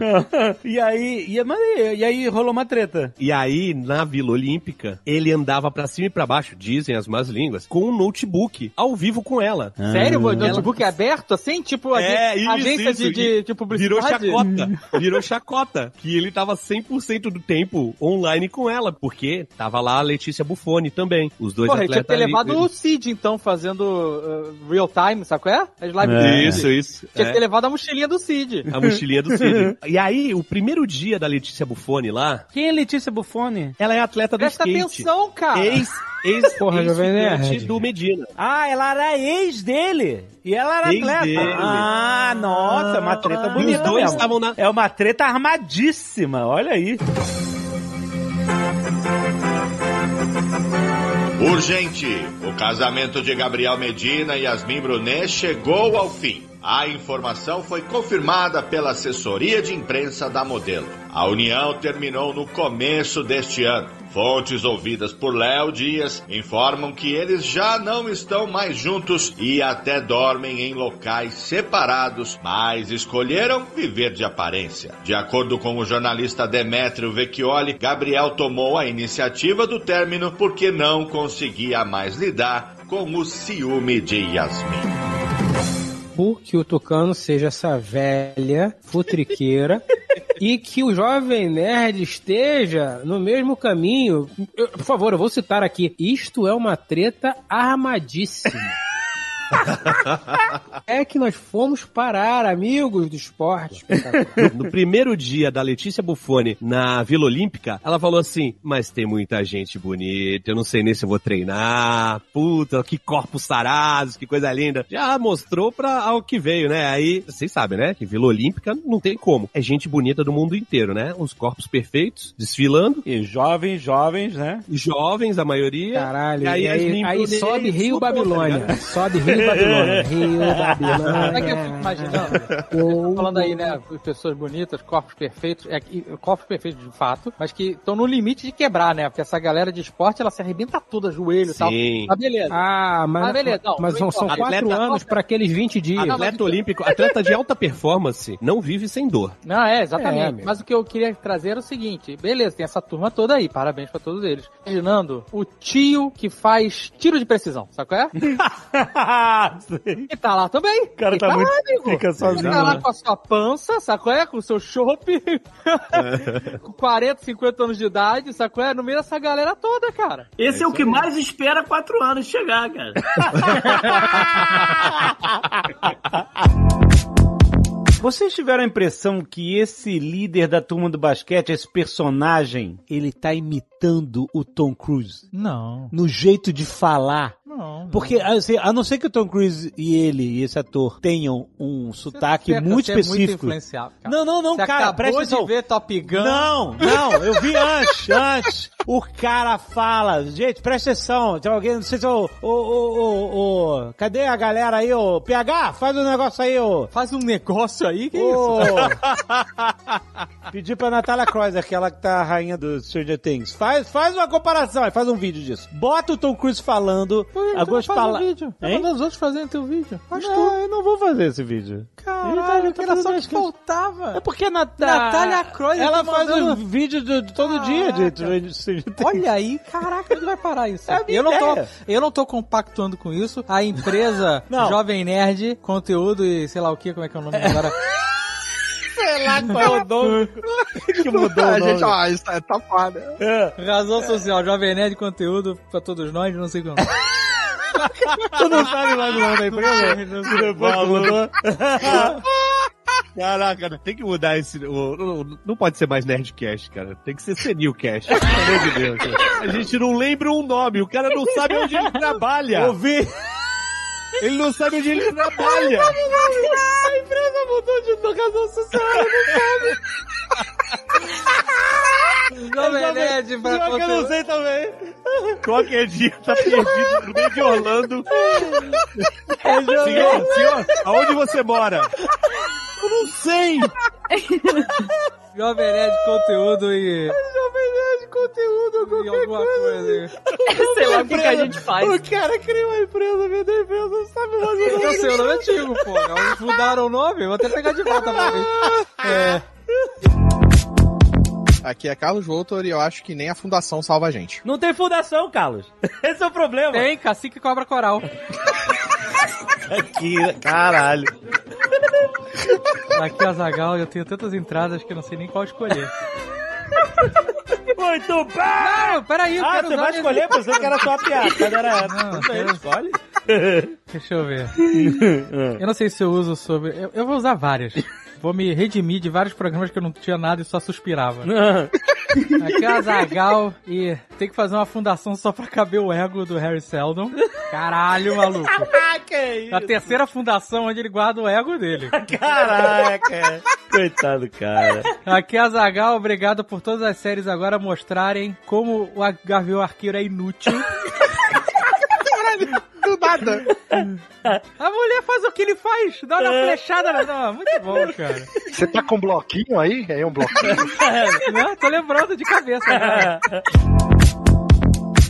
[SPEAKER 2] e aí, e, mas, aí- e aí rolou uma treta.
[SPEAKER 14] E aí, na Vila Olímpica, ele andava pra cima e pra baixo, dizem as más línguas, com um notebook, ao vivo com ela.
[SPEAKER 2] Ah.
[SPEAKER 3] Sério, o
[SPEAKER 14] Ah, Ela-
[SPEAKER 3] notebook é aberto assim? Tipo, a
[SPEAKER 14] É, isso,
[SPEAKER 3] agência
[SPEAKER 14] isso.
[SPEAKER 3] de, de, de
[SPEAKER 14] Virou
[SPEAKER 3] publicidade?
[SPEAKER 14] chacota. Virou chacota. Que ele tava 100% do tempo online com ela, porque tava lá a Letícia Buffoni também. Os dois
[SPEAKER 3] Porra, ele tinha que
[SPEAKER 14] atletas
[SPEAKER 3] ter
[SPEAKER 14] ali.
[SPEAKER 3] levado o Cid, então, fazendo uh, real time, sabe qual é? As live
[SPEAKER 14] É.
[SPEAKER 3] do
[SPEAKER 14] Isso,
[SPEAKER 3] Cid.
[SPEAKER 14] isso.
[SPEAKER 3] Tinha que ter
[SPEAKER 14] É.
[SPEAKER 3] levado a mochilinha do Cid.
[SPEAKER 14] A mochilinha do Cid. E aí, o primeiro dia da Letícia Buffoni lá,
[SPEAKER 2] Quem é Letícia Buffoni?
[SPEAKER 14] Ela é atleta do
[SPEAKER 3] Presta
[SPEAKER 14] skate.
[SPEAKER 3] atenção, cara.
[SPEAKER 14] Ex, ex,
[SPEAKER 18] Porra,
[SPEAKER 14] ex
[SPEAKER 18] Jovem
[SPEAKER 14] figurante
[SPEAKER 18] Nerd.
[SPEAKER 14] do Medina.
[SPEAKER 2] Ah, ela era ex dele. E ela era
[SPEAKER 14] Ex
[SPEAKER 2] atleta.
[SPEAKER 14] dele. Ah.
[SPEAKER 2] Ah, nossa, uma treta bonita.
[SPEAKER 14] os dois
[SPEAKER 2] mesmo.
[SPEAKER 14] estavam na-
[SPEAKER 2] É uma treta armadíssima, olha aí.
[SPEAKER 7] Urgente! O casamento de Gabriel Medina e Yasmin Brunet chegou ao fim. A informação foi confirmada pela assessoria de imprensa da modelo. A união terminou no começo deste ano. Fontes ouvidas por Léo Dias informam que eles já não estão mais juntos e até dormem em locais separados, mas escolheram viver de aparência. De acordo com o jornalista Demetrio Vecchioli, Gabriel tomou a iniciativa do término porque não conseguia mais lidar com o ciúme de Yasmin.
[SPEAKER 18] Por que o Tucano seja essa velha futriqueira e que o jovem nerd esteja no mesmo caminho. Eu- por favor, eu vou citar aqui. Isto é uma treta armadíssima. é que nós fomos parar, amigos do esporte.
[SPEAKER 14] No primeiro dia da Letícia Buffoni na Vila Olímpica, ela falou assim: Mas tem muita gente bonita, eu não sei nem se eu vou treinar. Puta, que corpos sarados, que coisa linda. Já mostrou pra ao que veio, né? Aí, vocês sabem, né? Que Vila Olímpica não tem como. É gente bonita do mundo inteiro, né? Uns corpos perfeitos, desfilando.
[SPEAKER 2] E jovens, jovens, né?
[SPEAKER 14] Jovens, a maioria. Caralho,
[SPEAKER 18] E aí, aí, sobe Rio Babilônia. sobe Rio Babilônia. Rio Babilônia.
[SPEAKER 3] É que eu fico imaginando, falando aí, né, pessoas bonitas, corpos perfeitos, é, que- corpos perfeitos de fato, mas que estão no limite de quebrar, né, porque essa galera de esporte, ela se arrebenta toda, joelho e tal.
[SPEAKER 14] Sim.
[SPEAKER 3] Mas beleza.
[SPEAKER 18] Ah, mas,
[SPEAKER 3] Mas beleza, não,
[SPEAKER 18] mas
[SPEAKER 3] não
[SPEAKER 18] são, são
[SPEAKER 3] importa.
[SPEAKER 18] quatro
[SPEAKER 3] Atleta-
[SPEAKER 18] anos para aqueles 20 dias.
[SPEAKER 14] Atleta olímpico, atleta de alta performance, não vive sem dor.
[SPEAKER 3] Não, é,
[SPEAKER 18] É,
[SPEAKER 3] exatamente.
[SPEAKER 18] amigo.
[SPEAKER 3] Mas o que eu queria trazer era o seguinte: beleza, tem essa turma toda aí, parabéns pra todos eles. Fernando, o tio que faz tiro de precisão, sabe qual é? e tá lá também. O
[SPEAKER 2] cara tá muito- fica sozinho,
[SPEAKER 3] Tá lá
[SPEAKER 2] né?
[SPEAKER 3] com a sua pança, sabe qual é? Com o seu chope, com 40, 50 anos de idade, sabe qual é? No meio dessa galera toda, cara.
[SPEAKER 4] Esse é, o que mais espera quatro anos chegar, cara.
[SPEAKER 2] Vocês tiveram a impressão que esse líder da turma do basquete, esse personagem, ele tá imitando o Tom Cruise?
[SPEAKER 3] Não.
[SPEAKER 2] No jeito de falar.
[SPEAKER 3] Não.
[SPEAKER 2] Porque, assim, a não ser que o Tom Cruise e ele, e esse ator, tenham um sotaque muito
[SPEAKER 3] você
[SPEAKER 2] específico.
[SPEAKER 3] É muito influenciável, cara.
[SPEAKER 2] Não, não, não,
[SPEAKER 3] Você
[SPEAKER 2] cara,
[SPEAKER 3] acabou
[SPEAKER 2] presta atenção.
[SPEAKER 3] de ver Top Gun.
[SPEAKER 2] Não, não, eu vi antes, antes. O cara fala, gente, presta atenção. Tem alguém, não sei se é o. o, o, o, o- cadê a galera aí, ô? PH, faz um negócio aí, ô.
[SPEAKER 3] Faz um negócio aí, que
[SPEAKER 2] Pedi pra Natália Cross, aquela que tá a rainha do Stranger Things. Faz, faz uma comparação, aí, faz um vídeo disso. Bota o Tom Cruise falando, agora suas
[SPEAKER 3] faz um
[SPEAKER 2] palavras.
[SPEAKER 3] vídeo. Eu mando os outros fazerem teu vídeo. Faz
[SPEAKER 2] não,
[SPEAKER 3] tu.
[SPEAKER 2] eu não vou fazer esse vídeo.
[SPEAKER 3] Caralho,
[SPEAKER 2] Ele tá- ele tá
[SPEAKER 3] era só
[SPEAKER 2] fazendo
[SPEAKER 3] o
[SPEAKER 2] as
[SPEAKER 3] que
[SPEAKER 2] coisas.
[SPEAKER 3] faltava.
[SPEAKER 2] É porque a Nat Ah,
[SPEAKER 3] Natália Croix,
[SPEAKER 2] Ela
[SPEAKER 3] tá
[SPEAKER 2] faz
[SPEAKER 3] mandando-
[SPEAKER 2] um vídeo de, de todo dia. De, de- de-
[SPEAKER 3] Olha aí, caraca, onde vai parar isso?
[SPEAKER 2] É a minha
[SPEAKER 3] eu, não tô,
[SPEAKER 2] ideia.
[SPEAKER 3] eu não tô compactuando com isso. A empresa
[SPEAKER 2] Não.
[SPEAKER 3] Jovem Nerd, conteúdo e sei lá o que, como é que é o nome agora?
[SPEAKER 2] Sei lá qual é o nome. que
[SPEAKER 3] mudou
[SPEAKER 11] a
[SPEAKER 3] o nome.
[SPEAKER 11] gente, ó, isso tá, tá foda.
[SPEAKER 2] É.
[SPEAKER 3] Razão social, Jovem Nerd, conteúdo pra todos nós, não sei como.
[SPEAKER 2] tu não sabe lá do nome da empresa? Depois que mudou.
[SPEAKER 14] Caraca, tem que mudar esse. o- o- não, pode ser mais Nerdcast, cara. Tem que ser Senilcast. Pelo amor de Deus. A gente não lembra um nome. O cara não sabe onde ele trabalha.
[SPEAKER 2] Ouvi.
[SPEAKER 14] Ele não sabe onde ele trabalha.
[SPEAKER 2] A empresa mudou de educação social, não sabe.
[SPEAKER 3] Jovem Nerd pra
[SPEAKER 2] Pior que eu
[SPEAKER 3] conteúdo.
[SPEAKER 2] não sei também.
[SPEAKER 14] Qualquer dia tá perdido no meio de Orlando.
[SPEAKER 2] É Jovem
[SPEAKER 14] senhor,
[SPEAKER 2] Nerd.
[SPEAKER 14] senhor, aonde você mora? Eu não sei.
[SPEAKER 3] Jovem Nerd, conteúdo e.
[SPEAKER 2] Jovem Nerd, conteúdo, qualquer coisa.
[SPEAKER 12] Sei lá o que que a gente faz.
[SPEAKER 2] O cara criou uma empresa, vendeu a empresa, não sabe lá de
[SPEAKER 3] Eu sei, o nome é antigo, pô. Eles mudaram o nome, vou até pegar de volta pra mim. É.
[SPEAKER 11] Aqui é Carlos Voltor e eu acho que nem a fundação salva a gente.
[SPEAKER 2] Não tem fundação, Carlos. Esse é o problema.
[SPEAKER 3] Tem, cacique cobra coral.
[SPEAKER 14] Aqui, caralho.
[SPEAKER 3] Aqui é a Zagal, eu tenho tantas entradas que eu não sei nem qual escolher.
[SPEAKER 2] Muito bem! Não,
[SPEAKER 3] peraí, eu
[SPEAKER 2] ah,
[SPEAKER 3] quero
[SPEAKER 2] você
[SPEAKER 3] usar
[SPEAKER 2] vai
[SPEAKER 3] minha-
[SPEAKER 2] escolher, pensei que era só a piada. Mas era essa.
[SPEAKER 3] Não, é
[SPEAKER 2] Tudo bem,
[SPEAKER 3] eu-
[SPEAKER 2] escolhe.
[SPEAKER 3] Deixa eu ver.
[SPEAKER 14] Ah.
[SPEAKER 3] Eu não sei se eu uso sobre. Eu, eu vou usar várias. Vou me redimir de vários programas que eu não tinha nada e só suspirava.
[SPEAKER 14] Ah.
[SPEAKER 3] Aqui é a Zagal e tem que fazer uma fundação só pra caber o ego do Harry Seldon. Caralho, maluco. Tá A terceira fundação onde ele guarda o ego dele.
[SPEAKER 2] Caraca.
[SPEAKER 14] Tá
[SPEAKER 2] Coitado, cara.
[SPEAKER 3] Aqui é a Zagal, obrigado por todas as séries agora mostrarem como o Gavião Arqueiro é inútil.
[SPEAKER 11] Do nada.
[SPEAKER 3] A mulher faz o que ele faz, dá uma
[SPEAKER 29] É.
[SPEAKER 3] flechada na. Não, muito bom, cara.
[SPEAKER 29] Você tá com um bloquinho aí? É um bloquinho?
[SPEAKER 3] Não, Né? tô lembrando de cabeça. cara.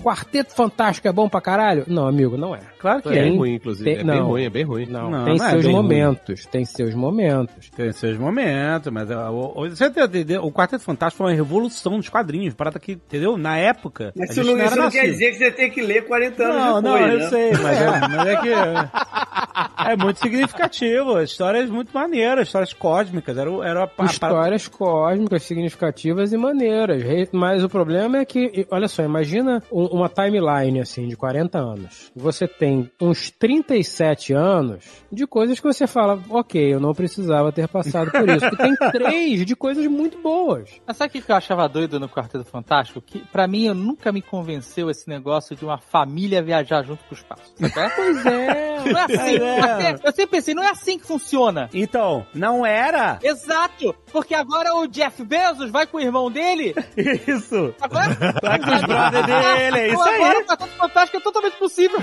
[SPEAKER 13] Quarteto Fantástico é bom pra caralho? Não, amigo, não é.
[SPEAKER 2] Claro
[SPEAKER 14] que é. É ruim, inclusive. É bem ruim, é bem ruim.
[SPEAKER 13] Não,
[SPEAKER 2] Não,
[SPEAKER 13] tem
[SPEAKER 2] não é
[SPEAKER 13] seus
[SPEAKER 2] bem ruim.
[SPEAKER 13] momentos, tem seus momentos.
[SPEAKER 2] Tem seus momentos, mas ah, o, o, você entendeu? O Quarteto Fantástico foi uma revolução dos quadrinhos, parada que, entendeu? Na época. a
[SPEAKER 15] Isso
[SPEAKER 2] gente
[SPEAKER 15] não,
[SPEAKER 2] era
[SPEAKER 15] isso não
[SPEAKER 2] nascido.
[SPEAKER 15] quer dizer que você tem que ler 40 anos
[SPEAKER 2] Não, não,
[SPEAKER 15] depois,
[SPEAKER 2] eu
[SPEAKER 15] né?
[SPEAKER 2] sei, mas é, mas é que. É muito significativo. Histórias muito maneiras, histórias cósmicas. Era, o- era a, a,
[SPEAKER 13] Histórias cósmicas significativas e maneiras. Re- Mas o problema é que, e- olha só, imagina um- uma timeline assim de 40 anos. Você tem uns 37 anos de coisas que você fala, ok, eu não precisava ter passado por isso. E tem três de coisas muito boas.
[SPEAKER 3] Mas sabe o que eu achava doido no Quarteto Fantástico? Que pra mim eu nunca me convenceu esse negócio de uma família viajar junto pro espaço. Sabe? pois é. Não é assim.
[SPEAKER 2] Pois é.
[SPEAKER 3] Até- eu sempre pensei, não é assim que funciona.
[SPEAKER 2] Então, não era.
[SPEAKER 3] Exato. Porque agora o Jeff Bezos vai com o irmão dele.
[SPEAKER 2] Isso.
[SPEAKER 3] Agora.
[SPEAKER 2] Vai com os brothers dele, é isso aí.
[SPEAKER 3] Agora o Quarteto Fantástico é totalmente possível.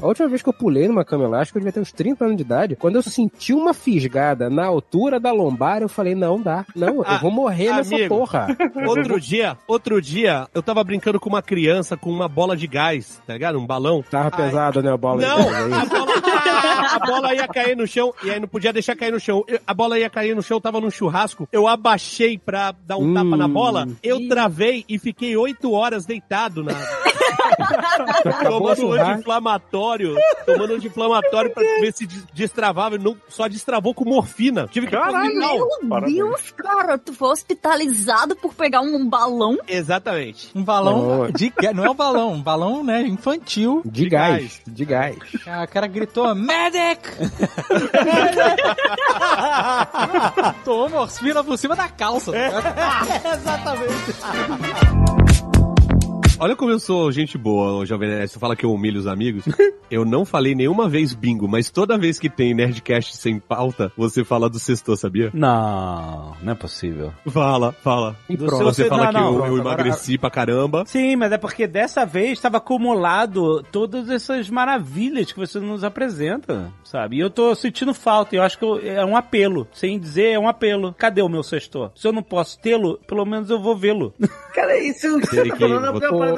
[SPEAKER 13] A última vez que eu pulei numa cama elástica, eu devia ter uns 30 anos de idade. Quando eu senti uma fisgada na altura da lombar, eu falei, não dá. Não, eu vou morrer nessa
[SPEAKER 14] Amigo,
[SPEAKER 13] é porra.
[SPEAKER 14] Outro dia, outro dia, eu tava brincando com uma criança com uma bola de gás, tá ligado? Um balão.
[SPEAKER 13] Tava pesado, né, a bola?
[SPEAKER 14] Não, a bola, a bola ia cair no chão e aí não podia deixar cair no chão. Eu- a bola ia cair no chão, tava num churrasco. Eu abaixei pra dar um tapa
[SPEAKER 13] Hum.
[SPEAKER 14] na bola, eu travei e fiquei oito horas deitado na.
[SPEAKER 13] Acabou o
[SPEAKER 14] tomando
[SPEAKER 13] churrasco.
[SPEAKER 14] anti-inflamatório, tomando anti-inflamatório pra ver se des- destravava. e Não, só destravou com morfina. Tive que um ir pro
[SPEAKER 12] Meu
[SPEAKER 14] hospital.
[SPEAKER 12] Deus, cara, tu foi hospitalizado por pegar um balão?
[SPEAKER 14] Exatamente.
[SPEAKER 3] Um balão de gás. Não é um balão, um balão, né? Infantil.
[SPEAKER 13] De, gás. De gás.
[SPEAKER 3] A cara gritou, Medic! Tomou morfina por cima da calça. tá
[SPEAKER 2] É. Exatamente.
[SPEAKER 14] Olha como eu sou gente boa, ô Jovem Nerd. Você fala que eu humilho os amigos. Eu não falei nenhuma vez bingo, mas toda vez que tem Nerdcast sem pauta, você fala do sexto, sabia?
[SPEAKER 2] Não, não é possível.
[SPEAKER 14] Fala, fala.
[SPEAKER 2] E
[SPEAKER 14] Do
[SPEAKER 2] pronto.
[SPEAKER 14] Você fala
[SPEAKER 2] Não,
[SPEAKER 14] que
[SPEAKER 2] não,
[SPEAKER 14] eu,
[SPEAKER 2] pronto,
[SPEAKER 14] eu
[SPEAKER 2] agora-
[SPEAKER 14] emagreci pra caramba.
[SPEAKER 2] Sim, mas é porque dessa vez estava acumulado todas essas maravilhas que você nos apresenta, sabe? E eu tô sentindo falta, e eu acho que eu- é um apelo. Sem dizer, é um apelo. Cadê o meu sextor? Se eu não posso tê-lo, pelo menos eu vou vê-lo.
[SPEAKER 15] Cara, isso que você
[SPEAKER 2] Ele
[SPEAKER 15] tá
[SPEAKER 2] que
[SPEAKER 15] falando é uma
[SPEAKER 2] botou
[SPEAKER 18] ô, ô,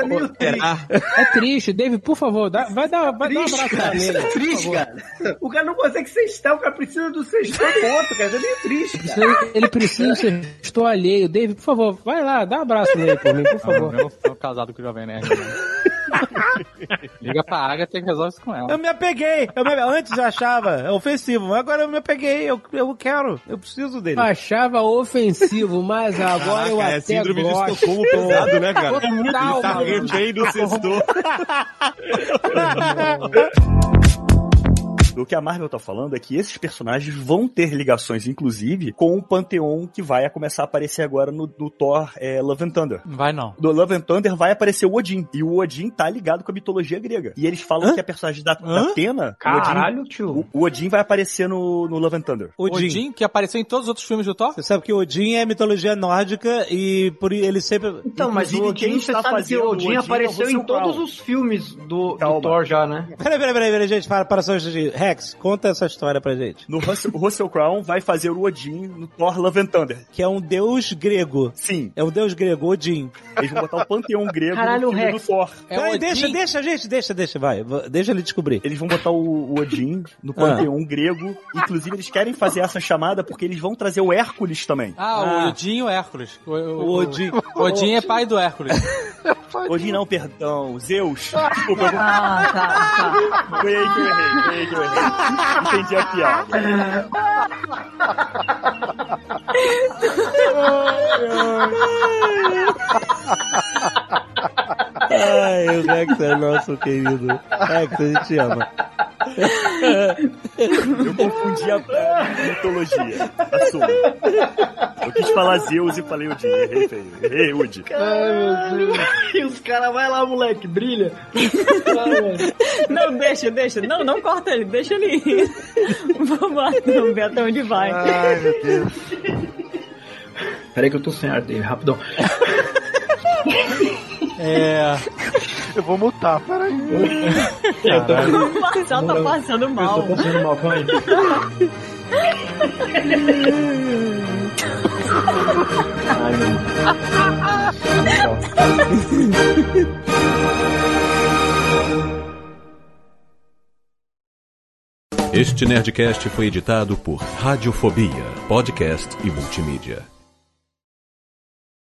[SPEAKER 18] É triste, David, por favor, dá- vai dar, vai dar um
[SPEAKER 48] Triste,
[SPEAKER 18] abraço
[SPEAKER 48] cara. Isso
[SPEAKER 18] nele.
[SPEAKER 48] é
[SPEAKER 18] por
[SPEAKER 48] triste,
[SPEAKER 18] favor.
[SPEAKER 48] cara. O cara não consegue sextar, o cara precisa do sextão do outro, cara. Isso é meio triste,
[SPEAKER 18] Isso
[SPEAKER 48] cara.
[SPEAKER 18] aí, Ele precisa ser. Estou alheio. David, por favor, vai lá, dá um abraço nele por mim, por favor.
[SPEAKER 3] Eu tô casado com o Jovem Nerd. Liga pra Agatha e resolve isso com ela.
[SPEAKER 2] Eu me apeguei. Eu me- Antes eu achava ofensivo, mas agora eu me apeguei. Eu, eu quero. Eu preciso dele.
[SPEAKER 18] Achava ofensivo, mas agora eu
[SPEAKER 2] Caraca, é
[SPEAKER 18] até
[SPEAKER 2] síndrome de
[SPEAKER 18] gosto.
[SPEAKER 2] Estocolmo pesado, né, cara?
[SPEAKER 18] Total,
[SPEAKER 2] Ele tá
[SPEAKER 18] mano.
[SPEAKER 49] Bem no sexto.
[SPEAKER 22] O que a Marvel tá falando é que esses personagens vão ter ligações, inclusive, com o panteão que vai começar a aparecer agora no, no Thor é, Love and Thunder.
[SPEAKER 3] Não vai não.
[SPEAKER 22] Do Love and Thunder vai aparecer o Odin. E o Odin tá ligado com a mitologia grega. E eles falam que a personagem da, da Atena.
[SPEAKER 3] Caralho,
[SPEAKER 22] o Odin, tio. O, o Odin vai aparecer no, no Love and Thunder.
[SPEAKER 3] Odin. que apareceu em todos os outros filmes do Thor?
[SPEAKER 2] Você sabe que Odin é mitologia nórdica e por ele sempre.
[SPEAKER 21] Então, mas o Odin, você sabe que o Odin, é
[SPEAKER 22] então
[SPEAKER 21] apareceu
[SPEAKER 22] é
[SPEAKER 21] em todos os filmes do, do Thor já, né?
[SPEAKER 2] Peraí, peraí, peraí, peraí, gente, para, para só um instantinho. Rex, conta essa história pra gente.
[SPEAKER 22] No Russell, o Russell Crown vai fazer o Odin no Thor Love and Thunder.
[SPEAKER 2] Que é um deus grego.
[SPEAKER 22] Sim.
[SPEAKER 2] É um deus grego, Odin.
[SPEAKER 22] Eles vão botar Tá o panteão grego
[SPEAKER 2] Caralho,
[SPEAKER 22] no filme
[SPEAKER 2] Rex.
[SPEAKER 22] do Thor.
[SPEAKER 2] É o Peraí, Odin? deixa, deixa, gente, deixa, deixa, vai. Deixa ele descobrir. Ah.
[SPEAKER 22] Eles vão botar o, o Odin no panteão grego. Inclusive, eles querem fazer essa chamada porque eles vão trazer o Hércules também.
[SPEAKER 3] Ah, o Odin e o Hércules. O,
[SPEAKER 22] O Odin.
[SPEAKER 3] Odin é pai do Hércules.
[SPEAKER 22] Odin não, perdão. Zeus. Desculpa, eu vou...
[SPEAKER 4] Ah, tá,
[SPEAKER 22] Foi aí que eu errei, foi aí que eu errei. Entendi a piada.
[SPEAKER 2] Ai, o Rex é nosso querido. Rex, a gente te ama.
[SPEAKER 22] Eu confundi a a mitologia. Assumo. Eu quis falar Zeus e falei Odin. Errei feio. Errei, Udi.
[SPEAKER 21] Ai, meu Deus. E os caras, vai lá, moleque, brilha.
[SPEAKER 4] Não, deixa, deixa. Não, não corta ele, deixa ele ir. Vamos lá, vamos ver até onde vai.
[SPEAKER 21] Ai, meu Deus. Peraí que eu tô sem ar dele, rapidão.
[SPEAKER 3] É.
[SPEAKER 21] Eu vou mutar, peraí.
[SPEAKER 4] O Marcel tá passando mal.
[SPEAKER 21] Eu tô passando mal, peraí.
[SPEAKER 14] Este Nerdcast foi editado por Radiofobia, podcast e multimídia.